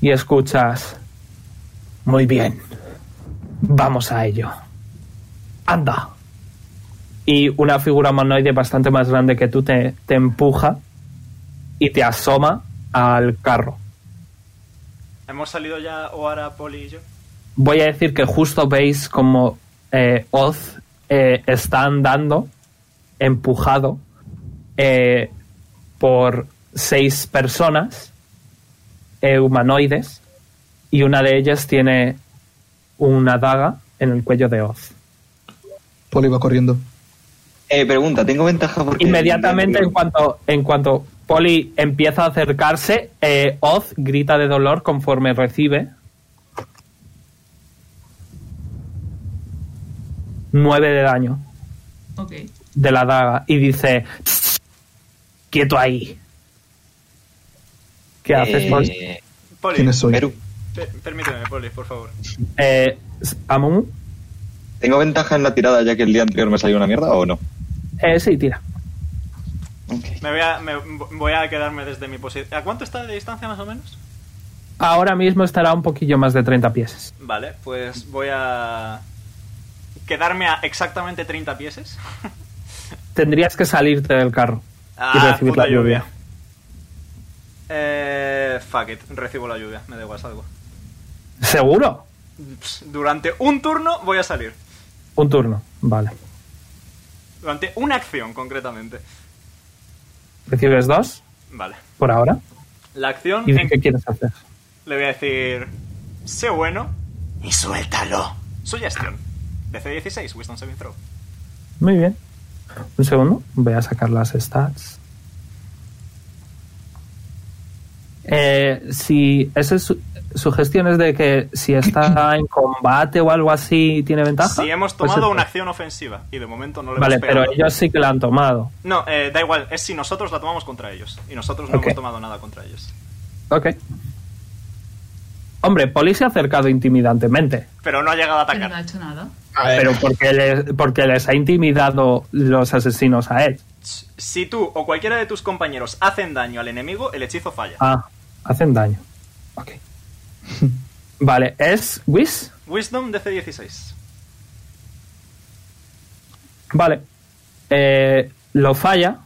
Speaker 1: Y escuchas, muy bien, vamos a ello. Anda y una figura humanoide bastante más grande que tú te, te empuja y te asoma al carro.
Speaker 2: Hemos salido ya Oara, Poli y yo.
Speaker 1: Voy a decir que justo veis como eh, Oz eh, está andando, empujado eh, por seis personas eh, humanoides y una de ellas tiene una daga en el cuello de Oz.
Speaker 3: Poli va corriendo.
Speaker 5: Eh, pregunta, tengo ventaja porque...
Speaker 1: Inmediatamente, en cuanto, en cuanto Polly empieza a acercarse, eh, Oz grita de dolor conforme recibe. Nueve de daño
Speaker 4: Ok.
Speaker 1: de la daga y dice: "Tss, Quieto ahí. ¿Qué haces, Polly?
Speaker 5: Eh,
Speaker 2: Poli,
Speaker 3: ¿Quién soy?
Speaker 5: Perú,
Speaker 2: per- permíteme, Poli, por favor.
Speaker 1: Eh, Amumu,
Speaker 5: ¿tengo ventaja en la tirada ya que el día anterior me salió una mierda o no?
Speaker 1: eh, sí, tira.
Speaker 2: Me voy a, me voy a quedarme desde mi posición. ¿A cuánto está de distancia más o menos?
Speaker 1: Ahora mismo estará un poquillo más de 30 pies.
Speaker 2: Vale, pues voy a quedarme a exactamente 30 pieses.
Speaker 1: Tendrías que salirte del carro.
Speaker 2: Ah,
Speaker 1: recibir
Speaker 2: puta
Speaker 1: la lluvia.
Speaker 2: Eh, fuck it, recibo la lluvia, me da igual, salgo.
Speaker 1: ¿Seguro?
Speaker 2: Pss, Durante un turno voy a salir.
Speaker 1: Un turno. Vale.
Speaker 2: Durante una acción, concretamente.
Speaker 1: ¿Recibes dos
Speaker 2: Vale.
Speaker 1: por ahora?
Speaker 2: La acción...
Speaker 1: ¿Y de
Speaker 2: en-
Speaker 1: qué quieres hacer?
Speaker 2: Le voy a decir... Sé bueno. Y suéltalo. Sugestión. DC 16, Wisdom Saving Throw.
Speaker 1: Muy bien. Un segundo, voy a sacar las stats. Eh, si esa su, sugestión es de que si está en combate o algo así tiene ventaja.
Speaker 2: Si hemos
Speaker 1: pues
Speaker 2: tomado
Speaker 1: es-
Speaker 2: una acción ofensiva y de momento no le
Speaker 1: Vale,
Speaker 2: hemos
Speaker 1: pero
Speaker 2: pegado.
Speaker 1: ellos sí que la han tomado.
Speaker 2: No, eh, da igual, es si nosotros la tomamos contra ellos. Y nosotros no
Speaker 1: Ok.
Speaker 2: hemos tomado nada contra ellos.
Speaker 1: Ok. Hombre, Poli se ha acercado intimidantemente,
Speaker 2: Pero no ha llegado a
Speaker 4: Pero no ha
Speaker 2: atacar.
Speaker 4: hecho nada.
Speaker 1: pero porque, le- porque les ha intimidado los asesinos a él.
Speaker 2: S- Si tú o cualquiera de tus compañeros hacen daño al enemigo, el hechizo falla.
Speaker 1: Ah, hacen daño. Ok. vale, es Whis.
Speaker 2: Wisdom DC 16.
Speaker 1: Vale. Eh, lo falla.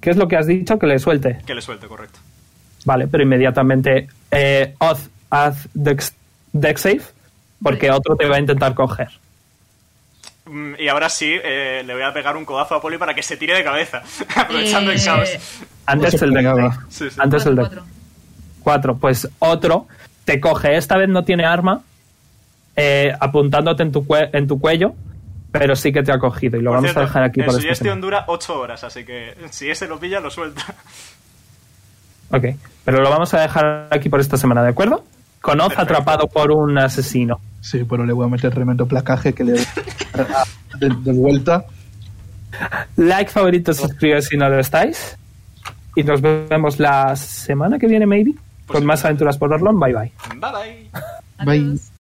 Speaker 1: ¿Qué es lo que has dicho? Que le suelte.
Speaker 2: Que le suelte, correcto.
Speaker 1: Vale, pero inmediatamente. Eh, Oz, haz dex, dex save. Porque otro te va a intentar coger.
Speaker 2: Mm, Y ahora sí, eh, le voy a pegar un codazo a Poli para que se tire de cabeza. aprovechando el
Speaker 4: Eh,
Speaker 2: caos.
Speaker 1: Antes
Speaker 3: Ocho
Speaker 1: el dex
Speaker 3: pegaba.
Speaker 1: save.
Speaker 2: Sí, sí.
Speaker 1: Antes el dex
Speaker 4: cuatro,
Speaker 1: 4.
Speaker 4: cuatro.
Speaker 1: Pues otro te coge. Esta vez no tiene arma. eh, apuntándote en tu, cue- en tu cuello. Pero sí que te ha cogido. Y lo
Speaker 2: Por
Speaker 1: vamos a
Speaker 2: cierto, eh,
Speaker 1: dejar aquí
Speaker 2: el
Speaker 1: por este
Speaker 2: sugestión
Speaker 1: tema.
Speaker 2: dura 8 horas, así que si ese lo pilla, lo suelta.
Speaker 1: Ok, pero lo vamos a dejar aquí por esta semana, ¿de acuerdo? Con Oz
Speaker 2: Perfecto.
Speaker 1: atrapado por un asesino.
Speaker 3: Sí, pero le voy a meter tremendo placaje que le de, de vuelta.
Speaker 1: Like, favorito, suscribíos si no lo estáis. Y nos vemos la semana que viene, maybe, con más aventuras por Orlon. Bye bye.
Speaker 2: Bye bye.
Speaker 3: Bye.
Speaker 4: Adiós.